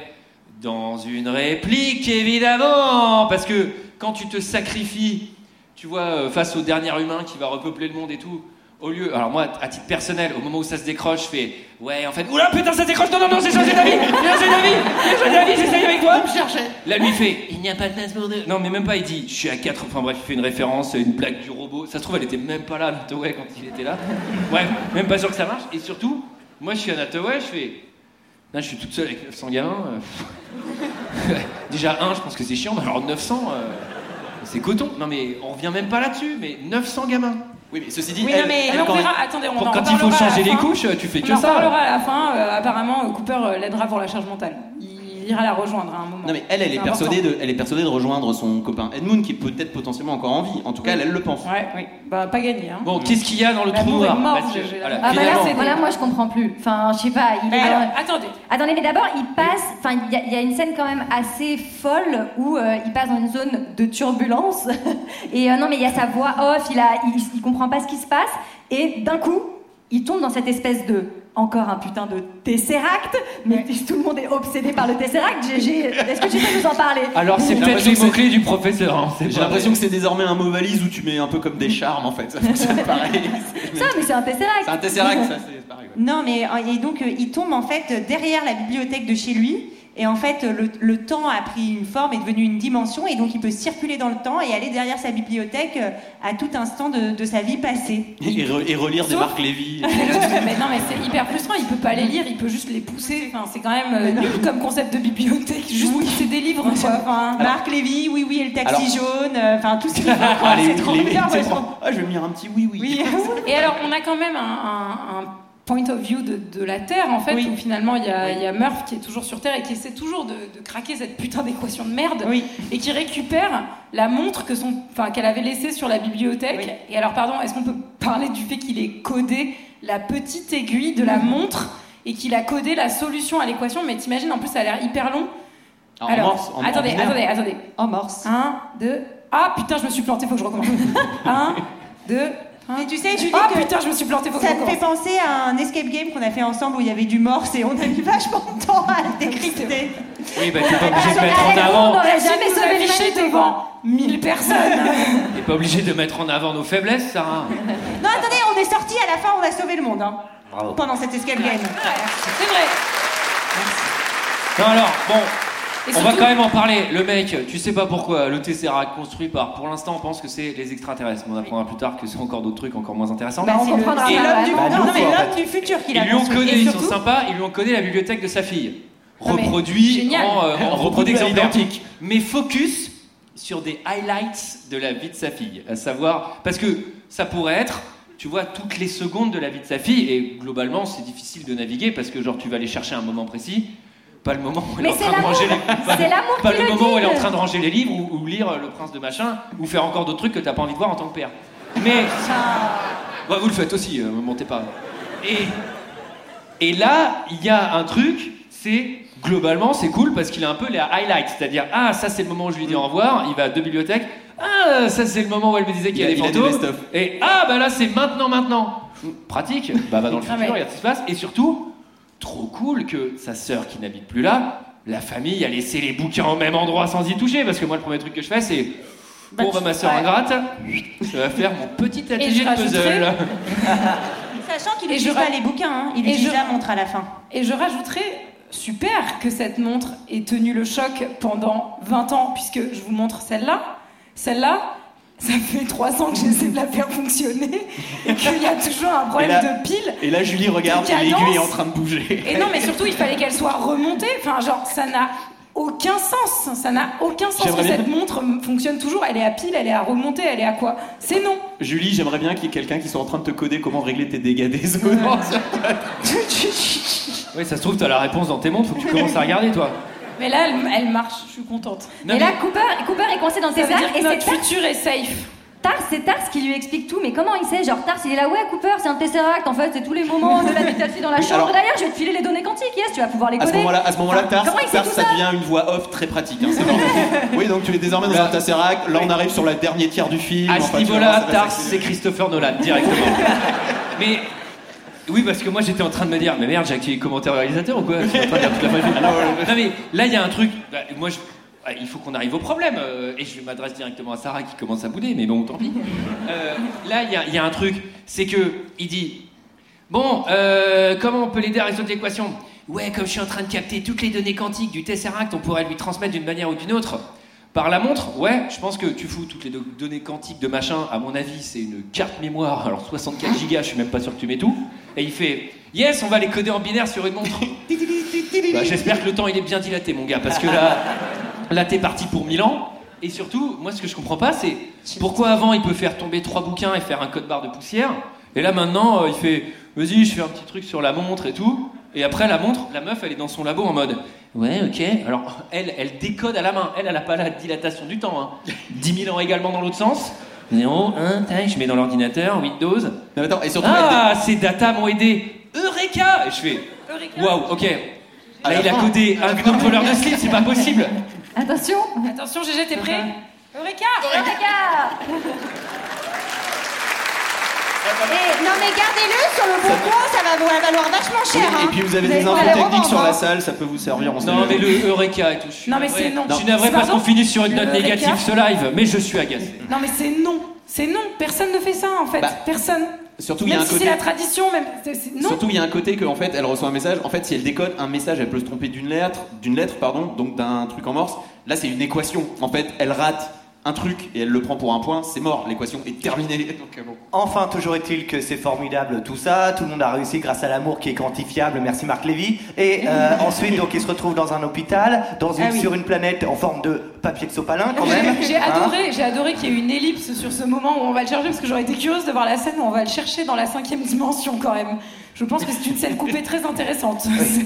[SPEAKER 7] dans une réplique évidemment, parce que quand tu te sacrifies, tu vois, euh, face au dernier humain qui va repeupler le monde et tout. Au lieu, alors moi, à titre personnel, au moment où ça se décroche, je fais ouais, en fait, oula putain, ça se décroche, non, non, non, j'ai changé d'avis, j'ai changé d'avis, j'ai changé d'avis, j'essaye avec toi. Là, lui il fait Il n'y a pas de place pour deux. Non, mais même pas, il dit Je suis à 4. Enfin bref, il fait une référence, une blague du robot. Ça se trouve, elle était même pas là, Anatoway, quand il était là. Bref, même pas sûr que ça marche. Et surtout, moi, je suis Anatoway, je fais Là, je suis toute seule avec 900 gamins. euh, Déjà, un, je pense que c'est chiant, mais alors 900, euh, c'est coton. Non, mais on revient même pas là-dessus, mais 900 gamins. Oui, mais ceci dit,
[SPEAKER 15] Oui, non, elle- mais- elle, mais on quand- verra, attendez, on
[SPEAKER 7] quand,
[SPEAKER 15] en
[SPEAKER 7] quand il faut
[SPEAKER 15] reparlera à
[SPEAKER 7] changer
[SPEAKER 15] la
[SPEAKER 7] les
[SPEAKER 15] fin.
[SPEAKER 7] couches, tu fais que
[SPEAKER 15] On en
[SPEAKER 7] ça.
[SPEAKER 15] parlera à la fin. euh, apparemment, euh, Cooper euh, l'aidera pour la charge mentale. Il ira la rejoindre à un moment.
[SPEAKER 18] Non mais elle, elle est,
[SPEAKER 15] C'est
[SPEAKER 18] persuadée
[SPEAKER 15] important.
[SPEAKER 18] de, elle est persuadée de rejoindre son copain Edmund qui est peut-être potentiellement encore en vie. En tout cas, elle, elle le pense.
[SPEAKER 15] Ouais, oui. Bah, pas gagné. Hein.
[SPEAKER 7] Bon, qu'est-ce qu'il y a dans le trou
[SPEAKER 15] L'amour est
[SPEAKER 7] noir
[SPEAKER 15] mort,
[SPEAKER 7] Mathieu
[SPEAKER 15] je- je-
[SPEAKER 7] Voilà,
[SPEAKER 13] Ah bah là,
[SPEAKER 7] finalement.
[SPEAKER 13] c'est- voilà, moi je comprends plus. Enfin, je sais pas. Il
[SPEAKER 15] Mais
[SPEAKER 13] est
[SPEAKER 15] alors,
[SPEAKER 13] dans-
[SPEAKER 15] attendez.
[SPEAKER 13] Attendez, mais d'abord, il passe. Enfin, il y, a- il y a une scène quand même assez folle où euh, il passe dans une zone de turbulence. et euh, non, mais il y a sa voix off. Il a, il, il comprend pas ce qui se passe. Et d'un coup, il tombe dans cette espèce de encore un putain de tesseract. Mais tout le monde est obsédé par le tesseract. J'ai- j'ai- Est-ce que tu peux nous en parler
[SPEAKER 7] Alors,
[SPEAKER 18] J'ai
[SPEAKER 7] c'est peut-être
[SPEAKER 18] l'impression
[SPEAKER 7] les
[SPEAKER 18] que c'est-
[SPEAKER 7] mots-clés du professeur. hein, c'est
[SPEAKER 18] J'ai
[SPEAKER 7] pas
[SPEAKER 18] l'impression que c'est désormais un mot valise où tu mets un peu comme des charmes en fait. Ça fonctionne pareil.
[SPEAKER 13] ça, mais c'est un tesseract.
[SPEAKER 18] C'est un tesseract, ça c'est pareil. ouais.
[SPEAKER 11] Non, mais euh, et donc euh, il tombe en fait euh, derrière la bibliothèque de chez lui. Et en fait, euh, le, le temps a pris une forme, est devenu une dimension, et donc il peut circuler dans le temps et aller derrière sa bibliothèque euh, à tout instant de, de sa vie passée.
[SPEAKER 18] Et, re- et relire des
[SPEAKER 15] Sauf-
[SPEAKER 18] Marc Lévy.
[SPEAKER 15] mais non, mais c'est hyper frustrant. Il peut pas les lire, il peut juste les pousser. Enfin, c'est quand même euh, nul comme concept de bibliothèque. Juste pousser des livres. quoi. Enfin,
[SPEAKER 11] Alors- Marc Lévy, oui, oui, et le taxi jaune, euh, enfin tout ce qu'il faut.
[SPEAKER 18] Ah, les-
[SPEAKER 11] c'est trop
[SPEAKER 18] les-
[SPEAKER 11] bien,
[SPEAKER 18] c'est
[SPEAKER 11] moi, je
[SPEAKER 18] trop-
[SPEAKER 11] trouve.
[SPEAKER 18] Ah, je vais me lire un petit oui oui.
[SPEAKER 15] Et alors, on a quand même un, un- un point of view de, de la Terre, en fait, où finalement, il y, a- il y a Murph qui est toujours sur Terre et qui essaie toujours de, de craquer cette putain d'équation de merde, et qui récupère la montre que son- enfin, qu'elle avait laissée sur la bibliothèque. Et alors, pardon, est-ce qu'on peut parler du fait qu'il ait codé la petite aiguille de la montre et qu'il a codé la solution à l'équation Mais t'imagines, en plus, ça a l'air hyper long.
[SPEAKER 18] En
[SPEAKER 15] Alors,
[SPEAKER 18] morse, en-
[SPEAKER 15] attendez,
[SPEAKER 18] en binaire.
[SPEAKER 15] attendez, attendez. En morse. 1, 2. Ah putain, je me suis planté, faut que je recommence. 1, 2.
[SPEAKER 11] Mais tu sais, Julie,
[SPEAKER 15] Ah
[SPEAKER 11] que
[SPEAKER 15] putain, je me suis planté, faut que je
[SPEAKER 11] Ça me fait
[SPEAKER 15] recommence.
[SPEAKER 11] penser à un escape game qu'on a fait ensemble où il y avait du morse et on a mis vachement de temps à le décrypter.
[SPEAKER 7] Oui, bah, t'es pas obligé de
[SPEAKER 11] Avec
[SPEAKER 7] mettre en
[SPEAKER 11] nous,
[SPEAKER 7] avant.
[SPEAKER 11] on aurait
[SPEAKER 15] Si
[SPEAKER 11] jamais
[SPEAKER 15] vous
[SPEAKER 11] sauvé
[SPEAKER 15] affichez
[SPEAKER 11] l'humanité.
[SPEAKER 15] devant 1000 personnes.
[SPEAKER 7] T'es pas obligé de mettre en avant nos faiblesses, Sarah.
[SPEAKER 11] Non, attendez, on est sorti à la fin, on a sauvé le monde. hein,
[SPEAKER 7] Bravo.
[SPEAKER 11] Pendant cette escape game.
[SPEAKER 15] C'est vrai.
[SPEAKER 7] Non, alors, bon.
[SPEAKER 15] Et
[SPEAKER 7] on va
[SPEAKER 15] surtout-
[SPEAKER 7] quand même en parler. Le mec, tu sais pas pourquoi, le Tesseract construit par. Pour l'instant, on pense que c'est les extraterrestres. Mais on apprendra plus tard que c'est encore d'autres trucs encore moins intéressants.
[SPEAKER 11] Bah, c'est le- c'est l'homme du,
[SPEAKER 7] Bah,
[SPEAKER 11] non,
[SPEAKER 7] nous,
[SPEAKER 11] non, mais
[SPEAKER 7] quoi, en
[SPEAKER 11] l'homme
[SPEAKER 7] fait.
[SPEAKER 11] du futur qui
[SPEAKER 7] Ils
[SPEAKER 11] l'a
[SPEAKER 7] lui ont
[SPEAKER 11] construit.
[SPEAKER 7] codé,
[SPEAKER 11] Et
[SPEAKER 7] ils
[SPEAKER 11] surtout-
[SPEAKER 7] sont sympas, ils lui ont codé la bibliothèque de sa fille.
[SPEAKER 11] Non, mais
[SPEAKER 7] Reproduit
[SPEAKER 11] génial.
[SPEAKER 7] en, euh, en
[SPEAKER 18] Reproduit à
[SPEAKER 7] exemplaire.
[SPEAKER 18] l'identique.
[SPEAKER 7] Mais focus sur des highlights de la vie de sa fille. À savoir, parce que ça pourrait être, tu vois, toutes les secondes de la vie de sa fille. Et globalement, c'est difficile de naviguer parce que, genre, tu vas aller chercher un moment précis. Pas le moment où elle
[SPEAKER 13] Mais
[SPEAKER 7] est en
[SPEAKER 13] c'est
[SPEAKER 7] train de
[SPEAKER 13] l'amour.
[SPEAKER 7] ranger les pas-
[SPEAKER 13] C'est l'amour
[SPEAKER 7] Pas
[SPEAKER 13] qui
[SPEAKER 7] le
[SPEAKER 13] le
[SPEAKER 7] moment où elle est en
[SPEAKER 13] guide.
[SPEAKER 7] train de ranger les livres ou, ou lire euh, Le Prince de Machin ou faire encore d'autres trucs que t'as pas envie de voir en tant que père. Mais.
[SPEAKER 11] Ah,
[SPEAKER 7] Bah, vous le faites aussi, ne montez pas. Et, et là, il y a un truc, c'est globalement, c'est cool parce qu'il a un peu les highlights, c'est-à-dire, ah, ça c'est le moment où je lui dis au revoir, il va à deux bibliothèques, ah, ça c'est le moment où elle me disait qu'il y
[SPEAKER 18] Il
[SPEAKER 7] a
[SPEAKER 18] a-
[SPEAKER 7] des
[SPEAKER 18] il a des
[SPEAKER 7] fantômes,
[SPEAKER 18] best-of.
[SPEAKER 7] et ah, bah là c'est maintenant, maintenant. Pratique, bah va dans le
[SPEAKER 15] Ah
[SPEAKER 7] futur,
[SPEAKER 15] ouais.
[SPEAKER 7] regarde ce qui se passe, et surtout, trop cool que sa sœur qui n'habite plus là, la famille a laissé les bouquins au même endroit sans y toucher, parce que moi le premier truc que je fais c'est. Bon, bah, ma sœur ingrate, ça va faire mon petit
[SPEAKER 11] Et
[SPEAKER 7] atelier
[SPEAKER 11] je
[SPEAKER 7] de puzzle.
[SPEAKER 11] rajouterai- Sachant qu'il
[SPEAKER 15] Et
[SPEAKER 11] n'utilise
[SPEAKER 15] je-
[SPEAKER 11] pas les bouquins, hein, il
[SPEAKER 15] Et
[SPEAKER 11] utilise
[SPEAKER 15] je-
[SPEAKER 11] la montre à la fin.
[SPEAKER 15] Et je rajouterais, super que cette montre ait tenu le choc pendant 20 ans, puisque je vous montre celle-là. Celle-là, ça fait 3 ans que j'essaie de la faire fonctionner et qu'il y a toujours un problème
[SPEAKER 18] Et là-
[SPEAKER 15] de pile.
[SPEAKER 18] Et là, Julie regarde,
[SPEAKER 15] De cadence.
[SPEAKER 18] l'aiguille est en train de bouger.
[SPEAKER 15] Et non, mais surtout, il fallait qu'elle soit remontée. Enfin, genre, ça n'a aucun sens. Ça n'a aucun sens que
[SPEAKER 18] J'aimerais bien-
[SPEAKER 15] cette montre fonctionne toujours. Elle est à pile, elle est à remonter, elle est à quoi C'est non.
[SPEAKER 18] Julie, j'aimerais bien qu'il y ait quelqu'un qui soit en train de te coder comment régler tes dégâts des eaux.
[SPEAKER 7] Oui, ça se trouve, t'as la réponse dans tes montres, faut que tu commences à regarder, toi.
[SPEAKER 15] Mais là, elle, elle marche, je suis contente.
[SPEAKER 7] Non, mais-
[SPEAKER 13] Cooper, Cooper est coincé dans
[SPEAKER 15] Ça
[SPEAKER 13] ses
[SPEAKER 15] veut dire
[SPEAKER 13] arcs
[SPEAKER 15] que
[SPEAKER 13] et
[SPEAKER 15] notre
[SPEAKER 13] c'est
[SPEAKER 15] futur est safe.
[SPEAKER 13] Tars, c'est Tars qui lui explique tout, mais comment il sait Genre, Tars, il est là, ouais, Cooper, c'est un tesseract, en fait, c'est tous les moments de la vie assis dans la
[SPEAKER 14] Oui,
[SPEAKER 13] chambre.
[SPEAKER 14] alors-
[SPEAKER 13] D'ailleurs, je vais te filer les données quantiques, yes, tu vas pouvoir les
[SPEAKER 14] À
[SPEAKER 13] coder.
[SPEAKER 14] ce moment-là, à ce moment-là,
[SPEAKER 13] Enfin,
[SPEAKER 14] Tars,
[SPEAKER 13] Comment il sait
[SPEAKER 14] Tars,
[SPEAKER 13] tout
[SPEAKER 14] ça
[SPEAKER 13] ça
[SPEAKER 14] devient une voix off très pratique. hein, c'est bon. oui, donc tu es désormais dans un Tesseract. Là, on arrive sur la dernière tiers du film.
[SPEAKER 7] À ce
[SPEAKER 14] Enfin, tu vas voir,
[SPEAKER 7] niveau-là,
[SPEAKER 14] ça va
[SPEAKER 7] Tars,
[SPEAKER 14] s'accélérer.
[SPEAKER 7] c'est Christopher Nolan directement. mais oui, parce que moi j'étais en train de me dire, mais merde, j'ai activé commentaire réalisateur ou quoi Je suis en train de dire toute la fin du film.
[SPEAKER 14] Ah
[SPEAKER 7] Non mais là, il y a un truc. bah, moi, je- bah, il faut qu'on arrive au problème. euh, et je m'adresse directement à Sarah qui commence à bouder, mais bon, tant pis. Euh, là, il y a- il y, a un truc, c'est que il dit, bon, euh, comment on peut l'aider à résoudre l'équation Ouais, comme je suis en train de capter toutes les données quantiques du Tesseract, on pourrait lui transmettre d'une manière ou d'une autre. Par la montre, ouais, je pense que tu fous toutes les do- données quantiques de machin, à mon avis, c'est une carte mémoire, alors 64 gigas, je suis même pas sûr que tu mets tout. Et il fait Yes, on va les coder en binaire sur une montre. Bah, J'espère que le temps il est bien dilaté, mon gars, parce que là, là t'es parti pour Milan. Et surtout, moi ce que je comprends pas, c'est pourquoi avant il peut faire tomber trois bouquins et faire un code barre de poussière, et là maintenant euh, il fait Vas-y, je fais un petit truc sur la montre et tout. Et après la montre, la meuf elle est dans son labo en mode Ouais, ok. Alors, elle, elle décode à la main. Elle, elle n'a pas la dilatation du temps. Hein. 10 000 ans également dans l'autre sens. 0, 1, tac, je mets dans l'ordinateur, Windows.
[SPEAKER 14] attends, et surtout,
[SPEAKER 7] ah, ces data m'ont aidé. Eureka Et je fais Waouh, ok. Là, il a codé un contrôleur de slip, c'est pas possible.
[SPEAKER 13] Attention
[SPEAKER 15] Attention, GG, t'es prêt Eureka Eh,
[SPEAKER 11] Et, non mais gardez-le sur le bon coin, ça va vous valoir vachement cher.
[SPEAKER 15] hein.
[SPEAKER 14] Et puis vous avez des infos techniques sur la salle, ça peut vous servir en ce
[SPEAKER 7] Non,
[SPEAKER 14] moment.
[SPEAKER 7] mais le Eureka et tout. Je suis
[SPEAKER 15] Non, mais
[SPEAKER 7] navré.
[SPEAKER 15] c'est non.
[SPEAKER 7] Je suis navré
[SPEAKER 15] C'est
[SPEAKER 7] parce
[SPEAKER 15] pardon
[SPEAKER 7] qu'on finit sur une
[SPEAKER 15] Le
[SPEAKER 7] note
[SPEAKER 15] Eureka
[SPEAKER 7] négative ce live, mais je suis agacé.
[SPEAKER 15] Non, mais c'est non. C'est non. Personne ne fait ça, en fait. Personne.
[SPEAKER 14] Bah, Surtout, il y a
[SPEAKER 15] Même
[SPEAKER 14] un
[SPEAKER 15] si
[SPEAKER 14] côté-
[SPEAKER 15] c'est la tradition, même. c'est- c'est- Non.
[SPEAKER 14] Surtout, il y a un côté que, en fait, elle reçoit un message. En fait, si elle décode un message, elle peut se tromper d'une lettre, d'une lettre, pardon, donc d'un truc en morse. Là, c'est une équation. En fait, elle rate un truc et elle le prend pour un point. C'est mort. L'équation est terminée. Donc, euh, bon.
[SPEAKER 12] Enfin, toujours est-il que c'est formidable tout ça. Tout le monde a réussi grâce à l'amour qui est quantifiable. Merci Marc Lévy. Et euh, ensuite, donc, il se retrouve dans un hôpital, dans une,
[SPEAKER 15] Ah oui.
[SPEAKER 12] sur une planète en forme de papier de sopalin, quand même.
[SPEAKER 15] J'ai
[SPEAKER 12] Hein
[SPEAKER 15] adoré, j'ai adoré qu'il y ait une ellipse sur ce moment où on va le chercher parce que j'aurais été curieuse de voir la scène où on va le chercher dans la cinquième dimension quand même. Je pense que c'est une scène coupée très intéressante.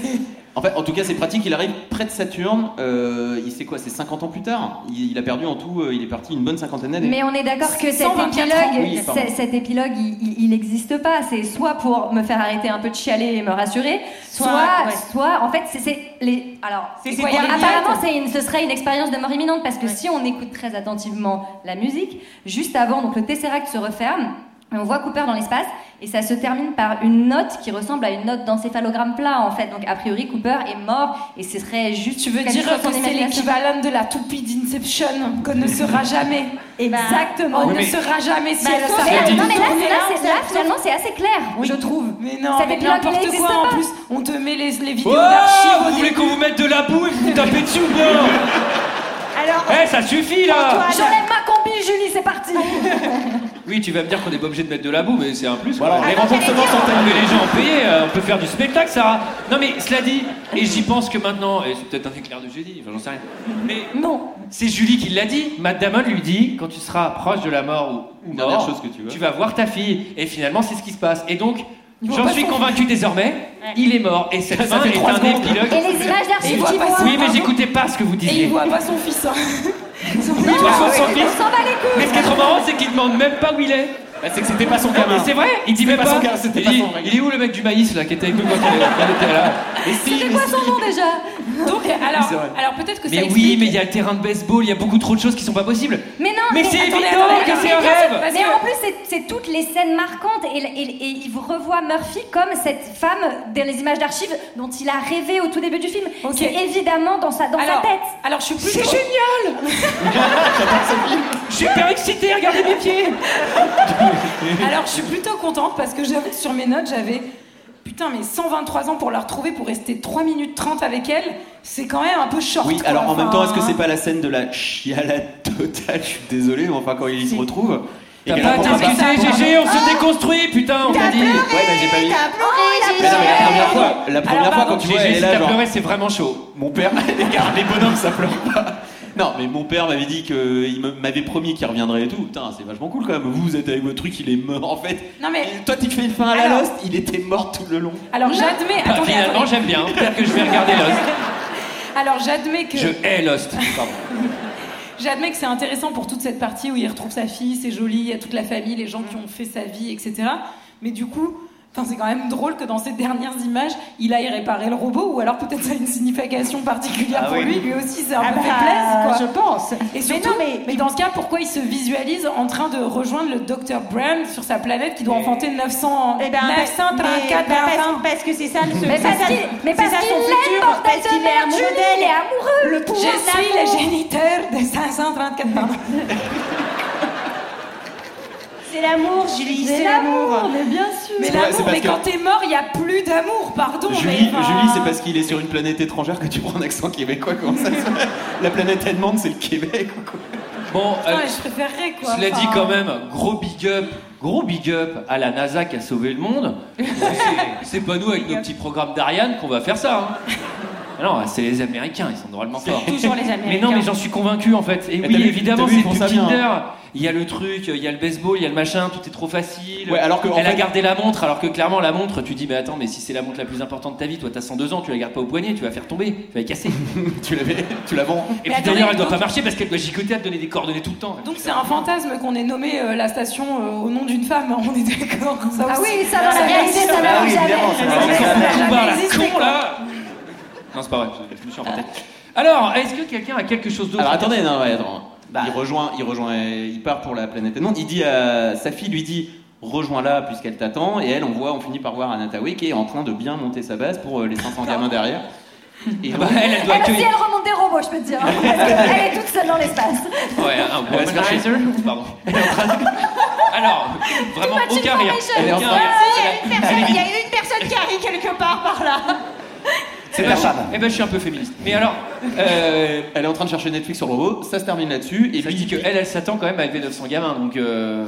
[SPEAKER 14] En fait, en tout cas, c'est pratique. Il arrive près de Saturne. euh, il sait quoi C'est 50 ans plus tard. Il, il a perdu en tout. euh, il est parti une bonne cinquantaine d'années.
[SPEAKER 13] Mais on est d'accord que cet
[SPEAKER 15] 124
[SPEAKER 13] épilogue,
[SPEAKER 14] ans. Oui, pardon.
[SPEAKER 13] c'est- cet épilogue, il- il n'existe pas. C'est soit pour me faire arrêter un peu de chialer et me rassurer, soit,
[SPEAKER 11] Soit-
[SPEAKER 13] soit,
[SPEAKER 11] ouais.
[SPEAKER 13] en fait, c'est- c'est les. Alors,
[SPEAKER 11] C'est- c'est
[SPEAKER 13] quoi,
[SPEAKER 11] pour
[SPEAKER 13] il y a-
[SPEAKER 11] les
[SPEAKER 13] apparemment,
[SPEAKER 11] maths.
[SPEAKER 13] c'est une- ce serait une expérience de mort imminente parce que si on écoute très attentivement la musique, juste avant, donc le Tesseract se referme. Et on voit Cooper dans l'espace et ça se termine par une note qui ressemble à une note d'encéphalogramme plat en fait. Donc a priori Cooper est mort et ce serait juste.
[SPEAKER 15] Tu veux
[SPEAKER 13] quelque
[SPEAKER 15] dire
[SPEAKER 13] chose
[SPEAKER 15] que
[SPEAKER 13] qu'on
[SPEAKER 15] c'est
[SPEAKER 13] imagination.
[SPEAKER 15] l'équivalent de la toupie d'Inception qu'on ne sera jamais. Exactement. On
[SPEAKER 13] Oui,
[SPEAKER 15] ne
[SPEAKER 13] mais-
[SPEAKER 15] sera jamais si
[SPEAKER 13] Bah,
[SPEAKER 15] elle
[SPEAKER 13] attends,
[SPEAKER 15] s'arrête
[SPEAKER 13] mais-
[SPEAKER 15] de
[SPEAKER 13] non, mais là,
[SPEAKER 15] tourner
[SPEAKER 13] là, c'est- là,
[SPEAKER 15] c'est-
[SPEAKER 13] finalement, c'est assez clair, je trouve.
[SPEAKER 15] Mais non,
[SPEAKER 13] Cet
[SPEAKER 15] mais
[SPEAKER 13] épilogue
[SPEAKER 15] n'importe
[SPEAKER 13] n'existe
[SPEAKER 15] quoi. En
[SPEAKER 13] pas.
[SPEAKER 15] plus, on te met les, les vidéos
[SPEAKER 7] Oh,
[SPEAKER 15] d'archives. au
[SPEAKER 7] vous voulez
[SPEAKER 15] début.
[SPEAKER 7] qu'on vous mette de la boue et vous tapez dessus ou bien
[SPEAKER 11] Alors,
[SPEAKER 7] Eh, ça suffit là
[SPEAKER 13] J'enlève ma combi, Julie, c'est parti.
[SPEAKER 7] Oui, tu vas me dire qu'on n'est pas obligé de mettre de la boue, mais c'est un plus. quoi.
[SPEAKER 14] Voilà. Les remboursements sont
[SPEAKER 7] On
[SPEAKER 14] terminés.
[SPEAKER 7] met les gens en payer, euh, on peut faire du spectacle, Sarah. Non, mais cela dit, et j'y pense que maintenant, et c'est peut-être un éclair de jeudi, enfin, j'en sais rien. Mais
[SPEAKER 15] non,
[SPEAKER 7] c'est Julie qui l'a dit. Matt Damon lui dit quand tu seras proche de la mort ou, ou
[SPEAKER 14] Dernière
[SPEAKER 7] mort,
[SPEAKER 14] chose que tu veux.
[SPEAKER 7] vas voir ta fille. Et finalement, c'est ce qui se passe. Et donc,
[SPEAKER 15] Ils vont
[SPEAKER 7] j'en
[SPEAKER 15] pas
[SPEAKER 7] suis
[SPEAKER 15] s'en
[SPEAKER 7] convaincu désormais. Il est mort. Et cette
[SPEAKER 14] Ça
[SPEAKER 7] fin
[SPEAKER 14] fait
[SPEAKER 7] est
[SPEAKER 14] trois
[SPEAKER 7] un
[SPEAKER 14] secondes.
[SPEAKER 7] épilogue.
[SPEAKER 13] Et
[SPEAKER 15] Et
[SPEAKER 13] les images
[SPEAKER 15] il
[SPEAKER 13] d'archives
[SPEAKER 15] voit
[SPEAKER 13] qui
[SPEAKER 15] pas
[SPEAKER 13] vont.
[SPEAKER 15] ça.
[SPEAKER 7] Oui, mais j'écoutais pas ce que vous
[SPEAKER 15] Et
[SPEAKER 7] disiez.
[SPEAKER 15] il voit pas son fils. hein. Son
[SPEAKER 7] De toute façon, son
[SPEAKER 15] fils.
[SPEAKER 7] fils-
[SPEAKER 13] Ah, On s'en bat les couilles.
[SPEAKER 7] Mais ce qui est trop marrant, c'est qu'il demande même pas où il est.
[SPEAKER 14] Bah, c'est que c'était pas son
[SPEAKER 7] Non,
[SPEAKER 14] gamin.
[SPEAKER 7] mais c'est vrai, il dit
[SPEAKER 14] C'était
[SPEAKER 7] même
[SPEAKER 14] pas
[SPEAKER 7] pas.
[SPEAKER 14] son gars, c'était
[SPEAKER 7] il,
[SPEAKER 14] pas
[SPEAKER 7] dit,
[SPEAKER 14] son vrai
[SPEAKER 7] il est où le mec du maïs là qui était avec nous quand on était là Et si,
[SPEAKER 13] C'est
[SPEAKER 7] mais
[SPEAKER 13] quoi
[SPEAKER 7] si.
[SPEAKER 13] son nom déjà
[SPEAKER 15] Donc, alors,
[SPEAKER 7] C'est vrai.
[SPEAKER 15] alors peut-être que ça
[SPEAKER 7] Mais oui,
[SPEAKER 15] explique-
[SPEAKER 7] mais il y a le terrain de baseball, il y a beaucoup trop de choses qui sont pas possibles.
[SPEAKER 13] Mais non,
[SPEAKER 7] Mais c'est
[SPEAKER 13] attendez,
[SPEAKER 7] évident
[SPEAKER 13] attendez,
[SPEAKER 7] que
[SPEAKER 13] attendez,
[SPEAKER 7] c'est un
[SPEAKER 13] bien sûr,
[SPEAKER 7] rêve.
[SPEAKER 13] Mais en plus, c'est- c'est toutes les scènes marquantes et, et, et il vous revoit Murphy comme cette femme dans les images d'archives dont il a rêvé au tout début du film.
[SPEAKER 15] Ok.
[SPEAKER 13] C'est évidemment dans sa, dans
[SPEAKER 15] alors,
[SPEAKER 13] sa tête.
[SPEAKER 15] Alors, je suis plus.
[SPEAKER 13] C'est
[SPEAKER 15] génial
[SPEAKER 7] Je suis hyper excité, regardez mes pieds
[SPEAKER 15] Alors, je suis plutôt contente parce que j'avais- sur mes notes, j'avais putain, mais 123 ans pour la retrouver, pour rester 3 minutes 30 avec elle, c'est quand même un peu short.
[SPEAKER 14] Oui,
[SPEAKER 15] quoi.
[SPEAKER 14] alors en même temps, est-ce que
[SPEAKER 15] Enfin, hein.
[SPEAKER 14] c'est
[SPEAKER 13] hein.
[SPEAKER 14] pas la scène de la chialade totale Je suis désolé, mais enfin, quand ils se retrouvent. et
[SPEAKER 7] T'as
[SPEAKER 14] qu'elle
[SPEAKER 7] pas à
[SPEAKER 14] apprend pas-
[SPEAKER 7] t'excuser, GG, on
[SPEAKER 15] Ah.
[SPEAKER 7] se déconstruit, putain, on t'a dit
[SPEAKER 14] Ouais, bah, j'ai pas mis.
[SPEAKER 11] T'as
[SPEAKER 13] Ah,
[SPEAKER 11] pleuré, j'ai
[SPEAKER 14] Mais non, mais la
[SPEAKER 11] pleuré.
[SPEAKER 14] première fois, la première
[SPEAKER 7] Alors,
[SPEAKER 14] fois
[SPEAKER 7] pardon,
[SPEAKER 14] quand tu vois,
[SPEAKER 7] j'ai-
[SPEAKER 14] elle est
[SPEAKER 7] si
[SPEAKER 14] là,
[SPEAKER 7] t'as
[SPEAKER 14] genre,
[SPEAKER 7] pleuré, c'est vraiment chaud.
[SPEAKER 14] Mon père, les gars, les bonhommes, ça pleure pas. Non, mais mon père m'avait dit que il me- m'avait promis qu'il reviendrait et tout. Putain, c'est vachement cool quand même. Vous, vous êtes avec votre truc, il est mort en fait.
[SPEAKER 15] Non, mais.
[SPEAKER 14] Et toi, tu fais fin à la
[SPEAKER 15] Alors-
[SPEAKER 14] Lost, il était mort tout le long.
[SPEAKER 15] Alors, j'admets.
[SPEAKER 7] Bah,
[SPEAKER 15] attendez,
[SPEAKER 7] finalement,
[SPEAKER 15] attendez.
[SPEAKER 7] j'aime bien, peut-être que je vais regarder Lost.
[SPEAKER 15] Alors, j'admets que.
[SPEAKER 7] Je hais Lost, pardon.
[SPEAKER 15] J'admets que c'est intéressant pour toute cette partie où il retrouve sa fille, c'est joli, il y a toute la famille, les gens qui ont fait sa vie, etc. Mais du coup, enfin, c'est quand même drôle que dans ces dernières images, il aille réparer le robot, ou alors peut-être ça a une signification particulière
[SPEAKER 11] Ah
[SPEAKER 15] pour
[SPEAKER 11] oui.
[SPEAKER 15] lui, lui aussi c'est un
[SPEAKER 11] Ah
[SPEAKER 15] peu
[SPEAKER 11] bah,
[SPEAKER 15] faiblesse, quoi.
[SPEAKER 11] je pense.
[SPEAKER 15] Et
[SPEAKER 11] Mais
[SPEAKER 15] surtout,
[SPEAKER 11] non,
[SPEAKER 15] mais, dans ce cas, pourquoi il se visualise en train de rejoindre le Dr. Brand sur sa planète qui doit enfanter 900,
[SPEAKER 11] Eh ben, mais-
[SPEAKER 15] 934
[SPEAKER 11] mais- bah, parce-
[SPEAKER 15] parfums
[SPEAKER 11] parce que c'est ça le
[SPEAKER 15] Mais
[SPEAKER 11] c'est
[SPEAKER 15] parce
[SPEAKER 11] ça-
[SPEAKER 15] qu'il- mais
[SPEAKER 11] c'est
[SPEAKER 15] parce
[SPEAKER 11] ça son
[SPEAKER 15] qu'il l'aime,
[SPEAKER 11] futur,
[SPEAKER 15] bordel
[SPEAKER 11] parce
[SPEAKER 15] de
[SPEAKER 11] qu'il est
[SPEAKER 15] merde,
[SPEAKER 11] un
[SPEAKER 15] Julie,
[SPEAKER 11] modèle.
[SPEAKER 15] il est amoureux.
[SPEAKER 11] Le pouvoir
[SPEAKER 15] Je suis
[SPEAKER 11] d'amour.
[SPEAKER 15] le géniteur de 534 parents.
[SPEAKER 11] C'est l'amour, Julie,
[SPEAKER 15] C'est
[SPEAKER 11] c'est l'amour.
[SPEAKER 15] l'amour, mais bien sûr. Mais
[SPEAKER 14] C'est vrai,
[SPEAKER 15] l'amour,
[SPEAKER 14] c'est parce
[SPEAKER 15] mais
[SPEAKER 14] que-
[SPEAKER 15] quand t'es mort, il n'y a plus d'amour, pardon.
[SPEAKER 14] Julie,
[SPEAKER 15] mais, enfin,
[SPEAKER 14] Julie, c'est parce qu'il est sur une planète étrangère que tu prends un accent québécois. Comment ça se fait La planète allemande, c'est le Québec.
[SPEAKER 7] Bon,
[SPEAKER 15] Putain,
[SPEAKER 7] euh,
[SPEAKER 15] je préférerais quoi.
[SPEAKER 7] Cela dit
[SPEAKER 15] enfin.
[SPEAKER 7] quand même, gros big up, gros big up à la NASA qui a sauvé le monde. C'est- C'est pas nous avec nos petits programmes d'Ariane qu'on va faire ça. hein. Non, c'est les Américains, ils sont normalement forts.
[SPEAKER 11] toujours les
[SPEAKER 7] Mais non,
[SPEAKER 11] Américains.
[SPEAKER 7] mais j'en suis convaincu en fait. Et
[SPEAKER 14] Mais
[SPEAKER 7] oui,
[SPEAKER 14] t'as vu-
[SPEAKER 7] évidemment,
[SPEAKER 14] t'as vu,
[SPEAKER 7] c'est
[SPEAKER 14] ils font
[SPEAKER 7] du
[SPEAKER 14] ça bien,
[SPEAKER 7] Tinder.
[SPEAKER 14] hein.
[SPEAKER 7] Il y a le truc, il y a le baseball, il y a le machin, tout est trop facile.
[SPEAKER 14] Ouais, alors que, en
[SPEAKER 7] Elle a
[SPEAKER 14] fait-
[SPEAKER 7] gardé la montre, alors que clairement, la montre, tu dis, mais attends, mais si c'est la montre la plus importante de ta vie, toi t'as 102 ans, tu la gardes pas au poignet, tu vas faire tomber, tu vas la casser.
[SPEAKER 14] tu, tu la vends.
[SPEAKER 7] Et
[SPEAKER 15] Mais
[SPEAKER 7] puis
[SPEAKER 15] attendez,
[SPEAKER 7] d'ailleurs, elle doit
[SPEAKER 15] donc-
[SPEAKER 7] pas marcher parce qu'elle doit chicoter à te donner des coordonnées tout le temps.
[SPEAKER 15] Donc c'est un fantasme qu'on ait nommé euh, la station euh, au nom d'une femme, on est d'accord ça
[SPEAKER 13] Ah
[SPEAKER 15] aussi.
[SPEAKER 13] oui, ça, dans la réalité, ça
[SPEAKER 7] Ah oui,
[SPEAKER 13] n'arrive jamais.
[SPEAKER 7] évidemment, ça
[SPEAKER 13] Ça
[SPEAKER 7] va
[SPEAKER 13] n'arrive
[SPEAKER 7] jamais.
[SPEAKER 13] jamais. Jamais
[SPEAKER 7] On s'en fout, là, con, hein.
[SPEAKER 13] existé,
[SPEAKER 7] là. Non, c'est pas vrai, je je me suis inventé. Alors, est-ce que quelqu'un a quelque chose d'autre
[SPEAKER 14] Alors attendez, non, ouais, attends. Il rejoint, il rejoint, il part pour la planète allemande. Il dit à sa fille, lui dit, rejoins-la puisqu'elle t'attend. Et elle, on voit, on finit par voir Anatawi qui est en train de bien monter sa base pour euh, les 500 gamins derrière. Et
[SPEAKER 7] bah, elle, elle doit
[SPEAKER 13] Elle aussi,
[SPEAKER 7] accueillir.
[SPEAKER 13] elle remonte des robots, je peux te dire. hein, parce que Elle est toute seule dans l'espace.
[SPEAKER 7] Ouais, un bon
[SPEAKER 14] Elle va se faire
[SPEAKER 7] organizer. Pardon. Alors, vraiment
[SPEAKER 13] Too much
[SPEAKER 7] aucun rire.
[SPEAKER 13] information.
[SPEAKER 7] Aucun
[SPEAKER 13] Ah,
[SPEAKER 7] rire.
[SPEAKER 13] il y a une personne- il y a une personne qui arrive quelque part par là.
[SPEAKER 7] Eh ben, je- Eh ben, je suis un peu féministe. Mais alors,
[SPEAKER 14] euh, elle est en train de chercher Netflix sur le robot. Ça se termine là-dessus. Et
[SPEAKER 7] ça
[SPEAKER 14] puis
[SPEAKER 7] dit que elle, elle s'attend quand même à élever 900 gamins, donc. euh,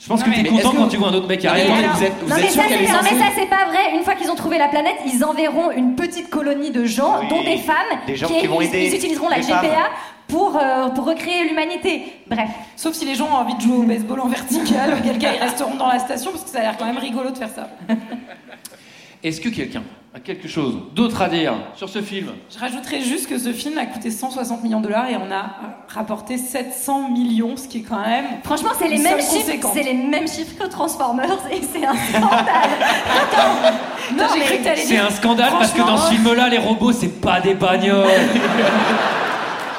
[SPEAKER 7] Je pense
[SPEAKER 15] Non,
[SPEAKER 7] que
[SPEAKER 15] mais
[SPEAKER 7] t'es
[SPEAKER 15] est-ce
[SPEAKER 7] content
[SPEAKER 15] que
[SPEAKER 7] quand
[SPEAKER 15] vous-
[SPEAKER 7] tu vois un autre mec
[SPEAKER 14] Non, mais
[SPEAKER 7] arriver.
[SPEAKER 14] alors- Vous êtes- vous
[SPEAKER 13] Non
[SPEAKER 14] êtes
[SPEAKER 13] mais,
[SPEAKER 14] sûr
[SPEAKER 13] ça,
[SPEAKER 14] qu'elle
[SPEAKER 13] c'est-
[SPEAKER 14] est
[SPEAKER 13] non, mais
[SPEAKER 14] sensible
[SPEAKER 13] ça, c'est pas vrai. Une fois qu'ils ont trouvé la planète, ils enverront une petite colonie de gens,
[SPEAKER 12] Oui.
[SPEAKER 13] dont des femmes,
[SPEAKER 12] Des gens qui vont
[SPEAKER 13] ils-
[SPEAKER 12] aider
[SPEAKER 13] ils utiliseront la
[SPEAKER 12] les
[SPEAKER 13] GPA
[SPEAKER 12] femmes.
[SPEAKER 13] pour, euh, pour recréer l'humanité. Bref.
[SPEAKER 15] Sauf si les gens ont envie de jouer au baseball en vertical, auquel cas ils resteront dans la station parce que ça a l'air quand même rigolo de faire ça.
[SPEAKER 7] Est-ce que quelqu'un a quelque chose d'autre à dire sur ce film
[SPEAKER 15] Je rajouterais juste que ce film a coûté 160 millions de dollars et on a euh, rapporté 700 millions, ce qui est quand même.
[SPEAKER 13] Franchement, c'est les
[SPEAKER 15] une
[SPEAKER 13] mêmes
[SPEAKER 15] somme
[SPEAKER 13] chiffres,
[SPEAKER 15] conséquente.
[SPEAKER 13] c'est les mêmes chiffres que Transformers et c'est un
[SPEAKER 15] Putain, j'ai cru que t'allais
[SPEAKER 7] C'est
[SPEAKER 15] dire-
[SPEAKER 7] un scandale parce que dans ce
[SPEAKER 15] Franchement,
[SPEAKER 7] film-là, les robots, c'est pas des bagnoles.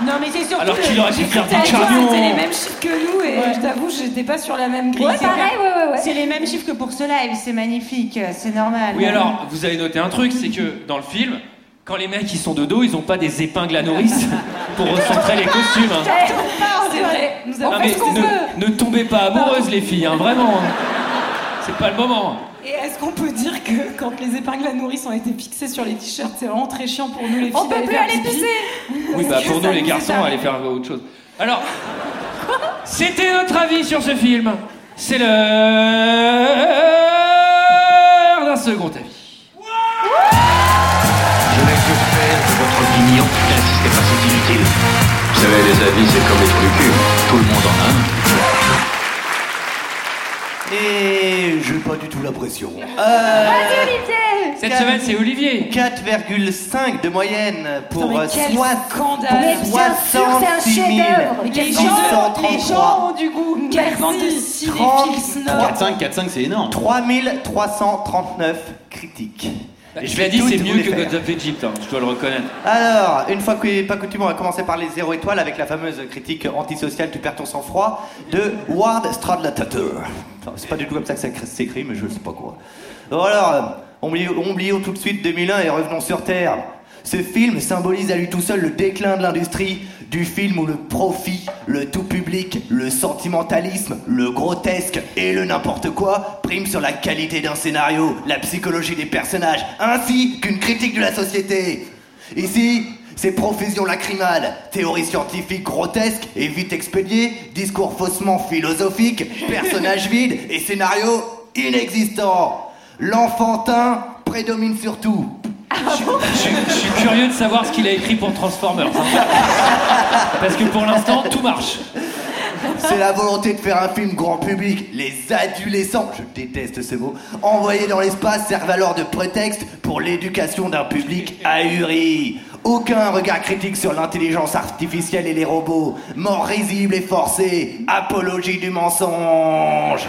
[SPEAKER 11] Non, mais c'est surtout.
[SPEAKER 7] Alors
[SPEAKER 11] le-
[SPEAKER 7] qu'il aurait pu
[SPEAKER 11] j'ai
[SPEAKER 7] faire
[SPEAKER 11] cru que
[SPEAKER 7] des
[SPEAKER 11] t'allais dire que
[SPEAKER 7] camions.
[SPEAKER 11] c'était
[SPEAKER 15] Ah, les mêmes chiffres que nous et
[SPEAKER 11] Ouais.
[SPEAKER 15] je t'avoue, j'étais pas sur la même grille.
[SPEAKER 11] Ouais, pareil,
[SPEAKER 13] ouais, ouais, ouais.
[SPEAKER 11] C'est les mêmes chiffres que pour ce live, c'est magnifique, c'est normal.
[SPEAKER 7] Oui, alors, vous avez noté un truc, c'est que dans le film, quand les mecs ils sont de dos, ils ont pas des épingles à nourrice pour recentrer les costumes. hein.
[SPEAKER 15] C'est vrai, nous avons
[SPEAKER 7] Non,
[SPEAKER 15] fait
[SPEAKER 7] mais
[SPEAKER 15] ce qu'on peut.
[SPEAKER 7] ne, ne tombez pas amoureuses, les filles, hein, vraiment. hein. C'est pas le moment.
[SPEAKER 15] Et est-ce qu'on peut dire que quand les épingles à nourrice ont été fixées sur les t-shirts, c'est vraiment très chiant pour nous les filles
[SPEAKER 13] On peut
[SPEAKER 15] d'aller
[SPEAKER 13] plus
[SPEAKER 15] faire
[SPEAKER 13] aller
[SPEAKER 15] pipi.
[SPEAKER 13] pisser.
[SPEAKER 7] Oui, bah
[SPEAKER 15] Parce que
[SPEAKER 7] pour nous,
[SPEAKER 15] ça
[SPEAKER 7] les
[SPEAKER 15] nous
[SPEAKER 7] garçons,
[SPEAKER 15] énerve.
[SPEAKER 7] allez faire autre chose. Alors, c'était notre avis sur ce film. C'est l'heure d'un second avis.
[SPEAKER 19] Votre opinion, n'insistez pas, c'est inutile.
[SPEAKER 4] Vous savez, les avis, c'est comme les trous du cul. Tout le monde en a un.
[SPEAKER 12] Hein. Et j'ai pas du tout Euh, la pression.
[SPEAKER 7] Cette semaine, c'est Olivier.
[SPEAKER 12] 4,5 de moyenne pour
[SPEAKER 15] Putain, mais
[SPEAKER 12] euh,
[SPEAKER 15] quel
[SPEAKER 12] soit
[SPEAKER 15] scandale.
[SPEAKER 12] pour
[SPEAKER 15] Mais bien sûr, c'est
[SPEAKER 12] 66
[SPEAKER 15] un
[SPEAKER 12] 000.
[SPEAKER 15] chef-d'œuvre. Mais quel
[SPEAKER 12] Les
[SPEAKER 15] genre,
[SPEAKER 12] gens- les
[SPEAKER 15] les
[SPEAKER 12] gens
[SPEAKER 15] gens ont du goût. Quelle bande de cinéphiles
[SPEAKER 12] 30,
[SPEAKER 15] snobs.
[SPEAKER 14] 4-5, 4-5, c'est énorme.
[SPEAKER 12] 3339 critiques.
[SPEAKER 7] Bah,
[SPEAKER 12] Et
[SPEAKER 7] je
[SPEAKER 12] vais
[SPEAKER 7] l'ai dit,
[SPEAKER 12] toutes
[SPEAKER 7] c'est
[SPEAKER 12] vous
[SPEAKER 7] mieux
[SPEAKER 12] les
[SPEAKER 7] que
[SPEAKER 12] faire.
[SPEAKER 7] God of Egypt, hein, je dois le reconnaître.
[SPEAKER 12] Alors, une fois que pas coutume, on va commencer par les zéro étoiles avec la fameuse critique antisociale Tu perds ton sang-froid de Ward Stradlatater. Enfin, C'est pas du tout comme ça que ça s'écrit, mais je sais pas quoi. Bon alors, euh, oublions, oublions tout de suite 2001 et revenons sur Terre. Ce film symbolise à lui tout seul le déclin de l'industrie, du film où le profit, le tout public, le sentimentalisme, le grotesque et le n'importe quoi priment sur la qualité d'un scénario, la psychologie des personnages, ainsi qu'une critique de la société. Ici, c'est profusion lacrymale, théorie scientifique grotesque et vite expédiée, discours faussement philosophique, personnages vides et scénario inexistant. L'enfantin prédomine surtout.
[SPEAKER 7] Je suis curieux de savoir ce qu'il a écrit pour Transformers. hein. Parce que pour l'instant, tout marche.
[SPEAKER 12] C'est la volonté de faire un film grand public. Les adolescents, je déteste ce mot, envoyés dans l'espace servent alors de prétexte pour l'éducation d'un public ahuri. Aucun regard critique sur l'intelligence artificielle et les robots. Mort risible et forcée. Apologie du mensonge.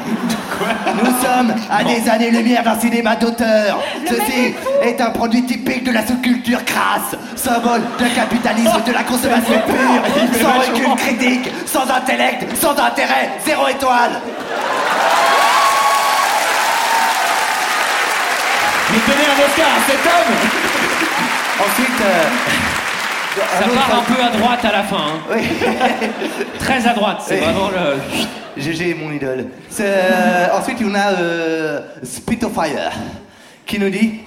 [SPEAKER 12] Nous sommes à des années-lumière d'un cinéma d'auteur.
[SPEAKER 5] Le mec
[SPEAKER 12] Ceci est un produit typique de la sous-culture crasse. Symbole de capitalisme de la consommation pure. Sans recul critique, sans intellect, sans intérêt. Zéro étoile.
[SPEAKER 18] Mais tenez un Oscar à cet homme
[SPEAKER 12] Ensuite. euh,
[SPEAKER 7] Ça
[SPEAKER 12] autre-
[SPEAKER 7] part un peu à droite à la fin. hein. Très à droite, c'est
[SPEAKER 12] Oui.
[SPEAKER 7] vraiment le.
[SPEAKER 12] GG, mon idole. C'est, euh, ensuite, on a euh, Spitfire qui nous dit,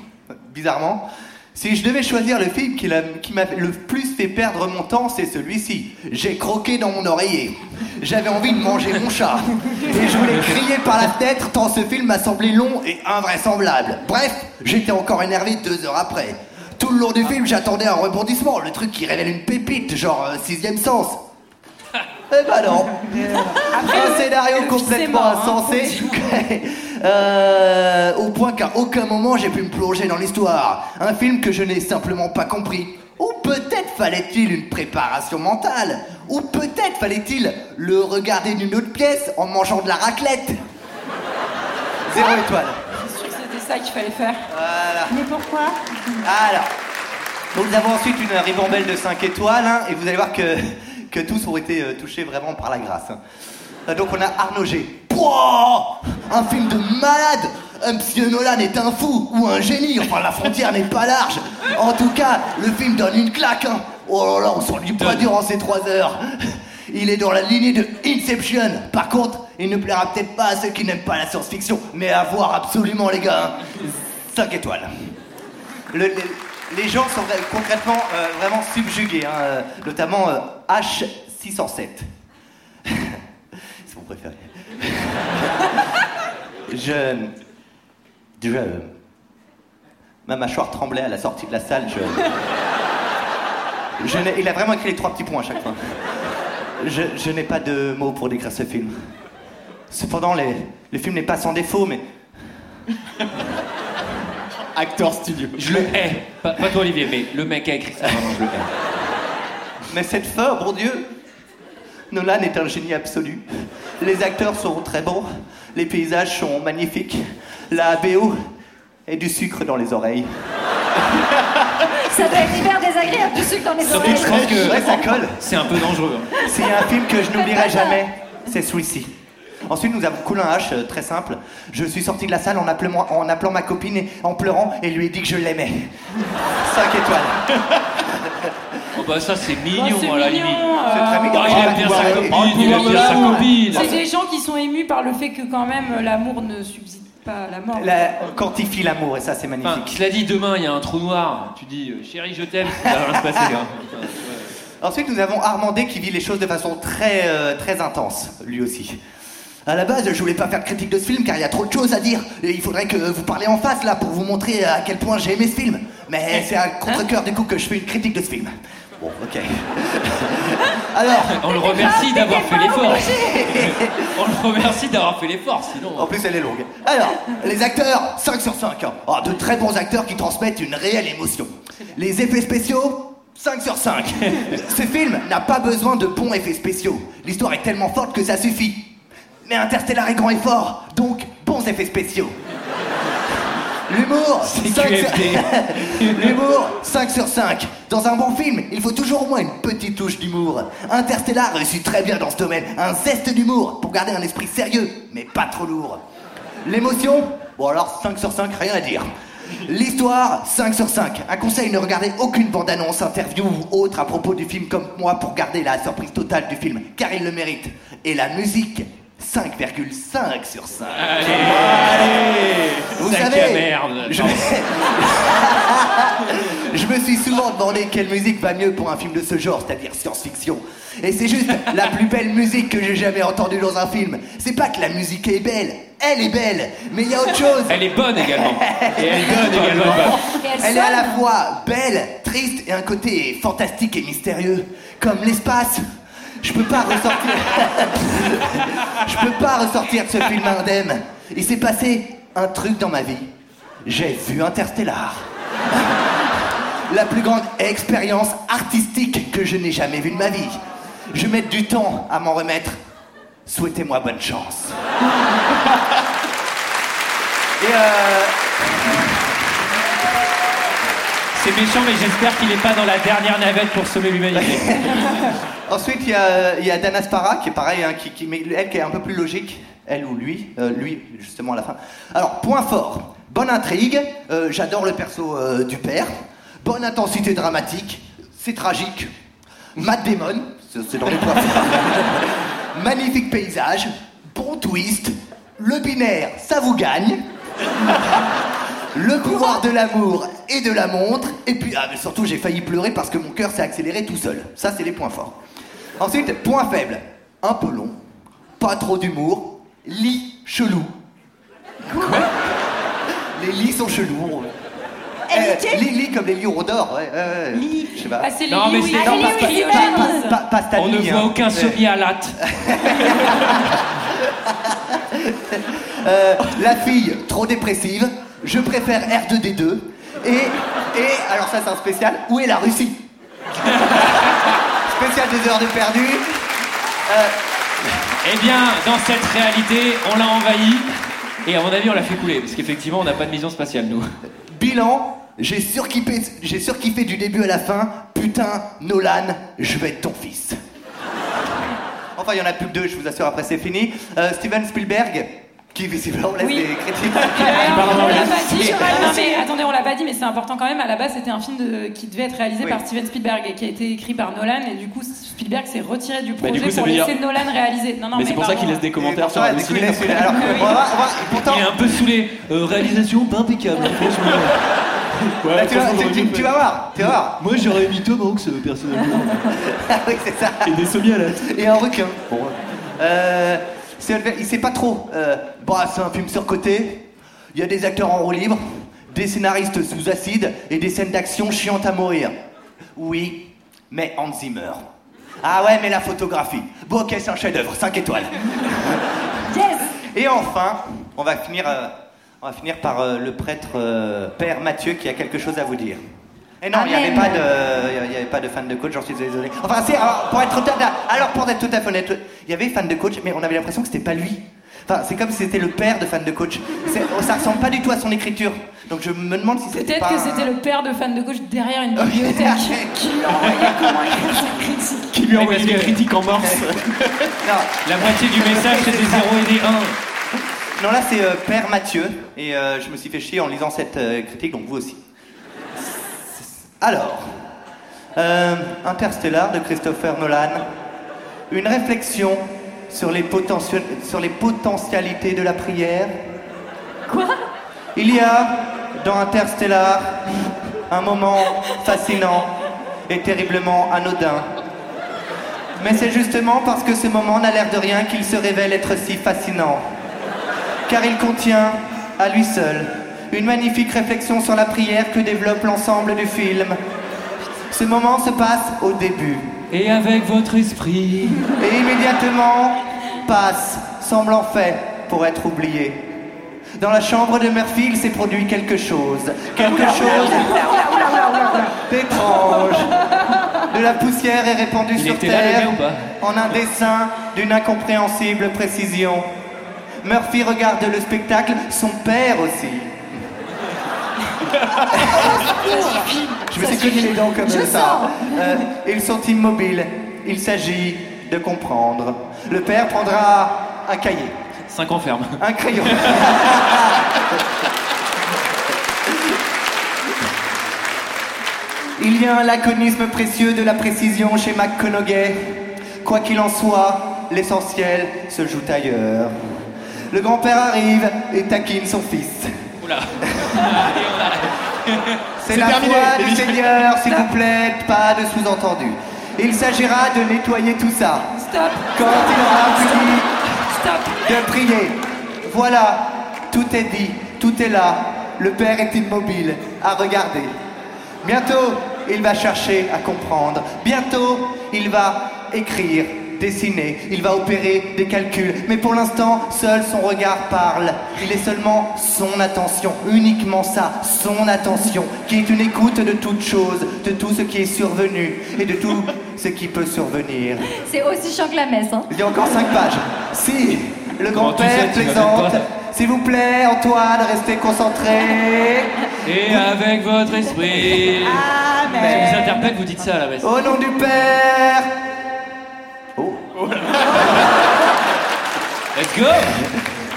[SPEAKER 12] bizarrement, si je devais choisir le film qui, l'a- qui m'a le plus fait perdre mon temps, c'est celui-ci. J'ai croqué dans mon oreiller. J'avais envie de manger mon chat. Et je voulais crier par la fenêtre tant ce film m'a semblé long et invraisemblable. Bref, j'étais encore énervé deux heures après. Tout le long du film, j'attendais un rebondissement, le truc qui révèle une pépite, genre euh, sixième sens. Eh ben non. un scénario complètement insensé. Euh, au point qu'à aucun moment j'ai pu me plonger dans l'histoire. Un film que je n'ai simplement pas compris. Ou peut-être fallait-il une préparation mentale. Ou peut-être fallait-il le regarder d'une autre pièce en mangeant de la raclette. Zéro étoile.
[SPEAKER 15] C'est sûr que c'était ça qu'il fallait faire.
[SPEAKER 12] Mais pourquoi Alors, donc nous avons ensuite une ribambelle de 5 étoiles, hein, et vous allez voir que, que tous ont été euh, touchés vraiment par la grâce. hein. Euh, Donc on a Arnaud G. Pouah un film de malade Un Monsieur Nolan est un fou ou un génie, enfin la frontière n'est pas large. En tout cas, le film donne une claque. hein. Oh là là, on s'ennuie pas durant ces 3 heures. Il est dans la lignée de Inception. Par contre, il ne plaira peut-être pas à ceux qui n'aiment pas la science-fiction, mais à voir absolument les gars. 5 étoiles. Le- les, les gens sont vra- concrètement euh, vraiment subjugués, hein, euh, notamment euh, H607. C'est mon préféré. je. je- euh, Ma mâchoire tremblait à la sortie de la salle. je- je n'ai- il a vraiment écrit les trois petits points à chaque fois. Je, je n'ai pas de mots pour décrire ce film. Cependant, les- le film n'est pas sans défaut, mais
[SPEAKER 18] Acteur studio.
[SPEAKER 7] Je le hais. Pas, pas toi, Olivier, mais le mec a écrit ça. Vraiment, je le hais.
[SPEAKER 12] Mais cette fin, bon Dieu Nolan est un génie absolu. Les acteurs sont très bons, les paysages sont magnifiques, la BO et du sucre dans les oreilles.
[SPEAKER 13] Ça doit être hyper désagréable du sucre dans les
[SPEAKER 12] Surtout que je pense
[SPEAKER 13] oreilles.
[SPEAKER 12] que- Ouais, ça colle.
[SPEAKER 7] C'est un peu dangereux. hein.
[SPEAKER 12] S'il y a un film que je n'oublierai jamais, c'est celui-ci. Ensuite, nous avons coulé un H, euh, très simple. Je suis sorti de la salle en appelant, en appelant ma copine, et, en pleurant, et lui ai dit que je l'aimais. 5 étoiles.
[SPEAKER 7] Oh, bah, ça, c'est mignon,
[SPEAKER 15] c'est
[SPEAKER 7] à la
[SPEAKER 15] mignon,
[SPEAKER 7] limite.
[SPEAKER 15] euh.
[SPEAKER 7] C'est très mignon. il aime bien sa copine, il aime bien sa copine.
[SPEAKER 15] C'est des gens qui sont émus par le fait que quand même euh, l'amour ne subsiste pas à la mort.
[SPEAKER 12] La- quantifie l'amour, et ça, c'est magnifique.
[SPEAKER 7] Enfin, cela dit, demain, il y a un trou noir. Tu dis, euh, chérie, je t'aime. Ça va rien se passer, hein. gars. Putain, ouais.
[SPEAKER 12] Ensuite, nous avons Armandé qui vit les choses de façon très, euh, très intense, lui aussi. À la base, je voulais pas faire de critique de ce film car il y a trop de choses à dire. Et il faudrait que vous parlez en face là pour vous montrer à quel point j'ai aimé ce film. Mais c'est à contre-cœur du coup que je fais une critique de ce film. Bon, ok. Alors.
[SPEAKER 7] On le remercie d'avoir fait l'effort. On le remercie d'avoir fait l'effort, sinon.
[SPEAKER 12] En plus, elle est longue. Alors, les acteurs, 5 sur 5. hein. Ah, de très bons acteurs qui transmettent une réelle émotion. Les effets spéciaux, 5 sur 5. Ce film n'a pas besoin de bons effets spéciaux. L'histoire est tellement forte que ça suffit. Mais Interstellar est grand et fort, donc bons effets spéciaux. L'humour, 5 sur... L'humour, 5 sur 5. Dans un bon film, il faut toujours au moins une petite touche d'humour. Interstellar réussit très bien dans ce domaine. Un zeste d'humour pour garder un esprit sérieux, mais pas trop lourd. L'émotion Bon alors, 5 sur 5, rien à dire. L'histoire, 5 sur 5. Un conseil, ne regardez aucune bande-annonce, interview ou autre à propos du film comme moi pour garder la surprise totale du film, car il le mérite. Et la musique, 5,5 sur 5.
[SPEAKER 7] Allez,
[SPEAKER 12] Vous
[SPEAKER 7] Sac à
[SPEAKER 12] savez,
[SPEAKER 7] merde.
[SPEAKER 12] je- Je me suis souvent demandé quelle musique va mieux pour un film de ce genre, c'est-à-dire science-fiction. Et c'est juste la plus belle musique que j'ai jamais entendue dans un film. C'est pas que la musique est belle, elle est belle, mais il y a autre chose.
[SPEAKER 7] Elle est bonne également. Et elle est bonne également.
[SPEAKER 12] Elle, est à la fois belle, triste et un côté fantastique et mystérieux, comme l'espace. Je peux pas ressortir. Je peux pas ressortir de ce film indemne. Il s'est passé un truc dans ma vie. J'ai vu Interstellar. la plus grande expérience artistique que je n'ai jamais vue de ma vie. Je mets du temps à m'en remettre. Souhaitez-moi bonne chance. Et euh,
[SPEAKER 7] C'est méchant, mais j'espère qu'il n'est pas dans la dernière navette pour sauver l'humanité.
[SPEAKER 12] Ensuite, il y a, il y a Dana Spara, qui est pareil, hein, qui, qui- mais elle qui est un peu plus logique, elle ou lui, euh, lui justement à la fin. Alors, point fort, bonne intrigue, euh, j'adore le perso euh, du père, bonne intensité dramatique, c'est tragique, Matt Damon, c'est c'est dans les points forts. magnifique paysage, bon twist, le binaire, ça vous gagne, le pouvoir de l'amour et de la montre, et puis ah, mais surtout j'ai failli pleurer parce que mon cœur s'est accéléré tout seul. Ça c'est les points forts. Ensuite, point faible, un peu long, pas trop d'humour, lit chelou. Quoi Les lits sont chelous. Euh, les lits comme les lits d'or, ouais. ouais, ouais. Je sais pas.
[SPEAKER 15] Ah, c'est les
[SPEAKER 7] Non, mais lits, c'est- oui.
[SPEAKER 12] Non,
[SPEAKER 7] Ah,
[SPEAKER 12] pas-
[SPEAKER 7] les lits
[SPEAKER 12] pas- pas-
[SPEAKER 7] Univers.
[SPEAKER 12] pas- pas cette
[SPEAKER 7] On ne
[SPEAKER 12] nuit,
[SPEAKER 7] voit
[SPEAKER 12] hein.
[SPEAKER 7] aucun sommier à latte.
[SPEAKER 12] Euh, la fille trop dépressive, je préfère R2D2. Et, et alors ça c'est un spécial, où est la Russie Spécial des heures de perdu. Euh.
[SPEAKER 7] Eh bien, dans cette réalité, on l'a envahi. Et à mon avis, on l'a fait couler. Parce qu'effectivement, on n'a pas de mission spatiale, nous.
[SPEAKER 12] Bilan, j'ai surkiffé, j'ai surkiffé du début à la fin. Putain, Nolan, je vais être ton fils. Enfin, il y en a plus que deux, je vous assure, après c'est fini. Euh, Steven Spielberg, qui visiblement laisse des critiques.
[SPEAKER 15] Alors, on l'a pas dit,
[SPEAKER 12] Mais- euh,
[SPEAKER 15] Gérald. Non, mais attendez, on l'a pas dit, mais c'est important quand même. À la base, c'était un film de- qui devait être réalisé par Steven Spielberg et qui a été écrit par Nolan. Et du coup, Spielberg s'est retiré du
[SPEAKER 18] Bah,
[SPEAKER 15] projet
[SPEAKER 18] du coup, ça
[SPEAKER 15] pour
[SPEAKER 18] veut
[SPEAKER 15] laisser
[SPEAKER 18] dire-
[SPEAKER 15] Nolan réaliser. Non, non,
[SPEAKER 18] mais c'est pour ça
[SPEAKER 15] pardon.
[SPEAKER 18] qu'il laisse des commentaires sur
[SPEAKER 12] Ouais,
[SPEAKER 18] la
[SPEAKER 12] du coup, il laisse- alors, on va- on va-
[SPEAKER 7] Il est un peu saoulé. Euh, réalisation pas impeccable, hein, franchement.
[SPEAKER 12] Bah, tu, vas, tu- tu- tu vas voir, tu vas voir.
[SPEAKER 7] Moi, j'aurais mis Tom Hanks, euh, personnellement.
[SPEAKER 12] Ah oui, c'est ça. Et des semis à Et un requin. Bon. Euh, Sylvain- il sait pas trop. Euh, bah, c'est un film surcoté. Il y a des acteurs en roue libre, des scénaristes sous acide et des scènes d'action chiantes à mourir. Oui, mais Hans Zimmer. Ah ouais, mais la photographie. Bon, ok, c'est un chef-d'œuvre, 5 étoiles.
[SPEAKER 13] Yes
[SPEAKER 12] Et enfin, on va finir, euh, on va finir par euh, le prêtre euh, Père Mathieu qui a quelque chose à vous dire. Et Eh non, il n'y avait,
[SPEAKER 13] Amen.
[SPEAKER 12] pas de- il y avait pas de fan de coach, j'en suis désolé. Enfin, si, alors, pour être tout à, alors, pour être tout à fait honnête, il y avait fan de coach, mais on avait l'impression que c'était pas lui. Enfin, c'est comme si c'était le père de fan de coach. C'est- oh, ça ressemble pas du tout à son écriture. Donc je me demande si c'était
[SPEAKER 15] Peut-être
[SPEAKER 12] pas
[SPEAKER 15] que
[SPEAKER 12] un-
[SPEAKER 15] c'était le père de fan de gauche derrière une bibliothèque qui l'envoyait comment écrire sa critique.
[SPEAKER 7] Qui lui envoie des critiques en morse. La moitié du message, c'est des 0 et des 1.
[SPEAKER 12] Non, là, c'est euh, Père Mathieu, et euh, je me suis fait chier en lisant cette euh, critique, donc vous aussi. Alors, euh, Interstellar de Christopher Nolan, une réflexion sur les, potentio- sur les potentialités de la prière.
[SPEAKER 13] Quoi
[SPEAKER 12] Il y a dans Interstellar un moment fascinant et terriblement anodin. Mais c'est justement parce que ce moment n'a l'air de rien qu'il se révèle être si fascinant. Car il contient, à lui seul, une magnifique réflexion sur la prière que développe l'ensemble du film. Ce moment se passe au début.
[SPEAKER 7] Et avec votre esprit.
[SPEAKER 12] Et immédiatement passe, semblant fait, pour être oublié. Dans la chambre de Murphy, il s'est produit quelque chose. Quelque chose d'étrange. De la poussière est répandue
[SPEAKER 7] Il
[SPEAKER 12] sur
[SPEAKER 7] était là, le
[SPEAKER 12] terre
[SPEAKER 7] gars, ou pas
[SPEAKER 12] en un dessin d'une incompréhensible précision. Murphy regarde le spectacle, son père aussi. Je me suis cogné les dents comme
[SPEAKER 5] Je
[SPEAKER 12] ça. Euh, ils sont immobiles. Il s'agit de comprendre. Le père prendra un cahier,
[SPEAKER 7] 5 ans ferme.
[SPEAKER 12] un crayon. Il y a un laconisme précieux de la précision chez McConaughey. Quoi qu'il en soit, l'essentiel se joue ailleurs. Le grand-père arrive et taquine son fils.
[SPEAKER 7] Oula.
[SPEAKER 12] C'est la foi du Seigneur, s'il vous plaît, pas de sous-entendu. Il s'agira de nettoyer tout ça.
[SPEAKER 15] Stop.
[SPEAKER 12] Quand il aura fini de prier. Voilà, tout est dit, tout est là. Le Père est immobile, à regarder. Bientôt, il va chercher à comprendre. Bientôt, il va écrire dessiner, il va opérer des calculs, mais pour l'instant, seul son regard parle. Il est seulement son attention, uniquement ça, son attention, qui est une écoute de toute chose, de tout ce qui est survenu et de tout ce qui peut survenir.
[SPEAKER 13] C'est aussi chiant que la messe, hein.
[SPEAKER 12] Il y a encore cinq pages. Si le
[SPEAKER 13] Comment
[SPEAKER 12] grand-père
[SPEAKER 13] tu sais, tu
[SPEAKER 12] plaisante,
[SPEAKER 13] m'appelles
[SPEAKER 12] s'il vous plaît, Antoine, restez concentré.
[SPEAKER 7] Et avec votre esprit. Je vous interpelle, vous dites ça à la messe.
[SPEAKER 12] Au nom du Père. Oh.
[SPEAKER 7] Let's go.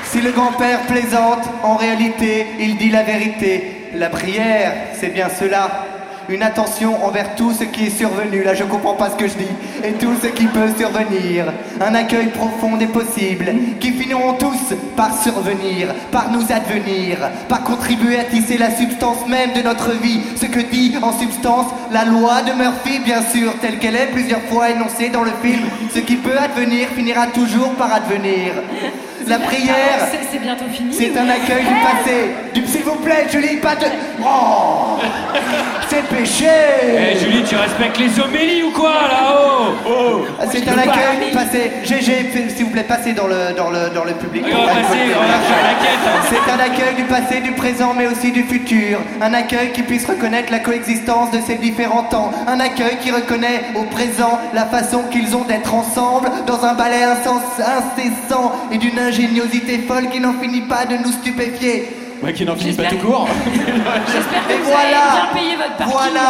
[SPEAKER 12] Si le grand-père plaisante, en réalité, il dit la vérité. La prière, c'est bien cela. Une attention envers tout ce qui est survenu, là je comprends pas ce que je dis, et tout ce qui peut survenir. Un accueil profond et possible, qui finiront tous par survenir, par nous advenir, par contribuer à tisser la substance même de notre vie. Ce que dit en substance la loi de Murphy, bien sûr, telle qu'elle est plusieurs fois énoncée dans le film. Ce qui peut advenir finira toujours par advenir. La prière,
[SPEAKER 15] Ah, C'est- C'est bientôt fini. Eh,
[SPEAKER 12] c'est
[SPEAKER 15] ou-
[SPEAKER 12] un accueil du passé. Du s'il vous plaît, Julie, pas de. Oh C'est péché
[SPEAKER 7] Eh Julie, tu respectes les homélies ou quoi là-haut
[SPEAKER 12] Ah, C'est un accueil du passé. GG, f- s'il vous plaît, passez dans le, dans le, dans le public.
[SPEAKER 7] Oui, on va passer, on va faire la quête. hein.
[SPEAKER 12] C'est un accueil du passé, du présent, mais aussi du futur. Un accueil qui puisse reconnaître la coexistence de ces différents temps. Un accueil qui reconnaît au présent la façon qu'ils ont d'être ensemble dans un ballet insens- incessant et d'une ingéniosité folle qui n'en finit pas de nous stupéfier.
[SPEAKER 18] Moi qui n'en finis pas tout court.
[SPEAKER 15] J'espère que
[SPEAKER 12] Et
[SPEAKER 15] vous
[SPEAKER 12] voilà,
[SPEAKER 15] avez bien payé votre parking.
[SPEAKER 12] voilà,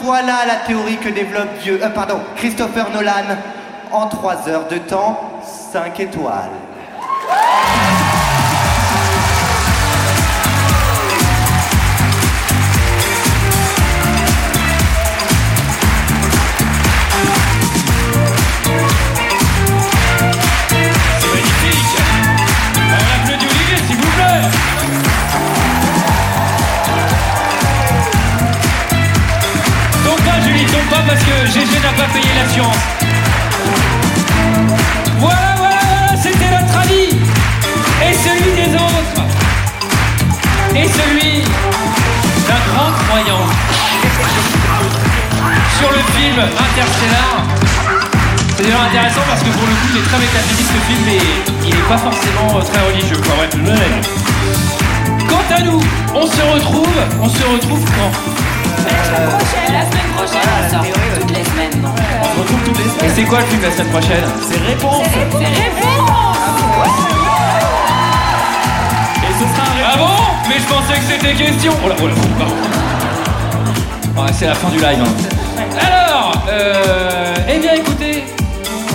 [SPEAKER 12] voilà la théorie que développe Dieu, euh, pardon, Christopher Nolan en 3 heures de temps, 5 étoiles.
[SPEAKER 7] On applaudit Olivier, s'il vous plaît Tombe pas, Julie, tombe pas parce que GG n'a pas payé l'assurance. Voilà, voilà, voilà, c'était notre avis et celui des autres et celui d'un grand croyant sur le film Interstellar. C'est d'ailleurs intéressant parce que pour le coup, il est très métaphysique ce film, mais il n'est pas forcément euh, très religieux. Quoi. Bref, je l'aime. Quant à nous, on se retrouve, on se retrouve quand
[SPEAKER 15] La semaine prochaine, on sort toutes les semaines. donc, euh,
[SPEAKER 7] On se retrouve toutes les semaines. Et c'est quoi le film la semaine prochaine C'est Réponse.
[SPEAKER 15] C'est réponse
[SPEAKER 7] Et ce sera un Ah bon Mais je pensais que c'était question. Oh là, oh là, pardon. Ouais, c'est la fin du live. hein. Alors, euh, eh bien écoutez,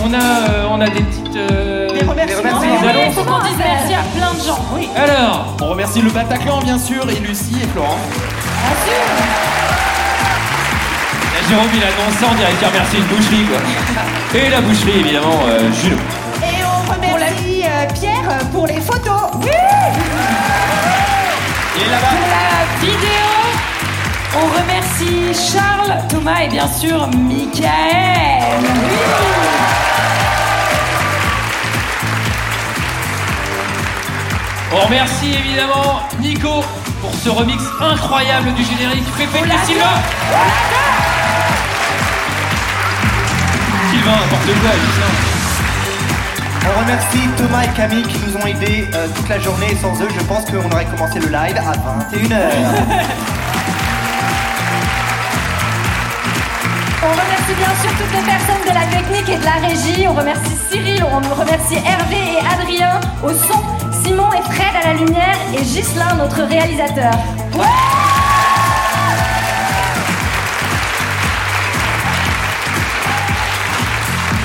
[SPEAKER 7] on a, euh, on a des petites. euh, des annonces.
[SPEAKER 15] Faut qu'on dise merci à plein de gens. Oui.
[SPEAKER 7] Alors,
[SPEAKER 18] on remercie le Bataclan bien sûr et Lucie et Florent.
[SPEAKER 7] La Jérôme, il annonce ça, on dirait qu'il remercie une boucherie, quoi. Et la boucherie, évidemment, euh, Jules.
[SPEAKER 11] Et on remercie euh, Pierre euh, pour les photos. Oui
[SPEAKER 7] Il est
[SPEAKER 15] Pour la vidéo, on remercie Charles, Thomas et bien sûr Michael.
[SPEAKER 7] On remercie évidemment Nico pour ce remix incroyable du générique fait par Sylvain. Sylvain, n'importe quoi, putain.
[SPEAKER 12] On remercie Thomas et Camille qui nous ont aidés euh, toute la journée et sans eux, je pense qu'on aurait commencé le live à 21h.
[SPEAKER 13] On remercie bien sûr toutes les personnes de la technique et de la régie. On remercie Cyril, on remercie Hervé et Adrien au son, Simon et Fred à la lumière et Ghislain, notre réalisateur. Ouais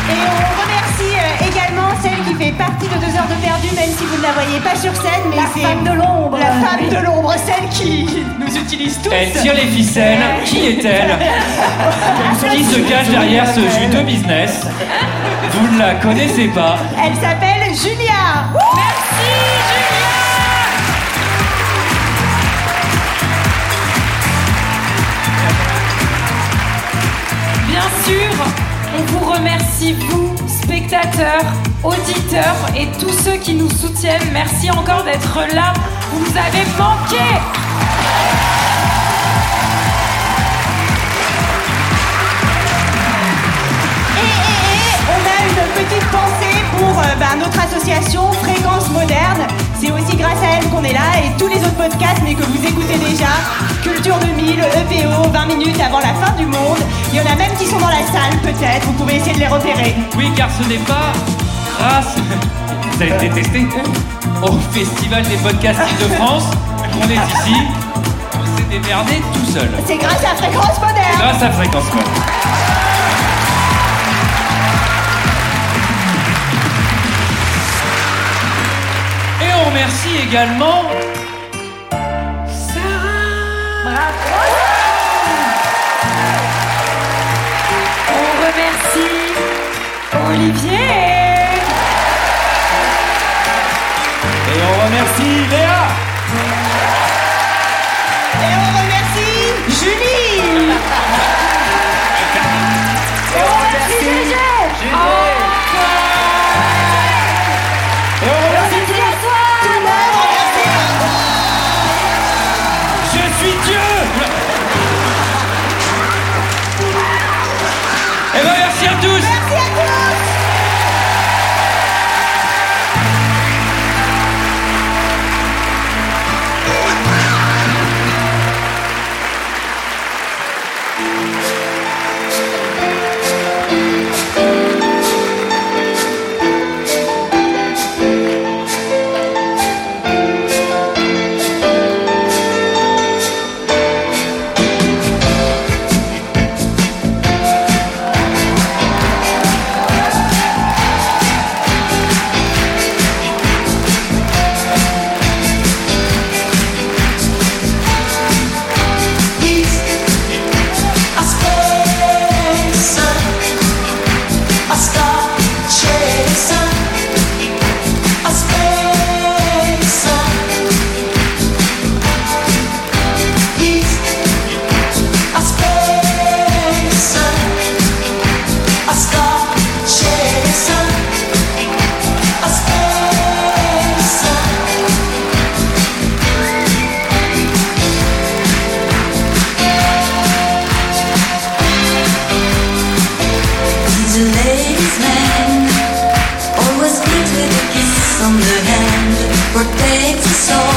[SPEAKER 11] Et on remercie euh, également celle qui fait partie de 2 heures de perdu, même si vous ne la voyez pas sur scène. Mais la femme de l'ombre. La femme de l'ombre, celle qui nous utilise tous.
[SPEAKER 7] Elle tire les ficelles. Qui est-elle Qui se cache derrière ce juteux business
[SPEAKER 12] Euh.
[SPEAKER 7] Vous ne la connaissez pas.
[SPEAKER 11] Elle s'appelle Julia. Merci Julia.
[SPEAKER 15] Bien sûr, on vous remercie, vous, spectateurs, auditeurs et tous ceux qui nous soutiennent. Merci encore d'être là. Vous nous avez manqué.
[SPEAKER 11] Et on a une petite pensée pour euh, ben, notre association Fréquence Moderne. C'est aussi grâce à elle qu'on est là et tous les autres podcasts, mais que vous écoutez déjà. Culture E 2000, EPO, 20 minutes avant la fin du monde. Il y en a même qui sont dans la salle, peut-être. Vous pouvez essayer de les repérer.
[SPEAKER 7] Oui, car ce n'est pas grâce. Vous allez me détester. Au Festival des podcasts de france qu'on est ici. On s'est démerdé tout seul.
[SPEAKER 11] C'est grâce à Fréquence Moderne.
[SPEAKER 7] Grâce à Fréquence Mode. Et on remercie également
[SPEAKER 20] On remercie Olivier.
[SPEAKER 7] Et on remercie Léa.
[SPEAKER 11] Et on remercie Julie. Et on remercie Gégé.
[SPEAKER 7] Et on remercie tout le monde. Je suis Dieu. Et ben merci à tous. Merci
[SPEAKER 11] à tous.
[SPEAKER 25] He's a ladies' man, always greets with a kiss on the hand, protects us all